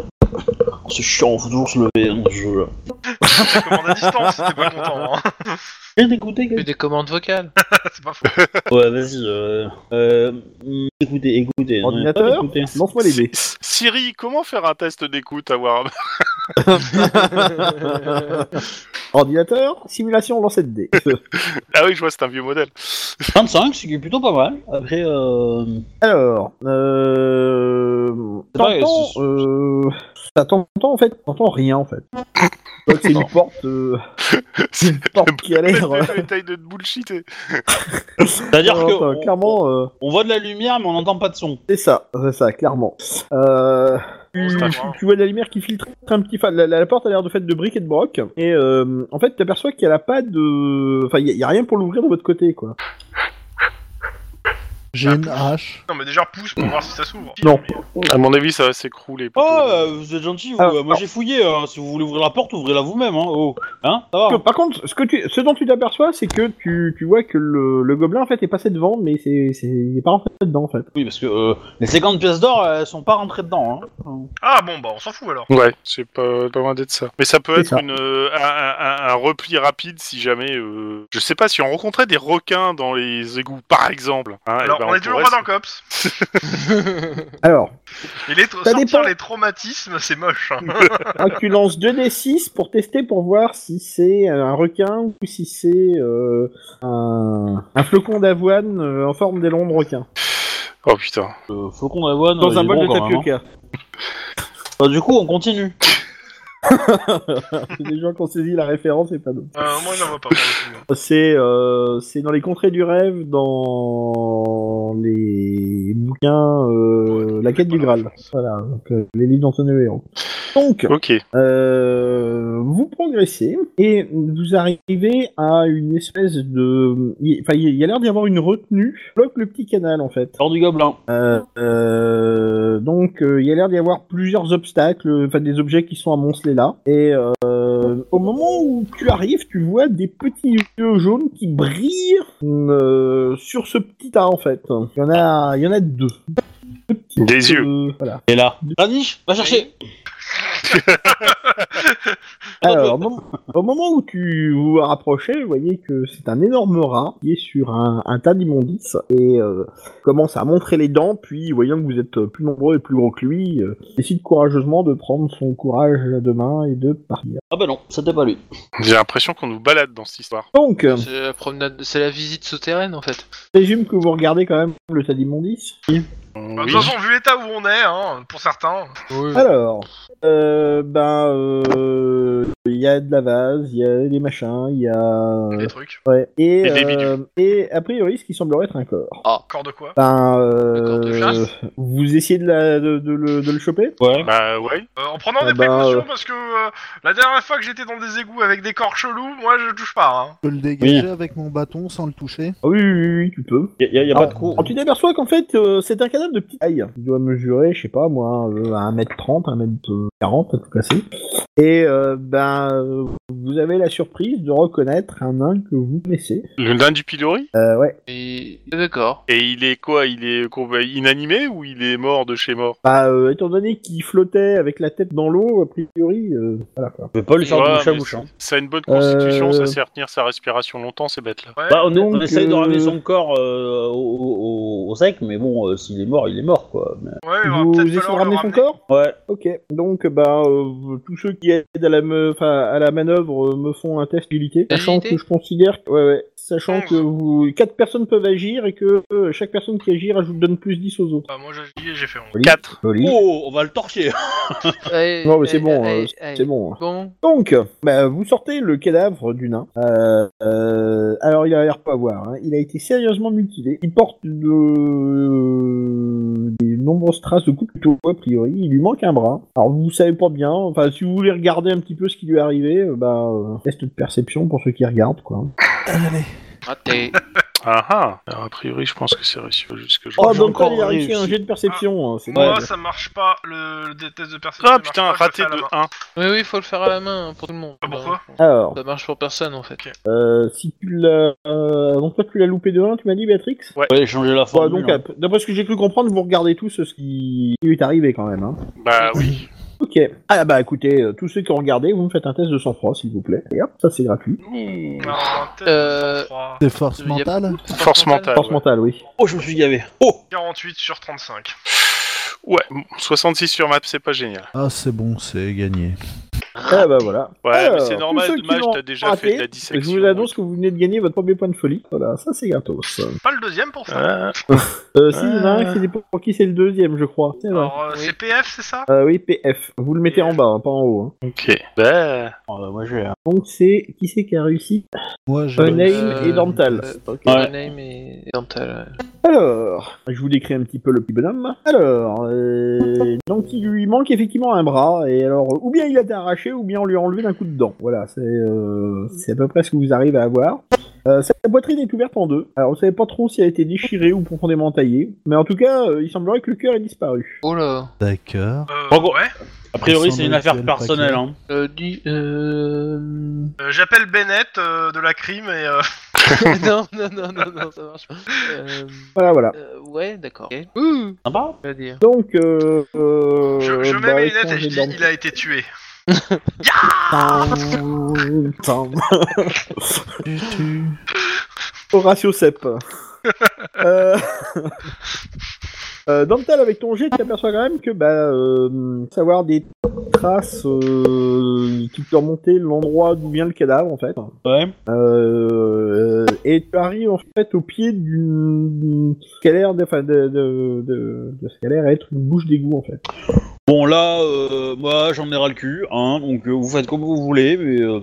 Speaker 4: c'est chiant, faut toujours se lever dans ce jeu là.
Speaker 5: Je commande à distance, t'es pas content. Hein.
Speaker 4: J'ai d'écouter
Speaker 7: Fais des commandes vocales.
Speaker 5: C'est pas faux.
Speaker 4: Ouais, vas-y. Euh, euh, mm, écoutez, écoutez.
Speaker 2: Ordinateur
Speaker 4: non, écoutez.
Speaker 2: Lance-moi les dés.
Speaker 3: Siri, comment faire un test d'écoute à voir
Speaker 2: Ordinateur, simulation, lance de dés.
Speaker 3: Ah oui, je vois, c'est un vieux modèle.
Speaker 4: 25, c'est plutôt pas mal. Après, euh,
Speaker 2: Alors, euh...
Speaker 4: C'est pareil,
Speaker 2: t'entends,
Speaker 4: c'est-
Speaker 2: euh... ça t'entends en fait, t'entends rien en fait. Donc c'est une porte, euh, c'est une porte qui a
Speaker 3: Mais
Speaker 2: l'air. euh,
Speaker 3: le détail de te bullshiter.
Speaker 4: c'est-à-dire
Speaker 2: non,
Speaker 4: que
Speaker 2: enfin,
Speaker 4: on-
Speaker 2: Oh, clairement, euh,
Speaker 4: on voit de la lumière, mais on n'entend pas de son.
Speaker 2: c'est ça, c'est ça, clairement. Euh,
Speaker 7: Mm.
Speaker 2: tu,
Speaker 5: C'est pas
Speaker 2: tu-
Speaker 5: grave.
Speaker 2: tu vois de la lumière qui filtre un petit. Enfin, la, la porte a l'air de faite de briques et de broc. Et euh, en fait, t'aperçois qu'elle a pas de. Enfin, il y, a rien pour l'ouvrir de votre côté, quoi.
Speaker 6: J'ai une hache.
Speaker 5: Non, mais déjà pousse pour voir si ça s'ouvre.
Speaker 2: Non.
Speaker 3: À mon avis, ça va s'écrouler.
Speaker 4: Oh,
Speaker 3: plutôt.
Speaker 4: euh, vous êtes gentil, vous.
Speaker 2: Ah,
Speaker 4: Euh, moi j'ai fouillé. hein. Si vous voulez ouvrir la porte, ouvrez-la vous-même. Hein. Oh. Hein ça va.
Speaker 2: Par contre, ce, que tu, ce dont tu t'aperçois, c'est que tu, tu vois que le, le gobelin en fait est passé devant, mais c'est, c'est, il est pas rentré dedans en fait.
Speaker 4: Oui, parce que euh, les 50 pièces d'or, elles sont pas rentrées dedans. Hein.
Speaker 5: Ah bon, bah on s'en fout alors.
Speaker 3: Ouais, c'est pas, pas loin d'être ça. Mais ça peut
Speaker 2: C'est
Speaker 3: être
Speaker 2: ça.
Speaker 3: Une, euh, un, un- un- un repli rapide si jamais. euh, je sais pas si on rencontrait des requins dans les égouts, par exemple. hein, eh
Speaker 5: Alors,
Speaker 3: ben,
Speaker 5: on, est toujours
Speaker 3: pourrait
Speaker 5: pas dans Cops.
Speaker 2: Alors,
Speaker 5: Et les
Speaker 2: Ça
Speaker 5: sortir
Speaker 2: dépend.
Speaker 5: les traumatismes, c'est moche. hein.
Speaker 2: faudra que tu lances 2d6 pour tester pour voir si c'est un requin ou si c'est euh, un, un flocon d'avoine euh, en forme d'élan de requin.
Speaker 3: se- Oh putain.
Speaker 4: Euh, flocon d'avoine.
Speaker 2: Dans
Speaker 4: euh,
Speaker 2: un
Speaker 4: il est
Speaker 2: bol
Speaker 4: bon
Speaker 2: de
Speaker 4: quand même, hein.
Speaker 2: tapioca.
Speaker 4: Bah, du coup, on continue.
Speaker 2: C'est des gens qui ont saisi la référence et pas d'autres.
Speaker 5: Euh, moi, je la vois pas. pour le coup.
Speaker 2: C'est euh, c'est dans les contrées du rêve, dans les bouquins euh, La quête du Graal. Voilà, donc, euh, les livres d'Antonio Héron. Donc,
Speaker 3: Ok.
Speaker 2: euh, vous progressez et vous arrivez à une espèce de... il- Enfin, il y a l'air d'y avoir une retenue. Bloque le petit canal, en fait.
Speaker 4: L'or du gobelin.
Speaker 2: Euh, euh, donc, euh, il y a l'air d'y avoir plusieurs obstacles, enfin des objets qui sont amoncelés là. Et euh, au moment où tu arrives, tu vois des petits yeux jaunes qui brillent euh, sur ce petit tas en fait. Il y en a, il y en a deux. Deux petits,
Speaker 3: Des yeux.
Speaker 2: euh, voilà.
Speaker 4: Et là. Ranish, va chercher.
Speaker 2: Alors, au moment, au moment où tu vous rapprochez, vous voyez que c'est un énorme rat qui est sur un, un tas d'immondices et euh, commence à montrer les dents, puis voyant que vous êtes euh, plus nombreux et plus gros que lui, euh, décide courageusement de prendre son courage à deux mains et de partir.
Speaker 4: Ah bah non, c'était pas lui.
Speaker 3: J'ai l'impression qu'on nous balade dans cette histoire.
Speaker 2: Donc, euh,
Speaker 7: C'est la promenade, c'est la visite souterraine en fait.
Speaker 2: je présume que vous regardez quand même le tas d'immondices.
Speaker 5: Bah, De
Speaker 3: Oui.
Speaker 5: toute façon, vu l'état où on est, hein, pour certains.
Speaker 7: Oui.
Speaker 2: Alors, euh, ben, euh, il y a de la vase, il y a des machins, il y a...
Speaker 5: Des trucs.
Speaker 2: Ouais. Et,
Speaker 3: Et des
Speaker 2: euh, et a priori, ce qui semblerait être un corps.
Speaker 5: Encore de quoi
Speaker 2: Ben,
Speaker 7: Le corps de
Speaker 2: euh,
Speaker 7: chasse.
Speaker 2: vous essayez de, la- de, de le, de le choper
Speaker 4: Ouais.
Speaker 3: Bah ouais.
Speaker 5: Euh, En prenant
Speaker 2: Ah
Speaker 5: des
Speaker 2: bah,
Speaker 5: précautions,
Speaker 2: euh.
Speaker 5: parce que euh, la dernière fois que j'étais dans des égouts avec des corps chelous, moi, je touche pas. Hein.
Speaker 6: Je peux le dégager avec mon bâton sans le toucher.
Speaker 2: Ah oui, oui, oui, oui, tu peux.
Speaker 4: Y a, y a- y a
Speaker 2: Ah.
Speaker 4: pas de
Speaker 5: Oh.
Speaker 4: cours.
Speaker 2: Alors, tu t'aperçois qu'en fait, euh, c'est un cadavre de petite taille. Il doit mesurer, je sais pas moi, euh, à 1m30, 1m40, euh, à tout casser. Et euh, ben, euh, vous avez la surprise de reconnaître un nain que vous connaissez.
Speaker 3: Le nain du pilori.
Speaker 2: Euh, ouais,
Speaker 7: Et- D'accord.
Speaker 3: Et il est quoi Il est comb- inanimé ou il est mort de chez mort
Speaker 2: bah, euh, étant donné qu'il flottait avec la tête dans l'eau, a priori, euh, voilà quoi.
Speaker 4: Je vais pas lui faire de
Speaker 3: Ouais,
Speaker 4: bouche à
Speaker 3: mais
Speaker 4: bouche. hein.
Speaker 3: Ça a une bonne constitution,
Speaker 2: Euh.
Speaker 3: ça sait retenir sa respiration longtemps, ces bêtes-là.
Speaker 5: Ouais.
Speaker 4: Bah, on,
Speaker 2: Donc,
Speaker 4: on essaye de ramener
Speaker 2: euh,
Speaker 4: son corps euh, au, au- au- au sec, mais bon, euh, s'il est mort, il est mort quoi. Mais-
Speaker 5: Ouais, il va
Speaker 2: vous
Speaker 5: peut-être
Speaker 2: essayez de
Speaker 5: falloir le
Speaker 2: ramener son
Speaker 5: ramener.
Speaker 2: corps
Speaker 4: Ouais.
Speaker 2: Ok, donc bah, euh, tous ceux qui aident à la, me... enfin, à la manœuvre euh, me font un test d'utilité, sachant
Speaker 7: Agilité
Speaker 2: que je considère, que- ouais, ouais, sachant que vous quatre personnes peuvent agir et que euh, chaque personne qui agit rajoute donne plus 10 aux autres.
Speaker 5: Bah, moi, j'ai j'ai fait 11.
Speaker 3: 4.
Speaker 4: Oh, on va le torcher.
Speaker 7: Allez,
Speaker 2: Non mais c'est
Speaker 7: allez,
Speaker 2: bon,
Speaker 7: allez,
Speaker 2: euh,
Speaker 7: allez.
Speaker 2: c'est bon.
Speaker 7: Bon.
Speaker 2: Donc, bah, vous sortez le cadavre du nain. Euh, euh, alors, il a l'air pas voir. hein. Il a été sérieusement mutilé. Il porte de... des nombreuses traces de coups de couteau, a priori. Il lui manque un bras. Alors, vous savez pas bien. Enfin, si vous voulez regarder un petit peu ce qui lui est arrivé, euh, bah, euh, test de perception pour ceux qui regardent, quoi.
Speaker 6: Allez.
Speaker 7: Raté.
Speaker 3: Ah ah. Alors, a priori, je pense que c'est réussi jusque je.
Speaker 2: Oh,
Speaker 4: j'ai
Speaker 2: donc
Speaker 4: encore
Speaker 2: il a réussi
Speaker 4: réussi.
Speaker 2: un jet de perception. hein, c'est
Speaker 5: Moi,
Speaker 2: dingue.
Speaker 5: ça marche pas, le, le test de perception.
Speaker 3: Ah
Speaker 5: ça
Speaker 3: putain,
Speaker 5: marche pas,
Speaker 3: raté
Speaker 5: je le fais à
Speaker 3: de
Speaker 5: la main.
Speaker 3: 1.
Speaker 7: Oui, oui, faut le faire à la main hein, pour tout le monde.
Speaker 5: Ah, pourquoi
Speaker 2: Alors,
Speaker 7: Ça marche pour personne en fait.
Speaker 2: euh, si tu l'as... euh, donc toi, tu l'as loupé de 1, tu m'as dit, Béatrix
Speaker 4: Ouais, changer la
Speaker 2: Bah,
Speaker 4: forme. hein.
Speaker 2: donc, ap- d'après ce que j'ai cru comprendre, vous regardez tous euh, ce qui lui est arrivé quand même. Hein.
Speaker 3: Bah oui.
Speaker 2: Ok. Ah bah écoutez, euh, tous ceux qui ont regardé, vous me faites un test de sang-froid, s'il vous plaît. Et hop, ça c'est gratuit. Ah.
Speaker 5: Alors, un test
Speaker 7: Euh,
Speaker 5: de 3.
Speaker 6: C'est force
Speaker 7: Il y a-
Speaker 6: mentale
Speaker 3: Force mentale.
Speaker 2: Force
Speaker 3: Ah, ouais.
Speaker 2: mentale, oui.
Speaker 4: Oh, je me suis gavé. Oh,
Speaker 5: 48 sur 35.
Speaker 3: Ouais, 66 sur map, c'est pas génial.
Speaker 6: Ah, c'est bon, c'est gagné.
Speaker 2: Ah bah voilà.
Speaker 3: Ouais,
Speaker 2: Alors,
Speaker 3: mais c'est
Speaker 2: tous
Speaker 3: normal,
Speaker 2: ceux qui
Speaker 3: dommage,
Speaker 2: l'ont
Speaker 3: t'as déjà
Speaker 2: raté,
Speaker 3: fait de la dissection.
Speaker 2: Je vous annonce que vous venez de gagner votre premier point de folie. Voilà, ça c'est gratos.
Speaker 5: Pas le deuxième pour ça.
Speaker 3: Ah,
Speaker 2: Euh, si, il y en a un qui c'est pour qui c'est le deuxième, je crois. C'est vrai.
Speaker 5: Alors, euh,
Speaker 7: Oui.
Speaker 5: CPF, c'est ça
Speaker 3: Ah.
Speaker 2: Euh, oui, PF. Vous le mettez en bas, hein, pas en haut. hein.
Speaker 3: ok. Bah,
Speaker 4: Oh, bah, moi j'ai. un-
Speaker 2: Donc c'est qui c'est qui a réussi
Speaker 6: Moi, j'ai.
Speaker 2: Uname
Speaker 7: Euh,
Speaker 2: et Dental.
Speaker 7: euh,
Speaker 2: Ok.
Speaker 4: Ouais.
Speaker 7: Name et et Dental. ouais.
Speaker 2: Alors, je vous décris un petit peu le petit bonhomme. Alors, euh, donc il lui manque effectivement un bras, et alors, euh, ou bien il a été arraché, ou bien on lui a enlevé d'un coup de dent. Voilà, c'est euh, c'est à peu près ce que vous arrivez à avoir. Euh, sa poitrine est ouverte en deux. Alors, on savait pas trop si elle a été déchirée ou profondément taillée, mais en tout cas, euh, il semblerait que le cœur ait disparu.
Speaker 7: Oh là.
Speaker 6: D'accord.
Speaker 5: Euh,
Speaker 4: En gros-
Speaker 5: ouais.
Speaker 4: A priori, c'est une affaire
Speaker 6: Personne
Speaker 4: personnelle.
Speaker 6: ne
Speaker 4: Hein.
Speaker 7: Euh, dis, euh...
Speaker 5: Euh, J'appelle Bennett euh, de la crime et euh,
Speaker 7: non, non, non, non, non, ça marche pas. Euh,
Speaker 2: Voilà, voilà.
Speaker 7: euh, ouais, d'accord. Ok. Ouh,
Speaker 4: Sympa
Speaker 7: je veux dire.
Speaker 2: Donc, euh, euh,
Speaker 5: je, je mets
Speaker 2: bah,
Speaker 5: mes lunettes et je
Speaker 2: étranger
Speaker 5: dis
Speaker 2: dans-
Speaker 5: il a été tué.
Speaker 2: Tintin.
Speaker 6: Tu, tu.
Speaker 2: Horatio Sepp. euh... euh, Dantal, avec ton jet, tu aperçois quand même que bah, euh, savoir des traces euh, qui te remontaient l'endroit d'où vient le cadavre, en fait.
Speaker 4: Ouais.
Speaker 2: Euh, et tu arrives en fait au pied d'une ce qui a l'air de, enfin, de, de, de- de ce qui a l'air être une bouche d'égout en fait.
Speaker 4: Bon, là, euh, moi, j'en ai ras le cul, hein, donc euh, vous faites comme vous voulez, mais... euh,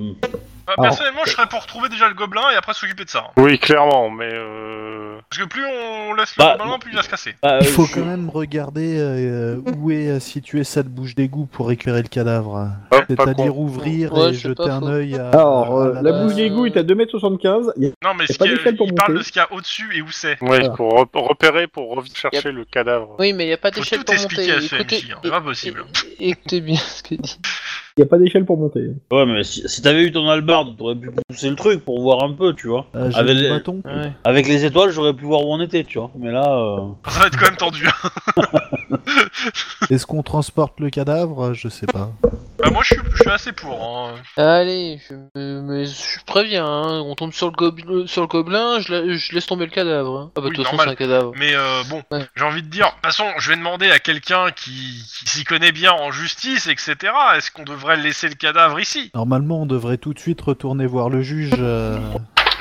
Speaker 5: Bah,
Speaker 2: Alors-
Speaker 5: personnellement, je serais pour retrouver déjà le gobelin et après s'occuper de ça. hein.
Speaker 3: Oui, clairement, mais euh,
Speaker 5: Parce que plus on laisse le
Speaker 4: Bah,
Speaker 5: gobelin, plus il va se casser.
Speaker 7: Ah
Speaker 4: bah,
Speaker 6: Il
Speaker 4: euh,
Speaker 6: faut
Speaker 4: je-
Speaker 6: quand même regarder euh, où est euh, située cette bouche d'égout pour récupérer le cadavre.
Speaker 3: hop, pas con.
Speaker 6: C'est-à-dire ouvrir
Speaker 7: Ouais,
Speaker 6: et
Speaker 7: je sais
Speaker 6: jeter
Speaker 7: pas,
Speaker 6: un
Speaker 7: faut-
Speaker 6: œil à.
Speaker 2: Alors, euh,
Speaker 6: à
Speaker 2: la
Speaker 7: bah,
Speaker 2: bouche d'égout est à 2m75, il y a
Speaker 5: Non,
Speaker 2: y
Speaker 5: mais
Speaker 2: a
Speaker 5: ce
Speaker 2: pas
Speaker 5: qu'il y a-
Speaker 2: d'échelle pour
Speaker 5: il parle
Speaker 2: monter.
Speaker 5: de ce qu'il y a au-dessus et où c'est.
Speaker 3: Ouais,
Speaker 2: Voilà.
Speaker 3: pour rep- repérer, pour revenir chercher le cadavre.
Speaker 7: Oui, mais il n'y a pas
Speaker 5: Faut
Speaker 7: d'échelle
Speaker 5: tout
Speaker 7: pour
Speaker 5: expliquer
Speaker 7: monter.
Speaker 5: à ce MJ, hein. c'est pas possible.
Speaker 7: é- écoutez bien ce que dit.
Speaker 2: il y a pas d'échelle pour monter.
Speaker 4: Ouais, mais si, si t'avais eu ton albarde, t'aurais pu pousser le truc pour voir un peu, tu vois.
Speaker 6: Euh, j'ai
Speaker 4: Avec
Speaker 6: le
Speaker 4: les-
Speaker 6: bâton.
Speaker 7: Ouais.
Speaker 4: Avec les étoiles, j'aurais pu voir où on était, tu vois. Mais là... euh,
Speaker 5: Ça va être quand même tendu. hein.
Speaker 6: Est-ce qu'on transporte le cadavre Je sais pas.
Speaker 5: Bah, moi, je suis, je suis assez pour. hein.
Speaker 7: Allez, je, euh, mais je préviens, hein, on tombe sur le, gobelin, sur le gobelin, je, la- je laisse tomber le cadavre. hein. Ah bah de
Speaker 5: Oui,
Speaker 7: toute façon
Speaker 5: normal.
Speaker 7: c'est un cadavre.
Speaker 5: Mais euh, bon,
Speaker 7: Ouais.
Speaker 5: j'ai envie de dire. De toute façon, je vais demander à quelqu'un qui, qui s'y connaît bien en justice, etc. Est-ce qu'on devrait laisser le cadavre ici
Speaker 6: Normalement, on devrait tout de suite retourner voir le juge. euh,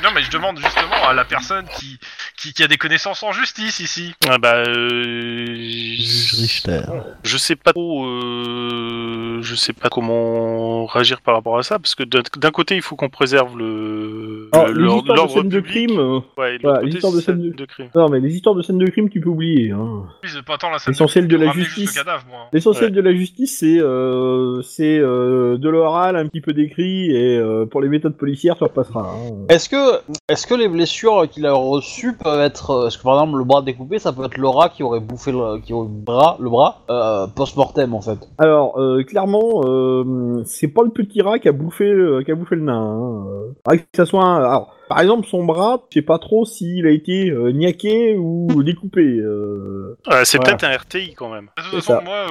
Speaker 5: Non, mais je demande justement à la personne qui, qui, qui a des connaissances en justice ici.
Speaker 3: Ah bah, euh,
Speaker 6: juge Richter.
Speaker 3: Je sais pas trop, euh, je sais pas comment réagir par rapport à ça, parce que d'un d'un côté il faut qu'on préserve le
Speaker 2: Alors,
Speaker 3: le-
Speaker 2: Ah, les
Speaker 3: l'or-
Speaker 2: histoires de scène de
Speaker 3: public.
Speaker 2: crime. euh,
Speaker 3: Ouais, et
Speaker 2: voilà,
Speaker 3: de l'autre côté,
Speaker 2: l'histoire de
Speaker 3: c'est scène
Speaker 2: scène
Speaker 3: de crime.
Speaker 2: Non, mais les histoires de scènes de crime, tu peux oublier. Hein.
Speaker 5: C'est pas tant la scène
Speaker 2: L'essentiel de la
Speaker 5: ramener juste le
Speaker 2: justice.
Speaker 5: cadavre, moi.
Speaker 2: L'essentiel
Speaker 3: Ouais.
Speaker 2: de la justice, c'est euh, c'est euh, de l'oral, un petit peu d'écrit, et euh, pour les méthodes policières, ça repassera. hein.
Speaker 4: Est-ce que, est-ce que les blessures qu'il a reçues peuvent être, euh, est-ce que par exemple le bras découpé, ça peut être le rat qui aurait bouffé le, qui aurait bras, le bras euh, post-mortem en fait.
Speaker 2: Alors, euh, clairement, euh, c'est pas le petit rat qui a bouffé, euh, qui a bouffé le nain. hein. Euh, faudrait que ça soit un- alors, par exemple, son bras, je sais pas trop s'il a été euh, niaqué ou découpé. euh.
Speaker 3: Euh, c'est
Speaker 2: Voilà.
Speaker 3: peut-être un RTI quand même.
Speaker 5: De toute
Speaker 2: C'est
Speaker 5: façon,
Speaker 2: ça.
Speaker 5: moi, euh,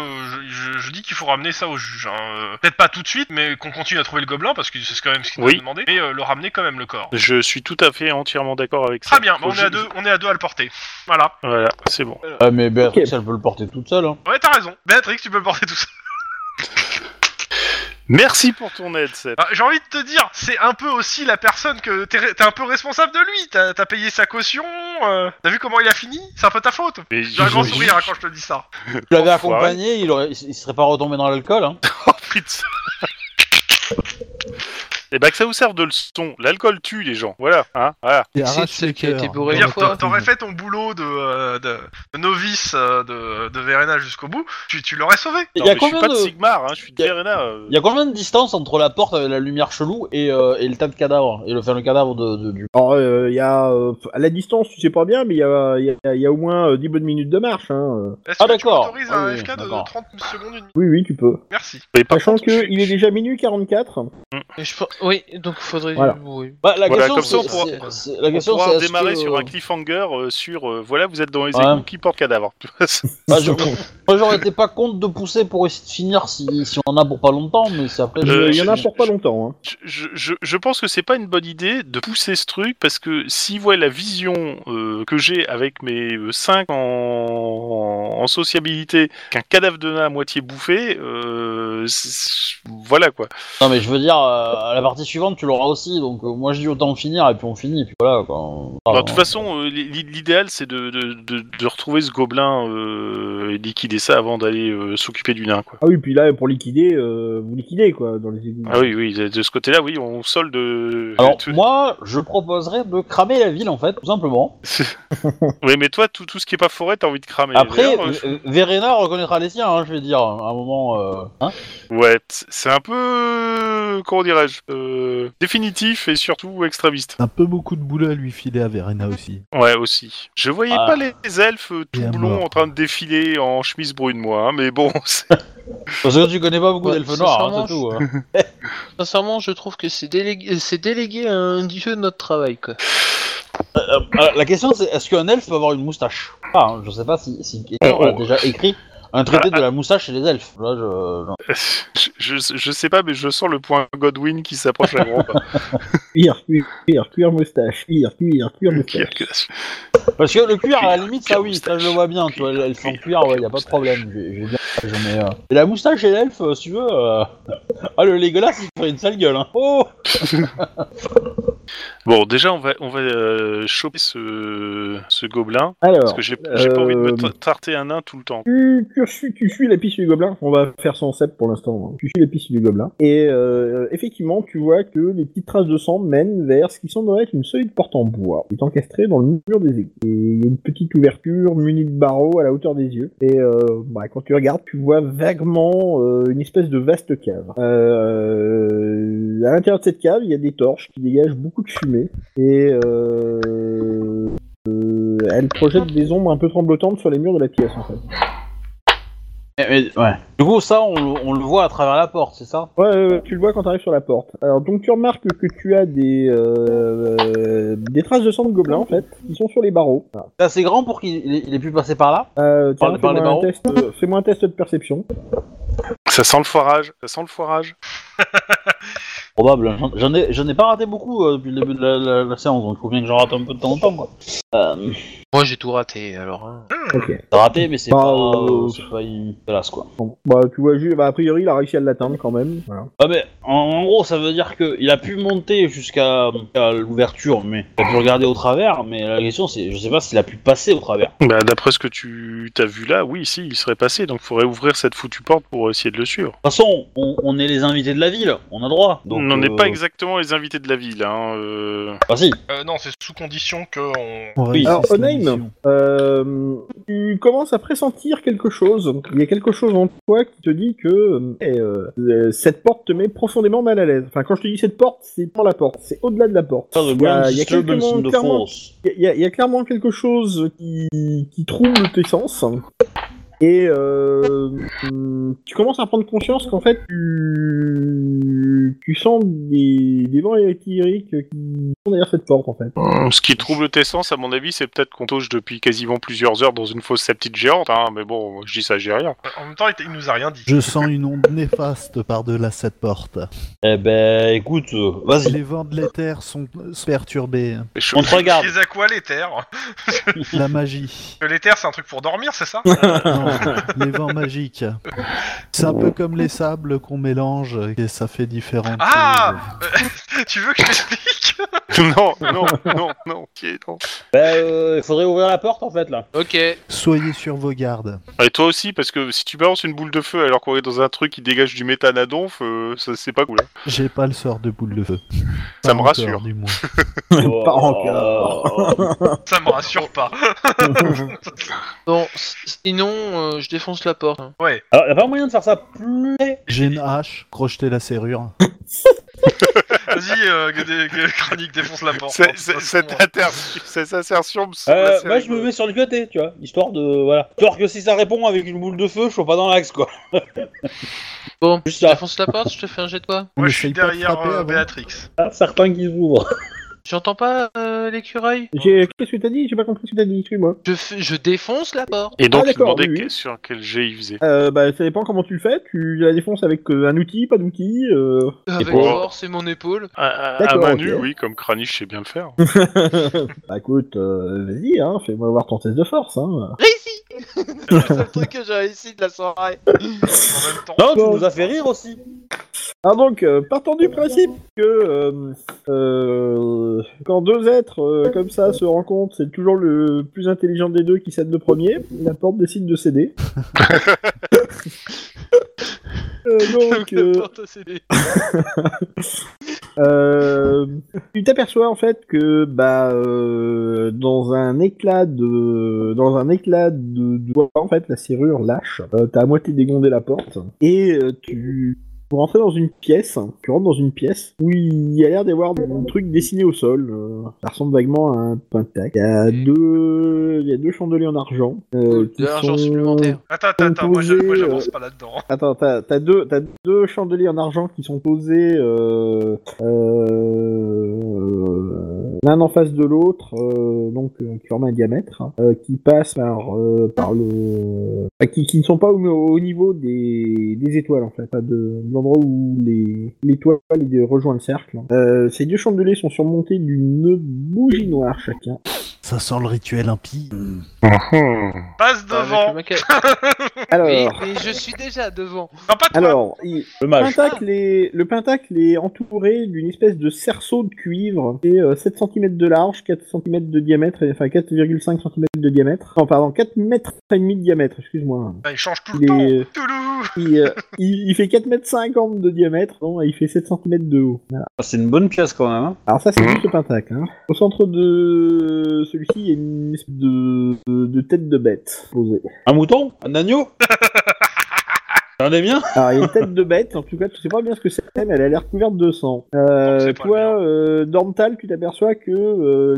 Speaker 5: je, je- je dis qu'il faut ramener ça au juge. hein. Euh, Peut-être pas tout de suite, mais qu'on continue à trouver le gobelin, parce que c'est quand même ce qu'il nous
Speaker 3: Oui.
Speaker 5: a demandé, et euh, le ramener quand même le corps.
Speaker 3: Je suis tout à fait entièrement d'accord avec ça.
Speaker 5: Très bien, bah,
Speaker 3: Faut
Speaker 5: on, est à
Speaker 3: ju-
Speaker 5: deux, on est à deux à le porter. Voilà.
Speaker 3: Voilà, c'est bon.
Speaker 4: Euh, mais Béatrix,
Speaker 2: Ok.
Speaker 4: elle peut le porter toute seule. Hein.
Speaker 5: Ouais, t'as raison. Béatrix, tu peux le porter tout seul.
Speaker 3: Merci pour ton aide, Seth.
Speaker 5: Bah, J'ai envie de te dire, c'est un peu aussi la personne que t'es re- t'es un peu responsable de lui. T'as t'as payé sa caution, euh, t'as vu comment il a fini C'est un peu ta faute.
Speaker 3: Mais
Speaker 5: J'ai un grand
Speaker 3: j'ai-
Speaker 5: sourire hein, quand je te dis ça.
Speaker 4: Tu l'avais
Speaker 3: Enfoiré.
Speaker 4: accompagné, il aurait, il serait pas retombé dans l'alcool. Hein.
Speaker 3: Oh, putain. Et bah que ça vous serve de leçon. L'alcool tue les gens. Voilà, hein, voilà.
Speaker 6: Et
Speaker 7: C'est
Speaker 6: arrache
Speaker 7: celle
Speaker 6: les
Speaker 7: qui a été
Speaker 6: cœurs.
Speaker 5: Je veux
Speaker 7: bourrée
Speaker 5: dire,
Speaker 7: la
Speaker 5: t'a-
Speaker 7: fois.
Speaker 5: T'aurais fait ton boulot de, euh, de, de novice euh, de, de Verena jusqu'au bout, tu, tu l'aurais sauvé.
Speaker 4: Il
Speaker 3: Non,
Speaker 4: y a
Speaker 3: mais je suis
Speaker 4: combien
Speaker 3: pas de,
Speaker 4: de,
Speaker 3: Sigmar, hein, je suis de
Speaker 4: y a-
Speaker 3: Verena. euh.
Speaker 4: il y a combien de distance entre la porte avec la lumière chelou et, euh, et le tas de cadavres et le, enfin, le cadavre de, de- du.
Speaker 2: Alors, euh, il y a euh, à la distance, tu sais pas bien, mais il y a, il y a- il y a au moins euh, 10 bonnes minutes de marche. Hein.
Speaker 5: Est-ce
Speaker 4: Ah,
Speaker 5: que tu
Speaker 4: d'accord.
Speaker 5: m'autorises un
Speaker 4: Ah oui,
Speaker 5: FK de
Speaker 4: d'accord.
Speaker 5: 30 secondes et demie
Speaker 2: Oui, oui, tu peux.
Speaker 5: Merci.
Speaker 3: Mais par
Speaker 2: Sachant
Speaker 3: contre,
Speaker 2: que
Speaker 3: je-
Speaker 2: il est déjà minuit 44.
Speaker 7: Et je pense- Oui, donc faudrait.
Speaker 2: Voilà.
Speaker 7: oui.
Speaker 4: Bah, la
Speaker 3: Voilà,
Speaker 4: question
Speaker 3: comme ça, on
Speaker 4: c'est-
Speaker 3: pourra-
Speaker 4: c'est- c'est- la
Speaker 3: On
Speaker 4: question
Speaker 3: pourra
Speaker 4: c'est est-ce
Speaker 3: démarrer
Speaker 4: que-
Speaker 3: sur un cliffhanger euh, sur euh, voilà vous êtes dans les
Speaker 4: Ouais.
Speaker 3: égouts qui porte cadavre.
Speaker 4: Bah, je- Moi j'aurais été pas contre de pousser pour essayer de finir si, si on en a pour pas longtemps, mais c'est après.
Speaker 2: Il
Speaker 3: Euh,
Speaker 2: y en a
Speaker 3: je-
Speaker 2: pour pas longtemps. Hein.
Speaker 3: je, je- je- je pense que c'est pas une bonne idée de pousser ce truc parce que si voit la vision euh, que j'ai avec mes 5 en, en sociabilité qu'un cadavre de nain à moitié bouffé, euh, c'est- voilà quoi.
Speaker 4: Non mais je veux dire, euh, à la partie suivante tu l'auras aussi, donc euh, moi je dis autant finir et puis on finit, et puis voilà quoi. On-
Speaker 3: Alors, de toute façon, euh, l'i- l'idéal c'est de, de- de- de retrouver ce gobelin euh, et liquider ça avant d'aller euh, s'occuper du nain quoi.
Speaker 2: Ah oui, puis là, pour liquider, euh, vous liquidez quoi dans les égouts.
Speaker 3: Ah oui, oui, de de ce côté-là, oui, on solde. euh,
Speaker 4: Alors
Speaker 3: tout-
Speaker 4: moi je proposerais de cramer la ville en fait, tout simplement.
Speaker 3: Oui, mais toi, tout, tout ce qui est pas forêt, t'as envie de cramer.
Speaker 4: Après,
Speaker 3: D'ailleurs, euh,
Speaker 4: V- Verena reconnaîtra les siens, hein, je vais dire, à un moment. euh, hein
Speaker 3: je- ouais, c'est c'est un un peu, euh, comment dirais-je, euh, définitif et surtout extrémiste.
Speaker 6: Un peu beaucoup de boulot à lui filer à Verena aussi.
Speaker 3: Ouais, aussi. Je voyais
Speaker 4: Ah.
Speaker 3: pas les elfes euh, tout
Speaker 6: Bien
Speaker 3: blonds
Speaker 6: mort.
Speaker 3: en train de défiler en chemise brune, moi, hein, mais bon, c'est-
Speaker 4: Parce que tu connais pas beaucoup
Speaker 7: Ouais,
Speaker 4: d'elfes noirs, hein,
Speaker 7: sincèrement,
Speaker 4: c'est tout. hein.
Speaker 7: Sincèrement, je trouve que c'est délégué, c'est délégué à un dieu de notre travail, quoi.
Speaker 4: Euh, la question c'est est-ce qu'un elfe peut avoir une moustache ah, hein, Je sais pas si, si quelqu'un
Speaker 3: Oh, oh.
Speaker 4: a déjà écrit un traité de la moustache chez les elfes. Là, je... non.
Speaker 3: je, je- je sais pas, mais je sens le point Godwin qui s'approche à grands pas.
Speaker 2: Cuir, cuir, cuir, cuir, moustache, cuir, cuir, cuir, moustache.
Speaker 4: Parce que le cuir, à la limite, ça
Speaker 3: Cuir,
Speaker 4: oui, ça
Speaker 3: moustache.
Speaker 4: je le vois bien. Tu vois,
Speaker 3: Cuir,
Speaker 4: l'elfe en
Speaker 3: cuir,
Speaker 4: cuir, ouais,
Speaker 3: cuir,
Speaker 4: y a pas de problème. J'ai j'ai bien. je mets, euh, Et la moustache chez l'elfe, euh, si tu veux. euh, Ah, le Legolas, il te ferait une sale gueule. Hein. Oh
Speaker 3: Bon, déjà, on va, on va euh, choper ce, ce gobelin, parce
Speaker 2: Alors,
Speaker 3: que j'ai j'ai pas envie de me
Speaker 2: euh,
Speaker 3: tra- tarter un nain tout le temps.
Speaker 2: tu, tu, suis- tu suis la piste du gobelin. On va faire sans cep pour l'instant. hein. Tu suis la piste du gobelin. Et euh, effectivement, tu vois que les petites traces de sang mènent vers ce qui semblerait être une solide porte en bois. qui est encastrée dans le mur des égouts. Et il y a une petite ouverture munie de barreaux à la hauteur des yeux. Et euh, bah, quand tu regardes, tu vois vaguement euh, une espèce de vaste cave. Euh, à l'intérieur de cette cave, il y a des torches qui dégagent beaucoup de fumée. Et... Euh, euh, elle projette des ombres un peu tremblotantes sur les murs de la pièce en fait.
Speaker 4: Mais- mais- ouais. Du coup, ça, on, le- on le voit à travers la porte, c'est ça
Speaker 2: Ouais, ouais, ouais, tu le vois quand t'arrives sur la porte. Alors donc tu remarques que tu as des euh, des traces de sang de gobelin en fait, qui sont sur les barreaux. Voilà.
Speaker 4: C'est assez grand pour qu'il il- il ait pu passer par là
Speaker 2: Euh, tiens,
Speaker 4: Par- par les
Speaker 2: fais-moi un
Speaker 4: barreaux
Speaker 2: test, euh, Fais-moi un test de perception.
Speaker 3: Ça sent le foirage, ça sent le foirage.
Speaker 4: Probable. hein. J'en- J'en ai, j'en ai pas raté beaucoup euh, depuis le début de la, la- la séance, donc il faut bien que j'en rate un peu de temps en temps. Quoi. Euh,
Speaker 7: Moi, j'ai tout raté, alors. hein.
Speaker 2: Ok.
Speaker 4: t'as raté, mais c'est
Speaker 2: Bah,
Speaker 4: pas, euh,
Speaker 2: euh,
Speaker 4: c'est pas une classe, quoi.
Speaker 2: Bon, bah tu vois juste, bah, a priori il a réussi à l'atteindre quand même. Voilà.
Speaker 4: Ah mais, en, en gros, ça veut dire qu'il a pu monter jusqu'à à l'ouverture, mais il a pu regarder au travers, mais la question c'est, je sais pas s'il a pu passer au travers.
Speaker 3: Bah, D'après ce que tu t'as vu là, oui, si, il serait passé, donc faudrait ouvrir cette foutue porte pour essayer de le suivre.
Speaker 4: De toute façon, on, on est les invités de la ville, on a droit. Donc,
Speaker 3: on n'est
Speaker 4: euh,
Speaker 3: pas exactement les invités de la ville, hein. euh.
Speaker 4: Bah si,
Speaker 5: Euh, non, c'est sous condition que on-
Speaker 6: On
Speaker 4: Oui.
Speaker 6: réussisse
Speaker 2: Alors,
Speaker 6: la
Speaker 2: Onaim.
Speaker 6: mission.
Speaker 2: Euh, tu commences à pressentir quelque chose. Il y a quelque chose en toi qui te dit que euh, eh, euh, euh, cette porte te met profondément mal à l'aise. Enfin quand je te dis cette porte, c'est pas la porte, c'est au-delà de la porte.
Speaker 4: ça, the
Speaker 2: Il y a-
Speaker 4: grand
Speaker 2: il y a
Speaker 4: disturbance in the
Speaker 2: clairement-
Speaker 4: force.
Speaker 2: Il y, a- y a clairement quelque chose qui, qui trouble tes sens. Et euh, hum, tu commences à prendre conscience qu'en fait, tu, tu sens des, des vents électriques qui sont derrière cette porte, en fait.
Speaker 3: Ce qui trouble tes sens, à mon avis, c'est peut-être qu'on touche depuis quasiment plusieurs heures dans une fosse sceptique géante, hein, mais bon, je dis ça, j'ai rien.
Speaker 5: En même temps, il, t- il nous a rien dit.
Speaker 6: Je sens une onde néfaste par-delà cette porte.
Speaker 4: Eh ben, écoute, euh, vas-y.
Speaker 6: Les vents de l'éther sont sont perturbés.
Speaker 3: Je-
Speaker 4: On te regarde.
Speaker 5: Les à quoi l'éther
Speaker 6: La magie.
Speaker 5: Que L'éther, c'est un truc pour dormir, c'est ça
Speaker 6: Non, les vents magiques. C'est un peu comme les sables qu'on mélange et ça fait différentes
Speaker 5: Ah Tu veux que je t'explique
Speaker 3: non, non, non, non, ok, non.
Speaker 4: Ben, euh, il faudrait ouvrir la porte en fait là.
Speaker 7: Ok.
Speaker 6: choses. Soyez sur vos gardes.
Speaker 3: Et toi aussi, parce que si tu balances une boule de feu alors qu'on est dans un truc qui dégage du méthane à donf, euh, ça c'est pas cool. hein.
Speaker 6: J'ai pas le sort de boule de feu.
Speaker 3: Ça me
Speaker 6: Pas
Speaker 3: rassure.
Speaker 6: encore, Du moins.
Speaker 4: Oh,
Speaker 2: Pas encore.
Speaker 4: euh,
Speaker 5: Ça me rassure pas.
Speaker 7: Bon, s- sinon, euh, je défonce la porte. hein.
Speaker 4: Alors, y a pas moyen de faire ça plus.
Speaker 6: J'ai une hache, crocheter la serrure.
Speaker 5: Vas-y, euh, que des- que Chronique défonce la porte. hein,
Speaker 3: C'est-
Speaker 5: De
Speaker 3: c'est-
Speaker 5: toute
Speaker 3: Cette
Speaker 5: façon,
Speaker 3: inter- cette insertion me semble
Speaker 4: Euh,
Speaker 3: assez
Speaker 4: moi, je me
Speaker 3: rigolote.
Speaker 4: mets sur le côté, tu vois, histoire de voilà. Histoire que si ça répond avec une boule de feu, je sois pas dans l'axe quoi.
Speaker 7: Bon,
Speaker 4: Juste
Speaker 7: je
Speaker 4: là,
Speaker 7: défonce la porte, je te fais un jet de quoi
Speaker 5: Moi,
Speaker 6: On
Speaker 5: je suis
Speaker 6: essaye pas de
Speaker 5: derrière
Speaker 6: frapper
Speaker 5: euh,
Speaker 6: avant.
Speaker 5: Béatrix.
Speaker 4: un certain qui s'ouvre.
Speaker 7: J'entends pas euh, l'écureuil
Speaker 2: J'ai- Qu'est-ce que t'as dit J'ai pas compris ce que t'as dit, suis-moi.
Speaker 7: je, fais- je défonce la porte
Speaker 3: Et donc,
Speaker 2: Ah,
Speaker 3: il
Speaker 2: d'accord,
Speaker 3: demandait
Speaker 2: oui, oui.
Speaker 3: que- sur quel jet il faisait.
Speaker 2: Euh, bah, ça dépend comment tu le fais. Tu la défonces avec euh, un outil, pas d'outil. euh.
Speaker 7: avec
Speaker 3: pour-
Speaker 7: force et mon épaule.
Speaker 3: À, à- à
Speaker 2: D'accord,
Speaker 3: main
Speaker 2: ok.
Speaker 3: nue, oui, comme Kranich sait bien le faire.
Speaker 2: bah, écoute, euh, vas-y, hein, fais-moi voir ton test de force. Hein.
Speaker 7: Réussi C'est le seul truc que j'ai réussi de la soirée.
Speaker 5: En même temps,
Speaker 4: Non, tu
Speaker 2: Bon.
Speaker 4: nous as fait rire aussi.
Speaker 2: Alors donc, euh, partant du principe que euh, euh, quand deux êtres euh, comme ça se rencontrent, c'est toujours le plus intelligent des deux qui cède le premier, la porte décide de céder. Euh, donc,
Speaker 7: La
Speaker 2: euh,
Speaker 7: porte a cédé.
Speaker 2: euh, tu t'aperçois en fait que bah euh, dans un éclat de dans un éclat de, de- en fait la serrure lâche, euh, t'as à moitié dégondé la porte et euh, tu Vous rentrez dans une pièce, hein, tu rentres dans une pièce où il y a l'air d'avoir des trucs dessinés au sol. euh, ça ressemble vaguement à un pentacle. Il y a deux, il y a deux chandeliers en argent. euh,
Speaker 7: Hmm. De
Speaker 2: qui
Speaker 7: l'argent
Speaker 2: sont-
Speaker 7: supplémentaire.
Speaker 5: Attends, attends, attends, moi je-
Speaker 2: Composé,
Speaker 5: moi, j'avance pas là-dedans.
Speaker 2: Attends, t'as t'as deux, t'as deux chandeliers en argent qui sont posés euh, euh, l'un en face de l'autre, euh, donc euh, qui forment un diamètre, hein, euh, qui passe par euh, par le, ah, qui, qui ne sont pas au, au niveau des, des étoiles en fait, pas de, de l'endroit où les l'étoile les rejoint le cercle. Euh, ces deux chandeliers sont surmontés d'une bougie noire chacun.
Speaker 6: Ça sent le rituel impie.
Speaker 5: Passe
Speaker 7: Avec
Speaker 5: devant.
Speaker 7: le maquet. Mais,
Speaker 2: Alors,
Speaker 7: mais je suis déjà devant.
Speaker 5: Non, pas toi.
Speaker 2: alors, il-
Speaker 4: Ah, Le
Speaker 2: Le
Speaker 4: mage.
Speaker 2: pentacle, est, le pentacle est entouré d'une espèce de cerceau de cuivre, et 7 cm de large, 4 cm de diamètre, et- enfin 4,5 cm de diamètre. Non, pardon, 4 mètres et demi de diamètre, excuse-moi.
Speaker 5: Ah, Il change tout le
Speaker 2: Il,
Speaker 5: temps.
Speaker 2: est-
Speaker 5: Toulou.
Speaker 2: il, euh, il- il fait 4 mètres 50 de diamètre, non, et il fait 7 cm de haut. Voilà.
Speaker 4: Ah, C'est une bonne pièce quand même. hein.
Speaker 2: Alors ça, c'est juste le pentacle. hein. Au centre de celui-ci, il y a une espèce de, de- de tête de bête posée.
Speaker 4: Un mouton Un agneau Un des miens
Speaker 2: Alors, il y a une tête de bête, en tout cas, tu sais pas bien ce que c'est, mais elle a l'air couverte de sang.
Speaker 5: Donc,
Speaker 2: Euh,
Speaker 5: c'est pas le
Speaker 2: toi, euh, Dormtal, tu t'aperçois que euh,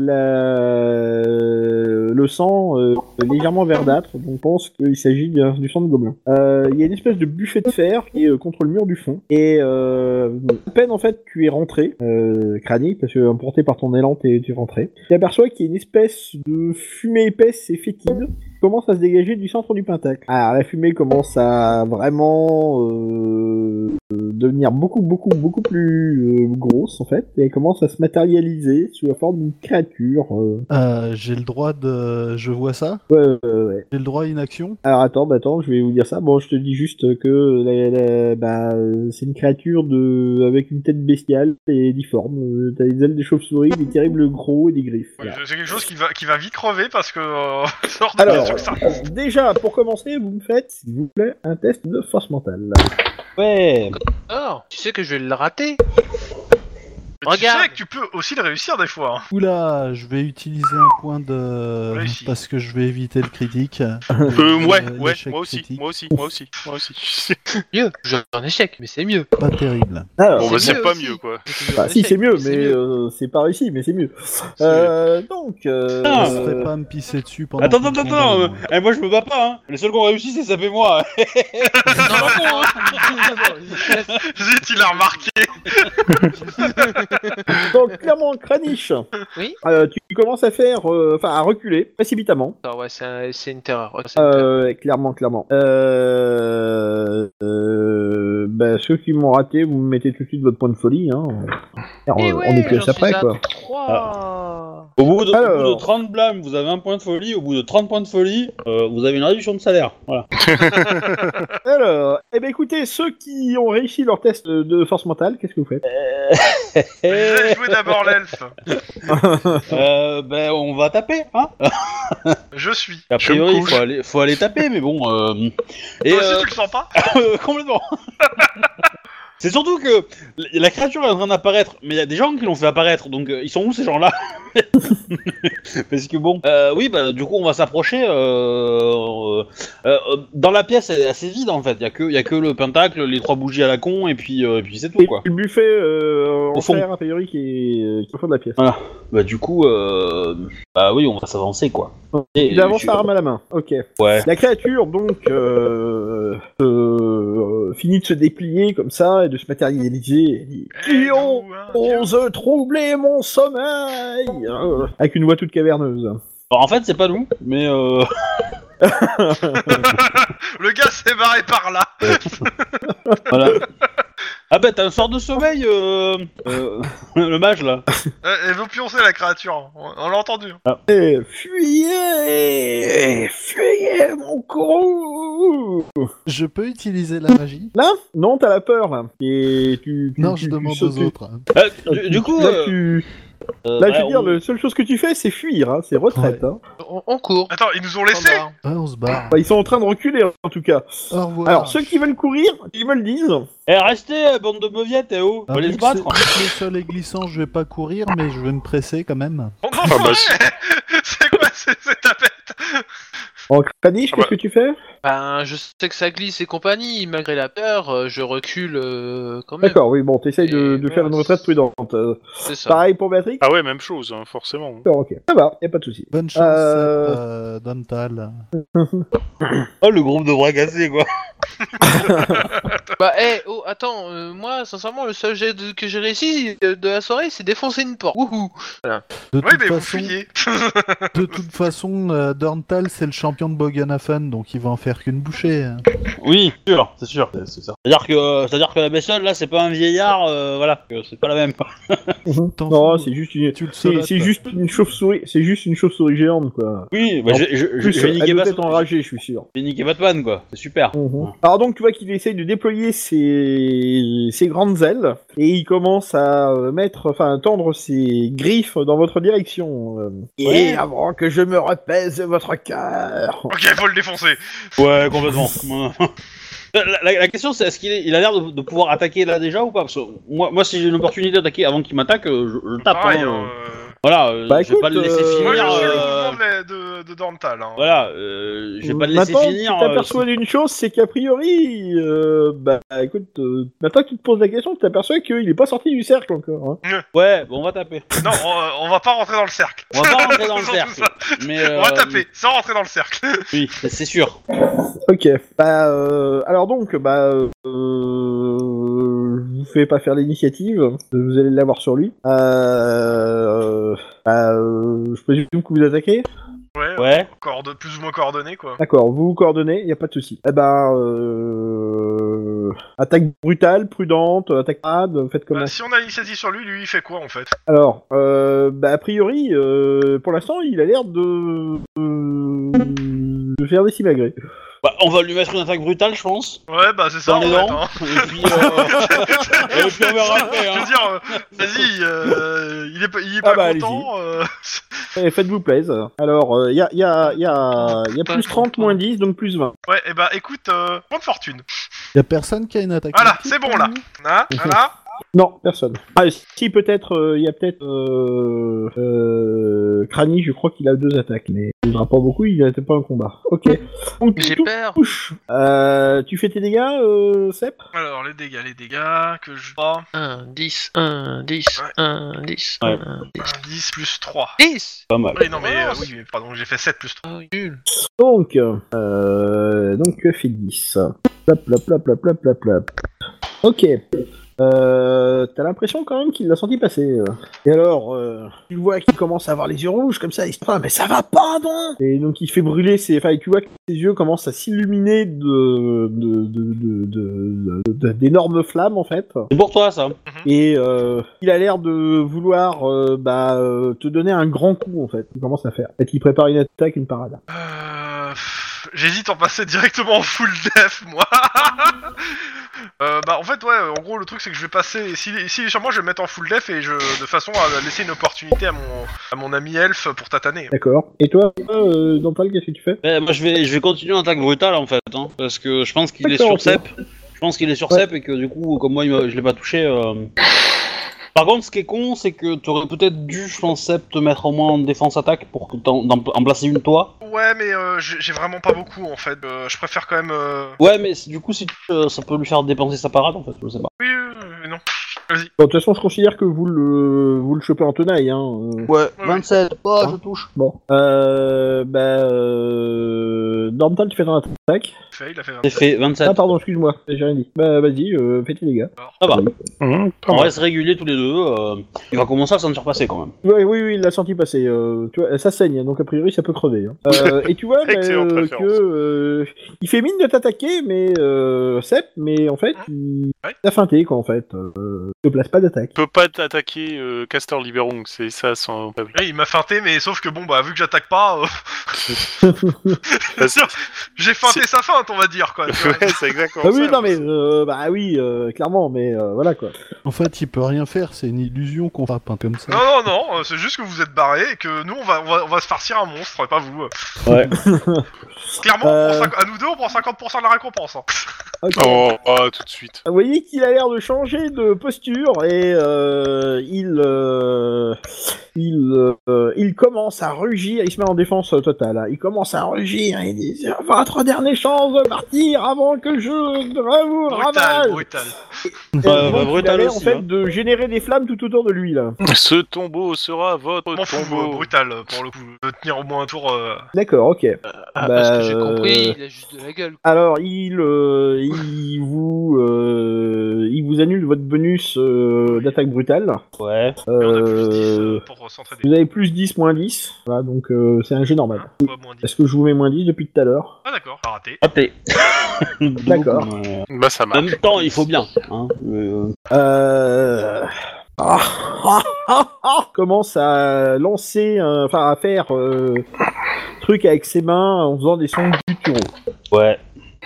Speaker 2: la... le sang euh, est légèrement verdâtre, donc on pense qu'il s'agit d'un- du sang de gobelin. Euh, Il y a une espèce de buffet de fer qui est euh, contre le mur du fond, et euh, à peine en fait tu es rentré, euh, crânique, parce que emporté par ton élan, t'es t'es rentré. Tu t'aperçois qu'il y a une espèce de fumée épaisse et fétide commence à se dégager du centre du pentacle. Alors la fumée commence à vraiment euh, euh, devenir beaucoup beaucoup beaucoup plus euh, grosse en fait et elle commence à se matérialiser sous la forme d'une créature. euh.
Speaker 6: Euh, J'ai le droit de. Je vois ça
Speaker 2: Ouais, ouais, ouais.
Speaker 6: J'ai le droit à une action
Speaker 2: Alors attends, bah, attends, je vais vous dire ça. Bon, je te dis juste que la- la- bah, euh, c'est une créature de avec une tête bestiale et difforme. Euh, T'as des ailes de chauve-souris, des terribles gros et des griffes.
Speaker 5: Ouais,
Speaker 2: Voilà.
Speaker 5: C'est quelque chose qui va, qui va vite crever parce que. euh, sort de
Speaker 2: Alors,
Speaker 5: la structure.
Speaker 2: déjà pour commencer, vous me faites, s'il vous plaît, un test de force mentale.
Speaker 4: Ouais
Speaker 7: Oh, tu sais que je vais le rater.
Speaker 5: Mais tu
Speaker 7: regarde.
Speaker 5: sais que tu peux aussi le réussir des fois. hein.
Speaker 6: Oula, je vais utiliser un point de.
Speaker 5: Réussi.
Speaker 6: Parce que je vais éviter le critique.
Speaker 3: Euh, ouais,
Speaker 6: Euh,
Speaker 3: ouais,
Speaker 6: l'échec
Speaker 3: moi aussi,
Speaker 6: critique.
Speaker 3: moi aussi, moi aussi, moi aussi.
Speaker 7: Mieux. J'ai un échec, mais c'est mieux.
Speaker 6: Pas terrible.
Speaker 2: Alors,
Speaker 3: bon, bah,
Speaker 7: c'est
Speaker 3: c'est
Speaker 7: mieux
Speaker 3: pas
Speaker 7: aussi.
Speaker 3: mieux, quoi.
Speaker 7: C'est toujours un
Speaker 2: Bah, si,
Speaker 7: échec,
Speaker 2: c'est mieux,
Speaker 7: c'est
Speaker 2: mais
Speaker 7: mieux.
Speaker 2: euh, c'est pas réussi, mais c'est mieux.
Speaker 3: C'est-
Speaker 2: Euh, donc, euh,
Speaker 4: Ah,
Speaker 6: Je
Speaker 2: euh,
Speaker 6: ferai pas me pisser dessus pendant.
Speaker 4: Attends,
Speaker 6: qu'on
Speaker 4: attends,
Speaker 6: tombe
Speaker 4: attends
Speaker 6: dans-
Speaker 4: euh, eh, Moi je me bats pas, hein Les seuls qu'on réussit c'est Sap et moi
Speaker 7: Non, non, non.
Speaker 5: Zut, il a remarqué.
Speaker 2: donc clairement, Kranich,
Speaker 7: Oui.
Speaker 2: euh, tu commences à faire, euh, enfin à reculer précipitamment,
Speaker 7: Ah ouais, c'est un- c'est une terreur. Ouais, c'est une terreur.
Speaker 2: euh, clairement, clairement. Euh, euh, bah, ceux qui m'ont raté, vous me mettez tout de suite votre point de folie. Hein. Alors,
Speaker 7: Eh
Speaker 2: euh,
Speaker 7: ouais,
Speaker 2: on est plus
Speaker 7: j'en suis
Speaker 2: après,
Speaker 7: à
Speaker 2: quoi. Ah.
Speaker 7: trois.
Speaker 4: Au bout, de, au
Speaker 2: Alors.
Speaker 4: bout de 30 blâmes, vous avez un point de folie. Au bout de 30 points de folie, euh, vous avez une réduction de salaire. Voilà.
Speaker 2: Alors, eh ben écoutez, ceux qui ont réussi leur test de force mentale, qu'est-ce que vous faites
Speaker 4: Eh.
Speaker 5: Je vais jouer d'abord l'elfe.
Speaker 4: Euh, ben, on va taper, hein
Speaker 5: Je suis.
Speaker 4: A
Speaker 3: Je me
Speaker 4: priori,
Speaker 3: couche.
Speaker 4: faut aller, faut aller taper, mais bon. euh, Et
Speaker 5: Toi aussi,
Speaker 4: euh,
Speaker 5: tu le sens pas
Speaker 4: euh, complètement. C'est surtout que la- la créature est en train d'apparaître, mais il y a des gens qui l'ont fait apparaître, donc euh, ils sont où ces gens-là Parce que bon, euh, oui, bah du coup on va s'approcher. euh, euh, euh, dans la pièce, elle est assez vide en fait. Il y a que, il y a que le pentacle, les trois bougies à la con, et puis, euh, et puis c'est tout
Speaker 2: Et
Speaker 4: quoi.
Speaker 2: Le buffet euh, en
Speaker 4: Au fond.
Speaker 2: fer, a priori, qui est, euh, qui est au fond de la pièce.
Speaker 4: Bah du coup, euh, bah oui, on va s'avancer quoi. Et-
Speaker 2: Il avance
Speaker 4: je-
Speaker 2: par arme à la main. Ok.
Speaker 4: Ouais.
Speaker 2: La créature donc euh, euh, finit de se déplier comme ça et de se matérialiser. Elle dit, Qui ont
Speaker 5: Aide-nous, hein, Dieu.
Speaker 2: ose troubler mon sommeil Euh, Avec une voix toute caverneuse.
Speaker 4: Alors, en fait, c'est pas nous, mais euh,
Speaker 5: Le gars s'est barré par là.
Speaker 4: voilà. Ah bah t'as un sort de sommeil, euh, euh, le mage là.
Speaker 5: Euh, Elle veut pioncer la créature. On, on l'a entendu.
Speaker 6: Ah.
Speaker 2: Et fuyez Fuyez mon courroux
Speaker 6: Je peux utiliser la magie
Speaker 2: Là Non, t'as la peur là. Et tu, tu-
Speaker 6: Non,
Speaker 2: tu-
Speaker 6: je
Speaker 2: tu
Speaker 6: demande
Speaker 2: sautes-
Speaker 6: aux autres.
Speaker 4: Euh,
Speaker 2: tu-
Speaker 4: du, du coup,
Speaker 2: là,
Speaker 4: euh,
Speaker 2: tu,
Speaker 4: euh,
Speaker 2: là,
Speaker 4: bah,
Speaker 2: je veux dire,
Speaker 4: on-
Speaker 2: la seule chose que tu fais, c'est fuir, hein, c'est retraite. hein.
Speaker 7: On, on court.
Speaker 5: Attends, ils nous ont
Speaker 7: On
Speaker 5: laissé
Speaker 7: va.
Speaker 6: Ouais, Ah, on se barre.
Speaker 2: Enfin, ils sont en train de reculer, en tout cas.
Speaker 6: Au revoir.
Speaker 2: Alors, ceux qui veulent courir, ils me le disent.
Speaker 4: Eh, restez, euh, bande de meuviettes, eh oh,
Speaker 6: Ah,
Speaker 4: on va
Speaker 6: vu
Speaker 4: les
Speaker 6: que c'est-
Speaker 4: battre.
Speaker 6: vu que le sol est glissant, je vais pas courir, mais Ah je vais me presser quand même.
Speaker 5: On
Speaker 3: bah,
Speaker 5: C'est quoi c'est- cette tapette
Speaker 2: En Kranich,
Speaker 3: Ah
Speaker 4: bah.
Speaker 2: qu'est-ce que tu fais
Speaker 7: Ben, je sais que ça glisse et compagnie, malgré la peur, euh, je recule euh, quand même.
Speaker 2: D'accord, oui, bon, t'essayes de,
Speaker 7: Et
Speaker 2: de faire
Speaker 7: voilà.
Speaker 2: une retraite prudente. Euh,
Speaker 7: C'est ça.
Speaker 2: pareil pour Béatrix
Speaker 3: Ah ouais, même chose, hein, forcément.
Speaker 2: D'accord, ok. Ça va, y a pas de souci.
Speaker 6: Bonne chance,
Speaker 2: Euh.
Speaker 6: euh, Dantal.
Speaker 4: Oh, le groupe de bras cassés, quoi.
Speaker 7: Bah, eh, oh, attends, euh, moi, sincèrement, le seul jet de- que j'ai réussi euh, de la soirée, c'est défoncer une porte. Wouhou
Speaker 6: De
Speaker 5: Ouais,
Speaker 6: toute
Speaker 5: mais vous
Speaker 6: façon-
Speaker 5: fuyez.
Speaker 6: De toute façon, euh, Dorntal, c'est le champion de Bogenhafen, donc il va en faire qu'une bouchée. hein.
Speaker 4: Oui, c'est sûr, c'est sûr. c'est- c'est ça. C'est-à-dire que, euh, c'est-à-dire que la bestiole, là, c'est pas un vieillard, euh, voilà, que c'est pas la même.
Speaker 6: Mhm. T'en
Speaker 2: Non,
Speaker 6: fous,
Speaker 2: c'est juste une,
Speaker 6: tu le
Speaker 2: c'est,
Speaker 6: solates.
Speaker 2: c'est juste une chauve-souris, c'est juste une chauve-souris géante quoi.
Speaker 4: Oui, bah,
Speaker 2: En
Speaker 4: j'ai- je- je-
Speaker 2: Plus,
Speaker 4: je vais
Speaker 2: elle
Speaker 4: niquer
Speaker 2: doit
Speaker 4: Bat-
Speaker 2: être enragée, je suis sûr.
Speaker 4: je vais niquer Batman, quoi. C'est super.
Speaker 2: Alors donc tu vois qu'il essaye de déployer ses, ses grandes ailes et il commence à euh, mettre, enfin à tendre ses griffes dans votre direction. euh. Et avant que je me repèse votre cœur.
Speaker 5: Ok, faut le défoncer.
Speaker 4: Ouais, complètement. la, la- la question, c'est est-ce qu'il est- il a l'air de, de pouvoir attaquer là déjà ou pas Parce que moi, moi si j'ai une opportunité d'attaquer avant qu'il m'attaque, euh, je, je
Speaker 6: Ah,
Speaker 4: le tape.
Speaker 5: Pareil,
Speaker 4: hein,
Speaker 5: hein,
Speaker 4: euh.
Speaker 5: euh,
Speaker 4: Voilà, euh,
Speaker 2: Bah,
Speaker 4: je vais pas le
Speaker 2: écoute,
Speaker 4: laisser
Speaker 2: euh,
Speaker 4: finir.
Speaker 5: Moi, je suis le
Speaker 4: euh,
Speaker 5: mouvement de, la- de, de Dorntal. hein.
Speaker 4: Voilà, euh, je vais pas le laisser
Speaker 2: Mm. Maintenant,
Speaker 4: finir. euh,
Speaker 2: tu t'aperçois d'une chose, c'est qu'a priori, euh, bah écoute, euh, maintenant que tu te poses la question, tu t'aperçois qu'il est pas sorti du cercle encore. hein.
Speaker 4: euh, Ouais, bon, on va taper.
Speaker 5: Non, on, on va pas rentrer dans le cercle.
Speaker 4: On va pas rentrer dans le
Speaker 5: Surtout
Speaker 4: cercle. Mais,
Speaker 5: On va
Speaker 4: euh,
Speaker 5: taper, sans rentrer dans le cercle.
Speaker 4: Oui, c'est sûr.
Speaker 2: Ok. Bah euh, alors donc bah euh, je vous fais pas faire l'initiative. Vous allez l'avoir sur lui. Euh, bah, euh, je présume que vous attaquez.
Speaker 5: Ouais,
Speaker 4: Ouais.
Speaker 5: corde- plus ou moins coordonné, quoi.
Speaker 2: D'accord. Vous vous coordonnez. Y a pas de souci. Eh ben euh, attaque brutale, prudente, attaque parade. Faites comment
Speaker 5: Bah, si on a l'initiative sur lui, lui, il fait quoi, en fait
Speaker 2: Alors euh, bah a priori euh, pour l'instant il a l'air de de de faire des simagrées.
Speaker 4: Bah, on va lui mettre une attaque brutale, je pense.
Speaker 5: Ouais, bah, c'est ça,
Speaker 4: Dans
Speaker 5: en
Speaker 4: les
Speaker 5: fait,
Speaker 4: dents.
Speaker 5: hein.
Speaker 4: Et puis, euh, et puis on verra après.
Speaker 5: Je veux
Speaker 4: Hein.
Speaker 5: dire, euh, vas-y, euh, il est pas, il est
Speaker 2: Ah
Speaker 5: pas
Speaker 2: bah,
Speaker 5: content. euh,
Speaker 2: Eh, Faites-vous plaisir. Alors il y a y a y a y a plus 30 moins 10 donc plus 20.
Speaker 5: Ouais, et bah écoute, euh, point de fortune.
Speaker 6: y a personne qui a une attaque.
Speaker 5: Voilà,
Speaker 6: multiple,
Speaker 5: c'est bon, là.
Speaker 6: hein
Speaker 5: Hein voilà.
Speaker 2: Non, personne. Ah, si peut-être, euh, il y a peut-être euh, euh, Crani, je crois qu'il a deux attaques, mais il n'en a pas beaucoup, il n'était pas un combat. Ok. Donc tu
Speaker 7: J'ai
Speaker 2: tou-
Speaker 7: peur.
Speaker 2: touches. Euh, tu fais tes dégâts, euh, Sep
Speaker 5: Alors, les dégâts, les dégâts, que je prends.
Speaker 7: 1, 10, 1, 10, 1, 10,
Speaker 4: Ouais.
Speaker 7: 1, 10.
Speaker 5: 10 plus 3.
Speaker 7: 10
Speaker 4: Pas mal.
Speaker 5: Oui, non, mais euh, oui, mais pardon, j'ai fait 7 plus 3.
Speaker 7: Ah oui, nul.
Speaker 2: Donc, euh, donc tu as fait 10. Plop, plop, plop, plop, plop, plop, plop. Ok. Euh, t'as l'impression quand même qu'il l'a senti passer. euh. Et alors, euh, tu le vois qu'il commence à avoir les yeux rouges comme ça, il se dit Ah, mais ça va pas, non Et donc il fait brûler ses... Enfin, et tu vois que ses yeux commencent à s'illuminer de... de- de- de- de- de- de- d'énormes flammes, en fait.
Speaker 4: C'est pour toi, ça.
Speaker 2: Et euh, il a l'air de vouloir euh, bah, euh, te donner un grand coup, en fait. Il commence à faire. Et qu'il prépare une attaque, une parade.
Speaker 5: Euh, pff, J'hésite à en passer directement en full def, moi. Euh, bah en fait ouais en gros le truc c'est que je vais passer si s'il est sur moi je vais le mettre en full def et je de façon à laisser une opportunité à mon à mon ami elfe pour tataner.
Speaker 2: D'accord. Et toi, euh, Dantal, qu'est-ce que tu fais
Speaker 4: Eh, moi, je vais, je vais continuer l'attaque brutale, en fait. hein, parce que je pense qu'il est
Speaker 2: D'accord,
Speaker 4: sur
Speaker 2: ok.
Speaker 4: CEP. Je pense qu'il est sur
Speaker 2: Ouais.
Speaker 4: CEP et que, du coup, comme moi, il m'a- je l'ai pas touché. euh. Par contre, ce qui est con, c'est que t'aurais peut-être dû, je pense, Sep, te mettre au moins en défense-attaque pour que t'en d'en- en placer une toi.
Speaker 5: Ouais mais euh, j'ai j'ai vraiment pas beaucoup en fait Euh, je préfère quand même euh,
Speaker 4: Ouais, mais c'est- du coup, si tu- euh, ça peut lui faire dépenser sa parade, en fait, je sais pas.
Speaker 5: oui euh, mais non
Speaker 2: Bon, De toute façon, je considère que vous le, vous le chopez en tenaille. Hein. euh.
Speaker 4: Ouais,
Speaker 5: oui.
Speaker 4: 27, oh, je touche.
Speaker 2: Bon. Euh, bah, euh, Dantal, tu fais ton attaque.
Speaker 5: fait il a fait 20.
Speaker 4: J'ai fait
Speaker 2: Ah,
Speaker 4: 27.
Speaker 2: pardon, excuse-moi, j'ai rien dit. Bah, vas-y, euh, fais tes dégâts.
Speaker 4: Ça va.
Speaker 2: Ah,
Speaker 3: Hum, pas
Speaker 4: On
Speaker 3: mal.
Speaker 4: reste réguliers tous les deux. euh, Il va commencer à s'en surpasser quand même.
Speaker 2: Ouais, oui, oui, il l'a senti passer. euh, tu vois, ça saigne, donc a priori, ça peut crever. hein. Euh, et tu vois bah,
Speaker 3: Excellente
Speaker 2: euh,
Speaker 3: référence.
Speaker 2: que euh, il fait mine de t'attaquer, mais euh, Sep, mais en fait,
Speaker 3: Ah.
Speaker 2: il
Speaker 5: Ouais.
Speaker 2: t'as feinté quoi, en fait. Euh, il te place pas d'attaque.
Speaker 3: peut pas t'attaquer euh, Castor Liberon, c'est ça son.
Speaker 5: Ouais, il m'a feinté mais sauf que bon bah vu que j'attaque pas euh,
Speaker 3: Parce-
Speaker 5: j'ai feinté sa feinte on va dire quoi. tu vois.
Speaker 3: ouais, c'est exactement
Speaker 2: Ah oui,
Speaker 3: ça.
Speaker 2: non mais euh, bah oui, euh, clairement, mais euh, voilà quoi.
Speaker 6: En fait, il peut rien faire, c'est une illusion qu'on frappe hein, comme ça.
Speaker 5: Non, non, non, euh, c'est juste que vous êtes barré et que nous, on va, on va, on va se farcir un monstre, et pas vous.
Speaker 4: Ouais.
Speaker 5: Clairement, on
Speaker 2: Euh.
Speaker 5: prend cinq- à nous deux, on prend 50% de la récompense. hein.
Speaker 2: Ok.
Speaker 3: Oh, oh, tout de suite.
Speaker 2: Vous voyez qu'il a l'air de changer de posture et euh, il, euh, il, euh, il commence à rugir, il se met en défense euh, totale. hein. Il commence à rugir, il dit « Votre dernière chance de partir avant que je ne vous
Speaker 5: Brutal,
Speaker 2: ravage
Speaker 5: brutal. !»
Speaker 2: Et
Speaker 4: bah,
Speaker 2: donc, il a
Speaker 4: brutal
Speaker 2: l'air, en
Speaker 4: aussi,
Speaker 2: fait,
Speaker 4: hein.
Speaker 2: de générer des flammes tout autour de lui, là.
Speaker 3: Ce tombeau sera votre
Speaker 5: M'en fous, euh,
Speaker 3: tombeau.
Speaker 5: brutal, euh, pour le coup. De tenir au moins un tour... euh,
Speaker 2: D'accord, ok.
Speaker 7: Ah, parce que j'ai
Speaker 2: Bah,
Speaker 7: compris,
Speaker 2: euh,
Speaker 7: il a juste de la gueule.
Speaker 2: Alors, il, euh, il vous, euh, il vous annule votre bonus euh, d'attaque brutale.
Speaker 4: Ouais.
Speaker 5: mais on a plus 10
Speaker 2: Euh,
Speaker 5: euh, pour s'entraider.
Speaker 2: vous avez plus 10, moins 10. Voilà, donc euh, c'est un jet normal.
Speaker 5: Hein Quoi, moins 10
Speaker 2: Est-ce que je vous mets moins 10 depuis tout à l'heure
Speaker 5: Ah d'accord, t'as raté.
Speaker 4: Appelé.
Speaker 2: D'accord.
Speaker 4: Euh,
Speaker 3: Bah ça
Speaker 4: En
Speaker 3: marche.
Speaker 4: même temps, il faut bien. Hein. Euh,
Speaker 2: euh... ah, ah, ah, ah, Commence à lancer, euh, enfin à faire euh, truc avec ses mains en faisant des sons gutturaux.
Speaker 4: ouais.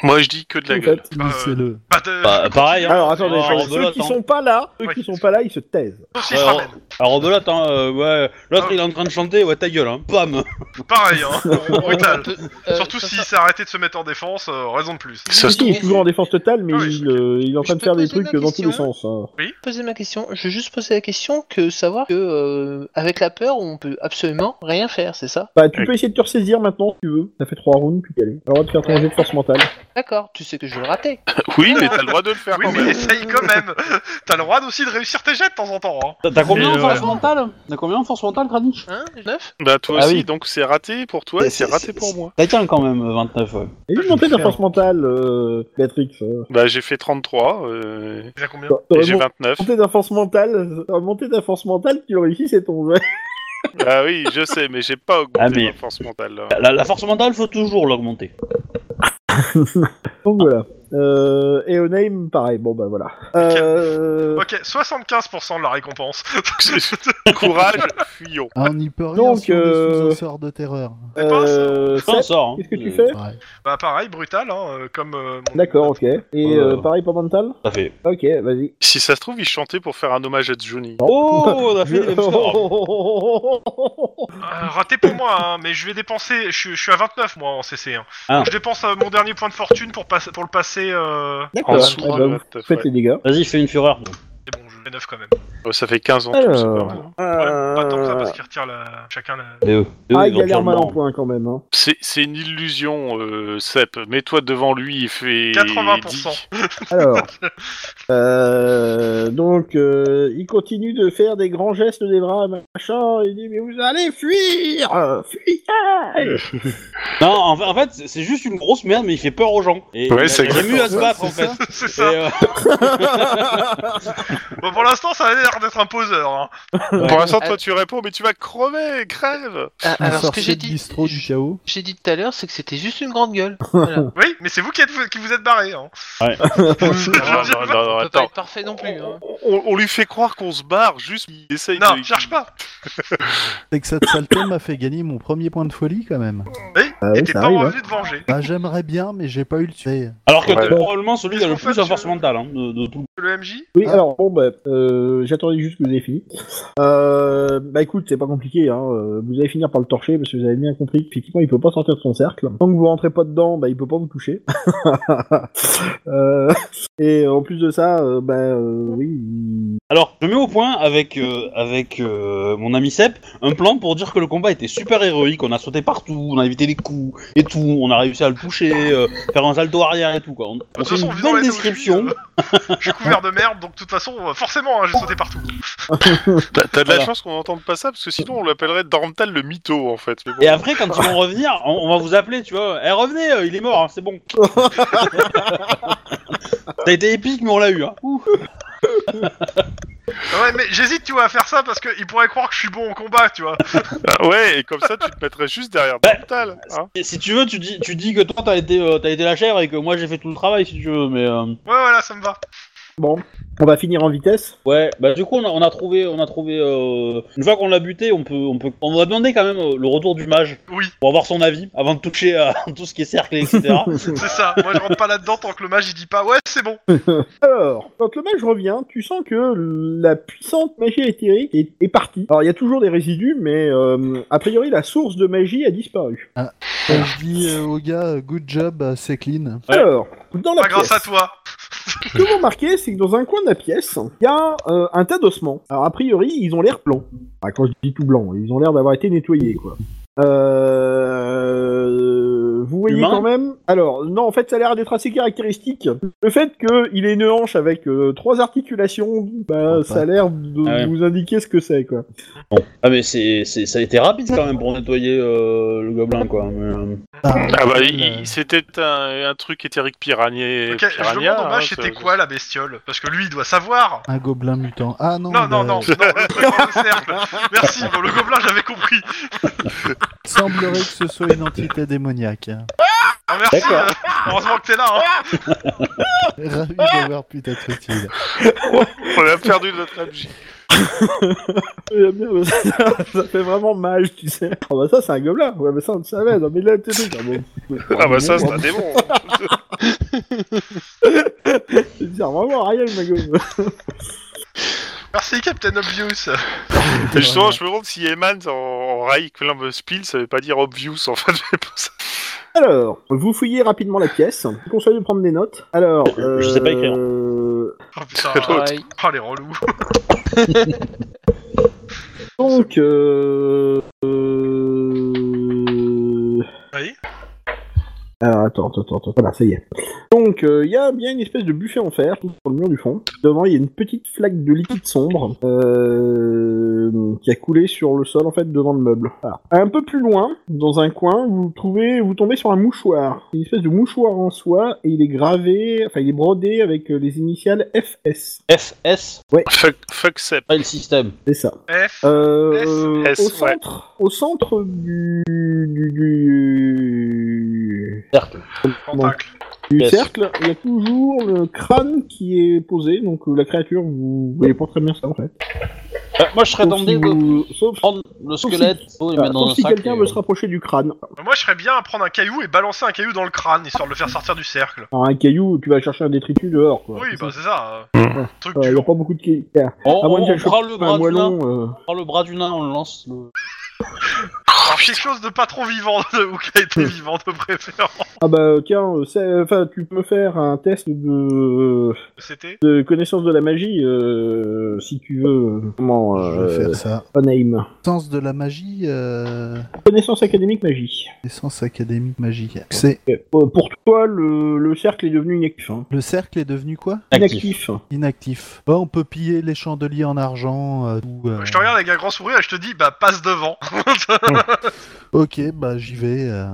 Speaker 3: Moi je dis que de la
Speaker 2: Vous
Speaker 3: gueule.
Speaker 2: faites-
Speaker 6: Finissez-le.
Speaker 5: Bah, de...
Speaker 4: Bah, pareil. Hein.
Speaker 2: Alors attendez,
Speaker 4: Oh,
Speaker 2: enfin, ceux
Speaker 4: rebelote,
Speaker 2: qui
Speaker 4: hein.
Speaker 2: sont pas là, ceux
Speaker 5: Ouais.
Speaker 2: qui sont pas là, ils se taisent.
Speaker 5: Sauf s'il se
Speaker 4: Alors,
Speaker 5: ramène.
Speaker 4: alors rebelote, hein, euh, ouais. L'autre, il est en train de chanter, ouais, ta gueule, hein. Pam.
Speaker 5: Pareil, hein. brutal.
Speaker 7: Peu- euh,
Speaker 5: Surtout
Speaker 7: ça-
Speaker 5: s'il
Speaker 7: ça-
Speaker 5: s'est arrêté de se mettre en défense, euh, raison de plus.
Speaker 3: Ça se
Speaker 2: Si, il est
Speaker 3: trouve.
Speaker 2: toujours en défense totale, mais
Speaker 5: Ah oui,
Speaker 2: il, euh, il est en
Speaker 7: Je
Speaker 2: train de
Speaker 7: peux
Speaker 2: faire des
Speaker 7: poser ma
Speaker 2: trucs dans tous les
Speaker 7: question
Speaker 2: sens. hein.
Speaker 7: poser ma question. Je veux juste poser la question que savoir que euh, avec la peur on peut absolument rien faire, c'est ça
Speaker 2: Bah, tu
Speaker 3: Ouais.
Speaker 2: peux essayer de te ressaisir maintenant si tu veux. Ça fait trois rounds, puis y aller. Alors, on va te faire ton jet de force mentale.
Speaker 7: D'accord. Tu sais que je vais le rater.
Speaker 3: Oui, Oh, mais t'as le droit de le faire
Speaker 5: Oui,
Speaker 3: quand
Speaker 5: mais
Speaker 3: même.
Speaker 5: essaye quand même. T'as le droit aussi de réussir tes jets de temps en temps. Hein.
Speaker 4: T'as- T'as euh, combien
Speaker 3: Mais
Speaker 4: en force
Speaker 3: ouais.
Speaker 4: mentale T'as combien en force mentale, Kranich
Speaker 7: Hein Neuf
Speaker 3: Bah toi
Speaker 4: Ah
Speaker 3: aussi,
Speaker 4: oui.
Speaker 3: donc c'est raté pour toi et c'est raté pour moi.
Speaker 4: T'as tiens quand même, euh, 29, ouais.
Speaker 2: Et lui, monter ta force mentale, euh, Patrick. euh.
Speaker 3: Bah j'ai fait 33 euh,
Speaker 5: Il y a combien
Speaker 3: et
Speaker 2: T'aurais
Speaker 3: j'ai
Speaker 2: mon-
Speaker 3: 29.
Speaker 2: monté ta force mentale, t'aurais monté ta force mentale, tu le réussis, c'est ton jeu.
Speaker 3: Ah oui, je sais, mais j'ai pas augmenté
Speaker 4: Ah, mais-
Speaker 3: ma force mentale. là.
Speaker 4: La, la force mentale, faut toujours l'augmenter.
Speaker 2: Donc voilà. Euh, et au name, pareil. Bon, bah voilà. Euh,
Speaker 5: Ok, 75% de la récompense.
Speaker 3: Courage, fuyons.
Speaker 6: Ah, on y peut rien
Speaker 2: Donc,
Speaker 6: si on est
Speaker 2: euh,
Speaker 6: sous un sort de terreur.
Speaker 2: euh,
Speaker 4: Ça, on
Speaker 2: Seth,
Speaker 4: sort. hein.
Speaker 2: Qu'est-ce que tu
Speaker 4: Euh,
Speaker 2: fais
Speaker 6: Ouais.
Speaker 5: bah pareil, brutal, hein, euh, comme... euh, mon-
Speaker 2: D'accord, ok. Et
Speaker 4: Euh.
Speaker 2: euh, pareil pour mental
Speaker 4: Tout à fait.
Speaker 2: Ok, vas-y.
Speaker 3: Si ça se trouve, il chantait pour faire un hommage à Johnny.
Speaker 4: Oh, on a fait
Speaker 2: Je-
Speaker 4: les mêmes scores.
Speaker 5: Euh, raté pour moi, hein, mais je vais dépenser... Je, suis- je suis à 29, moi, en CC. hein.
Speaker 4: Ah.
Speaker 5: Donc, Je dépense euh, mon dernier point de fortune pour, passer- pour le passer... euh,
Speaker 3: En
Speaker 2: D'accord.
Speaker 3: dessous
Speaker 2: Eh
Speaker 3: de
Speaker 2: ben, vous
Speaker 3: la teuf,
Speaker 2: Faites les dégâts.
Speaker 4: Vas-y, fais une fureur.
Speaker 5: C'est bon, je fais 9 quand même.
Speaker 3: ouais. Ça fait 15 ans. tout, c'est pas mal.
Speaker 2: Alors,
Speaker 5: Ouais, pas tant que ça,
Speaker 2: euh,
Speaker 5: parce qu'il retire la... chacun la...
Speaker 4: Et eux. Et eux,
Speaker 2: ah, il a l'air mal en
Speaker 4: E. éventuellement.
Speaker 2: point quand même. Hein.
Speaker 3: C'est c'est une illusion, euh, Sep. Mets-toi devant lui, il fait
Speaker 5: 80%.
Speaker 2: Alors, euh, donc, euh, il continue de faire des grands gestes des bras, machin. Il dit mais vous allez fuir, fuyage.
Speaker 4: Non, en fait, en fait, c'est- c'est juste une grosse merde, mais il fait peur aux gens. Et
Speaker 3: Ouais,
Speaker 4: il a-
Speaker 3: c'est
Speaker 4: il est mieux à se battre, en
Speaker 6: C'est
Speaker 4: fait.
Speaker 6: ça.
Speaker 5: C'est
Speaker 4: Et,
Speaker 5: ça.
Speaker 4: euh,
Speaker 5: Bon, pour l'instant, ça a l'air d'être un poseur. Hein.
Speaker 3: Pour l'instant,
Speaker 5: Euh,
Speaker 3: toi, tu réponds, mais tu vas crever, crève
Speaker 7: Ah,
Speaker 6: Un
Speaker 7: Alors ce que
Speaker 6: sorcier
Speaker 7: j'ai
Speaker 6: de
Speaker 7: dit,
Speaker 6: bistrot du chaos.
Speaker 7: j'ai dit tout à l'heure, c'est que c'était juste une grande gueule. Voilà.
Speaker 5: Oui, mais c'est vous qui, êtes, qui vous êtes barré. Hein.
Speaker 3: non, non, non, non,
Speaker 7: On peut pas
Speaker 3: attends.
Speaker 7: être parfait non plus. Hein.
Speaker 3: On, on lui fait croire qu'on se barre, juste il essaye de...
Speaker 5: Non, cherche pas.
Speaker 6: C'est que cette saleté m'a fait gagner mon premier point de folie quand même.
Speaker 5: Oui,
Speaker 2: Ah oui,
Speaker 5: et t'es
Speaker 2: ça
Speaker 5: Eh, pas
Speaker 2: arrive,
Speaker 5: revenu de venger.
Speaker 6: Bah, j'aimerais bien, mais j'ai pas eu le tuer.
Speaker 4: Alors que
Speaker 3: Ouais.
Speaker 4: t'es probablement celui qui a le
Speaker 5: Qu'est-ce qu'on
Speaker 4: plus
Speaker 5: fait,
Speaker 4: en force
Speaker 5: monsieur
Speaker 4: mentale, hein, de, de tout.
Speaker 5: Le MJ
Speaker 2: Oui, alors bon, bah, euh, j'attendais juste que vous ayez fini. Euh, bah écoute, c'est pas compliqué. Hein. euh, Vous allez finir par le torcher parce que vous avez bien compris qu'effectivement, il peut pas sortir de son cercle. Tant que vous rentrez pas dedans, bah il peut pas vous toucher. Euh, et en plus de ça, euh, bah euh, oui, il-
Speaker 4: Alors, je mets au point avec, euh, avec euh, mon ami Sep un plan pour dire que le combat était super héroïque. On a sauté partout, on a évité les coups et tout. On a réussi à le toucher, euh, faire un salto arrière et tout. Quoi. On, on
Speaker 5: toute
Speaker 4: fait
Speaker 5: façon,
Speaker 4: une
Speaker 5: vu dans
Speaker 4: bonne
Speaker 5: les
Speaker 4: description.
Speaker 5: zoos, hein. Je suis couvert de merde, donc de toute façon, euh, forcément, hein, j'ai sauté partout.
Speaker 3: T'as t'as de la
Speaker 4: Voilà.
Speaker 3: chance qu'on n'entende pas ça, parce que sinon on l'appellerait Dormtal le mytho, en fait. Mais bon.
Speaker 4: Et après, quand ils vont revenir, on, on va vous appeler, tu vois. Eh, revenez, euh, il est mort, hein, c'est bon. Ça a été épique, mais on l'a eu. Hein. Ouh.
Speaker 5: Ah Ouais, mais j'hésite, tu vois, à faire ça parce qu'ils pourraient croire que je suis bon au combat, tu vois.
Speaker 3: Ah ouais, et comme ça, tu te mettrais juste derrière Dormtal. hein.
Speaker 4: Et si tu veux, tu dis, tu dis que toi, t'as été, euh, t'as été la chèvre et que moi, j'ai fait tout le travail, si tu veux. Mais euh,
Speaker 5: Ouais, voilà, ça me va.
Speaker 2: Bon, on va finir en vitesse.
Speaker 4: ouais, bah du coup, on a, on a trouvé, on a trouvé. euh, une fois qu'on l'a buté, on peut, on peut, on va demander quand même euh, le retour du mage
Speaker 5: Oui,
Speaker 4: pour avoir son avis avant de toucher à tout ce qui est cercle, etc.
Speaker 5: c'est ça. Moi, je rentre pas là-dedans tant que le mage il dit pas ouais, c'est bon.
Speaker 2: Alors, quand le mage revient, tu sens que la puissante magie éthérique est, est partie. Alors, il y a toujours des résidus, mais euh, a priori, la source de magie a disparu.
Speaker 6: Euh, Je dis euh, au gars, euh, good job, euh, c'est clean.
Speaker 4: Ouais.
Speaker 2: Alors, dans la
Speaker 5: Pas grâce
Speaker 2: pièce,
Speaker 5: à toi.
Speaker 2: Ce que vous remarquez, c'est que dans un coin de la pièce, il y a euh, un tas d'ossements. Alors, a priori, ils ont l'air blancs. Enfin, quand je dis tout blanc, ils ont l'air d'avoir été nettoyés, quoi. Euh... Vous voyez
Speaker 4: Humain
Speaker 2: quand même... Alors, non, en fait, ça a l'air d'être assez caractéristique. Le fait qu'il ait une hanche avec euh, trois articulations, bah,
Speaker 6: Ah,
Speaker 2: ça a l'air de
Speaker 4: Ah ouais.
Speaker 2: vous indiquer ce que c'est, quoi.
Speaker 4: Ah mais c'est, c'est- ça a été rapide quand même pour nettoyer euh, le gobelin quoi. mais, euh,
Speaker 3: Ah bah,
Speaker 6: euh,
Speaker 3: il- c'était un, un truc éthérique piranha.
Speaker 5: Ok, je me
Speaker 3: piranha,
Speaker 5: demande en
Speaker 3: hein,
Speaker 5: bas,
Speaker 3: ça-
Speaker 5: c'était quoi la bestiole Parce que lui, il doit savoir.
Speaker 6: Un gobelin mutant. Ah non,
Speaker 5: Non, non,
Speaker 6: bah,
Speaker 5: non, non, le truc dans le cercle. Merci, bon, le gobelin, j'avais compris.
Speaker 6: il semblerait que ce soit une entité démoniaque. hein.
Speaker 5: Ah, merci,
Speaker 4: D'accord.
Speaker 5: euh, heureusement que t'es là. Hein.
Speaker 6: Ravi d'avoir pu t'être utile.
Speaker 3: On a perdu notre objet.
Speaker 2: Eh bien, bah, ça, ça fait vraiment mal, tu sais. Ah bah ça, c'est un gobelin. Ouais, mais ça, on le savait. Non, mais là, t'es dit, ah, bon.
Speaker 3: Ah bah ça, c'est un démon.
Speaker 2: C'est bizarre. Vraiment, Ariel, ma gueule.
Speaker 5: Merci, Captain Obvious.
Speaker 3: Et Justement, je me demande si Eman en, en Raiklemb Spill, ça veut pas dire obvious en fait. mais pour ça.
Speaker 2: Alors, vous fouillez rapidement la pièce. Je vous conseille de prendre des notes. Alors, euh...
Speaker 4: Je sais pas écrire.
Speaker 5: Oh putain,
Speaker 7: Pareil.
Speaker 5: oh, les relous.
Speaker 2: Donc, euh... euh,
Speaker 5: Oui.
Speaker 2: Alors, attends, attends, attends, attends. Voilà, ça y est. Donc, euh, il y a bien une espèce de buffet en fer tout sur le mur du fond. Devant, il y a une petite flaque de liquide sombre euh, qui a coulé sur le sol, en fait, devant le meuble. Voilà. Un peu plus loin, dans un coin, vous trouvez, vous tombez sur un mouchoir. C'est Une espèce de mouchoir en soie, et il est gravé, enfin, il est brodé avec euh, les initiales FS.
Speaker 4: FS,
Speaker 3: Fuck, fuck Sep.
Speaker 4: file system.
Speaker 2: C'est ça.
Speaker 5: F.
Speaker 2: Euh,
Speaker 3: S,
Speaker 2: au
Speaker 3: ouais.
Speaker 2: centre, au centre du du, du-
Speaker 4: Cercle.
Speaker 5: Pentacle.
Speaker 2: du
Speaker 4: Yes.
Speaker 2: cercle, il y a toujours le crâne qui est posé, donc euh, la créature, vous voyez pas très bien ça en fait.
Speaker 4: Euh, moi je serais
Speaker 2: Sauf
Speaker 4: tenté
Speaker 2: si
Speaker 4: de
Speaker 2: vous- sauf-
Speaker 4: prendre le
Speaker 2: Sauf si-
Speaker 4: squelette, faut le
Speaker 2: voilà,
Speaker 4: mettre dans
Speaker 2: sauf
Speaker 4: un
Speaker 2: si
Speaker 4: sac.
Speaker 2: quelqu'un
Speaker 4: et,
Speaker 2: veut
Speaker 4: euh,
Speaker 2: se rapprocher du crâne.
Speaker 5: Moi, je serais bien à prendre un caillou et balancer un caillou dans le crâne, histoire de le faire sortir du cercle.
Speaker 2: Alors, un caillou, tu vas chercher un détritus dehors quoi.
Speaker 5: Oui,
Speaker 2: C'est
Speaker 5: bah
Speaker 2: ça.
Speaker 5: c'est ça. euh,
Speaker 3: Mm.
Speaker 5: un Truc
Speaker 2: Euh, il y a
Speaker 5: dur.
Speaker 2: pas beaucoup de cailloux.
Speaker 4: On,
Speaker 2: À moins
Speaker 4: on-
Speaker 2: de
Speaker 4: on
Speaker 2: faire
Speaker 4: prend le
Speaker 2: un
Speaker 4: bras du nain,
Speaker 2: moellon. euh,
Speaker 4: on prend le bras du nain, on le lance. le-
Speaker 5: Alors, quelque chose de pas trop vivant, de- ou qui a été vivant de préférence.
Speaker 2: Ah bah tiens, euh, c'est- enfin tu peux faire un test de,
Speaker 5: C'était
Speaker 2: de connaissance de la magie euh, si tu veux. Comment
Speaker 6: Je vais
Speaker 2: euh,
Speaker 6: faire ça.
Speaker 2: on aim.
Speaker 6: Sens de la magie, euh...
Speaker 2: Connaissance académique magie.
Speaker 6: Essence académique magie. C'est
Speaker 2: Euh, pour toi, le, le cercle est devenu inactif. hein.
Speaker 6: le cercle est devenu quoi
Speaker 2: Inactif.
Speaker 6: Inactif. Bah, on peut piller les chandeliers en argent. euh, ou, euh,
Speaker 5: Je te regarde avec un grand sourire et je te dis, bah passe devant.
Speaker 6: Ok, bah j'y vais. euh,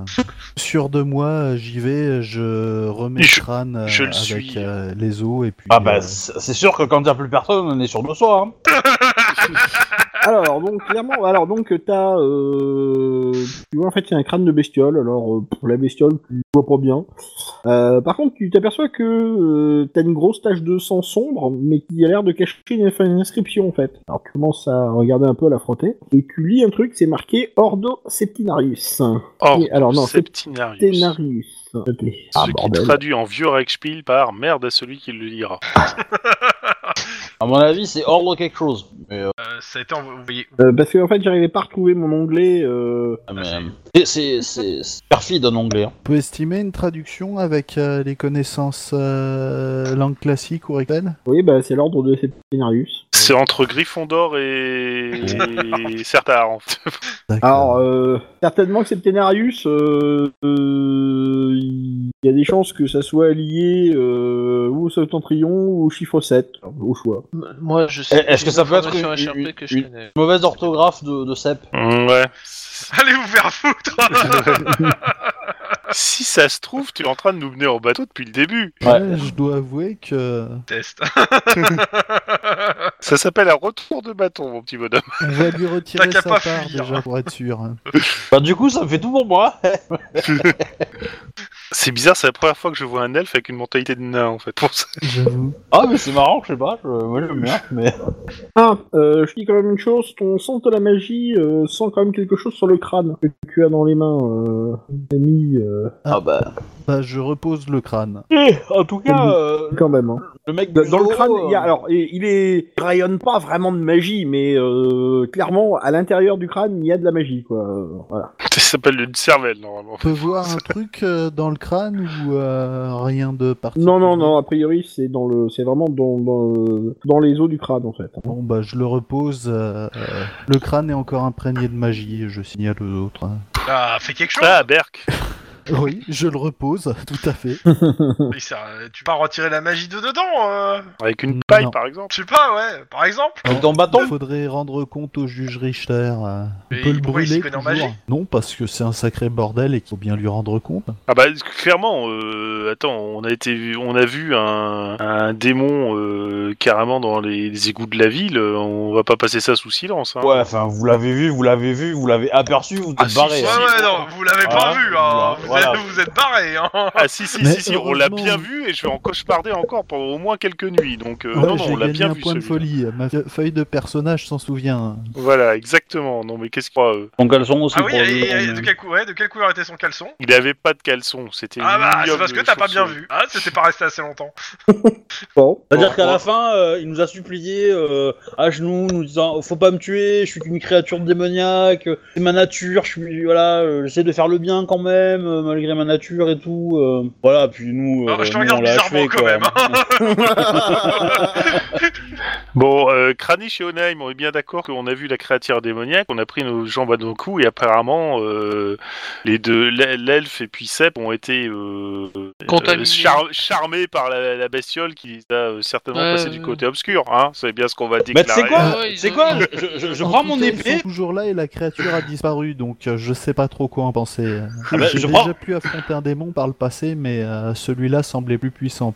Speaker 6: Sûr de moi, euh, j'y vais. Je remets
Speaker 3: Je-
Speaker 6: le crâne euh,
Speaker 3: je le
Speaker 6: avec
Speaker 3: suis.
Speaker 6: euh, les os et puis.
Speaker 4: Ah bah
Speaker 6: euh,
Speaker 4: c'est c'est sûr que quand y a plus personne, on est sur nos soins. hein.
Speaker 2: Alors donc clairement, alors donc t'as, euh, tu vois en fait il y a un crâne de bestiole. Alors euh, pour la bestiole, tu vois pas bien. Euh, par contre, tu t'aperçois que euh, t'as une grosse tache de sang sombre, mais qui a l'air de cacher une, une inscription en fait. Alors tu commences à regarder un peu, à la frotter, et tu lis un truc, c'est marqué Ordo Septinarius.
Speaker 3: Or,
Speaker 2: Et alors, non,
Speaker 3: Oh, Septinarius.
Speaker 2: Septinarius. Ah
Speaker 3: Ce qui
Speaker 2: bordel.
Speaker 3: traduit en vieux Reichspiel par merde à celui qui le lira.
Speaker 4: À mon avis, c'est hors de quelque chose. Mais, euh,
Speaker 5: Euh, ça a été envoyé.
Speaker 2: Euh, parce que en fait j'arrivais pas à retrouver mon onglet. Euh...
Speaker 4: mais, euh, c'est- c'est c'est- c'est perfide en anglais. hein.
Speaker 6: on peut estimer une traduction avec euh, les connaissances euh, langue classique ou rectale
Speaker 2: Oui bah c'est l'ordre de Septinarius.
Speaker 3: C'est entre Gryffondor et, et Sertard. en fait.
Speaker 2: Alors, euh, certainement que Septenarius, euh, euh, il y a des chances que ça soit lié euh, ou au septentrion ou au chiffre 7, au choix.
Speaker 7: Moi, je sais.
Speaker 4: Eh, Est-ce que ça peut être
Speaker 7: sur
Speaker 4: une-
Speaker 7: HRP que je
Speaker 4: une-
Speaker 7: connais.
Speaker 4: Mauvaise orthographe de, de Sep.
Speaker 3: Mm, ouais.
Speaker 5: Allez vous faire foutre
Speaker 3: Si ça se trouve, tu es en train de nous mener en bateau depuis le début.
Speaker 6: Ouais, je dois avouer que
Speaker 5: Test.
Speaker 3: Ça s'appelle un retour de bâton, mon petit bonhomme.
Speaker 6: on va lui retirer
Speaker 5: qu'à
Speaker 6: sa
Speaker 5: pas
Speaker 6: part
Speaker 5: fuir.
Speaker 6: déjà pour être sûr. hein.
Speaker 4: Bah du coup, ça me fait tout pour moi.
Speaker 3: C'est bizarre, c'est la première fois que je vois un elfe avec une mentalité de nain, en fait. Pour ça.
Speaker 6: J'avoue.
Speaker 4: ah mais c'est marrant, je sais pas. je- moi j'aime bien. Mais...
Speaker 2: Ah, euh, je dis quand même une chose, ton sens de la magie euh, sent quand même quelque chose sur le crâne que tu as dans les mains, euh, ami, euh,
Speaker 4: Ah bah.
Speaker 6: Bah, je repose le crâne.
Speaker 4: en tout cas, euh,
Speaker 2: quand même. hein.
Speaker 4: le mec
Speaker 2: Dans
Speaker 4: du
Speaker 2: dans le
Speaker 4: zoo,
Speaker 2: crâne, il y a,
Speaker 4: euh,
Speaker 2: alors, et- il est raillé rayonne pas vraiment de magie, mais euh, clairement, à l'intérieur du crâne, il y a de la magie, quoi. Euh, Voilà.
Speaker 3: Ça s'appelle une cervelle, normalement.
Speaker 6: On peut voir un truc euh, dans le crâne ou euh, rien de particulier
Speaker 2: Non, non, non, a priori, c'est dans le, c'est vraiment dans, dans, euh, dans les os du crâne, en fait.
Speaker 6: Bon, bah, je le repose. euh, euh, le crâne est encore imprégné de magie, je signale aux autres. hein.
Speaker 5: Ah, fais quelque chose
Speaker 3: Ah, Berk
Speaker 6: Oui, je le repose, tout à fait.
Speaker 5: Mais ça, Tu peux pas retirer la magie de dedans euh...
Speaker 3: Avec une
Speaker 6: Non.
Speaker 3: paille, par exemple.
Speaker 5: Je sais pas, ouais, par exemple.
Speaker 4: Dans bâton
Speaker 6: Il faudrait rendre compte au juge Richter. euh, On
Speaker 5: Mais
Speaker 6: peut le
Speaker 5: pourquoi il s'y
Speaker 6: brûler
Speaker 5: connaît en
Speaker 6: toujours.
Speaker 5: magie
Speaker 6: Non, parce que c'est un sacré bordel et qu'il faut bien lui rendre compte.
Speaker 3: Ah bah, clairement, euh, attends, on a, été, on a vu un, un démon euh, carrément dans les, les égouts de la ville, euh, on va pas passer ça sous silence. Hein.
Speaker 4: Ouais, enfin, vous l'avez vu, vous l'avez vu, vous l'avez aperçu, vous êtes
Speaker 3: Ah, si,
Speaker 4: barré.
Speaker 3: si,
Speaker 5: Ouais,
Speaker 4: hein.
Speaker 5: ouais, non, vous l'avez pas
Speaker 4: Voilà.
Speaker 5: vu, hein. vous,
Speaker 4: Voilà.
Speaker 5: êtes, vous êtes barrés, hein.
Speaker 3: Ah si, si,
Speaker 6: Mais
Speaker 3: si, si, on l'a
Speaker 6: heureusement-
Speaker 3: bien vu et je vais en cauchemarder encore pendant au moins quelques nuits, donc euh,
Speaker 6: Ouais,
Speaker 3: non, non,
Speaker 6: J'ai
Speaker 3: on l'a
Speaker 6: gagné
Speaker 3: bien
Speaker 6: un
Speaker 3: vu,
Speaker 6: point de
Speaker 3: celui-là.
Speaker 6: folie. Ma feuille de personnage s'en souvient. hein.
Speaker 3: Voilà, exactement, non mais qu'est-ce qu'il croit, euh
Speaker 4: Son caleçon aussi,
Speaker 5: Ah oui, et- et-
Speaker 4: probablement.
Speaker 5: de, quelle couleur, de quelle couleur était son caleçon
Speaker 3: Il avait pas de caleçon, c'était...
Speaker 5: Ah
Speaker 3: une
Speaker 5: bah, c'est
Speaker 3: ignoble
Speaker 5: parce que t'as pas bien
Speaker 3: chauve-souris.
Speaker 5: vu. Ah, c'était pas resté assez longtemps.
Speaker 2: Bon.
Speaker 4: C'est-à-dire
Speaker 3: Bon,
Speaker 4: qu'à
Speaker 3: bon.
Speaker 4: la fin, euh, il nous a supplié euh, à genoux, nous disant "Faut pas me tuer, je suis une créature démoniaque, euh, c'est ma nature, je suis voilà, euh, j'essaie de faire le bien quand même euh, malgré ma nature et tout." euh, voilà, puis nous,
Speaker 5: Ah,
Speaker 4: euh,
Speaker 5: je te
Speaker 4: nous, on
Speaker 5: regarde
Speaker 4: l'a
Speaker 5: bizarrement
Speaker 4: achevé,
Speaker 5: quand
Speaker 4: quoi.
Speaker 5: même. hein.
Speaker 3: Bon, euh, Kranich et Onaim, on est bien d'accord qu'on a vu la créature démoniaque, on a pris nos jambes à nos coups, et apparemment, euh, les deux, l'el- l'elfe et puis Sep, ont été euh,
Speaker 7: Contaminés.
Speaker 3: euh, char- charmés par la, la bestiole qui les a euh, certainement
Speaker 7: Ouais,
Speaker 3: passé
Speaker 7: ouais.
Speaker 3: du côté obscur, hein, c'est bien ce qu'on va
Speaker 4: Bah,
Speaker 3: déclarer.
Speaker 4: tu sais quoi
Speaker 7: Ouais, ils
Speaker 4: C'est
Speaker 7: ont-
Speaker 4: quoi Je, je- je
Speaker 6: En
Speaker 4: prends
Speaker 6: tout
Speaker 4: mon
Speaker 6: cas, Ils
Speaker 4: épée.
Speaker 6: sont toujours là et la créature a disparu, donc euh, je sais pas trop quoi en penser.
Speaker 4: Ah bah,
Speaker 6: J'ai
Speaker 4: je
Speaker 6: déjà
Speaker 4: prends-
Speaker 6: pu affronter un démon par le passé, mais euh, celui-là semblait plus puissant.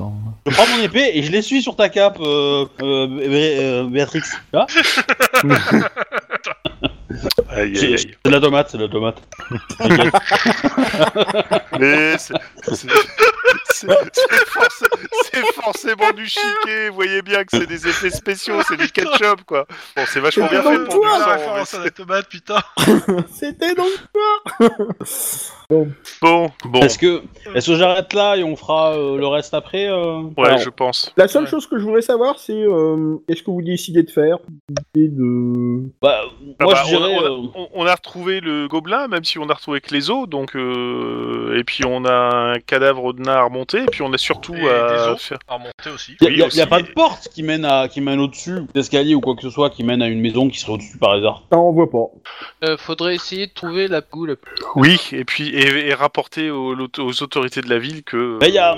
Speaker 4: Je prends mon épée et je l'essuie sur ta cape, euh, euh, Bé- euh, Béatrix. Tu vois
Speaker 3: Aïe, aïe,
Speaker 4: C'est
Speaker 3: aïe.
Speaker 4: c'est de la tomate, c'est de la tomate.
Speaker 3: Mais c'est- c'est c'est- c'est forc- c'est forcément du chiquet, vous voyez bien que c'est des effets spéciaux, c'est du ketchup, quoi. Bon, c'est vachement bien fait
Speaker 2: donc
Speaker 3: pour du
Speaker 2: toi,
Speaker 3: sang,
Speaker 5: la
Speaker 3: mais
Speaker 5: référence
Speaker 3: c'est-
Speaker 5: à la tomate, putain.
Speaker 2: C'était donc
Speaker 3: Bon, bon,
Speaker 4: Est-ce que, est-ce que j'arrête là et on fera euh, le reste après euh
Speaker 3: ouais,
Speaker 4: Alors,
Speaker 3: je pense.
Speaker 2: La seule
Speaker 7: Ouais.
Speaker 2: chose que je voulais savoir, c'est euh, qu'est-ce que vous décidez de faire L'idée de...
Speaker 4: bah,
Speaker 3: Ah
Speaker 4: Moi,
Speaker 3: bah,
Speaker 4: je
Speaker 3: on, a,
Speaker 4: dirais.
Speaker 3: on a-
Speaker 4: euh,
Speaker 3: on- on a retrouvé le gobelin, même si on a retrouvé que les os, donc euh, et puis on a un cadavre de nain à remonter, et puis on a surtout
Speaker 5: Et des
Speaker 3: à
Speaker 5: os.
Speaker 3: faire.
Speaker 5: Ah, monter aussi.
Speaker 4: Il
Speaker 3: Oui,
Speaker 4: n'y a,
Speaker 3: aussi.
Speaker 4: pas de porte qui mène, à, qui mène au-dessus d'escalier ou quoi que ce soit qui mène à une maison qui serait au-dessus par hasard.
Speaker 2: Ça, on voit pas.
Speaker 7: Euh, faudrait essayer de trouver la boule la plus.
Speaker 3: Oui, et puis et, et rapporter aux, aux autorités de la ville que.
Speaker 4: Bah, il y a-
Speaker 3: euh,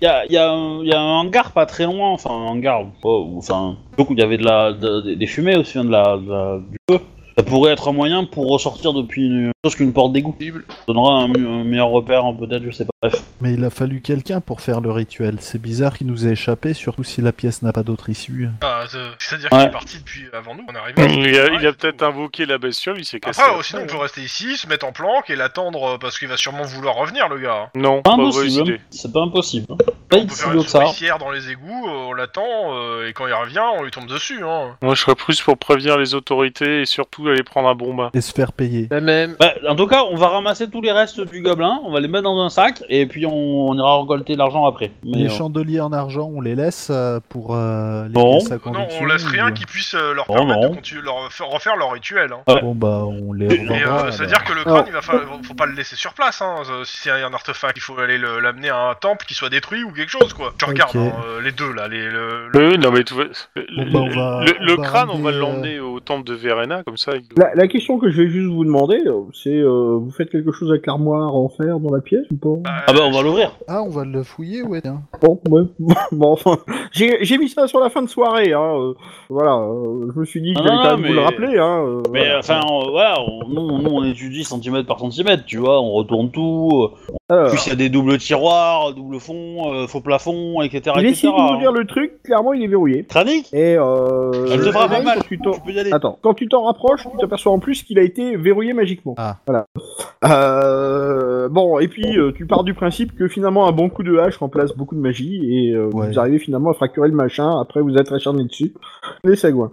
Speaker 4: Il y a, il y a un- il y a un hangar pas très loin, enfin un hangar, oh, ou- enfin, donc où il y avait de la, de- des- des fumées aussi, hein, de la, de la- du feu. Ça pourrait être un moyen pour ressortir depuis une chose qu'une porte d'égout.
Speaker 7: possible.
Speaker 4: Ça donnera un, un meilleur repère, hein, peut-être, je sais pas. Bref.
Speaker 6: Mais il a fallu quelqu'un pour faire le rituel. C'est bizarre qu'il nous ait échappé, surtout si la pièce n'a pas d'autre issue.
Speaker 5: Ah, c'est- C'est-à-dire
Speaker 4: Ouais.
Speaker 5: qu'il est parti depuis avant nous, on est arrivé.
Speaker 3: euh, Il a, il a
Speaker 5: Ouais,
Speaker 3: peut-être invoqué la bestiole, il s'est cassé.
Speaker 5: Après, euh, sinon, on peut rester ici, se mettre en planque et l'attendre euh, parce qu'il va sûrement vouloir revenir, le gars.
Speaker 3: Non,
Speaker 4: Pas
Speaker 3: pas mauvaise
Speaker 4: impossible, hein.
Speaker 3: idée.
Speaker 4: c'est pas impossible. hein. Pas
Speaker 5: on peut
Speaker 4: si
Speaker 5: faire
Speaker 4: haut
Speaker 5: une
Speaker 4: que ça.
Speaker 5: souricière dans les égouts, euh, on l'attend euh, et quand il revient, on lui tombe dessus. Hein.
Speaker 3: Moi, je serais plus pour prévenir les autorités et surtout aller prendre un bon bain.
Speaker 6: Et se faire payer.
Speaker 7: La même.
Speaker 4: Bah, en tout cas, on va ramasser tous les restes du gobelin, on va les mettre dans un sac et puis on, on ira récolter l'argent après. Mais,
Speaker 6: les
Speaker 4: euh,
Speaker 6: chandeliers en argent, on les laisse euh, pour euh, les
Speaker 4: Non.
Speaker 6: pièces à
Speaker 5: Non, on
Speaker 6: conviction,
Speaker 5: laisse
Speaker 6: ou-
Speaker 5: rien qui puisse euh, leur
Speaker 4: Oh,
Speaker 5: permettre
Speaker 4: non.
Speaker 5: de continuer leur, faire- refaire leur rituel. Hein.
Speaker 6: Bon bah on les
Speaker 4: Et,
Speaker 5: Et euh,
Speaker 6: revendra,
Speaker 5: ça veut
Speaker 6: alors.
Speaker 5: dire que le crâne, il va falloir, faut pas le laisser sur place. Hein. Euh, Si c'est un artefact, il faut aller le- l'amener à un temple qui soit détruit ou quelque chose, quoi. Tu
Speaker 6: Ok.
Speaker 5: regardes hein, euh, les deux là, les, le, le-
Speaker 3: Euh, non, mais tout va- le,
Speaker 6: bah, on va-
Speaker 3: le-
Speaker 6: on
Speaker 3: le
Speaker 6: va
Speaker 3: crâne, on va
Speaker 6: ramener, euh,
Speaker 3: l'emmener au temple de Verena, comme ça. il-
Speaker 2: La, la question que je vais juste vous demander, euh, c'est euh, vous faites quelque chose avec l'armoire en fer dans la pièce ou pas
Speaker 4: Ah bah on va l'ouvrir.
Speaker 6: Ah on va le fouiller ouais tiens.
Speaker 2: Bon, ouais. bon, enfin, j'ai j'ai mis ça sur la fin de soirée. Hein, euh, voilà, euh, je me suis dit que
Speaker 4: Ah
Speaker 2: j'allais
Speaker 4: non,
Speaker 2: quand même
Speaker 4: mais-
Speaker 2: vous le rappeler. Hein, euh,
Speaker 4: Mais
Speaker 2: voilà.
Speaker 4: enfin, on- voilà, on, nous, nous, on étudie centimètre par centimètre, tu vois, on retourne tout. euh, En
Speaker 2: Alors,
Speaker 4: plus, il y a des doubles tiroirs, double fond, euh, faux plafond, etc.
Speaker 2: il
Speaker 4: etc.
Speaker 2: essaie de vous dire le truc. Clairement, il est verrouillé.
Speaker 4: Kranik,
Speaker 2: Et euh,
Speaker 4: elle te fera pas
Speaker 2: quand
Speaker 4: mal.
Speaker 2: tu
Speaker 4: Tu
Speaker 2: t'en-
Speaker 4: peux y aller.
Speaker 2: Attends, quand tu t'en rapproches, tu t'aperçois en plus qu'il a été verrouillé magiquement.
Speaker 6: Ah.
Speaker 2: Voilà. Euh, bon, et puis euh, tu pars du principe que finalement un bon coup de hache remplace beaucoup de magie et euh,
Speaker 6: Ouais.
Speaker 2: vous arrivez finalement à fracturer le machin. Après, vous êtes acharné dessus. Les sagouins.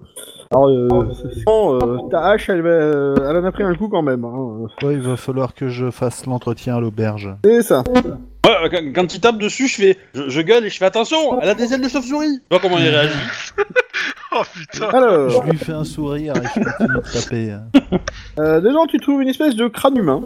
Speaker 2: Alors, euh, c'est- euh, ta hache, elle, va- euh, elle en a pris un coup quand même. hein.
Speaker 6: Ouais il va falloir que je fasse l'entretien à l'auberge.
Speaker 2: C'est ça.
Speaker 4: Ouais, euh, quand, quand il tape dessus, je fais, je, je gueule et je fais attention, elle a des ailes de chauve-souris. Tu vois comment il réagit
Speaker 5: Oh putain
Speaker 6: Ah.
Speaker 2: Alors,
Speaker 6: Je lui fais un sourire et je continue de taper. euh.
Speaker 2: euh, dedans, tu trouves une espèce de crâne humain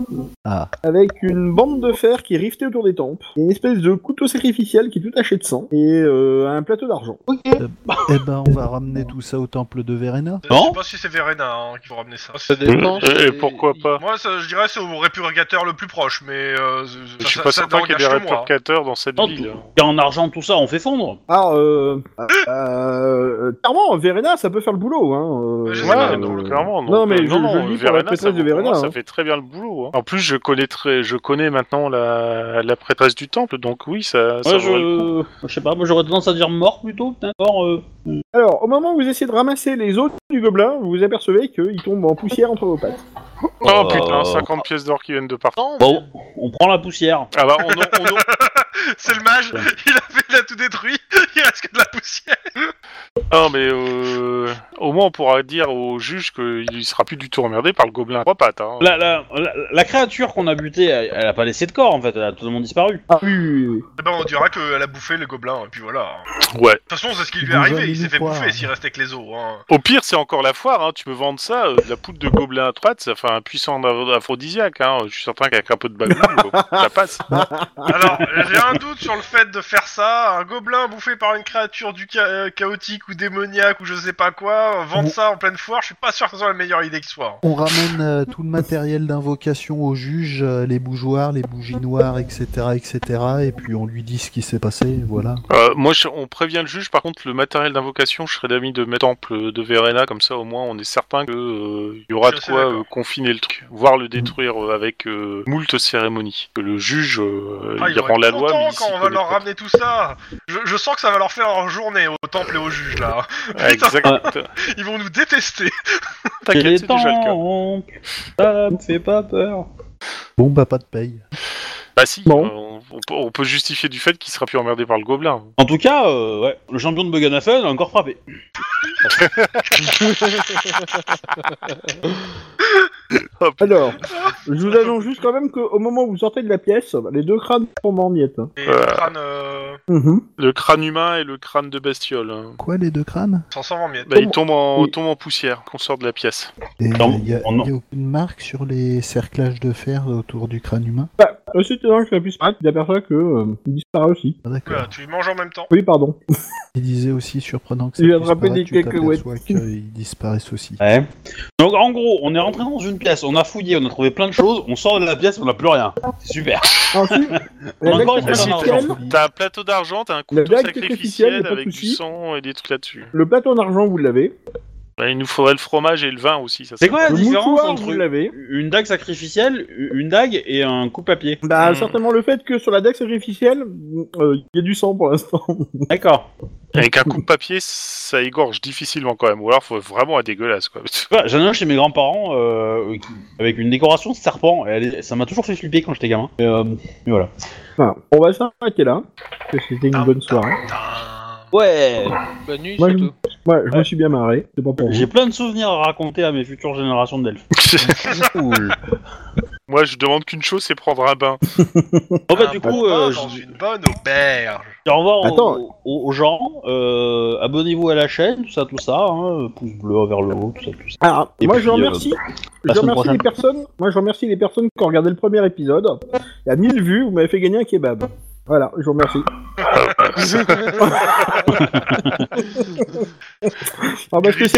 Speaker 6: Ah,
Speaker 2: avec une bande de fer qui est rivetée autour des tempes, et une espèce de couteau sacrificiel qui est tout taché de sang et euh, un plateau d'argent.
Speaker 6: eh ben on va ramener tout ça au temple de Verena.
Speaker 5: Je
Speaker 4: Non
Speaker 5: sais pas si c'est Verena hein, qu'il faut ramener ça.
Speaker 7: Ça dépend.
Speaker 3: Et
Speaker 7: c'est-
Speaker 3: pourquoi pas
Speaker 5: Moi, ça, je dirais c'est au répurgateur le plus proche, mais euh, ça-
Speaker 3: Je
Speaker 5: ça-
Speaker 3: suis pas
Speaker 5: ça
Speaker 3: certain qu'il y ait des
Speaker 5: n'engage que moi. hein.
Speaker 3: rétorquateurs dans cette
Speaker 4: Non,
Speaker 3: ville.
Speaker 4: Et en argent, tout ça, on fait fondre.
Speaker 2: Alors, euh, euh, clairement, Verena, ça peut faire le boulot. Hein. euh,
Speaker 5: Je sais
Speaker 3: Ouais,
Speaker 5: pas,
Speaker 2: euh,
Speaker 3: donc, clairement.
Speaker 2: Non, mais
Speaker 3: euh,
Speaker 2: je- je le dis pour la
Speaker 3: ça,
Speaker 2: prêtresse de
Speaker 3: pour moi,
Speaker 2: Verena, hein.
Speaker 3: Ça fait très bien le boulot. hein. En plus, je connais, très- je connais maintenant la, la prêtresse du temple, donc oui, ça, ça
Speaker 4: Ouais,
Speaker 3: vaudrait le coup.
Speaker 4: je... je sais pas, moi j'aurais tendance à dire mort plutôt, peut-être. mort, euh.
Speaker 2: Alors, au moment où vous essayez de ramasser les os du gobelin, vous vous apercevez qu'il tombe en poussière entre vos pattes.
Speaker 3: Oh
Speaker 4: Euh,
Speaker 3: putain, 50 pièces d'or qui viennent de partir.
Speaker 4: Bon, on prend la poussière.
Speaker 3: Ah bah, on, en- on en-
Speaker 5: C'est le mage, il a, fait- il a tout détruit, il reste que de la poussière.
Speaker 3: Ah, mais euh, au moins on pourra dire au juge qu'il sera plus du tout emmerdé par le gobelin à trois pattes. hein.
Speaker 4: La, la, la, la créature qu'on a butée, elle, elle a pas laissé de corps en fait, elle a totalement disparu.
Speaker 2: Ah oui, oui, oui.
Speaker 5: Eh ben, on dira qu'elle a bouffé le gobelin, et puis voilà. hein.
Speaker 3: Ouais.
Speaker 5: De toute façon, c'est ce qui lui est
Speaker 6: Déjà,
Speaker 5: arrivé, il
Speaker 6: mini
Speaker 5: s'est fait
Speaker 6: poire.
Speaker 5: bouffer s'il restait que les os. Hein.
Speaker 3: Au pire, c'est encore la foire. hein. Tu peux vendre ça, euh, de la poudre de gobelin à trois pattes, ça fait un puissant av- aphrodisiaque. hein. Je suis certain qu'avec un peu de bagou, euh, ça passe.
Speaker 5: Alors, j'ai un doute sur le fait de faire ça. Un gobelin bouffé par une créature du cha- euh, chaotique ou démoniaque ou je sais pas quoi, euh, vendre
Speaker 6: Bon.
Speaker 5: ça en pleine foire, je suis pas sûr que ce soit la meilleure idée qui soit.
Speaker 6: On ramène euh, tout le matériel d'invocation au juge, euh, les bougeoirs, les bougies noires, etc., etc. Et puis on lui dit ce qui s'est passé, voilà.
Speaker 3: Euh, moi, je- on prévient le juge. Par contre, le matériel d'invocation, je serais d'avis de mettre temple de Verena. Comme ça, au moins, on est certain qu'il y aura
Speaker 5: Je
Speaker 3: de
Speaker 5: suis
Speaker 3: quoi
Speaker 5: d'accord.
Speaker 3: euh, confiner le truc, voire le détruire euh, avec euh, moult cérémonies. Que le juge, euh,
Speaker 5: Ah,
Speaker 3: il,
Speaker 5: vont
Speaker 3: rend
Speaker 5: être
Speaker 3: la loi,
Speaker 5: contents
Speaker 3: mais il
Speaker 5: quand
Speaker 3: s'y
Speaker 5: on va
Speaker 3: connaît
Speaker 5: leur
Speaker 3: pas.
Speaker 5: ramener tout ça. Je, je sens que ça va leur faire leur journée au temple et au juge là.
Speaker 3: Ah, Exact.
Speaker 5: Ils vont nous détester.
Speaker 4: Les
Speaker 3: T'inquiète, c'est déjà le cas.
Speaker 4: temps, ça me fait pas peur.
Speaker 6: Bon bah pas de paye.
Speaker 3: Bah si,
Speaker 2: Bon.
Speaker 3: euh, on, on peut- on peut justifier du fait qu'il sera plus emmerdé par le gobelin.
Speaker 4: En tout cas, euh, ouais, le champion de Buganafen a encore frappé.
Speaker 2: Alors, je vous annonce juste quand même qu'au moment où vous sortez de la pièce, les deux crânes tombent en miettes.
Speaker 5: Et
Speaker 3: Euh.
Speaker 5: le crâne euh,
Speaker 3: Le crâne humain et le crâne de bestiole. hein.
Speaker 6: Quoi les deux crânes
Speaker 5: s'en sort en miettes.
Speaker 3: Bah, il tombe en,
Speaker 2: Oui.
Speaker 3: tombe en poussière qu'on sort de la pièce.
Speaker 6: Et il
Speaker 4: Non,
Speaker 6: n'y a,
Speaker 4: on-
Speaker 6: y a aucune marque sur les cerclages de fer autour du crâne humain
Speaker 2: Bah, aussi étonnant que ça puisse paraître, tu t'aperçois que euh, il disparaît aussi.
Speaker 6: Ah,
Speaker 5: Oula,
Speaker 6: D'accord.
Speaker 5: tu manges en même temps.
Speaker 2: Oui, pardon.
Speaker 6: Il disait aussi surprenant que ça
Speaker 2: Il a
Speaker 6: puisse
Speaker 2: attrapé
Speaker 6: paraître,
Speaker 2: des
Speaker 6: tu
Speaker 2: cacahuètes.
Speaker 6: t'aperçois qu'ils disparaissent aussi.
Speaker 4: Ouais. Donc en gros, on est rentré dans une pièce, on a fouillé, on a trouvé plein de choses, on sort de la pièce, on a plus rien. C'est super.
Speaker 2: Ensuite,
Speaker 4: On a encore une
Speaker 2: plaque
Speaker 4: fois
Speaker 2: argentienne,
Speaker 4: d'argent.
Speaker 3: T'as un plateau d'argent, t'as un
Speaker 2: La
Speaker 3: couteau
Speaker 2: blague
Speaker 3: sacrificiel
Speaker 2: sacrificielle, pas de
Speaker 3: avec du
Speaker 2: soucis.
Speaker 3: sang et des trucs là-dessus.
Speaker 2: le plateau en argent, vous l'avez.
Speaker 3: Bah, il nous faudrait le fromage et le vin aussi. Ça
Speaker 4: C'est
Speaker 3: serait-
Speaker 4: quoi la
Speaker 2: Le
Speaker 4: différence
Speaker 2: mouchoir,
Speaker 4: entre
Speaker 2: vous l'avez.
Speaker 4: une dague sacrificielle, une dague et un coupe-papier
Speaker 2: Bah,
Speaker 3: Hmm.
Speaker 2: certainement le fait que sur la deck sacrificielle, euh, il y a du sang pour l'instant.
Speaker 4: D'accord.
Speaker 3: Avec un coup de papier, ça égorge difficilement quand même. Ou alors, faut vraiment être dégueulasse quoi.
Speaker 4: Ouais, J'en ai un chez mes grands-parents euh, qui- avec une décoration de serpent. Et elle est- ça m'a toujours fait flipper quand j'étais gamin. Et, euh, et voilà.
Speaker 2: Enfin, on va s'arrêter là, parce que c'était
Speaker 4: Ah.
Speaker 2: une bonne soirée.
Speaker 4: Ouais.
Speaker 7: La nuit,
Speaker 2: Moi,
Speaker 7: surtout.
Speaker 2: Ouais, je me suis bien marré, c'est pas pour vous.
Speaker 4: J'ai plein de souvenirs à raconter à mes futures générations d'elfes. cool.
Speaker 3: Moi, je demande qu'une chose, c'est prendre un bain.
Speaker 4: Bon bah
Speaker 5: Un
Speaker 4: du
Speaker 5: bon
Speaker 4: coup,
Speaker 5: pain
Speaker 4: euh,
Speaker 5: dans
Speaker 4: je dis
Speaker 5: une bonne auberge.
Speaker 4: au revoir
Speaker 2: Attends.
Speaker 4: aux, aux- aux gens. euh, Abonnez-vous à la chaîne, tout ça, tout ça. hein, euh, pouce bleu vers le haut, tout ça, tout ça.
Speaker 2: Alors,
Speaker 4: Et
Speaker 2: moi
Speaker 4: puis, euh,
Speaker 2: je remercie,
Speaker 4: la
Speaker 2: je
Speaker 4: semaine
Speaker 2: remercie
Speaker 4: prochaine.
Speaker 2: les personnes, moi je remercie les personnes qui ont regardé le premier épisode. Il y a 1000 vues, vous m'avez fait gagner un kebab. Voilà, je vous remercie. Ah, parce que c'est